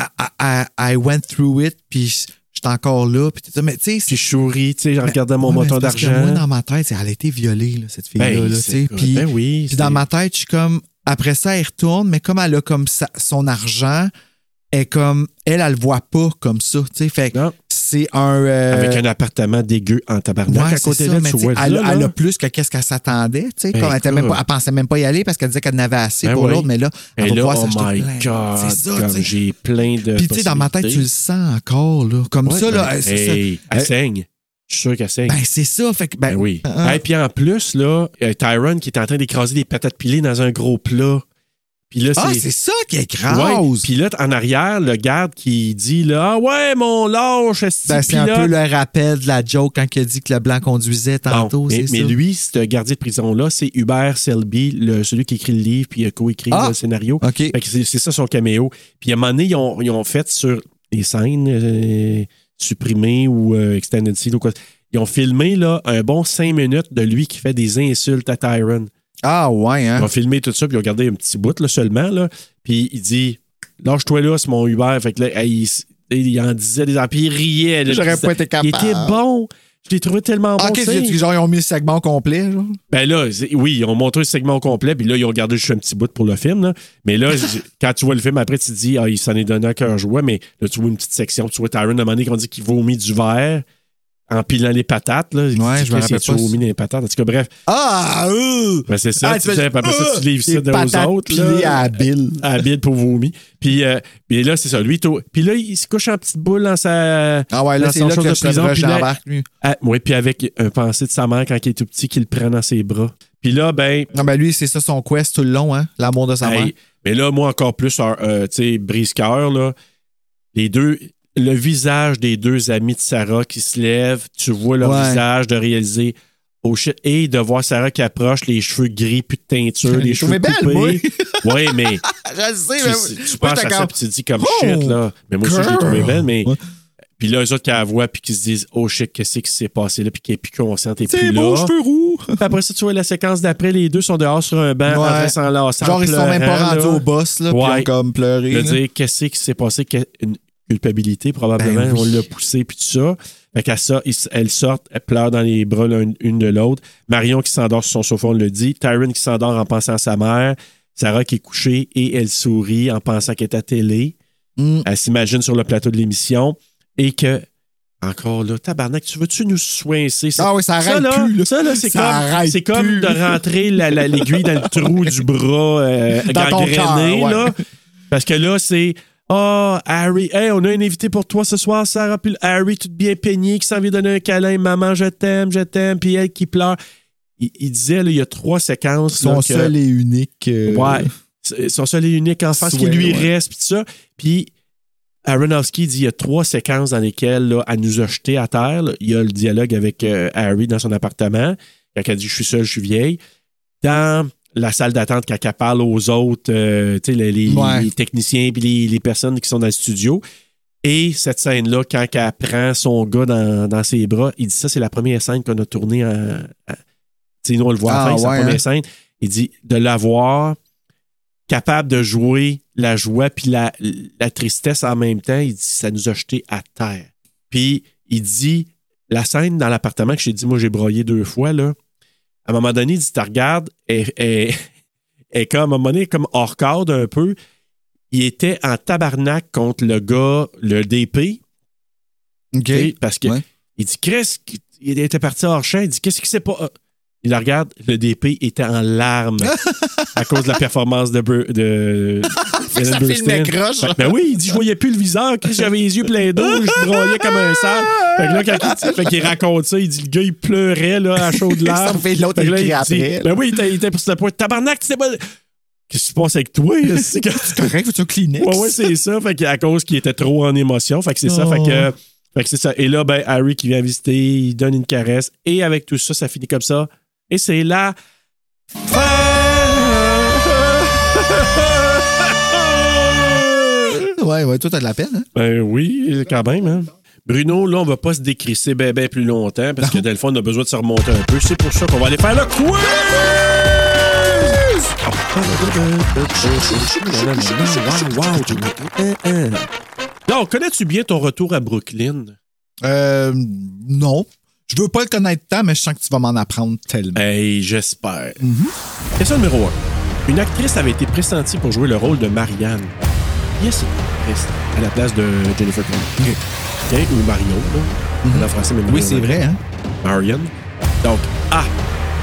B: I, I- I- I went through it, puis j'étais encore là, puis tout ça. Mais tu sais,
A: Puis je souris, tu sais, je
B: Ben,
A: regardais mon
B: ouais, mais
A: moton
B: c'est parce que
A: d'argent.
B: Moi, dans ma tête, c'est, elle a été violée, là, cette fille-là.
A: Ben,
B: là, tu
A: c'est
B: sais.
A: ça.
B: Puis,
A: Ben oui,
B: puis dans
A: c'est-
B: ma tête, je suis comme, après ça, elle retourne, mais comme elle a comme sa- son argent, elle, est comme, elle, elle le voit pas comme ça. tu sais. Fait que
A: Non.
B: c'est un. euh,
A: Avec un appartement dégueu en tabarnak
B: ouais,
A: à
B: c'est
A: côté
B: ça,
A: d'elle,
B: mais
A: tu
B: tu sais,
A: vois.
B: elle,
A: là,
B: elle
A: là.
B: a plus que qu'est-ce qu'elle s'attendait. tu sais,
A: Ben,
B: comme elle, était même
A: écoute.
B: pas, elle pensait même pas y aller parce qu'elle disait qu'elle en avait assez
A: Ben
B: pour
A: oui.
B: l'autre, mais là, elle
A: Et
B: va
A: là,
B: pouvoir
A: oh
B: s'acheter
A: my
B: plein.
A: God,
B: C'est ça,
A: comme
B: tu sais.
A: j'ai plein de
B: Puis tu sais, dans ma tête, tu le sens encore. là. Comme ça, là, c'est ça.
A: ben, Hey, elle saigne. Je suis sûr qu'elle saigne.
B: Ben, c'est ça. Fait que, ben,
A: Ben oui.
B: ah.
A: Hey, puis en plus, là, euh, Tyron qui est en train d'écraser des patates pilées dans un gros plat. Puis là,
B: Ah,
A: c'est...
B: c'est ça qui est
A: Ouais.
B: grave.
A: Puis là, en arrière, le garde qui dit là, ah ouais, mon lâche, esti
B: Ben, c'est un
A: pilote.
B: peu le rappel de la joke quand il a dit que le blanc conduisait tantôt,
A: Bon, mais,
B: c'est
A: mais
B: ça?
A: lui, ce gardien de prison-là, c'est Hubert Selby, le- celui qui écrit le livre puis il a coécrit
B: Ah!
A: le scénario.
B: OK.
A: Fait que C'est c'est ça son caméo. Puis à un moment donné, ils ont, ils ont fait sur les scènes euh, supprimées ou euh, extended scene ou quoi. Ils ont filmé là, un bon cinq minutes de lui qui fait des insultes à Tyron.
K: Ah ouais, hein?
A: Ils ont filmé tout ça, puis ils ont gardé un petit bout là, seulement. Là, puis il dit Lâche-toi là, c'est mon Uber. Fait que là, hey, il, s- il en disait des ans, puis il riait. là.
K: J'aurais pas été capable. Ah,
A: Il était bon. Je l'ai trouvé tellement bon.
K: ok,
A: tu sais.
K: tu- genre, ils ont mis le segment complet, genre.
A: Ben là, c'est- oui, ils ont montré le segment au complet, puis là, ils ont gardé juste un petit bout pour le film. là.
K: *laughs*
A: Mais là, j- quand tu vois le film, après, tu te dis, ah, il s'en est donné à cœur joie, mais là, tu vois une petite section, tu vois Tyron demander qu'on dit qu'il vomit du verre en pilant les patates. Là.
K: je me rappelle
A: Tu
K: pas.
A: vomis les patates. En tout cas, bref.
K: Ah, euh!
A: Ben, c'est ça,
K: Ah,
A: tu
K: tu fais-
A: sais, puis après ça, tu livres
K: Des
A: ça
K: patates
A: aux autres.
K: pilées
A: là.
K: à la bile.
A: *laughs* À la bile pour vomir. Puis, euh, puis là, c'est ça. Lui, tôt- puis là, il se couche en petite boule dans sa.
K: Ah ouais, là,
A: dans
K: c'est
A: son
K: là
A: chose
K: que
A: de
K: je
A: prison,
K: prendrais
A: puis là-
K: Jean-Marc, lui.
A: Ah, ouais, puis avec un pensée de sa mère quand il est tout petit, qu'il le prend dans ses bras. Puis là, ben.
K: Non, ben lui, c'est ça son quest tout le long, hein? L'amour de sa
A: Hey,
K: mère.
A: Mais là, moi, encore plus, euh, euh, tu sais, brise-cœur, là, les deux, le visage des deux amis de Sarah qui se lèvent, tu vois leur
K: Ouais.
A: visage de réaliser. Oh shit. Et de voir Sarah qui approche, les cheveux gris, plus de teinture, les
K: Je
A: cheveux
K: trouvais belle,
A: coupés. *laughs* ouais,
K: *laughs*
A: mais
K: Ah, Je le sais,
A: tu,
K: mais-
A: tu
K: moi,
A: penses
K: j'étais
A: à ça
K: comme-
A: puis tu te dis comme
K: Oh,
A: shit, là. Mais moi aussi, je l'ai trouvé
K: girl.
A: belle, mais... Puis là, eux autres qui la voient puis qui se disent « Oh shit, qu'est-ce qui s'est passé là? » Puis qui est plus conscient, t'es plus
K: C'est
A: là.
K: beau, cheveux roux.
A: Puis après ça, tu vois la séquence d'après, les deux sont dehors sur un banc,
K: Ouais.
A: en train de s'enlacer, en
K: Genre, ils sont même pas
A: pleurant,
K: rendus
A: là.
K: au boss, là, puis ils
A: Ouais.
K: ont comme pleuré.
A: De
K: là.
A: dire qu'est-ce qui s'est passé, que- une culpabilité probablement,
K: Ben oui.
A: on l'a poussé, puis tout ça. Fait qu'à ça, ils s- elles sortent, elles pleurent dans les bras l'une une de l'autre. Marion qui s'endort sur son sofa, on le dit. Tyron qui s'endort en pensant à sa mère. Sarah qui est couchée et elle sourit en pensant qu'elle est à télé.
K: Mm.
A: Elle s'imagine sur le plateau de l'émission et que. Encore là, tabarnak, tu veux-tu nous soincer? C'est-
K: Ah oui, ça arrête
A: là,
K: plus, là.
A: Ça, là, c'est
K: Ça
A: comme,
K: arrête
A: c'est comme
K: plus.
A: de rentrer la- la- l'aiguille dans le trou du bras euh,
K: *laughs* Dans ton
A: gangréné,
K: cœur, ouais.
A: là. Parce que là, c'est Ah, Harry, hey, on a un invité pour toi ce soir, Sarah. Puis Harry, tout bien peigné, qui s'en vient donner un câlin. Maman, je t'aime, je t'aime. Puis elle qui pleure. Il, il disait, là, il y a trois séquences. là,
K: Son
A: que-
K: seul et unique. euh,
A: Ouais. C'est- Son seul et unique enfant, ce qui
K: Souhait,
A: lui
K: ouais.
A: reste, puis tout ça. Puis Aronofsky dit il y a trois séquences dans lesquelles là, elle nous a jetés à terre. là. Il y a le dialogue avec euh, Harry dans son appartement. Quand elle dit Je suis seule, je suis vieille. Dans la salle d'attente, quand elle parle aux autres, euh, tu sais, les, les-
K: Ouais.
A: les techniciens puis les, les personnes qui sont dans le studio. Et cette scène-là, quand elle prend son gars dans, dans ses bras, il dit ça, c'est la première scène qu'on a tournée en. en- tu sais, nous, on le voit à la
K: Ah,
A: fin, c'est
K: ouais,
A: la première
K: hein?
A: scène. Il dit de l'avoir capable de jouer la joie puis la, la tristesse en même temps. Il dit ça nous a jetés à terre. Puis il dit la scène dans l'appartement que j'ai dit, moi j'ai broyé deux fois, là. À un moment donné, il dit T'as regardes, et, et, et comme à un moment donné, comme hors cadre un peu, il était en tabarnak contre le gars, le DP,
K: OK.
A: tu sais, parce que
K: Ouais.
A: il dit Chris, il était parti hors champ, il dit Qu'est-ce qui s'est pas. euh, Il la regarde, le DP était
K: *laughs*
A: en larmes à cause de la performance de. Bur- de,
K: que Ah, ça
A: d'Ellen
K: fait le
A: Burstyn.
K: nec roche.
A: Fait que, ben oui, il dit Je voyais plus le viseur, Chris, j'avais les yeux pleins d'eau, je broyais comme un sale. Fait que là, quand il, fait qu'il raconte ça, il dit Le gars, il pleurait là, à chaud de larmes.
K: Ça fait l'autre,
A: Fait que
K: *laughs* il
A: là,
K: crie
A: dit,
K: après.
A: Ben oui, il était, il était pour ce point. Tabarnak, c'est pas. Qu'est-ce qui se passe
K: *laughs*
A: avec toi? C'est que-
K: C'est correct, veux-tu un Kleenex?
A: Ouais, ouais, c'est ça. Fait que à cause qu'il était trop en émotion. Fait que c'est ça.
K: Oh.
A: Fait que, fait que c'est ça. Et là, ben, Harry qui vient visiter, il donne une caresse. Et avec tout ça, ça finit comme ça. Et c'est là. *laughs*
K: Ouais, ouais, toi, t'as de la peine, hein?
A: Ben oui, quand même, hein. Bruno, là, on va pas se décrisser ben, ben plus longtemps parce que dans le fond, on a besoin de se remonter un peu. C'est pour ça qu'on va aller faire le quiz! Donc, connais-tu bien ton retour à Brooklyn?
K: Euh, non. Je veux pas le connaître tant, mais je sens que tu vas m'en apprendre tellement.
A: Hey, j'espère.
K: Mm-hmm.
A: Question numéro 1. Une actrice avait été pressentie pour jouer le rôle de Marianne. Yes, actrice, à la place de Jennifer Connelly. Bien, ou Marion, là. En français, mais
K: Mm-hmm. Oui,
A: Marion
K: c'est
A: en
K: vrai, hein?
A: Marion. Donc, A.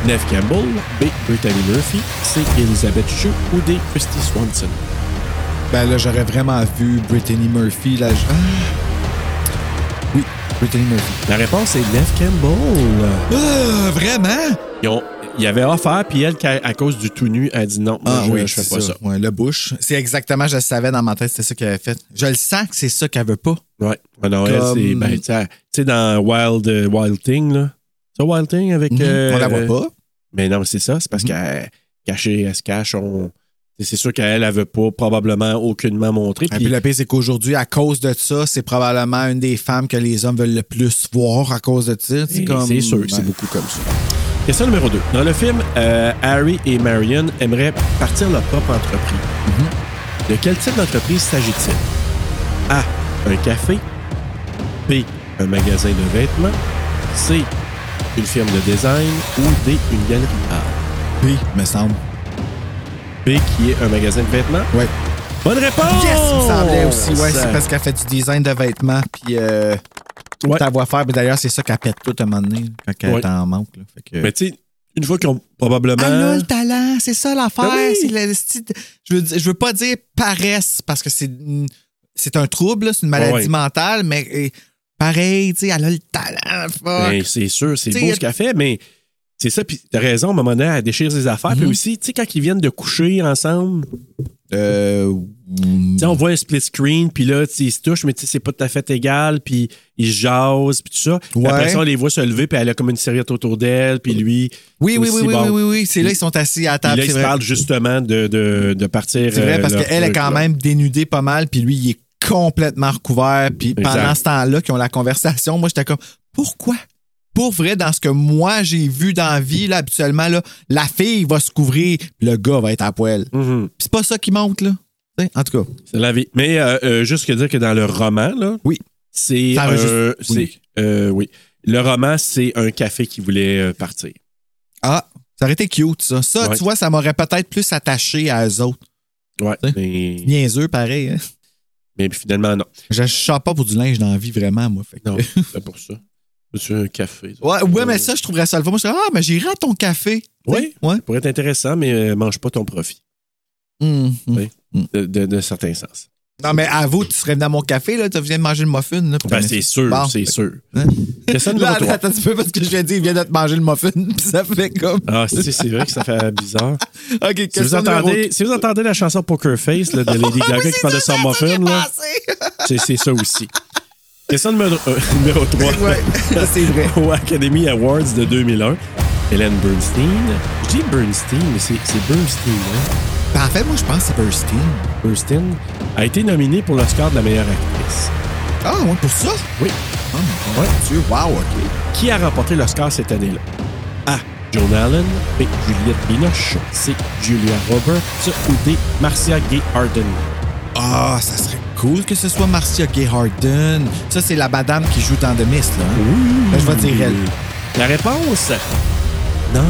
A: Neve Campbell. B. Brittany Murphy. C. Elizabeth Shue. Ou D. Christy Swanson.
K: Ben là, j'aurais vraiment vu Brittany Murphy, là. je- Ah. Oui, Brittany Murphy.
A: La réponse est Neve Campbell.
K: Ah, vraiment?
A: Ils, ont, ils avaient offert, puis elle, qu'à- à cause du tout nu, elle dit non, moi,
K: Ah
A: je,
K: oui,
A: je fais
K: c'est
A: pas ça.
K: Ouais, le Bush. C'est exactement, je le savais dans ma tête, c'était ça qu'elle avait fait. Je le sens que c'est ça qu'elle veut pas.
A: Ouais. Ah non, elle,
K: Comme-
A: c'est. Ben, tu sais, tu sais, dans Wild, euh, Wild Thing, là. Ça, Wild Thing avec.
K: Mhm.
A: euh,
K: On la voit pas. Mhm.
A: Mais non, c'est ça. C'est parce qu'elle cachée, elle se cache. On... tu C'est sûr qu'elle, elle veut pas probablement aucunement montrer.
B: Et puis le pire, c'est qu'aujourd'hui, à cause de ça, c'est probablement une des femmes que les hommes veulent le plus voir à cause de ça.
A: Et
B: C'est comme-
A: c'est sûr,
B: ben,
A: c'est beaucoup comme ça. Question numéro 2. Dans le film, euh, Harry et Marion aimeraient partir leur propre entreprise.
B: Mm-hmm.
A: De quel type d'entreprise s'agit-il? A. Un café. B. Un magasin de vêtements. C. Une firme de design. Ou D. Une galerie d'art.
B: B, me semble.
A: B, qui est un magasin de vêtements?
B: Oui.
A: Bonne réponse!
B: Yes, il me semblait aussi. Ouais, c'est parce qu'elle fait du design de vêtements, puis euh,
A: Ouais.
B: ta voix faire. Mais D'ailleurs, c'est ça qu'elle pète tout à un moment donné, quand elle
A: Ouais.
B: t'en manque. là. Fait que-
A: Mais tu sais, une fois qu'ils ont probablement...
B: Elle a le talent, c'est ça l'affaire.
A: Ben oui.
B: C'est le style- je, veux, dire- je veux pas dire paresse parce que c'est une- c'est un trouble, là, c'est une maladie
A: Ouais.
B: mentale, mais euh, pareil, tu sais, elle a le talent. fuck.
A: Ben, c'est sûr, c'est
B: T'sais,
A: beau
B: y a-
A: ce qu'elle fait, mais c'est ça. Puis t'as raison, à un moment donné, elle déchire ses affaires.
B: Mm-hmm.
A: Puis aussi, tu sais, quand ils viennent de coucher ensemble,
B: Euh,
A: tu sais, on voit un split screen, puis là, tu sais, ils se touchent, mais tu sais, c'est pas tout à fait égal, puis ils se jasent, puis tout ça. Puis
B: Ouais.
A: Après ça, on les voit se lever, puis elle a comme une serviette autour d'elle, puis lui.
B: oui, oui,
A: aussi,
B: oui, oui,
A: bon.
B: oui, oui, oui. C'est là, ils sont assis à la
A: Puis
B: table.
A: là, ils
B: c'est
A: se
B: vrai.
A: parlent justement de, de, de partir.
B: C'est vrai,
A: euh,
B: parce
A: leur
B: qu'elle est
A: truc,
B: quand
A: là.
B: même dénudée pas mal, puis lui, il est complètement recouvert. Puis
A: Exact.
B: pendant ce temps-là, qu'ils ont la conversation, moi, j'étais comme, pourquoi? Pour vrai, dans ce que moi, j'ai vu dans la vie, là, habituellement, là, la fille va se couvrir, puis le gars va être à poil.
A: Mhm.
B: Puis C'est pas ça qui monte, là. Tu sais, En tout cas,
A: C'est la vie. Mais euh, euh, juste que dire que dans le roman, là.
B: Oui.
A: C'est.
B: Ça enregistre.
A: euh, c'est-
B: Oui.
A: euh, oui. Le roman, c'est un café qui voulait euh, partir.
B: ah, ça aurait été cute, ça. Ça,
A: Ouais.
B: tu vois, ça m'aurait peut-être plus attaché à eux autres.
A: Ouais. Mais,
B: Niaiseux, pareil. Hein?
A: mais finalement, non.
B: Je chante pas pour du linge dans la vie, vraiment, moi. Fait que-
A: Non, c'est pour ça. Tu veux un café. Euh, ça?
B: Ouais, ouais, mais ça, je trouverais ça le fun. Moi, je serais, ah, mais j'irai à ton café.
A: Oui,
B: Ouais.
A: ça pourrait être intéressant, mais euh, mange pas ton profit,
B: Hum, hum.
A: de, de, de certains sens.
B: Non, mais avoue, tu serais venu à mon café, là, tu viens de manger le muffin. Là,
A: Ben, c'est sûr,
B: Bon.
A: c'est sûr.
B: Hein?
A: Question
B: Là, *laughs*
A: numéro
B: attends,
A: trois.
B: attends un petit peu parce que je viens de dire, il vient de te manger le muffin, *laughs* puis ça fait comme.
A: Ah, c'est c'est vrai que ça fait
B: *laughs*
A: bizarre.
B: Ok,
A: Si vous,
B: question numéro-
A: entendez, si vous entendez la chanson Poker Face là, de
B: *laughs*
A: Lady Gaga qui parle de son muffin, là, c'est c'est ça aussi. Question numéro, euh, *laughs* numéro 3.
B: Ouais, *laughs* c'est vrai.
A: Au Academy Awards de 2001, Hélène Bernstein. Je dis Bernstein, mais c'est c'est Bernstein, hein?
B: *laughs* Ben, en fait, moi, je pense que c'est Burstein.
A: Bernstein a été nominée pour l'Oscar de la meilleure actrice.
B: Ah, ouais, pour ça?
A: Oui.
B: Oh, mon Dieu, wow, ok.
A: Qui a remporté l'Oscar cette année-là? A. Joan Allen. B. Juliette Binoche. C. Julia Roberts. Ou D. Marcia Gay Harden.
B: Ah, ça serait cool que ce soit Marcia Gay Harden. Ça, c'est la madame qui joue dans The Mist, là. hein? Ben, je vais dire elle.
A: La réponse? Non.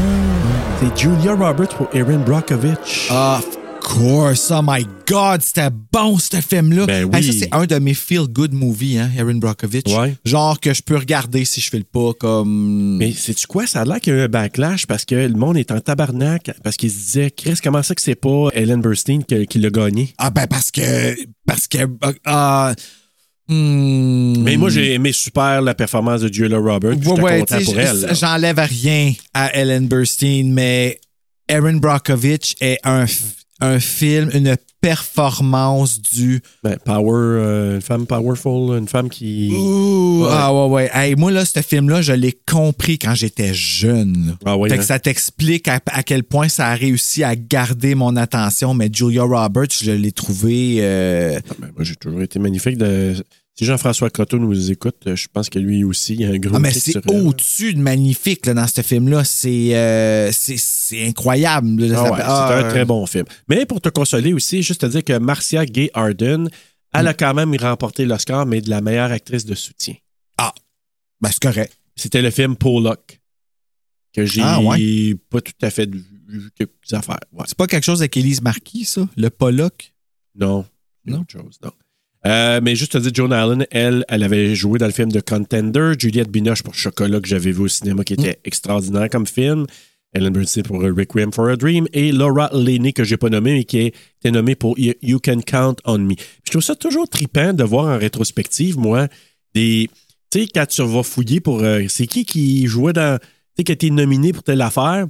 A: C'est Julia Roberts pour Erin Brockovich.
B: Of course. Oh my God, c'était bon, ce film-là.
A: Ben oui.
B: Hey, ça, c'est un de mes feel-good movies, hein, Erin Brockovich.
A: Ouais.
B: Genre que je peux regarder si je fais le pas comme.
A: Mais sais-tu quoi? Ça a l'air qu'il y a eu un backlash parce que le monde est en tabarnak parce qu'ils se disaient, Chris, comment ça que c'est pas Ellen Burstein qui, qui l'a gagné?
B: Ah, ben parce que. Parce que. Ah. hmm.
A: Mais moi, j'ai aimé super la performance de Julia Roberts. puis
B: Ouais,
A: J'étais
B: ouais,
A: content
B: tu sais,
A: pour
B: je-
A: elle. là.
B: J'enlève rien à Ellen Burstyn, mais Erin Brockovich est un, f- un film, une performance du.
A: Ben, power, euh, une femme powerful, une femme qui.
B: Ouh, Ah ouais, ouais. Hey, moi, là, ce film-là, je l'ai compris quand j'étais jeune.
A: Ah ouais,
B: fait
A: hein?
B: que ça t'explique à, à quel point ça a réussi à garder mon attention. Mais Julia Roberts, je l'ai trouvé. euh,
A: Ben, moi, j'ai toujours été magnifique. De... Si Jean-François Coteau nous écoute, euh, je pense que lui aussi, il y a un gros.
B: Ah, mais
A: kick
B: c'est
A: sur elle.
B: au-dessus de magnifique là, dans ce film-là. C'est euh, c'est- c'est incroyable. là.
A: Ah
B: Ça-
A: ouais,
B: ah,
A: c'est un
B: euh,
A: très bon film. Mais pour te consoler aussi, juste te dire que Marcia Gay Harden, elle a quand même remporté l'Oscar, mais de la meilleure actrice de soutien.
B: Ben, c'est correct.
A: C'était le film Pollock, que j'ai
B: Ah ouais?
A: pas tout à fait vu- vu quelques petites affaires. Ouais.
B: C'est pas quelque chose avec Élise Marquis, ça? Le Pollock?
A: Non, c'est
B: Non?
A: autre chose, non. Euh, mais juste te dire, Joan Allen, elle, elle avait joué dans le film de Contender, Juliette Binoche pour Chocolat, que j'avais vu au cinéma, qui était extraordinaire comme film, Ellen Bernstein pour euh, Requiem for a Dream, et Laura Linney, que j'ai pas nommée, mais qui a été nommée pour You You Can Count on Me. Puis je trouve ça toujours trippant de voir en rétrospective, moi, des. Tu sais, quand tu vas fouiller pour. euh, c'est qui qui jouait dans. Tu sais, qui a été nominé pour telle affaire,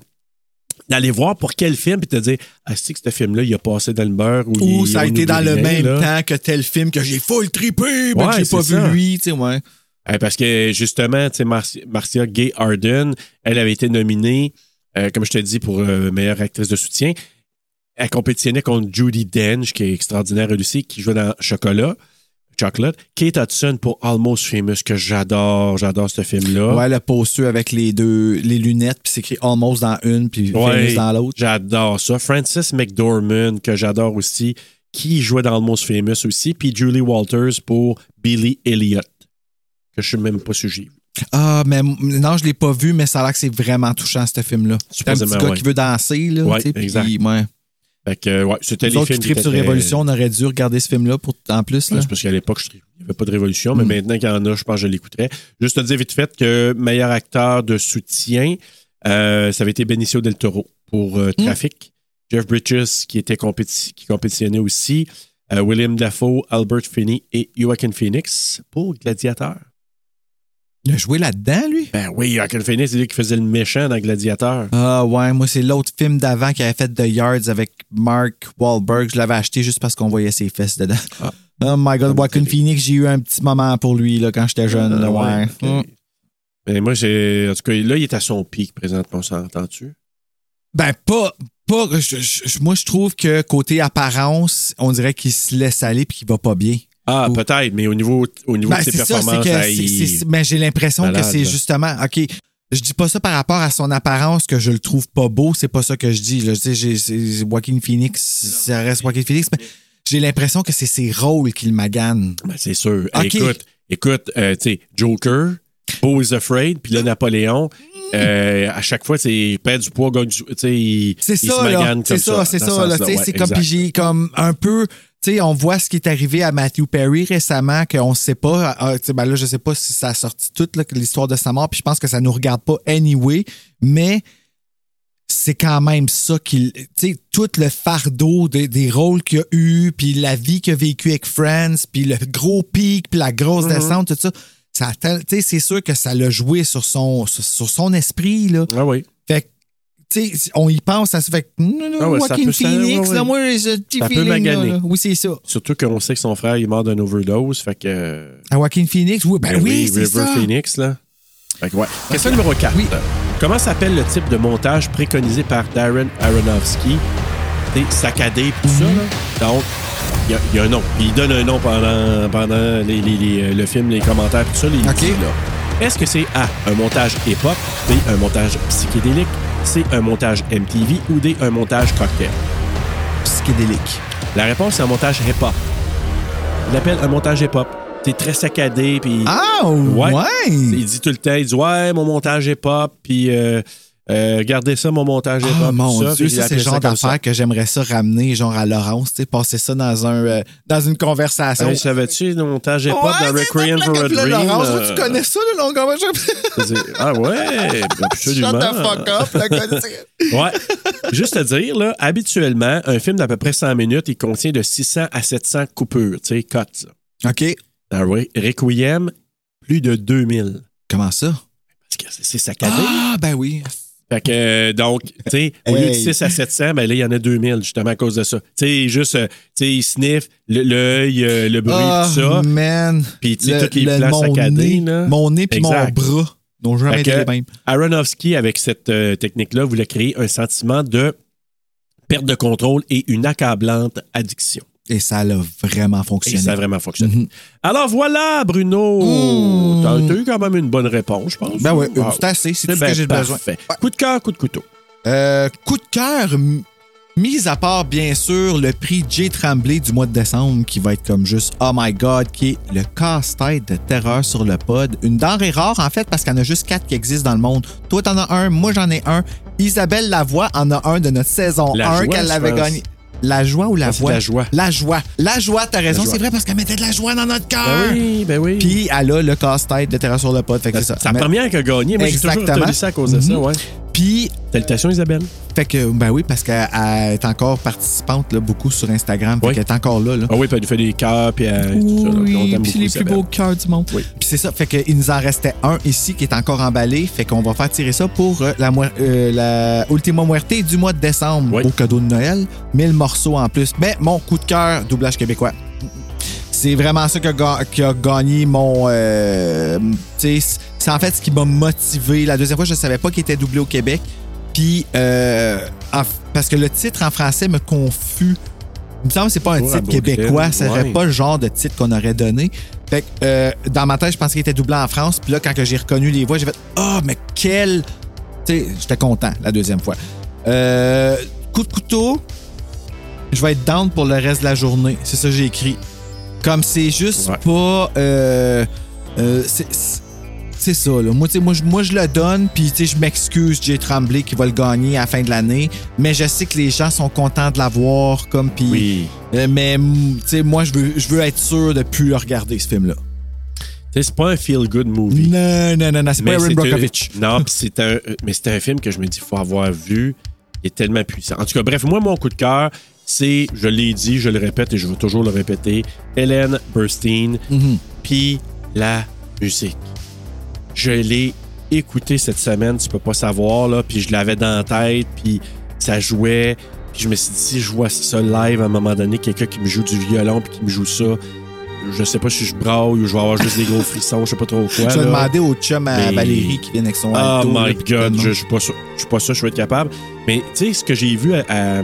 A: d'aller voir pour quel film, puis te dire, ah, c'est que ce film-là, il a passé dans le beurre. Ou,
B: Ou
A: il-
B: ça a
A: on
B: été dans
A: oublie
B: le
A: rien,
B: même
A: là.
B: temps que tel film que j'ai full
A: Ouais,
B: trippé, mais que j'ai pas
A: c'est ça.
B: vu lui, tu sais, ouais.
A: Eh, parce que justement, tu sais, Marci- Marcia Gay Harden, elle avait été nominée, euh, comme je te dis, pour euh, meilleure actrice de soutien. Elle compétitionnait contre Judy Dench, qui est extraordinaire elle aussi, qui jouait dans Chocolat. Chocolate. Kate Hudson pour Almost Famous, que j'adore. J'adore ce film-là.
B: Ouais, le poster avec les deux, les lunettes, puis c'est écrit Almost dans une, puis Famous dans l'autre.
A: J'adore ça. Frances McDormand, que j'adore aussi, qui jouait dans Almost Famous aussi, puis Julie Walters pour Billy Elliot, que je suis même pas sujet.
B: Ah, mais m- non, je l'ai pas vu, mais ça a l'air que c'est vraiment touchant, ce film-là. C'est un petit
A: Supposément,
B: gars
A: ouais.
B: qui veut danser, là.
A: Ouais,
B: tu sais, puis-
A: exact.
B: ouais.
A: Fait que, ouais, c'était
B: Nous
A: les
B: autres
A: films
B: qui tripent
A: étaient
B: sur
A: très-
B: Révolution, on aurait dû regarder ce film-là pour, en plus.
A: Ouais,
B: Là.
A: c'est parce qu'à l'époque, je- il n'y avait pas de révolution,
B: Mm.
A: mais maintenant qu'il y en a, je pense que je l'écouterais. Juste te dire vite fait que meilleur acteur de soutien, euh, ça avait été Benicio del Toro pour euh,
B: Mm.
A: Trafic. Jeff Bridges, qui était compéti- qui compétitionnait aussi. Euh, William Dafoe, Albert Finney et Joaquin Phoenix pour Gladiateur.
B: Il a joué là-dedans, lui?
A: Ben oui, Joaquin Phoenix, c'est lui qui faisait le méchant dans Gladiateur.
B: Ah ouais, moi c'est l'autre film d'avant qui avait fait The Yards avec Mark Wahlberg. Je l'avais acheté juste parce qu'on voyait ses fesses dedans.
A: Ah.
B: *laughs* Oh my god, Joaquin Phoenix, j'ai eu un petit moment pour lui là, quand j'étais jeune. là, ouais. Mm.
A: Ah, Mais moi, j'ai. En tout cas, là, il est à son pic présentement, s'entends-tu?
B: Ben pas. pas je- je- je- moi je trouve que côté apparence, on dirait qu'il se laisse aller puis qu'il va pas bien.
A: Ah, peut-être, mais au niveau, au niveau
B: Ben,
A: de ses
B: c'est ça, c'est
A: performances,
B: que
A: hey,
B: c'est- c'est- c'est- mais j'ai l'impression que
A: malade,
B: c'est
A: là.
B: justement OK. Je dis pas ça par rapport à son apparence que je le trouve pas beau, c'est pas ça que je dis. Là. Je dis, j'ai- c'est- Joaquin Phoenix, ça reste Joaquin Phoenix, mais j'ai l'impression que c'est ses rôles qui le maganent.
A: Ben, c'est sûr.
B: Ok.
A: Écoute, écoute, euh, tu sais, Joker, Bo is Afraid, puis là, Napoléon, euh, à chaque fois, c'est il perd du poids, gagne du. Tu sais, il,
B: C'est
A: il se
B: ça, là.
A: magane
B: C'est
A: comme ça.
B: ça, c'est
A: dans ce
B: ça, là.
A: sens-là.
B: Tu sais,
A: Ouais,
B: c'est comme,
A: exact.
B: puis j'ai comme un peu, tu sais, on voit ce qui est arrivé à Matthew Perry récemment, qu'on sait pas, ah, tu sais, ben là, je sais pas si ça a sorti toute là, l'histoire de sa mort, puis je pense que ça nous regarde pas anyway, mais c'est quand même ça qu'il, tu sais, tout le fardeau des- des rôles qu'il a eu, puis la vie qu'il a vécue avec Friends, puis le gros pic, puis la grosse
A: Mhm.
B: descente, tout ça. ça a tel- tu sais, c'est sûr que ça l'a joué sur son, sur, sur son esprit, là.
A: Ah oui.
B: Fait que, tu sais, on y pense, ça se fait que, non, non,
A: Ah ouais, ça
B: Joaquin
A: peut- ça-
B: Phoenix,
A: ouais,
B: là,
A: ouais.
B: moi, j'ai un petit
A: Ça peut
B: feeling, là,
A: maganer.
B: là. Oui, c'est ça.
A: Surtout qu'on sait que son frère est mort d'une overdose, fait que.
B: À Ah, Joaquin Phoenix, oui, ben,
A: Ben
B: oui, c'est
A: River
B: ça.
A: Phoenix, là. Fait que ouais. Question numéro 4. Comment s'appelle le type de montage préconisé par Darren Aronofsky? T'sais, saccadé et tout ça, là. Donc, il y a- il y, a un nom. Il donne un nom pendant, pendant les- les- les- euh, le film, les commentaires, tout ça. les dit, là. Est-ce que c'est A, un montage hip-hop, B, un montage psychédélique, C, un montage MTV ou D, un montage cocktail?
B: Psychédélique.
A: La réponse, c'est un montage hip-hop. Il l'appelle un montage hip-hop. C'est très saccadé, puis...
B: Ah,
A: Ouais.
B: ouais.
A: Il dit tout le temps, il dit Ouais, mon montage est pop, puis euh, euh, regardez ça, mon montage est pop.
B: Ah, mon
A: tout ça.
B: Dieu,
A: Puis il
B: ça, c'est
A: appelait
B: le genre
A: comme ça.
B: d'affaire que j'aimerais ça ramener, genre, à Laurence, tu sais, passer ça dans un, euh, dans une conversation.
A: Hey, savais-tu, le montage est pop
B: Ouais,
A: dans
B: c'est
A: Requiem
B: ça,
A: for a
B: plaque, là,
A: Dream?
B: Laurence,
A: euh,
B: tu connais ça, le long combat?
A: c'est- Ah ouais,
B: *laughs*
A: absolument.
B: Shut the fuck up, là,
A: *laughs*
B: connais-
A: Ouais. Juste à dire, là, habituellement, un film d'à peu près 100 minutes, il contient de 600 à 700 coupures, tu sais, cuts.
B: OK.
A: Dans Re- Requiem, plus de 2000.
B: Comment ça?
A: Parce que c'est- c'est saccadé.
B: Ah, ben oui.
A: Fait que, euh, donc, tu sais, au lieu de
B: Hey.
A: 6 à 700, ben là, il y en a 2000, justement, à cause de ça. Tu sais, juste, euh, tu sais, ils sniffent, le- l'œil, euh, le bruit,
B: Ah,
A: tout ça.
B: man.
A: Puis, tu sais,
B: Le-
A: toutes les
B: le-
A: plans
B: mon
A: saccadés,
B: nez-
A: là.
B: Mon nez puis mon
A: Exact.
B: bras n'ont
A: Fait
B: jamais été
A: que
B: les mêmes.
A: Aronofsky, avec cette euh, technique-là, voulait créer un sentiment de perte de contrôle et une accablante addiction.
B: Et ça l'a vraiment
A: Et
B: fonctionné.
A: ça a vraiment fonctionné.
B: Mhm.
A: Alors voilà, Bruno! T'as t'as eu quand même une bonne réponse, je pense.
B: Mm. Ben ouais, euh,
A: Ah,
B: c'est assez, c'est tout ce
A: ben
B: que j'ai besoin.
A: parfait. Coup de cœur, coup de couteau.
B: Euh, coup de cœur, m- mis à part bien sûr le prix J. Tremblay du mois de décembre qui va être comme juste Oh my God, qui est le casse-tête de terreur sur le pod. Une denrée rare en fait parce qu'il y en a juste quatre qui existent dans le monde. Toi t'en as un, moi j'en ai un. Isabelle Lavoie en a un de notre saison
A: La
B: 1
A: joie,
B: qu'elle
A: je
B: avait
A: pense.
B: gagné. La joie ou la
A: Ah, c'est
B: voix?
A: la joie.
B: La joie. La joie, t'as raison,
A: joie.
B: c'est vrai parce qu'elle mettait de la joie dans notre cœur.
A: Ben oui, ben oui.
B: Ah. Puis elle a le casse-tête de terreur sur le pod. Fait que c'est ça.
A: C'est la
B: Mais-
A: première qui a gagné. Moi, j'ai toujours
B: Exactement.
A: retenu ça à cause de ça,
B: Mhm.
A: ouais.
B: Puis
A: Salutations, Isabelle.
B: Fait que, ben oui, parce qu'elle elle est encore participante là, beaucoup sur Instagram. Fait
A: Oui.
B: qu'elle est encore là. là.
A: Ah oui, puis elle nous fait des cœurs, puis euh, tout ça. là. On t'aime beaucoup, Isabelle.
B: cœurs du monde.
A: Oui.
B: Puis c'est ça. Fait qu'il nous en restait un ici qui est encore emballé. Fait qu'on va faire tirer ça pour euh, la, moi- euh, la Ultima Muerte du mois de décembre
A: Oui.
B: au cadeau de Noël. 1000 morceaux en plus. Mais mon coup de cœur, doublage québécois. C'est vraiment ça qui a, ga- qui a gagné mon. euh, tu sais, c'est en fait ce qui m'a motivé. La deuxième fois, je ne savais pas qu'il était doublé au Québec. Puis, euh, en- parce que le titre en français me confus. Il me semble que c'est pas un
M: Pour la
B: titre
M: Brooklyn,
B: québécois, ça serait
M: ouais.
B: pas le genre de titre qu'on aurait donné. Fait que, euh, dans ma tête, je pensais qu'il était doublé en France. Puis là, quand que j'ai reconnu les voix, j'ai fait Ah, mais quel. Tu sais, j'étais content la deuxième fois. Euh, coup de couteau, je vais être down pour le reste de la journée. C'est ça que j'ai écrit. Comme c'est juste pas. euh, euh, c'est- c'est- c'est ça, là. Moi, tu sais, moi, je- moi, je le donne, puis tu sais, je m'excuse, Jay Tremblay qui va le gagner à la fin de l'année, mais je sais que les gens sont contents de l'avoir, comme, puis. Euh, mais, mm, tu sais, moi, je veux, je veux être sûr de plus le regarder, ce film-là.
A: Tu sais, c'est pas un feel-good movie.
B: Non, non, non, non, c'est pas
A: Mais
B: Aaron
A: c'est un-
B: Brockovich.
A: Non, puis c'est un, euh, mais c'est un film que je me dis, faut avoir vu. Il est tellement puissant. En tout cas, bref, moi, mon coup de cœur, c'est, je l'ai dit, je le répète et je vais toujours le répéter, Hélène Burstein,
B: Mhm.
A: puis la musique. Je l'ai écouté cette semaine, tu peux pas savoir, là, puis je l'avais dans la tête, puis ça jouait, puis je me suis dit, si je vois ça live à un moment donné, quelqu'un qui me joue du violon, puis qui me joue ça, je sais pas si je braille ou je vais avoir juste des gros frissons, je sais pas trop quoi.
B: je vais
A: là.
B: demander au chum à
A: Mais-
B: Valérie qui vient avec son
A: Oh
B: alto, là,
A: my
B: puis tout le
A: god,
B: monde.
A: je je suis pas sûr. Je suis pas sûr que je vais être capable. Mais tu sais, ce que j'ai vu à- à- à-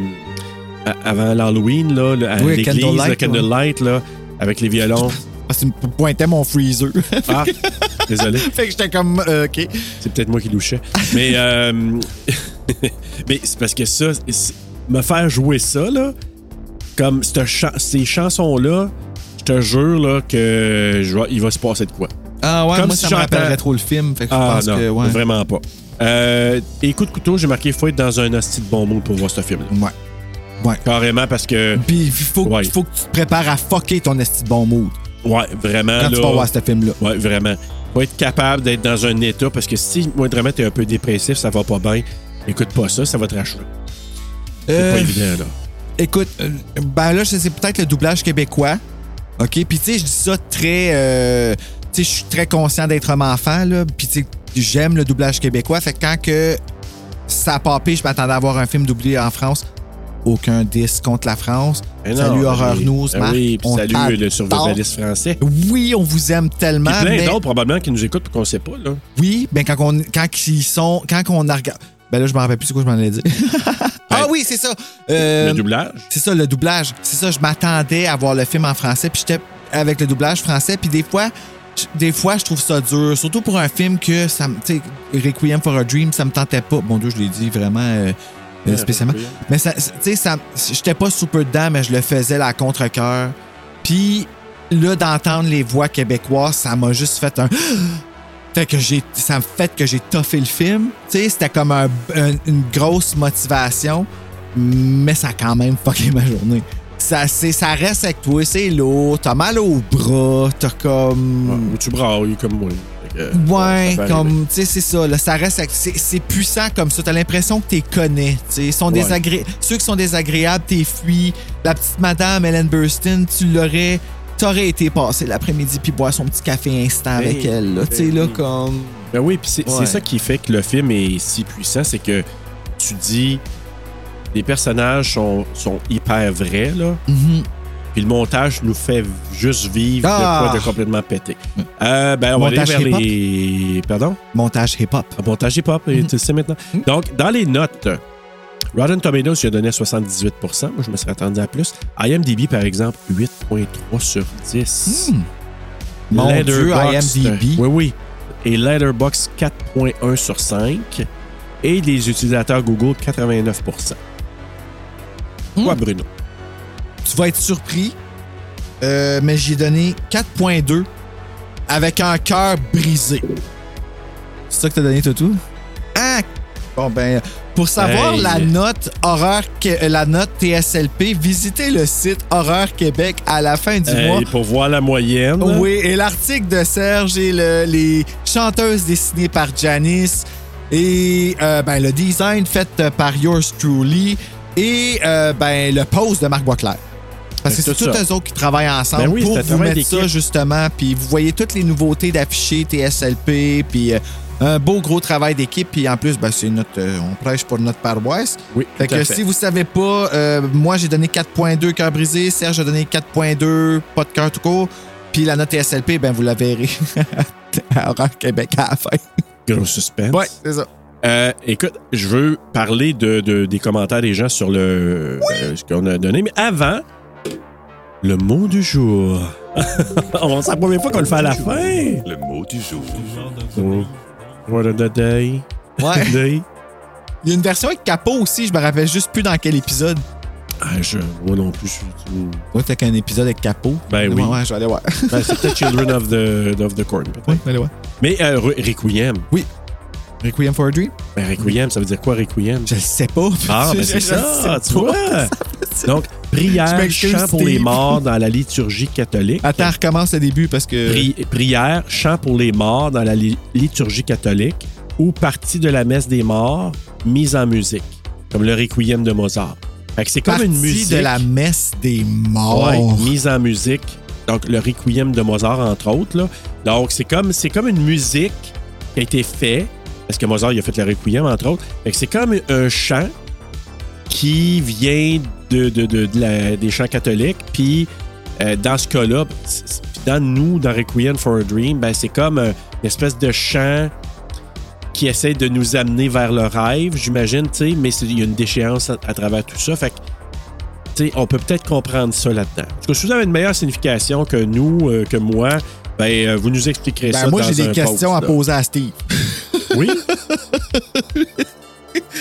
A: avant l'Halloween, là, le- à
B: Oui,
A: l'église,
B: Candlelight,
A: le Candlelight, là, avec les
B: *laughs*
A: violons.
B: Parce que tu me pointais mon freezer.
A: Ah,
B: *laughs*
A: désolé.
B: fait que j'étais comme, euh, OK.
A: C'est peut-être moi qui louchais. Mais, euh, *laughs* mais c'est parce que ça, c'est- me faire jouer ça, là, comme cette chan- ces chansons-là, je te jure là, que je vais- il va se passer de quoi.
B: Ah ouais,
A: Comme
B: moi,
A: si
B: ça me
A: j'entends-
B: rappellerait trop le film. Fait que je
A: Ah
B: pense
A: non,
B: que, ouais.
A: vraiment pas. Euh, et coup de couteau, j'ai marqué faut être dans un hostie de bon mood pour voir ce film.
B: Ouais. Ouais.
A: Carrément parce que
B: Puis il faut, que-
A: Ouais.
B: faut que tu te prépares à fucker ton esti de bon mood
A: ouais, vraiment
B: quand tu
A: là,
B: vas voir ce film-là.
A: Ouais, vraiment. Faut être capable d'être dans un état parce que si moindrement t'es un peu dépressif, ça va pas bien. Écoute pas ça, ça va te racheter. C'est
B: Euh,
A: pas évident là.
B: Écoute, euh, ben là, c'est c'est peut-être le doublage québécois. OK? Puis tu sais, je dis ça très... euh, tu sais, je suis très conscient d'être un enfant, là. Puis tu sais, j'aime le doublage québécois. Fait que quand que ça a popé, je m'attendais à voir un film doublé en France. Aucun 10 contre la France.
A: Mais non,
B: salut
A: ben
B: Horreur
A: oui.
B: News,
A: Ben
B: Marc.
A: oui, puis
B: On
A: salut
B: t'adore.
A: le survivaliste français.
B: Oui, on vous aime tellement.
A: Puis plein
B: mais-
A: d'autres probablement qui nous écoutent et qu'on sait pas là.
B: Oui, ben quand on, quand ils sont, quand on a regardé, ben là je m'en rappelle plus c'est quoi je m'en allais dire. ah oui, c'est ça. Euh,
A: le doublage.
B: C'est ça le doublage. C'est ça, je m'attendais à voir le film en français puis j'étais avec le doublage français puis des fois, j- des fois je trouve ça dur, surtout pour un film que ça, me- tu sais, Requiem for a Dream, ça me tentait pas. Bon Dieu, je l'ai dit vraiment. euh, euh,
A: Ouais,
B: spécialement.
A: Requiem.
B: Mais ça, tu sais, ça, j'étais pas super dedans, mais je le faisais là, à contre-coeur. Puis là, d'entendre les voix québécoises, ça m'a juste fait un. *gasps* Fait que j'ai, ça me fait que j'ai toffé le film. Tu sais, c'était comme un- un- une grosse motivation, mais ça a quand même fucké ma journée. Ça, c'est, ça reste avec toi, c'est lourd, t'as mal au bras, t'as comme.
A: Ou tu brailles comme moi. Fait que,
B: Euh, Ouais,
A: ça peut arriver.
B: comme, tu sais, c'est ça, là, ça reste, avec- c'est c'est puissant comme ça, t'as l'impression que t'es connais, tu sais, ils sont
A: Ouais.
B: désagré- ceux qui sont désagréables, t'es fui, la petite madame Ellen Burstyn, tu l'aurais, t'aurais été passer l'après-midi puis boire son petit café instant avec
A: Ben,
B: elle, là, tu sais,
A: ben
B: là,
A: oui.
B: comme...
A: Ben oui, puis c'est c'est
B: Ouais.
A: ça qui fait que le film est si puissant, c'est que tu dis les personnages sont, sont hyper vrais là,
B: Mhm.
A: puis le montage nous fait juste vivre
B: Ah!
A: de quoi de complètement pété. Euh, ben on
B: Montage
A: va aller vers
B: hip-hop.
A: les pardon,
B: Montage hip-hop.
A: Un montage hip-hop, et
B: Mm-hmm.
A: tu le sais maintenant. Donc dans les notes Rotten Tomatoes lui a donné 78 moi je me serais attendu à plus. IMDb par exemple 8.3 sur 10.
B: Hmm. Mon Dieu,
A: Letterboxd,
B: IMDb.
A: Oui, oui. Et Letterboxd 4.1 sur 5. Et les utilisateurs Google 89
B: Hmm.
A: Quoi, Bruno?
B: Tu vas être surpris, euh, mais j'ai donné 4.2 avec un cœur brisé. C'est ça que t'as donné, Toto? Ah! Bon, ben, pour savoir
A: Hey.
B: la note horreur, que- euh, la note TSLP, visitez le site Horreur Québec à la fin du
A: Hey,
B: mois.
A: pour voir la moyenne.
B: Oui, et l'article de Serge et le- les chanteuses dessinées par Janice et euh, ben, le design fait euh, par yours truly et euh, ben, le post de Marc Boisclair. Parce
A: Fait
B: que c'est
A: que tout
B: tous
A: Ben, ça.
B: eux autres qui travaillent ensemble
A: Ben oui,
B: pour
A: c'est un
B: vous
A: travail
B: mettre ça
A: d'équipe.
B: justement. Puis vous voyez toutes les nouveautés d'affichés TSLP, puis euh, un beau gros travail d'équipe. Puis en plus, ben, c'est notre, euh, on prêche pour notre paroisse.
A: Oui,
B: Fait
A: tout
B: que
A: à fait.
B: si vous savez pas, euh, moi j'ai donné 4.2 cœur brisé, Serge a donné 4.2 pas de cœur tout court, puis la note TSLP, ben vous la verrez *laughs* à Horreur Québec à la fin.
A: Gros suspense.
B: Ouais, c'est ça.
A: Euh, écoute, je veux parler de, de- des commentaires des gens sur le euh, ce qu'on a donné, mais avant, le mot du jour. *laughs* On- C'est la première fois qu'on le fait à la fin.
N: Le mot du jour.
A: Mm. Word of the day.
B: Ouais.
A: *laughs* Day.
B: Il y a une version avec capot aussi, je me rappelle juste plus dans quel épisode.
A: Ah, je vois non plus. je- tu-
B: Ouais, t'as qu'un épisode avec capot.
A: Ben oui.
B: Ouais, ouais, je vais
A: *laughs*
B: aller voir.
A: Ben, c'est peut-être Children of the, of the Corn, peut-être.
B: allez, ouais.
A: Mais euh, Re- Requiem.
B: Oui. Requiem for a Dream?
A: Ben, Requiem, ça veut dire quoi, Requiem?
B: Je le sais pas.
A: Ah, ben
B: *laughs* Je-
A: c'est
B: je
A: ça,
B: sais
A: tu
B: pas.
A: vois. Donc,
B: Je
A: prière,
B: m'excuse,
A: chant pour les
B: Steve.
A: morts dans la liturgie catholique.
B: Attends, recommence le début parce que.
A: Pri- prière, chant pour les morts dans la li- liturgie catholique ou partie de la messe des morts mise en musique, comme le Requiem de Mozart. Fait que c'est comme
B: Partie
A: une musique.
B: de la messe des morts.
A: Ouais, mise en musique. Donc, le Requiem de Mozart, entre autres. là. Donc, c'est comme, c'est comme une musique qui a été faite, parce que Mozart, il a fait le Requiem, entre autres. Fait que c'est comme un chant qui vient de, de- de- de la- des chants catholiques. Puis, euh, dans ce cas-là, c- c- puis dans nous, dans Requiem for a Dream, ben, c'est comme euh, une espèce de chant qui essaie de nous amener vers le rêve, j'imagine, tu sais, mais c'est- il y a une déchéance à, à travers tout ça. Fait que T'sais, on peut peut-être comprendre ça là-dedans. Parce que si vous avez une meilleure signification que nous, euh, que moi, ben, euh, vous nous expliquerez
B: Ben,
A: ça.
B: moi,
A: dans
B: j'ai des
A: un
B: questions
A: post,
B: à
A: là.
B: poser à Steve.
A: Oui.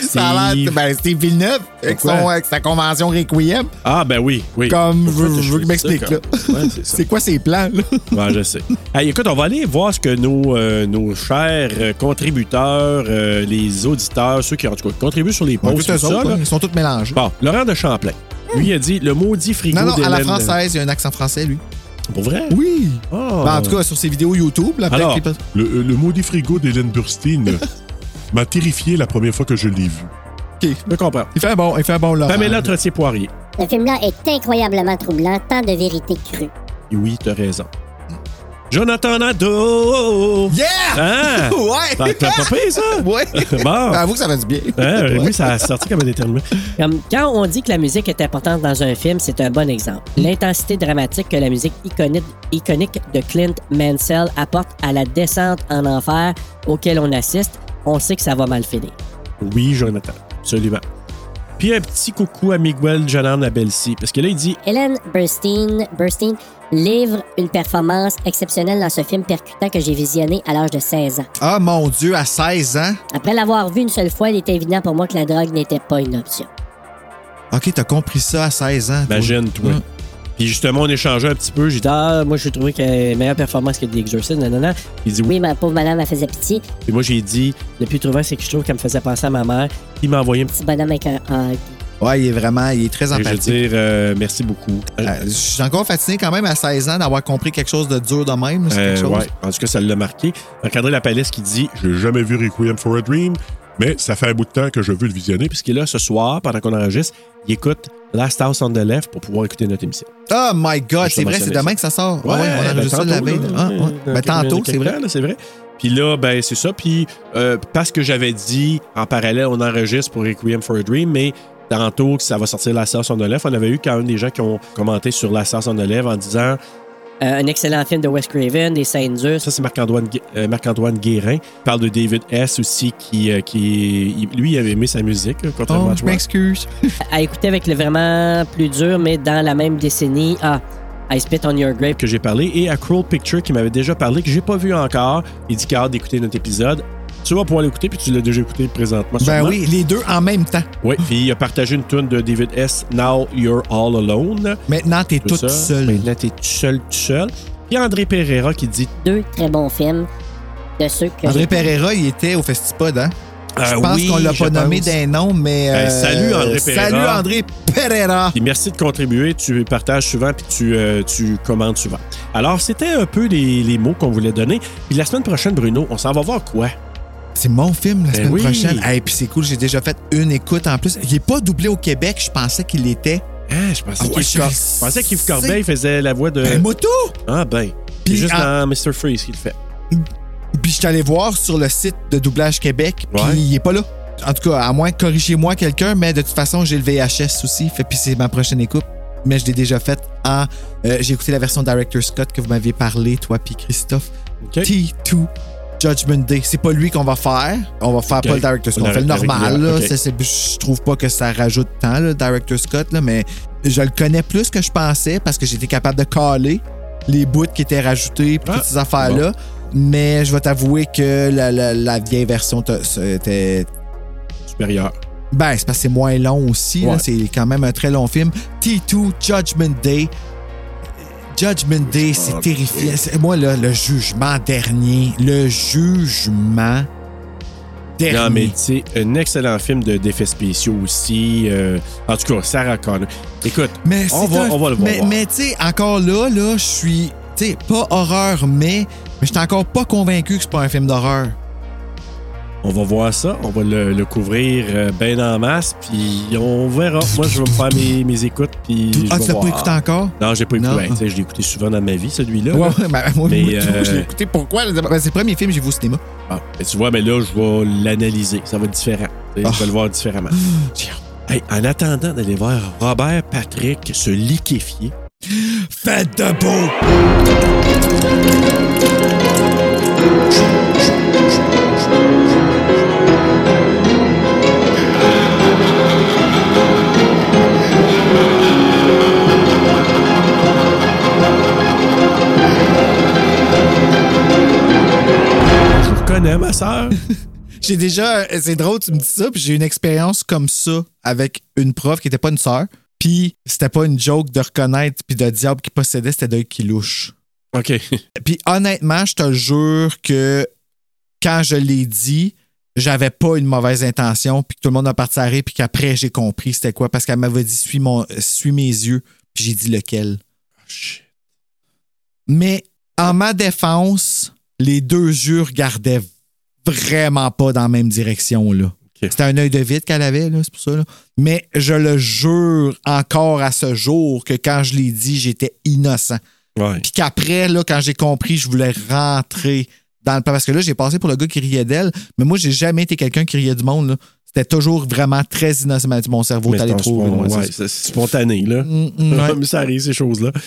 B: Ça a l'air. Ben, Steve Villeneuve, avec,
A: Pourquoi?
B: son- avec sa convention Requiem.
A: Ah, ben oui, oui.
B: Comme,
A: Pourquoi
B: je-
A: t'as
B: je veux
A: choisi
B: qu'il
A: ça,
B: m'explique, là.
A: comme? Ouais, c'est ça.
B: C'est quoi ses plans, là?
A: Ouais, je
B: *laughs*
A: sais. Hey, écoute, on va aller voir ce que nos, euh, nos chers euh, contributeurs, euh, les auditeurs, ceux qui en tout cas, contribuent sur les
B: Bon,
A: posts,
B: tout
A: tout Oh, ça,
B: eux autres, hein.
A: là.
B: là, ils sont tous mélangés.
A: Bon, Laurent de Champlain. Lui, il a dit le maudit frigo
B: Non, non, à la
A: d'Hélène- euh,
B: française, il y a un accent français, lui.
A: Pour vrai?
B: Oui.
A: Ah.
B: Ben, en tout cas, sur ses vidéos YouTube, là, peut-être
I: Alors,
B: qu'il peut-
I: le, euh, le maudit frigo d'Hélène
N: *laughs*
I: Burstein m'a terrifié la première fois que je l'ai vu.
A: Je comprends.
B: il fait un bon, il fait un bon Laurent.
A: Pamela Trottier-Poirier.
O: Le film-là est incroyablement troublant, tant de vérité crue.
A: Oui, t'as raison. Jonathan Nadeau!
B: Yeah! *laughs*
A: Hein?
B: Ouais!
A: T'as t'as pas pris, ça?
B: *laughs* Ouais!
A: Bon.
B: Ben, avoue que ça fait du bien.
A: Hein,
B: Ouais.
A: Oui, ça a sorti comme un déterminé.
E: Comme quand on dit que la musique est importante dans un film, c'est un bon exemple. L'intensité dramatique que la musique iconique, iconique de Clint Mansell apporte à la descente en enfer auquel on assiste, on sait que ça va mal finir.
A: Oui, Jonathan, absolument. Puis un petit coucou à Miguel Janan Abelsi, parce que là, il dit
O: Hélène Burstein, Burstein livre une performance exceptionnelle dans ce film percutant que j'ai visionné à l'âge de 16 ans.
B: Ah, mon Dieu, à 16 ans.
O: Après l'avoir vu une seule fois, il était évident pour moi que la drogue n'était pas une option.
B: OK, t'as compris ça à 16 ans.
A: Ben,
B: toi.
A: Imagine-toi.
B: Mm.
A: Puis justement, on échangeait un petit peu. J'ai dit
E: Ah, moi, je trouvais que meilleure performance que The Exorcist, nanana.
A: Il dit oui.
O: Oui, ma pauvre madame, elle faisait pitié.
A: Puis moi, j'ai dit
E: Le plus trouvant, c'est que je trouve qu'elle me faisait penser à ma mère.
A: il m'a envoyé un petit.
O: Petit bonhomme avec un hug.
B: Ouais, il est vraiment, il est très
A: Je veux
B: empathique.
A: dire, euh, merci beaucoup.
B: Euh, Je suis encore fatigué quand même à 16 ans d'avoir compris quelque chose de dur de même. C'est quelque
A: Euh,
B: chose.
A: ouais, en tout cas, ça l'a marqué. Encadré la palisse qui dit
I: J'ai jamais vu Requiem for a Dream, mais ça fait un bout de temps que je veux le visionner.
A: puisqu'il est là ce soir, pendant qu'on enregistre, il écoute Last House on the Left pour pouvoir écouter notre émission.
B: Oh my God,
A: Je
B: c'est
A: te
B: vrai, c'est
A: mentionnais
B: demain que ça sort. Ah ouais, on a
A: ben,
B: enregistré
A: tantôt,
B: la veille.
A: là,
B: Ah, ouais.
A: dans
B: Ben,
A: quelques-
B: tantôt,
A: quelques
B: c'est vrai.
A: temps, là, c'est vrai. Puis là, ben, c'est ça. Puis euh, parce que j'avais dit en parallèle, on enregistre pour Requiem for a Dream, mais tantôt que ça va sortir La Sauce on the Left, on avait eu quand même des gens qui ont commenté sur La Sauce on the Left en disant
E: Euh, un excellent film de Wes Craven, des scènes dures.
A: ça, c'est Marc-Antoine Gu- euh, Marc-Antoine Guérin. Il parle de David S. aussi, qui, euh, qui il- lui, il avait aimé sa musique, là, contrairement
B: Oh,
A: à
B: je
A: toi.
B: m'excuse.
E: À écouter avec le vraiment plus dur, mais dans la même décennie. Ah, I Spit on Your Grave.
A: que j'ai parlé, et à Cruel Picture qui m'avait déjà parlé, que j'ai pas vu encore. Il dit qu'il a hâte d'écouter notre épisode. Tu vas pouvoir l'écouter, puis tu l'as déjà écouté présentement.
B: Ben
A: sûrement.
B: oui, les deux en même temps.
A: Oui, puis il a partagé une tune de David S. Now You're All Alone.
B: Maintenant, t'es
A: Tout
B: toute
A: ça.
B: seule.
A: Maintenant, t'es tout seul, tout seul. Puis André Pereira qui dit
O: Deux très bons films de ceux que
B: André
O: j'ai-
B: Pereira, il était au Festipod, hein?
A: Ah
B: je pense
A: oui,
B: qu'on l'a
A: je
B: pas nommé
A: pense.
B: d'un nom, mais.
A: Ben,
B: euh,
A: salut, André Pereira.
B: Salut André Pereira.
A: Puis merci de contribuer, tu partages souvent puis tu, euh, tu commandes souvent. Alors, c'était un peu les, les mots qu'on voulait donner. Puis la semaine prochaine, Bruno, on s'en va voir quoi?
B: C'est mon film la
A: Ben
B: semaine
A: oui.
B: prochaine. Et puis c'est cool, j'ai déjà fait une écoute en plus. Il est pas doublé au Québec, je pensais qu'il l'était.
A: Ah, je pensais
B: Ah ouais,
A: qu'Yves
B: je
A: Cor-
B: sais.
A: je pensais qu'Yves Corbeil faisait la voix de...
B: Ben, moto!
A: ah ben, c'est
B: Puis
A: juste
B: en-
A: dans Mr. Freeze qu'il le fait.
B: Puis je suis allé voir sur le site de Doublage Québec, puis
A: Ouais.
B: il est pas là. En tout cas, à moins que corrigez-moi quelqu'un, mais de toute façon, j'ai le VHS aussi, fait puis c'est ma prochaine écoute. Mais je l'ai déjà faite en. euh, j'ai écouté la version Director Scott que vous m'aviez parlé, toi puis Christophe.
A: OK?
B: T2 Judgment Day. C'est pas lui qu'on va faire. On va faire
A: Ok.
B: pas le Director Scott.
A: On
B: On fait le
A: arrête avec
B: normal.
A: lui,
B: là.
A: ok.
B: C'est- c'est- Je trouve pas que ça rajoute tant, le Director Scott, là, mais je le connais plus que je pensais parce que j'étais capable de caler les bouts qui étaient rajoutés puis toutes
A: Ah,
B: ces affaires-là. Mais je vais t'avouer que la, la- la vieille version t'a- était
A: supérieur.
B: ben, c'est parce que c'est moins long aussi. là.
A: Ouais.
B: C'est quand même un très long film. T2, Judgment Day. Judgment Day,
A: Ah,
B: c'est terrifiant. C'est- Moi, là, le jugement dernier. Le jugement dernier.
A: Non, mais c'est un excellent film de d'effets spéciaux aussi. euh, en tout cas, Sarah Connor. Écoute,
B: Mais
A: on,
B: c'est
A: va,
B: un-
A: on va le voir.
B: Mais, mais tu sais, encore là, là, je suis. Tu sais, pas horreur, mais. Mais je suis encore pas convaincu que c'est pas un film d'horreur.
A: On va voir ça. On va le, le couvrir euh, ben en masse. Puis on verra. Moi, je vais me faire mes, mes écoutes. Puis je
B: Ah,
A: vais
B: tu l'as pas
A: voir.
B: écouté encore?
A: Non, j'ai pas écouté.
B: Non.
A: Ouais, tu sais, je l'ai écouté souvent dans ma vie, celui-là.
B: Ouais,
A: là.
B: ouais, *laughs* ben, moi,
A: Mais,
B: moi, tout,
A: euh,
B: je l'ai écouté. Pourquoi? Ben, c'est le premier film que j'ai vu au cinéma.
A: Ah, ben, tu vois, mais là, je vais l'analyser. Ça va être différent. Tu sais, Je vais le voir différemment.
B: Ah.
A: Hey, en attendant d'aller voir Robert Patrick se liquéfier,
B: Faites de beau!
A: je vous reconnais, ma soeur.
B: J'ai déjà. euh, C'est drôle, tu me dis ça, puis j'ai eu une expérience comme ça avec une prof qui n'était pas une sœur. Puis c'était pas une joke de reconnaître, puis de diable qui possédait, c'était d'œil qui louche.
A: OK.
B: Puis honnêtement, je te jure que quand je l'ai dit, j'avais pas une mauvaise intention, puis que tout le monde a parti à rire, puis qu'après j'ai compris c'était quoi, parce qu'elle m'avait dit suis, mon, suis mes yeux, puis j'ai dit lequel.
A: Ah,
B: Mais en ma défense, les deux yeux regardaient vraiment pas dans la même direction. là. C'était un œil de vide qu'elle avait, là, c'est pour ça. là. Mais je le jure encore à ce jour que quand je l'ai dit, j'étais innocent.
A: Ouais.
B: Puis qu'après, là, quand j'ai compris, je voulais rentrer dans le. Parce que là, j'ai passé pour le gars qui riait d'elle, mais moi, j'ai jamais été quelqu'un qui riait du monde. là. C'était toujours vraiment très innocent. Mon cerveau,
A: Mais
B: t'allais
A: ton
B: trop.
A: spon-
B: loin,
A: ouais,
B: c'est
A: c'est-
B: ça.
A: c'est spontané, là.
B: mm, ouais.
A: Mais ça arrive, ces choses-là.